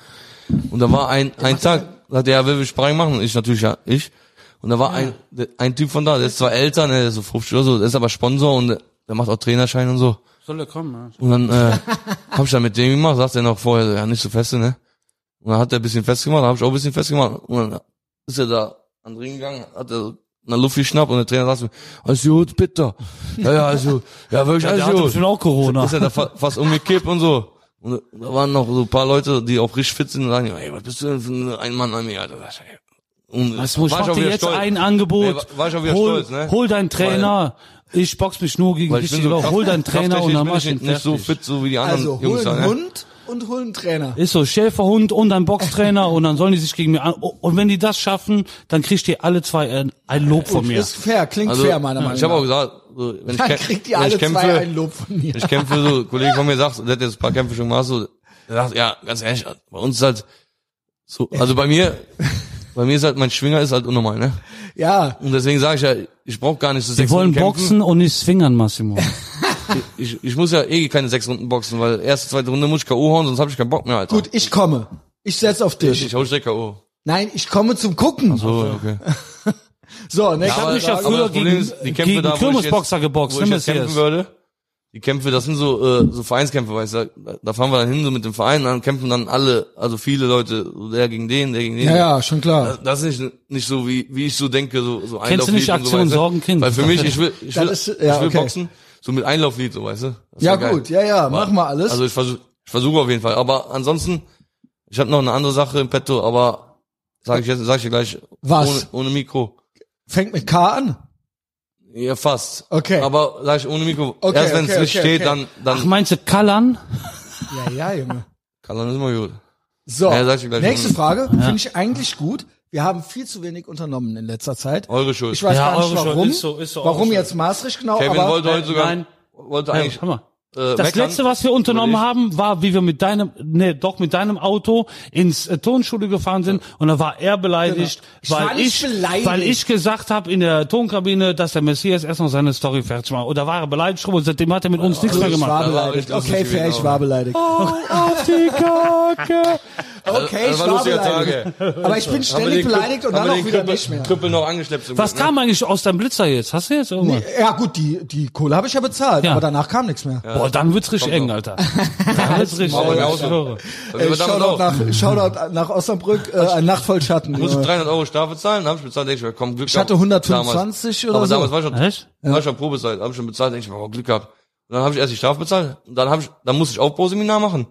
[SPEAKER 3] Und da war ein, ein Tag, sagt er, ja, will wir Sparring machen? Und ich natürlich, ja, ich. Und da war ein, der- ein Typ von da, der ist zwar älter, ne? Der ist so 50 oder so, der ist aber Sponsor und der- der macht auch Trainerschein und so.
[SPEAKER 1] Soll er kommen,
[SPEAKER 3] Und dann äh, hab ich dann mit dem gemacht, sagt er noch vorher, so, ja, nicht so feste, ne? Und dann hat er ein bisschen festgemacht, dann hab ich auch ein bisschen festgemacht. Und dann ist er da an den Ring gegangen, hat er so eine Luft geschnappt und der Trainer sagt so, alles gut, bitte. Ja, ja, alles gut. Ja, wirklich,
[SPEAKER 1] Der hatte
[SPEAKER 3] alles
[SPEAKER 1] bestimmt
[SPEAKER 3] gut.
[SPEAKER 1] auch Corona.
[SPEAKER 3] Ist er da fa fast umgekippt und so. Und da waren noch so ein paar Leute, die auch richtig fit sind und sagen, ey, was bist du denn für ein Mann an mir? Alter? Und
[SPEAKER 1] Was muss ich
[SPEAKER 3] war
[SPEAKER 1] mach
[SPEAKER 3] auch
[SPEAKER 1] dir
[SPEAKER 3] wieder
[SPEAKER 1] jetzt
[SPEAKER 3] stolz.
[SPEAKER 1] ein Angebot?
[SPEAKER 3] Nee, war- war schon wieder
[SPEAKER 1] hol,
[SPEAKER 3] stolz, ne?
[SPEAKER 1] hol deinen Trainer. ich box mich nur gegen
[SPEAKER 3] Weil ich
[SPEAKER 1] dich.
[SPEAKER 3] bin so Kraft-
[SPEAKER 1] hol deinen Trainer und
[SPEAKER 3] krafttechnisch
[SPEAKER 1] dann
[SPEAKER 3] bin
[SPEAKER 1] mach
[SPEAKER 3] ich
[SPEAKER 1] ich ihn
[SPEAKER 3] nicht so
[SPEAKER 1] fertig.
[SPEAKER 3] fit, so wie die anderen
[SPEAKER 2] Also, hol
[SPEAKER 3] Jungs da,
[SPEAKER 2] einen
[SPEAKER 3] ne?
[SPEAKER 2] Hund und hol einen Trainer.
[SPEAKER 1] Ist so, Schäferhund und ein Boxtrainer und dann sollen die sich gegen mich an. Und wenn die das schaffen, dann kriegt ihr alle zwei ein, ein
[SPEAKER 3] Äh,
[SPEAKER 1] Lob von mir.
[SPEAKER 2] Ist fair, klingt fair, meiner Meinung nach.
[SPEAKER 3] Also, hm, Ich habe auch gesagt, so, wenn ich,
[SPEAKER 2] Dann
[SPEAKER 3] kämp-
[SPEAKER 2] kriegt
[SPEAKER 3] wenn
[SPEAKER 2] ihr alle
[SPEAKER 3] ich kämpfe,
[SPEAKER 2] zwei einen Lob von mir.
[SPEAKER 3] wenn ich kämpfe, so, ein Kollege von mir sagt, der hat jetzt ein paar Kämpfe schon gemacht, so, der sagt, ja, ganz ehrlich, bei uns ist halt, so, also bei mir, bei mir ist halt, mein Schwinger ist halt unnormal, ne?
[SPEAKER 2] Ja,
[SPEAKER 3] Und deswegen sage ich ja, ich brauche gar nicht so
[SPEAKER 1] Die
[SPEAKER 3] sechs
[SPEAKER 1] wollen
[SPEAKER 3] Runden kämpfen.
[SPEAKER 1] boxen und nicht swingern, Massimo.
[SPEAKER 3] Ich, ich muss ja eh keine sechs Runden boxen, weil erste, zweite Runde muss ich K.O. hauen, sonst habe ich keinen Bock mehr, Alter.
[SPEAKER 2] gut, ich komme. Ich setz auf dich.
[SPEAKER 3] Ich hau direkt K.O.
[SPEAKER 2] Nein, ich komme zum Gucken. So,
[SPEAKER 3] So, okay.
[SPEAKER 2] ne?
[SPEAKER 1] hab
[SPEAKER 3] Aber-
[SPEAKER 1] mich ja
[SPEAKER 3] aber
[SPEAKER 1] früher
[SPEAKER 3] das Problem
[SPEAKER 1] gegen-
[SPEAKER 3] die Kämpfe
[SPEAKER 1] gegen
[SPEAKER 3] da, wo ich
[SPEAKER 1] Kirmesboxer
[SPEAKER 3] jetzt-
[SPEAKER 1] geboxt,
[SPEAKER 3] Wo ich
[SPEAKER 1] ne,
[SPEAKER 3] jetzt kämpfen
[SPEAKER 1] Messias?
[SPEAKER 3] würde. Die Kämpfe, das sind so, äh, so Vereinskämpfe, weißt du, da, da fahren wir dann hin, so mit dem Verein, dann kämpfen dann alle, also viele Leute, so der gegen den, der gegen den.
[SPEAKER 2] ja, ja, schon klar.
[SPEAKER 3] Das ist nicht, nicht so, wie, wie ich so denke, so, so Einlauflied
[SPEAKER 1] Kennst du nicht
[SPEAKER 3] und so,
[SPEAKER 1] Aktion
[SPEAKER 3] weißt du?
[SPEAKER 1] Sorgenkind?
[SPEAKER 3] Weil für mich, ich will, ich
[SPEAKER 2] Das
[SPEAKER 3] will,
[SPEAKER 2] ist- ja,
[SPEAKER 3] ich will
[SPEAKER 2] okay.
[SPEAKER 3] boxen, so mit Einlauflied, so, weißt du? Das ist
[SPEAKER 2] Ja,
[SPEAKER 3] geil.
[SPEAKER 2] gut, ja, ja, mach mal alles.
[SPEAKER 3] Also ich versuche ich versuche auf jeden Fall, aber ansonsten, ich habe noch eine andere Sache im Petto, aber sag ich jetzt, sag ich dir gleich.
[SPEAKER 2] Was?
[SPEAKER 3] Ohne, ohne Mikro.
[SPEAKER 2] Fängt mit K an.
[SPEAKER 3] Ja, fast.
[SPEAKER 2] Okay.
[SPEAKER 3] Aber sag ich ohne Mikro.
[SPEAKER 2] Okay,
[SPEAKER 3] Erst wenn es
[SPEAKER 2] okay,
[SPEAKER 3] nicht
[SPEAKER 2] okay,
[SPEAKER 3] steht,
[SPEAKER 2] okay.
[SPEAKER 3] dann, dann
[SPEAKER 1] Ach, meinst du Kallern?
[SPEAKER 2] Ja, ja, Junge.
[SPEAKER 3] kann dann immer gut.
[SPEAKER 2] So,
[SPEAKER 3] Ja, sag ich gleich.
[SPEAKER 2] nächste Frage finde ich eigentlich gut. Wir haben viel zu wenig unternommen in letzter Zeit.
[SPEAKER 3] Eure Schuld.
[SPEAKER 2] Ich weiß
[SPEAKER 1] Ja,
[SPEAKER 2] gar nicht
[SPEAKER 1] eure Schuld.
[SPEAKER 2] warum.
[SPEAKER 1] Ist so, ist so, eure
[SPEAKER 2] warum
[SPEAKER 1] Schuld.
[SPEAKER 2] jetzt Maastricht genau,
[SPEAKER 3] Kevin
[SPEAKER 2] aber
[SPEAKER 3] wollte heute sogar,
[SPEAKER 1] Äh, nein.
[SPEAKER 3] wollte
[SPEAKER 1] Ja,
[SPEAKER 3] eigentlich,
[SPEAKER 1] hör mal.
[SPEAKER 3] äh,
[SPEAKER 1] Das
[SPEAKER 3] meckern.
[SPEAKER 1] letzte, was wir unternommen haben, war, wie wir mit deinem, nee, doch mit deinem Auto ins äh, Tonstudio gefahren sind und da war er beleidigt,
[SPEAKER 2] Genau. Ich war
[SPEAKER 1] weil ich,
[SPEAKER 2] nicht beleidigt.
[SPEAKER 1] weil ich gesagt habe in der Tonkabine, dass der Messias erst noch seine Story fertig macht. Und da war er beleidigt und seitdem hat er mit uns nichts
[SPEAKER 2] Also,
[SPEAKER 1] mehr
[SPEAKER 2] ich
[SPEAKER 1] gemacht.
[SPEAKER 2] war
[SPEAKER 3] Ja, war
[SPEAKER 2] beleidigt.
[SPEAKER 3] richtig lustig
[SPEAKER 2] Okay, fair,
[SPEAKER 3] gewesen,
[SPEAKER 2] ich war
[SPEAKER 3] aber-
[SPEAKER 2] beleidigt.
[SPEAKER 1] Oh, auf die Kacke.
[SPEAKER 2] Okay,
[SPEAKER 3] Also, das
[SPEAKER 2] ich
[SPEAKER 3] war
[SPEAKER 2] war
[SPEAKER 3] lustige
[SPEAKER 2] beleidigt. Aber ich bin
[SPEAKER 3] Haben wir
[SPEAKER 2] ständig
[SPEAKER 3] den
[SPEAKER 2] beleidigt und
[SPEAKER 3] Krüppel-
[SPEAKER 2] dann
[SPEAKER 3] haben wir
[SPEAKER 2] auch
[SPEAKER 3] den
[SPEAKER 2] wieder
[SPEAKER 3] Krüppel-
[SPEAKER 2] nicht mehr.
[SPEAKER 3] Krüppel noch angeschleppt. zum
[SPEAKER 1] Was
[SPEAKER 3] Glück, ne?
[SPEAKER 1] kam eigentlich aus deinem Blitzer jetzt? Hast du jetzt irgendwas?
[SPEAKER 2] Ja gut, die, die Kohle habe ich ja bezahlt,
[SPEAKER 1] Ja.
[SPEAKER 2] aber danach kam nichts mehr.
[SPEAKER 3] Äh,
[SPEAKER 1] Boah, dann wird's richtig eng,
[SPEAKER 3] noch.
[SPEAKER 1] Alter. Dann wird's richtig
[SPEAKER 3] Halt Maul
[SPEAKER 1] eng, ich
[SPEAKER 3] raus.
[SPEAKER 1] schwöre.
[SPEAKER 3] Also,
[SPEAKER 2] Äh,
[SPEAKER 3] wir dachten
[SPEAKER 2] Shoutout,
[SPEAKER 3] auch, Also,
[SPEAKER 2] nach, Shoutout nach Osnabrück, äh, ein Nacht voll Schatten.
[SPEAKER 3] Ich musste
[SPEAKER 2] Junge.
[SPEAKER 3] 300 Euro Strafe zahlen, dann hab ich bezahlt, denk ich, komm, Glück
[SPEAKER 2] Ich hatte
[SPEAKER 3] gehabt.
[SPEAKER 2] 125
[SPEAKER 3] damals.
[SPEAKER 2] oder
[SPEAKER 3] Aber
[SPEAKER 2] so.
[SPEAKER 3] damals war ich schon,
[SPEAKER 1] Echt?
[SPEAKER 3] war ich schon Probezeit, hab ich schon bezahlt, denk ich, wow, Glück gehabt. Und dann habe ich erst die Strafe bezahlt, und dann hab ich, dann musste ich auch Pro-Seminar machen.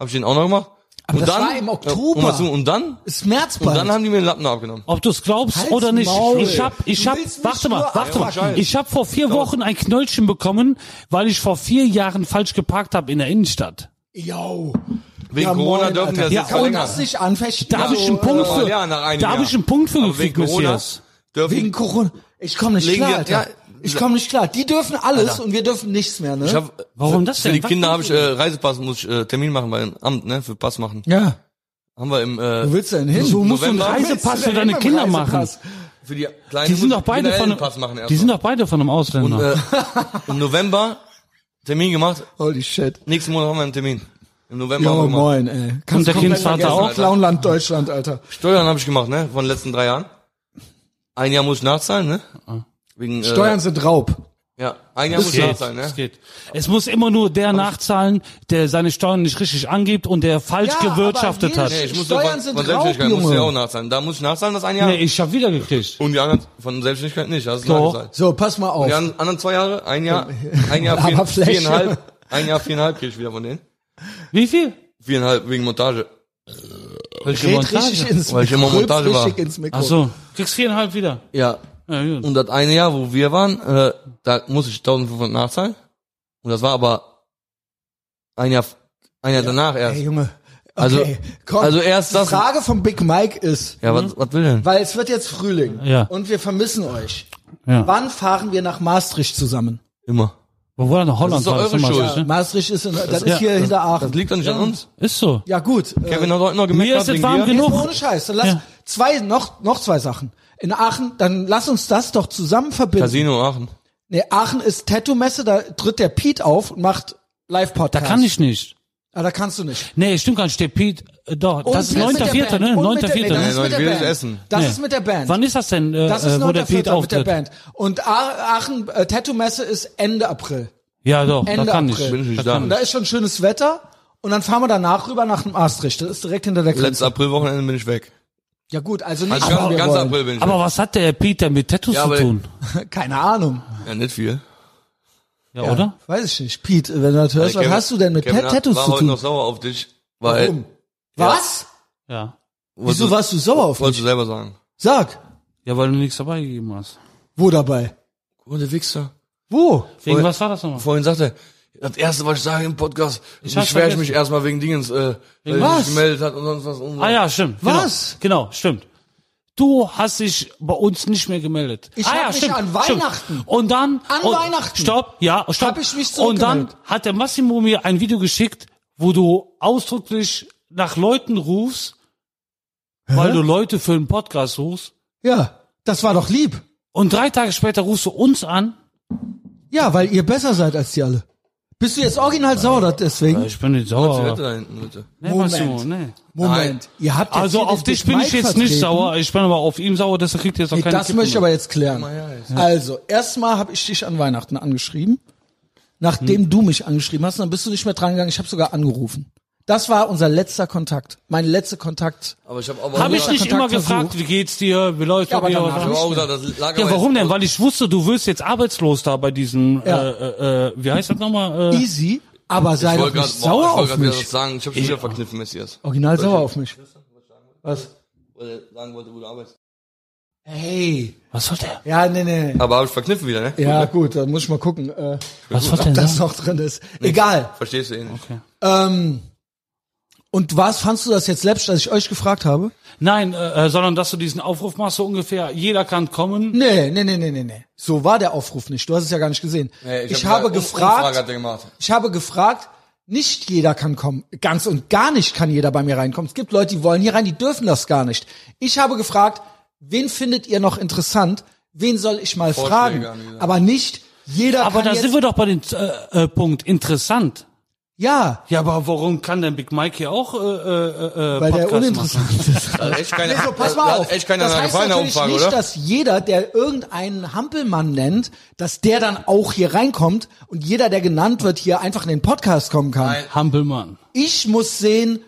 [SPEAKER 3] Habe ich den auch noch gemacht. Aber
[SPEAKER 2] das
[SPEAKER 3] dann,
[SPEAKER 2] war im
[SPEAKER 3] Ja,
[SPEAKER 2] Oktober.
[SPEAKER 3] hör mal zu, Und dann,
[SPEAKER 2] Ist März
[SPEAKER 3] und
[SPEAKER 2] bald.
[SPEAKER 3] dann haben die mir den Lappen noch abgenommen.
[SPEAKER 1] Ob du es glaubst
[SPEAKER 3] Halt
[SPEAKER 2] Halt's
[SPEAKER 1] oder nicht.
[SPEAKER 2] Maul.
[SPEAKER 1] Ich hab, ich
[SPEAKER 2] Du
[SPEAKER 1] hab,
[SPEAKER 2] willst mich
[SPEAKER 1] warte mal,
[SPEAKER 2] nur
[SPEAKER 1] warte mal.
[SPEAKER 2] abfacken.
[SPEAKER 1] Ich hab vor vier Wochen ein Knöllchen bekommen, weil ich vor vier Jahren falsch geparkt habe in der Innenstadt.
[SPEAKER 2] Yo.
[SPEAKER 3] Wegen Corona
[SPEAKER 2] moin,
[SPEAKER 3] dürfen
[SPEAKER 2] Alter.
[SPEAKER 3] wir das
[SPEAKER 2] ja,
[SPEAKER 3] jetzt
[SPEAKER 2] und
[SPEAKER 3] verlängern.
[SPEAKER 2] das nicht anfechten.
[SPEAKER 1] Da habe ich einen Punkt
[SPEAKER 3] normal,
[SPEAKER 1] für.
[SPEAKER 3] ja, nach einem
[SPEAKER 1] da habe
[SPEAKER 3] Jahr.
[SPEAKER 1] ich einen Punkt für
[SPEAKER 3] Aber
[SPEAKER 1] gekriegt,
[SPEAKER 3] wegen Corona
[SPEAKER 1] Messias.
[SPEAKER 3] dürfen
[SPEAKER 2] Wegen Corona. Ich komme nicht
[SPEAKER 3] Legen
[SPEAKER 2] klar,
[SPEAKER 3] wir-
[SPEAKER 2] Alter.
[SPEAKER 3] ja,
[SPEAKER 2] ich komme nicht klar. Die dürfen alles
[SPEAKER 3] Alter.
[SPEAKER 2] und wir dürfen nichts mehr, ne?
[SPEAKER 3] Ich hab,
[SPEAKER 1] Äh, Warum
[SPEAKER 3] für,
[SPEAKER 1] das
[SPEAKER 3] Für
[SPEAKER 1] denn?
[SPEAKER 3] die
[SPEAKER 1] Was
[SPEAKER 3] Kinder habe ich
[SPEAKER 1] machst
[SPEAKER 3] äh, Reisepass, muss ich äh, Termin machen beim Amt, ne, für Pass machen.
[SPEAKER 2] ja.
[SPEAKER 3] Haben wir im äh,
[SPEAKER 2] Wo willst du denn hin?
[SPEAKER 3] Wo
[SPEAKER 1] musst du einen
[SPEAKER 3] November-
[SPEAKER 1] Reisepass für deine Kinder machen.
[SPEAKER 3] für die kleinen
[SPEAKER 1] Die sind doch beide von
[SPEAKER 3] Pass machen erst
[SPEAKER 1] Die sind
[SPEAKER 3] mal.
[SPEAKER 1] doch beide von einem Ausländer.
[SPEAKER 3] Und, äh, im November Termin gemacht.
[SPEAKER 2] Holy shit.
[SPEAKER 3] Nächsten Monat haben wir einen Termin. Im November haben
[SPEAKER 2] Jo,
[SPEAKER 3] wir gemacht.
[SPEAKER 2] moin, ey. Kannst
[SPEAKER 1] der
[SPEAKER 2] komplett
[SPEAKER 1] Kindsvater
[SPEAKER 2] vergessen.
[SPEAKER 1] auch?
[SPEAKER 2] Clownland Deutschland, Alter.
[SPEAKER 3] Steuern habe ich gemacht, ne, von den letzten drei Jahren. Ein Jahr muss ich nachzahlen, ne? Wegen
[SPEAKER 2] Steuern sind Raub.
[SPEAKER 3] Äh, ja, ein Jahr muss ich
[SPEAKER 1] geht,
[SPEAKER 3] nachzahlen, ne?
[SPEAKER 1] Ah. das geht. Es muss immer nur der nachzahlen, der seine Steuern nicht richtig angibt und der falsch
[SPEAKER 2] Ja,
[SPEAKER 1] gewirtschaftet
[SPEAKER 2] aber
[SPEAKER 1] hat.
[SPEAKER 2] jeder-
[SPEAKER 3] Nee, ich muss
[SPEAKER 2] Steuern
[SPEAKER 3] nur von,
[SPEAKER 2] sind
[SPEAKER 3] von
[SPEAKER 2] Raub,
[SPEAKER 3] Selbstständigkeit muss ich
[SPEAKER 2] Junge.
[SPEAKER 3] auch nachzahlen. Da muss ich nachzahlen, das ein Jahr.
[SPEAKER 1] Nee, ich habe wieder gekriegt.
[SPEAKER 3] Und die anderen von Selbstständigkeit nicht, hast du
[SPEAKER 1] Doch.
[SPEAKER 3] nachgezahlt.
[SPEAKER 2] So, pass mal auf.
[SPEAKER 3] Die an- anderen zwei Jahre, ein Jahr, ein Jahr,
[SPEAKER 2] Aber
[SPEAKER 3] vier,
[SPEAKER 2] Fläche.
[SPEAKER 3] viereinhalb, ein Jahr, viereinhalb krieg ich wieder von denen.
[SPEAKER 1] Wie viel?
[SPEAKER 3] Viereinhalb wegen Montage.
[SPEAKER 1] Welche
[SPEAKER 2] Red richtig ins
[SPEAKER 3] Weil ich immer
[SPEAKER 2] Mikro.
[SPEAKER 3] Montage
[SPEAKER 2] Rülps
[SPEAKER 3] war.
[SPEAKER 2] richtig ins Mikro.
[SPEAKER 1] Ach so, kriegst viereinhalb wieder.
[SPEAKER 3] Ja.
[SPEAKER 1] Ja, gut.
[SPEAKER 3] Und das eine Jahr, wo wir waren, äh, da muss ich 1500 nachzahlen. Und das war aber ein Jahr, ein Jahr danach erst.
[SPEAKER 2] Ey, Junge.
[SPEAKER 3] Also-
[SPEAKER 2] okay, komm.
[SPEAKER 3] also erst das-
[SPEAKER 2] Die Frage von Big Mike ist,
[SPEAKER 3] Ja, was, was will denn?
[SPEAKER 2] weil es wird jetzt Frühling
[SPEAKER 1] Ja.
[SPEAKER 2] und wir vermissen euch.
[SPEAKER 1] Ja.
[SPEAKER 2] Wann fahren wir nach Maastricht zusammen?
[SPEAKER 3] Immer.
[SPEAKER 1] Wo war nach Holland?
[SPEAKER 3] Das ist doch
[SPEAKER 1] war
[SPEAKER 3] eure
[SPEAKER 1] immer
[SPEAKER 3] Schuld.
[SPEAKER 1] so, ne?
[SPEAKER 2] Maastricht ist, in, das, ist
[SPEAKER 1] ja,
[SPEAKER 2] hier hinter Aachen.
[SPEAKER 3] Das liegt doch nicht an uns.
[SPEAKER 1] Ist so.
[SPEAKER 2] ja gut. äh,
[SPEAKER 3] Kevin hat heute noch gemerkt,
[SPEAKER 1] Mir ist es warm
[SPEAKER 2] Jetzt mal
[SPEAKER 1] genug.
[SPEAKER 2] ohne Scheiß. Dann lass
[SPEAKER 1] Ja.
[SPEAKER 2] zwei, noch, noch zwei Sachen. In Aachen, dann lass uns das doch zusammen verbinden.
[SPEAKER 3] Casino Aachen.
[SPEAKER 2] Nee, Aachen ist Tattoo-Messe, da tritt der Pete auf und macht Live-Podcast.
[SPEAKER 1] Kann ich nicht.
[SPEAKER 2] Ah, da kannst du nicht.
[SPEAKER 1] Nee, stimmt gar nicht. Der Pete, äh, doch, das ist
[SPEAKER 2] mit der
[SPEAKER 1] 9.4.,
[SPEAKER 2] Band.
[SPEAKER 1] ne?
[SPEAKER 2] Und mit der- nee,
[SPEAKER 1] 9.4. ne?
[SPEAKER 2] Das ist
[SPEAKER 3] Nee,
[SPEAKER 2] mit der
[SPEAKER 3] wir
[SPEAKER 2] Band.
[SPEAKER 3] essen.
[SPEAKER 2] Das
[SPEAKER 1] Nee.
[SPEAKER 2] ist mit der Band.
[SPEAKER 1] Wann ist das denn, äh,
[SPEAKER 2] das ist
[SPEAKER 1] äh, wo der
[SPEAKER 2] 9.4.
[SPEAKER 1] Pete
[SPEAKER 2] mit der
[SPEAKER 1] auftritt?
[SPEAKER 2] Band. Und A- Aachen äh, Tattoo-Messe ist Ende April.
[SPEAKER 1] Ja, doch,
[SPEAKER 2] Ende
[SPEAKER 1] da kann ich.
[SPEAKER 2] April.
[SPEAKER 3] Bin ich nicht
[SPEAKER 1] Da
[SPEAKER 3] da.
[SPEAKER 1] kann
[SPEAKER 2] Und da ist schon schönes Wetter. Und dann fahren wir danach rüber nach Maastricht. Das ist direkt hinter der Grenze.
[SPEAKER 3] Letztes Aprilwochenende bin ich weg.
[SPEAKER 2] Ja gut, also nicht.
[SPEAKER 3] Also
[SPEAKER 2] wo
[SPEAKER 3] ganz,
[SPEAKER 2] wir
[SPEAKER 3] ganz
[SPEAKER 2] wollen.
[SPEAKER 3] April bin ich
[SPEAKER 1] Aber was hat der Pete denn mit Tattoos
[SPEAKER 3] Ja,
[SPEAKER 1] zu
[SPEAKER 3] aber-
[SPEAKER 1] tun?
[SPEAKER 2] Keine Ahnung.
[SPEAKER 3] weg. Ja, nicht viel.
[SPEAKER 1] Ja, oder?
[SPEAKER 2] Weiß ich nicht. Pete, wenn du das hörst,
[SPEAKER 3] Also Kevin-
[SPEAKER 2] was hast du denn mit
[SPEAKER 3] Kevin
[SPEAKER 2] Pat
[SPEAKER 3] hat-
[SPEAKER 2] Tattoos
[SPEAKER 3] war
[SPEAKER 2] zu
[SPEAKER 3] heute
[SPEAKER 2] tun?
[SPEAKER 3] noch sauer auf dich, weil...
[SPEAKER 2] Warum? Was?
[SPEAKER 1] Ja.
[SPEAKER 3] Wolltest
[SPEAKER 2] Wieso
[SPEAKER 3] du-
[SPEAKER 2] warst du sauer auf mich?
[SPEAKER 3] Wolltest du selber sagen.
[SPEAKER 2] Sag.
[SPEAKER 1] Ja, weil du nichts dabei gegeben hast.
[SPEAKER 2] Wo dabei?
[SPEAKER 3] Oh, der Wichser.
[SPEAKER 2] Wo?
[SPEAKER 1] Wegen
[SPEAKER 3] Vorher-
[SPEAKER 1] was war das nochmal?
[SPEAKER 3] Vorhin sagte er, das erste, was ich sage im Podcast, ich
[SPEAKER 1] hab's
[SPEAKER 3] beschwere ich
[SPEAKER 1] vergessen.
[SPEAKER 3] mich erstmal wegen Dingens, äh, weil er
[SPEAKER 1] was?
[SPEAKER 3] sich gemeldet hat und sonst was. Und so.
[SPEAKER 1] Ah ja, stimmt.
[SPEAKER 2] Was?
[SPEAKER 1] Genau, genau stimmt. Du hast dich bei uns nicht mehr gemeldet.
[SPEAKER 2] Ich
[SPEAKER 1] ah,
[SPEAKER 2] hab
[SPEAKER 1] ja,
[SPEAKER 2] mich
[SPEAKER 1] stimmt,
[SPEAKER 2] an
[SPEAKER 1] stimmt.
[SPEAKER 2] Weihnachten-
[SPEAKER 1] Und dann.
[SPEAKER 2] An
[SPEAKER 1] und,
[SPEAKER 2] Weihnachten
[SPEAKER 1] Stopp, ja, stopp.
[SPEAKER 2] hab ich mich
[SPEAKER 1] und dann
[SPEAKER 2] zurückgemeldet.
[SPEAKER 1] hat der Massimo mir ein Video geschickt, wo du ausdrücklich nach Leuten rufst, weil du Leute für einen Podcast suchst.
[SPEAKER 2] Ja, das war doch lieb.
[SPEAKER 1] Und drei Tage später rufst du uns an.
[SPEAKER 2] Ja, weil ihr besser seid als die alle. Bist du jetzt original sauer da- deswegen?
[SPEAKER 1] Ich bin nicht
[SPEAKER 3] Die
[SPEAKER 1] sauer.
[SPEAKER 3] Wette da hinten, bitte.
[SPEAKER 1] Nee,
[SPEAKER 2] Moment.
[SPEAKER 1] Massimo, nee.
[SPEAKER 2] Moment, ihr habt jetzt
[SPEAKER 1] Also
[SPEAKER 2] hier den
[SPEAKER 1] auf dich
[SPEAKER 2] Big
[SPEAKER 1] bin ich
[SPEAKER 2] Mike
[SPEAKER 1] jetzt
[SPEAKER 2] vertreten.
[SPEAKER 1] nicht sauer. Ich bin aber auf ihm sauer, deshalb kriegt ihr jetzt auch
[SPEAKER 2] Nee,
[SPEAKER 1] keine
[SPEAKER 2] das
[SPEAKER 1] Kippen
[SPEAKER 2] möchte ich
[SPEAKER 1] mehr.
[SPEAKER 2] aber jetzt klären. Also, erstmal habe ich dich an Weihnachten angeschrieben. Nachdem
[SPEAKER 3] Hm.
[SPEAKER 2] du mich angeschrieben hast, dann bist du nicht mehr dran gegangen. Ich habe sogar angerufen. Das war unser letzter Kontakt. Mein letzter Kontakt.
[SPEAKER 3] Aber ich habe aber
[SPEAKER 1] Habe ich
[SPEAKER 3] gesagt-
[SPEAKER 1] nicht
[SPEAKER 2] Kontakt
[SPEAKER 1] immer
[SPEAKER 2] versucht.
[SPEAKER 1] gefragt, wie geht's dir, wie läuft
[SPEAKER 2] Ja,
[SPEAKER 1] bei
[SPEAKER 2] aber
[SPEAKER 1] dir?
[SPEAKER 2] danach
[SPEAKER 3] ich hab
[SPEAKER 1] was-
[SPEAKER 3] auch gesagt, das lag
[SPEAKER 1] Ja,
[SPEAKER 3] aber
[SPEAKER 1] warum
[SPEAKER 3] jetzt-
[SPEAKER 1] denn? Weil ich wusste, du wirst jetzt arbeitslos da bei diesem,
[SPEAKER 2] Ja.
[SPEAKER 1] äh, äh, wie heißt das nochmal? Äh,
[SPEAKER 2] Easy, aber sei
[SPEAKER 3] Ich
[SPEAKER 2] doch
[SPEAKER 3] wollte
[SPEAKER 2] nicht
[SPEAKER 3] gerade
[SPEAKER 2] sauer
[SPEAKER 3] boah, ich wollte
[SPEAKER 2] auf
[SPEAKER 3] gerade wieder
[SPEAKER 2] mich.
[SPEAKER 3] was sagen, ich habe schon wieder verkniffen, Messias.
[SPEAKER 2] Original sauer auf mich.
[SPEAKER 3] Weil er sagen wollte, wo du arbeitest.
[SPEAKER 2] Hey.
[SPEAKER 1] was soll der?
[SPEAKER 2] Ja, nee, nee. nee.
[SPEAKER 3] Aber habe ich verkniffen wieder, ne?
[SPEAKER 2] Ja, gut, dann muss ich mal gucken, äh,
[SPEAKER 1] Was soll der
[SPEAKER 2] das
[SPEAKER 1] da?
[SPEAKER 2] noch drin ist. Egal.
[SPEAKER 3] Verstehst du eh nicht.
[SPEAKER 2] Ähm, und was fandst du das jetzt läppisch, dass ich euch gefragt habe?
[SPEAKER 1] Nein, äh, äh, sondern dass du diesen Aufruf machst, so ungefähr, jeder kann kommen.
[SPEAKER 2] Nee, nee, nee, nee, nee, nee. So war der Aufruf nicht. Du hast es ja gar nicht gesehen.
[SPEAKER 3] Nee,
[SPEAKER 2] ich
[SPEAKER 3] hab
[SPEAKER 2] habe
[SPEAKER 3] gesagt, Umfrage hat
[SPEAKER 2] gefragt,
[SPEAKER 3] er gemacht.
[SPEAKER 2] ich habe gefragt, nicht jeder kann kommen. Ganz und gar nicht kann jeder bei mir reinkommen. Es gibt Leute, die wollen hier rein, die dürfen das gar nicht. Ich habe gefragt, wen findet ihr noch interessant? Wen soll ich mal
[SPEAKER 3] Vorschläge
[SPEAKER 2] fragen?
[SPEAKER 3] haben die gesagt.
[SPEAKER 2] Aber nicht jeder
[SPEAKER 1] Aber
[SPEAKER 2] kann
[SPEAKER 1] da
[SPEAKER 2] jetzt,
[SPEAKER 1] sind wir doch bei dem äh, äh, Punkt, interessant.
[SPEAKER 2] ja,
[SPEAKER 1] Ja, aber warum kann denn Big Mike hier auch äh, äh, äh,
[SPEAKER 2] weil der
[SPEAKER 1] Podcast
[SPEAKER 2] uninteressant ist.
[SPEAKER 3] Da hat echt keine,
[SPEAKER 2] Nee, so, Also, pass
[SPEAKER 3] da
[SPEAKER 2] mal
[SPEAKER 3] hat
[SPEAKER 2] auf.
[SPEAKER 3] echt keiner
[SPEAKER 2] das
[SPEAKER 3] eine
[SPEAKER 2] heißt
[SPEAKER 3] gefallene
[SPEAKER 2] natürlich
[SPEAKER 3] Umfrage,
[SPEAKER 2] nicht,
[SPEAKER 3] oder?
[SPEAKER 2] dass jeder, der irgendeinen Hampelmann nennt, dass der dann auch hier reinkommt und jeder, der genannt wird, hier einfach in den Podcast kommen kann.
[SPEAKER 3] Nein.
[SPEAKER 1] machen? Hampelmann.
[SPEAKER 2] Ich muss sehen,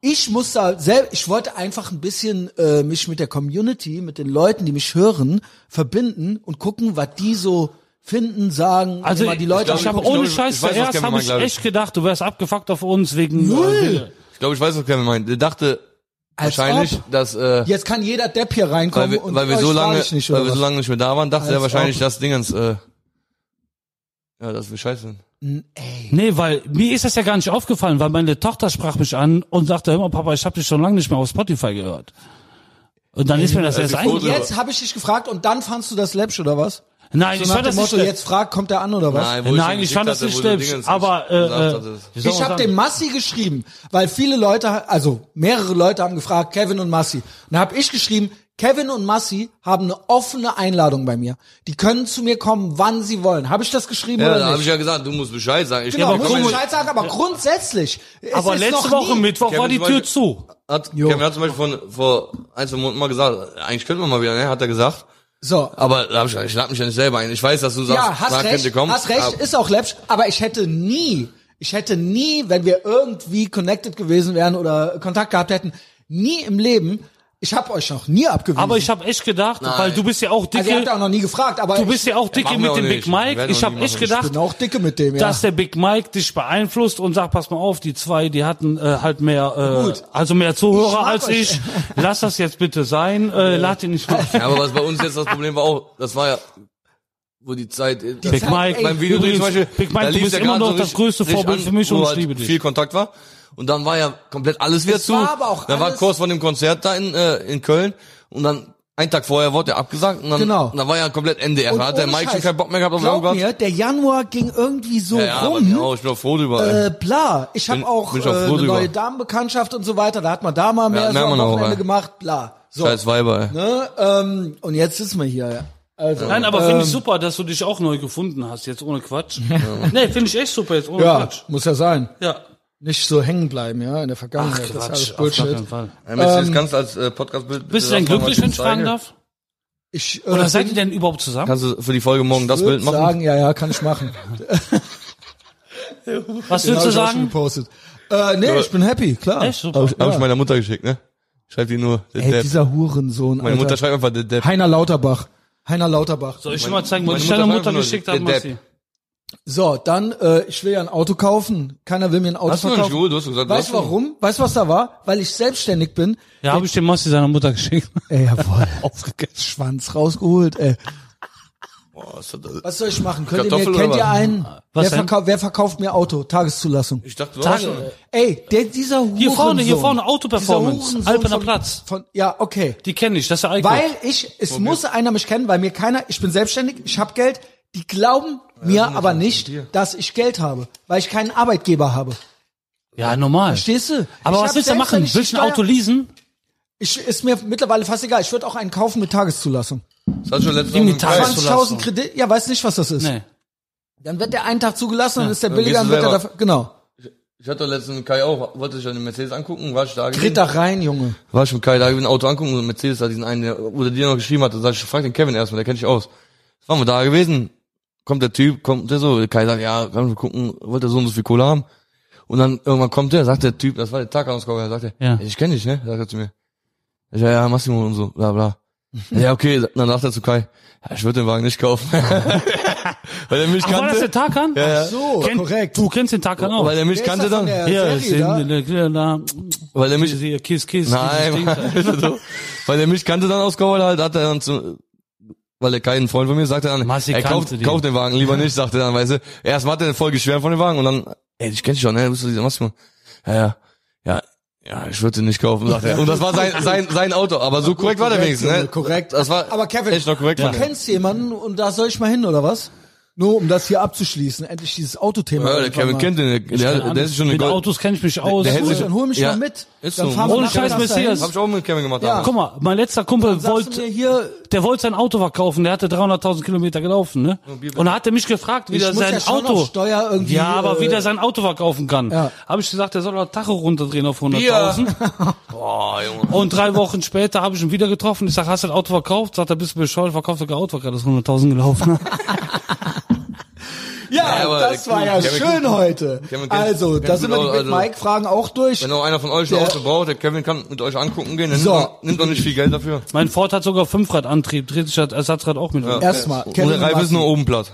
[SPEAKER 2] ich muss da selbst, ich wollte einfach ein bisschen äh, mich mit der Community, mit den Leuten, die mich hören, verbinden und gucken, was die so finden, sagen,
[SPEAKER 1] Also
[SPEAKER 2] immer
[SPEAKER 1] ich,
[SPEAKER 2] die Leute
[SPEAKER 1] ich habe
[SPEAKER 2] angucken.
[SPEAKER 1] ohne
[SPEAKER 3] ich glaub, ich
[SPEAKER 1] Scheiß
[SPEAKER 3] weiß, was
[SPEAKER 1] zuerst
[SPEAKER 3] Kevin
[SPEAKER 1] habe
[SPEAKER 3] meint,
[SPEAKER 1] ich
[SPEAKER 3] glaub ich.
[SPEAKER 1] echt gedacht, du wärst abgefuckt auf uns wegen... äh,
[SPEAKER 2] Null.
[SPEAKER 3] Ich glaube, ich weiß, was Kevin meint. Der dachte
[SPEAKER 2] Als
[SPEAKER 3] wahrscheinlich,
[SPEAKER 2] ob.
[SPEAKER 3] dass... Äh,
[SPEAKER 2] Jetzt kann jeder Depp hier
[SPEAKER 3] weil
[SPEAKER 2] reinkommen
[SPEAKER 3] wir,
[SPEAKER 2] und
[SPEAKER 3] weil wir
[SPEAKER 2] euch
[SPEAKER 3] so
[SPEAKER 2] frage
[SPEAKER 3] lange
[SPEAKER 2] ich nicht,
[SPEAKER 3] weil
[SPEAKER 2] oder
[SPEAKER 3] wir so
[SPEAKER 2] was?
[SPEAKER 3] lange nicht mehr da waren, dachte er
[SPEAKER 2] Als
[SPEAKER 3] wahrscheinlich,
[SPEAKER 2] ob.
[SPEAKER 3] dass Dingens äh, Ja, das will scheiße.
[SPEAKER 1] Nee, weil mir ist das ja gar nicht aufgefallen, weil meine Tochter sprach mich an und sagte, hör mal Papa, ich habe dich schon lange nicht mehr auf Spotify gehört. Und dann ist mir das erst
[SPEAKER 3] die Quote-
[SPEAKER 1] eingefallen.
[SPEAKER 2] Jetzt habe Also ich dich gefragt und dann fandst du das läppsch oder was?
[SPEAKER 1] Nein,
[SPEAKER 2] So
[SPEAKER 1] ich
[SPEAKER 2] nach
[SPEAKER 1] fand
[SPEAKER 2] dem
[SPEAKER 1] das nicht
[SPEAKER 2] Motto,
[SPEAKER 1] schlecht.
[SPEAKER 2] jetzt fragt, kommt der an oder was?
[SPEAKER 3] wo
[SPEAKER 1] Nein,
[SPEAKER 3] ihn
[SPEAKER 1] ich fand das
[SPEAKER 3] geschickt hatte,
[SPEAKER 1] nicht
[SPEAKER 3] wo du
[SPEAKER 1] schlecht.
[SPEAKER 3] Dingens
[SPEAKER 1] Aber
[SPEAKER 3] gesagt
[SPEAKER 1] äh, äh,
[SPEAKER 3] hattest.
[SPEAKER 1] wie soll
[SPEAKER 2] Ich
[SPEAKER 1] man
[SPEAKER 2] habe dem
[SPEAKER 1] sagen?
[SPEAKER 2] Massi geschrieben, weil viele Leute, also mehrere Leute haben gefragt, Kevin und Massi. Und da habe ich geschrieben, Kevin und Massi haben eine offene Einladung bei mir. Die können zu mir kommen, wann sie wollen. Habe ich das geschrieben
[SPEAKER 3] Ja, da
[SPEAKER 2] oder
[SPEAKER 3] habe ich
[SPEAKER 2] nicht?
[SPEAKER 3] ja gesagt, du musst Bescheid sagen. Ich
[SPEAKER 2] Genau,
[SPEAKER 1] aber
[SPEAKER 2] muss
[SPEAKER 1] guck
[SPEAKER 2] ich
[SPEAKER 1] mal-
[SPEAKER 2] Bescheid sagen, aber grundsätzlich. es
[SPEAKER 1] Aber
[SPEAKER 2] ist
[SPEAKER 1] letzte
[SPEAKER 2] noch
[SPEAKER 1] Woche
[SPEAKER 2] nie-
[SPEAKER 1] Mittwoch
[SPEAKER 3] Kevin
[SPEAKER 1] war die
[SPEAKER 3] zum
[SPEAKER 1] Tür
[SPEAKER 3] Beispiel-
[SPEAKER 1] zu.
[SPEAKER 3] hat, Kevin hat zum Beispiel von, vor ein, zwei Monaten mal gesagt, eigentlich könnten wir mal wieder, ne, hat er gesagt.
[SPEAKER 2] So,
[SPEAKER 3] Aber da hab ich, ich lade mich ja nicht selber ein. Ich weiß, dass du sagst,
[SPEAKER 2] ja, hast
[SPEAKER 3] na, könnt ihr
[SPEAKER 2] recht,
[SPEAKER 3] kommen.
[SPEAKER 2] hast recht,
[SPEAKER 3] Aber-
[SPEAKER 2] ist auch läppsch, aber ich hätte nie, ich hätte nie, wenn wir irgendwie connected gewesen wären oder Kontakt gehabt hätten, nie im Leben, ich habe euch noch nie abgewiesen.
[SPEAKER 1] Aber ich habe echt gedacht, weil du bist ja auch
[SPEAKER 2] also ihr habt
[SPEAKER 1] dicke,
[SPEAKER 2] ja auch noch nie gefragt, aber
[SPEAKER 1] du
[SPEAKER 2] ich-
[SPEAKER 1] bist ja auch dicke
[SPEAKER 3] Machen wir
[SPEAKER 1] mit
[SPEAKER 3] auch
[SPEAKER 1] dem
[SPEAKER 3] nicht.
[SPEAKER 1] Big Mike.
[SPEAKER 3] Werden wir
[SPEAKER 1] Ich habe
[SPEAKER 3] nie
[SPEAKER 1] echt
[SPEAKER 3] machen. Ich
[SPEAKER 1] gedacht,
[SPEAKER 2] bin auch dicke mit dem, ja.
[SPEAKER 1] dass der Big Mike dich beeinflusst und sagt, pass mal auf, die zwei, die hatten äh, halt mehr, äh,
[SPEAKER 2] Gut.
[SPEAKER 1] also mehr Zuhörer
[SPEAKER 2] mag
[SPEAKER 1] als
[SPEAKER 2] euch.
[SPEAKER 1] ich. Lass das jetzt bitte sein, äh, lad ihn nicht mehr.
[SPEAKER 3] Ja, aber was bei uns jetzt das Problem war auch, das war ja, wo die Zeit, die
[SPEAKER 1] Big Mike,
[SPEAKER 3] beim Video
[SPEAKER 1] übrigens,
[SPEAKER 3] zum Beispiel,
[SPEAKER 1] Big Mike,
[SPEAKER 3] da
[SPEAKER 1] du
[SPEAKER 3] lief's
[SPEAKER 1] bist
[SPEAKER 3] ja
[SPEAKER 1] immer
[SPEAKER 3] gerade
[SPEAKER 1] noch
[SPEAKER 3] so
[SPEAKER 1] das
[SPEAKER 3] richtig-
[SPEAKER 1] größte
[SPEAKER 3] richtig
[SPEAKER 1] Vorbild
[SPEAKER 3] an,
[SPEAKER 1] für mich und
[SPEAKER 3] wo
[SPEAKER 1] ich
[SPEAKER 3] halt
[SPEAKER 1] liebe dich.
[SPEAKER 3] viel Kontakt war. Und dann war ja komplett alles wieder zu.
[SPEAKER 2] war aber auch
[SPEAKER 3] dann war
[SPEAKER 2] alles-
[SPEAKER 3] kurz vor dem Konzert da in, äh, in Köln und dann einen Tag vorher wurde er abgesagt und dann,
[SPEAKER 2] Genau.
[SPEAKER 3] und dann war ja komplett Ende. Er
[SPEAKER 2] Und
[SPEAKER 3] hat der
[SPEAKER 2] ohne
[SPEAKER 3] Mike schon
[SPEAKER 2] Scheiß,
[SPEAKER 3] keinen Bock mehr gehabt auf
[SPEAKER 2] Glaub
[SPEAKER 3] irgendwas.
[SPEAKER 2] mir, der Januar ging irgendwie so
[SPEAKER 3] ja, ja, aber
[SPEAKER 2] rum.
[SPEAKER 3] genau, ich bin auch froh drüber. ey.
[SPEAKER 2] äh, bla, ich
[SPEAKER 3] Bin-
[SPEAKER 2] habe auch,
[SPEAKER 3] bin ich
[SPEAKER 2] äh,
[SPEAKER 3] auch froh
[SPEAKER 2] eine
[SPEAKER 3] drüber.
[SPEAKER 2] neue Damenbekanntschaft und so weiter. Da hat man da mal mehr so
[SPEAKER 3] merkt
[SPEAKER 2] am
[SPEAKER 3] man auch,
[SPEAKER 2] Wochenende
[SPEAKER 3] ey.
[SPEAKER 2] gemacht, bla. So,
[SPEAKER 3] Scheiß Weiber, ey.
[SPEAKER 2] ne? ähm, und jetzt sitzen wir hier. Ja. Also,
[SPEAKER 1] Nein, aber finde ich super, dass du dich auch neu gefunden hast, jetzt ohne Quatsch. nee, finde ich echt super, jetzt ohne
[SPEAKER 2] ja,
[SPEAKER 1] Quatsch.
[SPEAKER 2] muss ja sein.
[SPEAKER 1] Ja.
[SPEAKER 2] Nicht so hängen bleiben, ja, in der Vergangenheit. das ist alles
[SPEAKER 1] Quatsch, auf gar
[SPEAKER 2] Bullshit.
[SPEAKER 1] keinen Fall.
[SPEAKER 3] Ja, Mensch, das kannst du als äh, Podcast-Bild.
[SPEAKER 1] Bist du denn glücklich, wenn ich fragen darf?
[SPEAKER 2] Ich, äh,
[SPEAKER 1] Oder seid ihr denn überhaupt zusammen?
[SPEAKER 3] Kannst du für die Folge morgen das Bild
[SPEAKER 2] würde
[SPEAKER 3] machen?
[SPEAKER 2] sagen, ja, ja, kann ich machen.
[SPEAKER 1] Was würdest du
[SPEAKER 2] Den hab ich auch schon
[SPEAKER 1] sagen?
[SPEAKER 2] gepostet. Äh, nee, ich bin happy, klar.
[SPEAKER 1] Echt super.
[SPEAKER 3] Hab ich, hab ich meiner Mutter geschickt, ne? Schreib dir nur. der
[SPEAKER 2] Ey,
[SPEAKER 3] Depp.
[SPEAKER 2] dieser Hurensohn,
[SPEAKER 3] Meine Mutter
[SPEAKER 2] Alter.
[SPEAKER 3] schreibt einfach der Depp.
[SPEAKER 2] Heiner Lauterbach. Heiner Lauterbach.
[SPEAKER 1] Soll ich schon mal zeigen,
[SPEAKER 3] Meine
[SPEAKER 1] was ich deiner
[SPEAKER 3] Mutter
[SPEAKER 1] Mutter
[SPEAKER 3] fragt nur,
[SPEAKER 1] geschickt
[SPEAKER 3] der
[SPEAKER 1] habe, Massi?
[SPEAKER 3] Depp.
[SPEAKER 2] So, dann, äh, ich will ja ein Auto kaufen. Keiner will mir ein Auto
[SPEAKER 3] Hast du noch
[SPEAKER 2] verkaufen.
[SPEAKER 3] nicht geholt? Du hast gesagt, du
[SPEAKER 2] weißt
[SPEAKER 3] hast
[SPEAKER 2] du warum? Weißt du, was da war? Weil ich selbstständig bin.
[SPEAKER 1] Ja, habe ich dem Massi seiner Mutter geschickt.
[SPEAKER 2] Ey, jawohl. Aufgegessen. Schwanz rausgeholt, ey.
[SPEAKER 3] Boah, was hat das-
[SPEAKER 2] Was soll ich machen? Könnt ihr
[SPEAKER 3] Kartoffel
[SPEAKER 2] mir, kennt
[SPEAKER 3] oder
[SPEAKER 2] ihr
[SPEAKER 3] was?
[SPEAKER 2] einen?
[SPEAKER 1] Was
[SPEAKER 2] wer,
[SPEAKER 1] denn?
[SPEAKER 2] verkau wer verkauft mir Auto? Tageszulassung.
[SPEAKER 3] Ich dachte, du hast
[SPEAKER 1] Taschen-
[SPEAKER 3] schon.
[SPEAKER 2] Ey, der, dieser Hurensohn.
[SPEAKER 1] Hier vorne, hier vorne,
[SPEAKER 2] Dieser
[SPEAKER 1] Autoperformance,
[SPEAKER 2] Hurensohn
[SPEAKER 1] Alpener
[SPEAKER 2] von-
[SPEAKER 1] Platz.
[SPEAKER 2] Von, ja, okay.
[SPEAKER 1] Die kenne ich, das ist der Icon.
[SPEAKER 2] Weil ich, es muss einer mich kennen, weil mir keiner, ich bin selbstständig, ich habe Geld, die glauben mir aber nicht, dass ich Geld habe, weil ich keinen Arbeitgeber habe.
[SPEAKER 1] ja, normal.
[SPEAKER 2] Verstehst du?
[SPEAKER 1] Aber
[SPEAKER 2] ich
[SPEAKER 1] was
[SPEAKER 2] hab
[SPEAKER 1] willst du machen?
[SPEAKER 2] selbstständig die
[SPEAKER 1] Willst du ein
[SPEAKER 2] Steuer-
[SPEAKER 1] Auto leasen?
[SPEAKER 2] Ich, ist mir mittlerweile fast egal. Ich würde auch einen kaufen mit Tageszulassung.
[SPEAKER 3] Das hat schon letztes
[SPEAKER 1] Ihm die
[SPEAKER 3] Mal
[SPEAKER 1] Taschen-
[SPEAKER 3] Preis.
[SPEAKER 2] 20.000 Kredit, ja, weiß nicht, was das ist.
[SPEAKER 1] Nee.
[SPEAKER 2] Dann wird der einen Tag zugelassen und ist der
[SPEAKER 3] dann
[SPEAKER 2] billiger und
[SPEAKER 3] gehst du
[SPEAKER 2] wird er
[SPEAKER 3] selber.
[SPEAKER 2] dafür, genau.
[SPEAKER 3] Ich hatte letzten Kai auch, wollte sich an den Mercedes angucken, war ich da gewesen.
[SPEAKER 2] Tritt da rein, Junge.
[SPEAKER 3] War ich mit Kai da gewesen, Auto angucken und Mercedes hat diesen einen, der, oder dir noch geschrieben hat, dann sag ich, frag den Kevin erstmal, der kennt dich aus. Waren wir da gewesen, kommt der Typ, kommt der so, Kai sagt, ja, kann wir gucken, wollte er so und so viel Kohle haben. Und dann irgendwann kommt der, sagt der Typ, das war der Taganausgabe, er sagt er,
[SPEAKER 1] Ja.
[SPEAKER 3] ja. ich kenne dich, ne? Sagt er zu mir. Ich sag, ja, Massimo und so, bla bla. Ja, okay, dann sagt er zu Kai, ja, ich würde den Wagen nicht kaufen. Weil er mich
[SPEAKER 1] Ach, war das der
[SPEAKER 3] kannte.
[SPEAKER 1] Tarkan? Ja,
[SPEAKER 3] ja.
[SPEAKER 2] So,
[SPEAKER 1] Kennt-
[SPEAKER 2] korrekt.
[SPEAKER 1] Du kennst den Tarkan auch.
[SPEAKER 3] Weil er mich
[SPEAKER 2] Wer ist
[SPEAKER 3] kannte
[SPEAKER 2] das von
[SPEAKER 3] dann.
[SPEAKER 2] der
[SPEAKER 1] ja,
[SPEAKER 2] Serie da?
[SPEAKER 1] sind, da?
[SPEAKER 3] Weil er mich,
[SPEAKER 1] Hier, Kiss, Kiss.
[SPEAKER 3] Nein,
[SPEAKER 1] dieses Ding. halt.
[SPEAKER 3] Mann, ist das so? weil er mich kannte dann aus Cowboy halt, hat er dann zu, weil er keinen Freund von mir sagte dann,
[SPEAKER 1] Massi
[SPEAKER 3] er
[SPEAKER 1] kannte
[SPEAKER 3] kauft,
[SPEAKER 1] den.
[SPEAKER 3] kauft den Wagen lieber nicht, sagte er dann, weißt du, erstmal hat er den voll geschwärmt von dem Wagen und dann, ey, ich kenn dich schon, ne, bist du dieser Massimo? Ja, ja, ja, ja, ich würde den nicht kaufen, sagt er. Und das war sein, sein, sein Auto, aber so korrekt war der
[SPEAKER 2] korrekt,
[SPEAKER 3] wenigstens, ne?
[SPEAKER 2] Junge, korrekt.
[SPEAKER 3] Das war
[SPEAKER 2] Aber Kevin,
[SPEAKER 3] echt noch korrekt
[SPEAKER 2] Du
[SPEAKER 3] von ihm.
[SPEAKER 2] kennst jemanden und da soll ich mal hin, oder was? Nur um das hier abzuschließen, endlich dieses Autothema.
[SPEAKER 3] Ja, der Kevin kennt den, der, der, der ist schon eine
[SPEAKER 1] Mit
[SPEAKER 3] Gold.
[SPEAKER 1] Autos kenne ich mich aus.
[SPEAKER 3] der hätte
[SPEAKER 2] Cool,
[SPEAKER 3] sich-
[SPEAKER 2] dann hol mich
[SPEAKER 3] Ja,
[SPEAKER 2] mal mit.
[SPEAKER 3] ist
[SPEAKER 2] dann
[SPEAKER 3] so.
[SPEAKER 2] fahren wir
[SPEAKER 1] Ohne
[SPEAKER 2] nachher
[SPEAKER 1] Scheiß,
[SPEAKER 2] nach dahin.
[SPEAKER 1] Mercedes.
[SPEAKER 3] Hab ich auch mit Kevin gemacht.
[SPEAKER 2] Ja.
[SPEAKER 3] damals.
[SPEAKER 1] Guck mal, mein letzter Kumpel
[SPEAKER 2] Sagst du
[SPEAKER 1] wollte,
[SPEAKER 2] mir hier,
[SPEAKER 1] der wollte sein Auto verkaufen, der hatte 300.000 Kilometer gelaufen, ne? Und da hat er mich gefragt, wie
[SPEAKER 2] ich
[SPEAKER 1] er
[SPEAKER 2] muss
[SPEAKER 1] sein
[SPEAKER 2] ja schon
[SPEAKER 1] Auto,
[SPEAKER 2] auf Steuer irgendwie.
[SPEAKER 1] ja, aber
[SPEAKER 2] äh,
[SPEAKER 1] wie der sein Auto verkaufen kann.
[SPEAKER 2] Ja.
[SPEAKER 1] Habe ich gesagt, der soll doch Tacho runterdrehen auf 100.000.
[SPEAKER 3] Boah, Junge.
[SPEAKER 1] Und drei Wochen später habe ich ihn wieder getroffen. Ich sag, hast du das Auto verkauft? Sagt er, bist du bescheuert, verkauft sogar Auto, war gerade das 100.000 gelaufen.
[SPEAKER 2] Ja,
[SPEAKER 3] Ja, aber
[SPEAKER 2] das war ja
[SPEAKER 3] Kevin-
[SPEAKER 2] schön heute.
[SPEAKER 3] Kevin kennt-
[SPEAKER 2] Also, da
[SPEAKER 3] kennt
[SPEAKER 2] sind wir die
[SPEAKER 3] gut
[SPEAKER 2] Big
[SPEAKER 3] aus, also-
[SPEAKER 2] Mike-Fragen auch durch.
[SPEAKER 3] Wenn noch einer von euch ein
[SPEAKER 2] Der-
[SPEAKER 3] Auto braucht, der Kevin kann mit euch angucken gehen, der
[SPEAKER 2] So.
[SPEAKER 3] nimmt, noch, nimmt noch nicht viel Geld dafür.
[SPEAKER 1] mein Ford hat sogar Fünfradantrieb, dreht sich halt, das Ersatzrad auch mit. um.
[SPEAKER 2] Erstmal,
[SPEAKER 3] Und der
[SPEAKER 2] Ah, Kevin,
[SPEAKER 3] Reifen ist
[SPEAKER 2] Massi.
[SPEAKER 3] nur oben platt.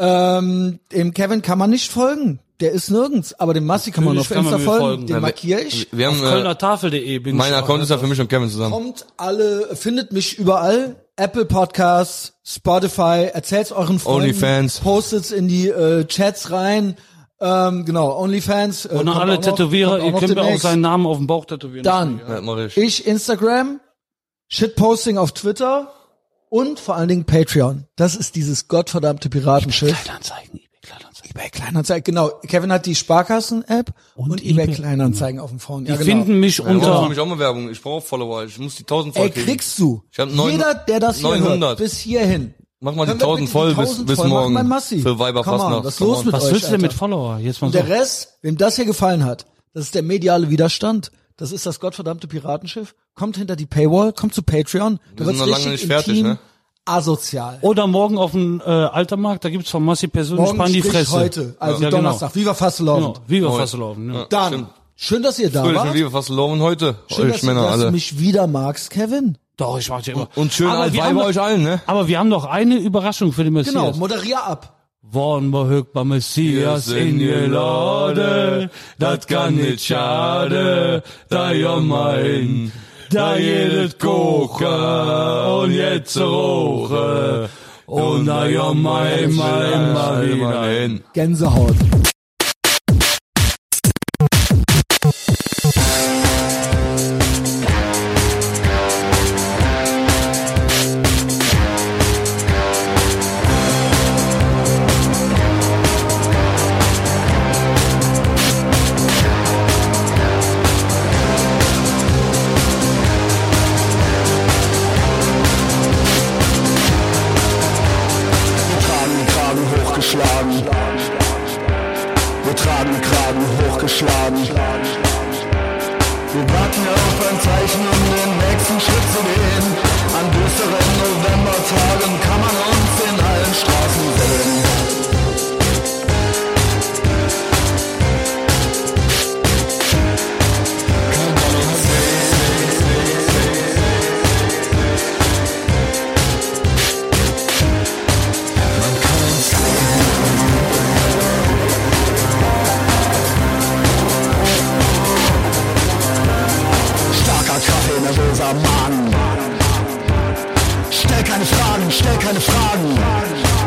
[SPEAKER 2] ähm, dem Kevin kann man nicht folgen. Der ist nirgends, aber den Massi kann man auf
[SPEAKER 1] Natürlich kann
[SPEAKER 2] Insta
[SPEAKER 1] man mir
[SPEAKER 2] folgen,
[SPEAKER 1] folgen.
[SPEAKER 2] den
[SPEAKER 1] Ja,
[SPEAKER 2] markiere ich.
[SPEAKER 3] Wir haben, äh,
[SPEAKER 1] Kölner Tafel.de bin
[SPEAKER 3] mein
[SPEAKER 1] ich. ne?
[SPEAKER 3] Account ist ja für mich und Kevin zusammen.
[SPEAKER 2] Kommt alle, findet mich überall. Apple Podcasts, Spotify, erzählt's euren Freunden.
[SPEAKER 3] Onlyfans.
[SPEAKER 2] Postet's in die äh, Chats rein. Ähm, genau, Onlyfans. Äh,
[SPEAKER 1] und an
[SPEAKER 2] kommt
[SPEAKER 1] alle
[SPEAKER 2] auch noch-
[SPEAKER 1] Tätowierer,
[SPEAKER 2] kommt
[SPEAKER 1] ihr
[SPEAKER 2] noch
[SPEAKER 1] könnt mir auch
[SPEAKER 2] demnächst.
[SPEAKER 1] seinen Namen auf den Bauch tätowieren.
[SPEAKER 2] Dann,
[SPEAKER 3] Ja, mach ich.
[SPEAKER 2] ich Instagram, Shitposting auf Twitter und vor allen Dingen Patreon. Das ist dieses gottverdammte Piratenschiff.
[SPEAKER 1] Kleinanzeigen, eBay Kleinanzeigen.
[SPEAKER 2] eBay Kleinanzeigen, genau. Kevin hat die Sparkassen-App und,
[SPEAKER 1] Und
[SPEAKER 2] eBay
[SPEAKER 1] eBay.
[SPEAKER 2] Kleinanzeigen auf dem Phone. genau.
[SPEAKER 1] Die finden mich
[SPEAKER 3] Ich brauche für
[SPEAKER 1] unter
[SPEAKER 3] mich auch mal Werbung. Ich brauche Follower. Ich muss die 1000 voll
[SPEAKER 2] Ey,
[SPEAKER 3] kriegen.
[SPEAKER 2] kriegst du.
[SPEAKER 3] Ich hab neun-
[SPEAKER 2] Jeder, der das hier
[SPEAKER 3] 900.
[SPEAKER 2] hört, bis hierhin.
[SPEAKER 3] Mach mal die
[SPEAKER 2] Können wir
[SPEAKER 3] 1000
[SPEAKER 2] bitte
[SPEAKER 3] voll
[SPEAKER 2] die
[SPEAKER 3] bis,
[SPEAKER 2] 1000
[SPEAKER 3] bis
[SPEAKER 2] voll machen
[SPEAKER 3] morgen.
[SPEAKER 2] beim Massi?
[SPEAKER 3] Für
[SPEAKER 2] Come on,
[SPEAKER 3] Weiberfastnacht.
[SPEAKER 2] was ist los mit
[SPEAKER 1] Was
[SPEAKER 2] euch,
[SPEAKER 1] willst du denn mit
[SPEAKER 2] Alter?
[SPEAKER 1] Follower? Jetzt mal
[SPEAKER 2] Und der
[SPEAKER 1] so.
[SPEAKER 2] Rest, wem das hier gefallen hat, das ist der mediale Widerstand. Das ist das gottverdammte Piratenschiff. Kommt hinter die Paywall, kommt zu Patreon. Du wirst
[SPEAKER 3] Wir sind noch
[SPEAKER 2] richtig
[SPEAKER 3] lange nicht fertig,
[SPEAKER 2] intim,
[SPEAKER 3] ne?
[SPEAKER 2] asozial.
[SPEAKER 1] Oder morgen auf dem äh, Altermarkt, da gibt's von Massi persönlich
[SPEAKER 2] Morgen
[SPEAKER 1] Spann die
[SPEAKER 2] sprich
[SPEAKER 1] Fresse.
[SPEAKER 2] heute, also
[SPEAKER 1] Ja, genau.
[SPEAKER 2] Donnerstag. Viva Fasselaufen.
[SPEAKER 1] Genau, wie wir fast laufen. Ja.
[SPEAKER 2] Dann,
[SPEAKER 3] Stimmt.
[SPEAKER 2] schön, dass ihr da
[SPEAKER 3] Fröhlich und
[SPEAKER 2] wart.
[SPEAKER 3] Liebe, fast laufen heute.
[SPEAKER 2] Schön,
[SPEAKER 3] euch
[SPEAKER 2] dass, du,
[SPEAKER 3] Männer
[SPEAKER 2] dass du
[SPEAKER 3] alle.
[SPEAKER 2] mich wieder magst, Kevin.
[SPEAKER 1] Doch, ich mach's ja immer.
[SPEAKER 3] Und schön
[SPEAKER 1] Aber
[SPEAKER 3] alt
[SPEAKER 1] wir
[SPEAKER 3] Weiber
[SPEAKER 1] haben noch-
[SPEAKER 3] euch allen, ne?
[SPEAKER 1] Aber wir haben noch eine Überraschung für den
[SPEAKER 2] Genau,
[SPEAKER 1] Messias.
[SPEAKER 2] moderier ab.
[SPEAKER 1] Worden wir högt beim Messias
[SPEAKER 3] Wir sind
[SPEAKER 1] in Gelade, das kann nicht schade, da ja mein, da jedes Koche und jetzt roche, und da ja mein, mein, mal wieder hin.
[SPEAKER 2] Gänsehaut.
[SPEAKER 6] Wir tragen Kragen hochgeschlagen. Wir tragen Kragen hochgeschlagen. Wir warten auf ein Zeichen, um den nächsten Schritt zu gehen. An düsteren Novembertagen kann man uns in allen Straßen sehen. Kann man uns Starker Kaffee, nervöser Magen. Stell keine Fragen, stell keine Fragen.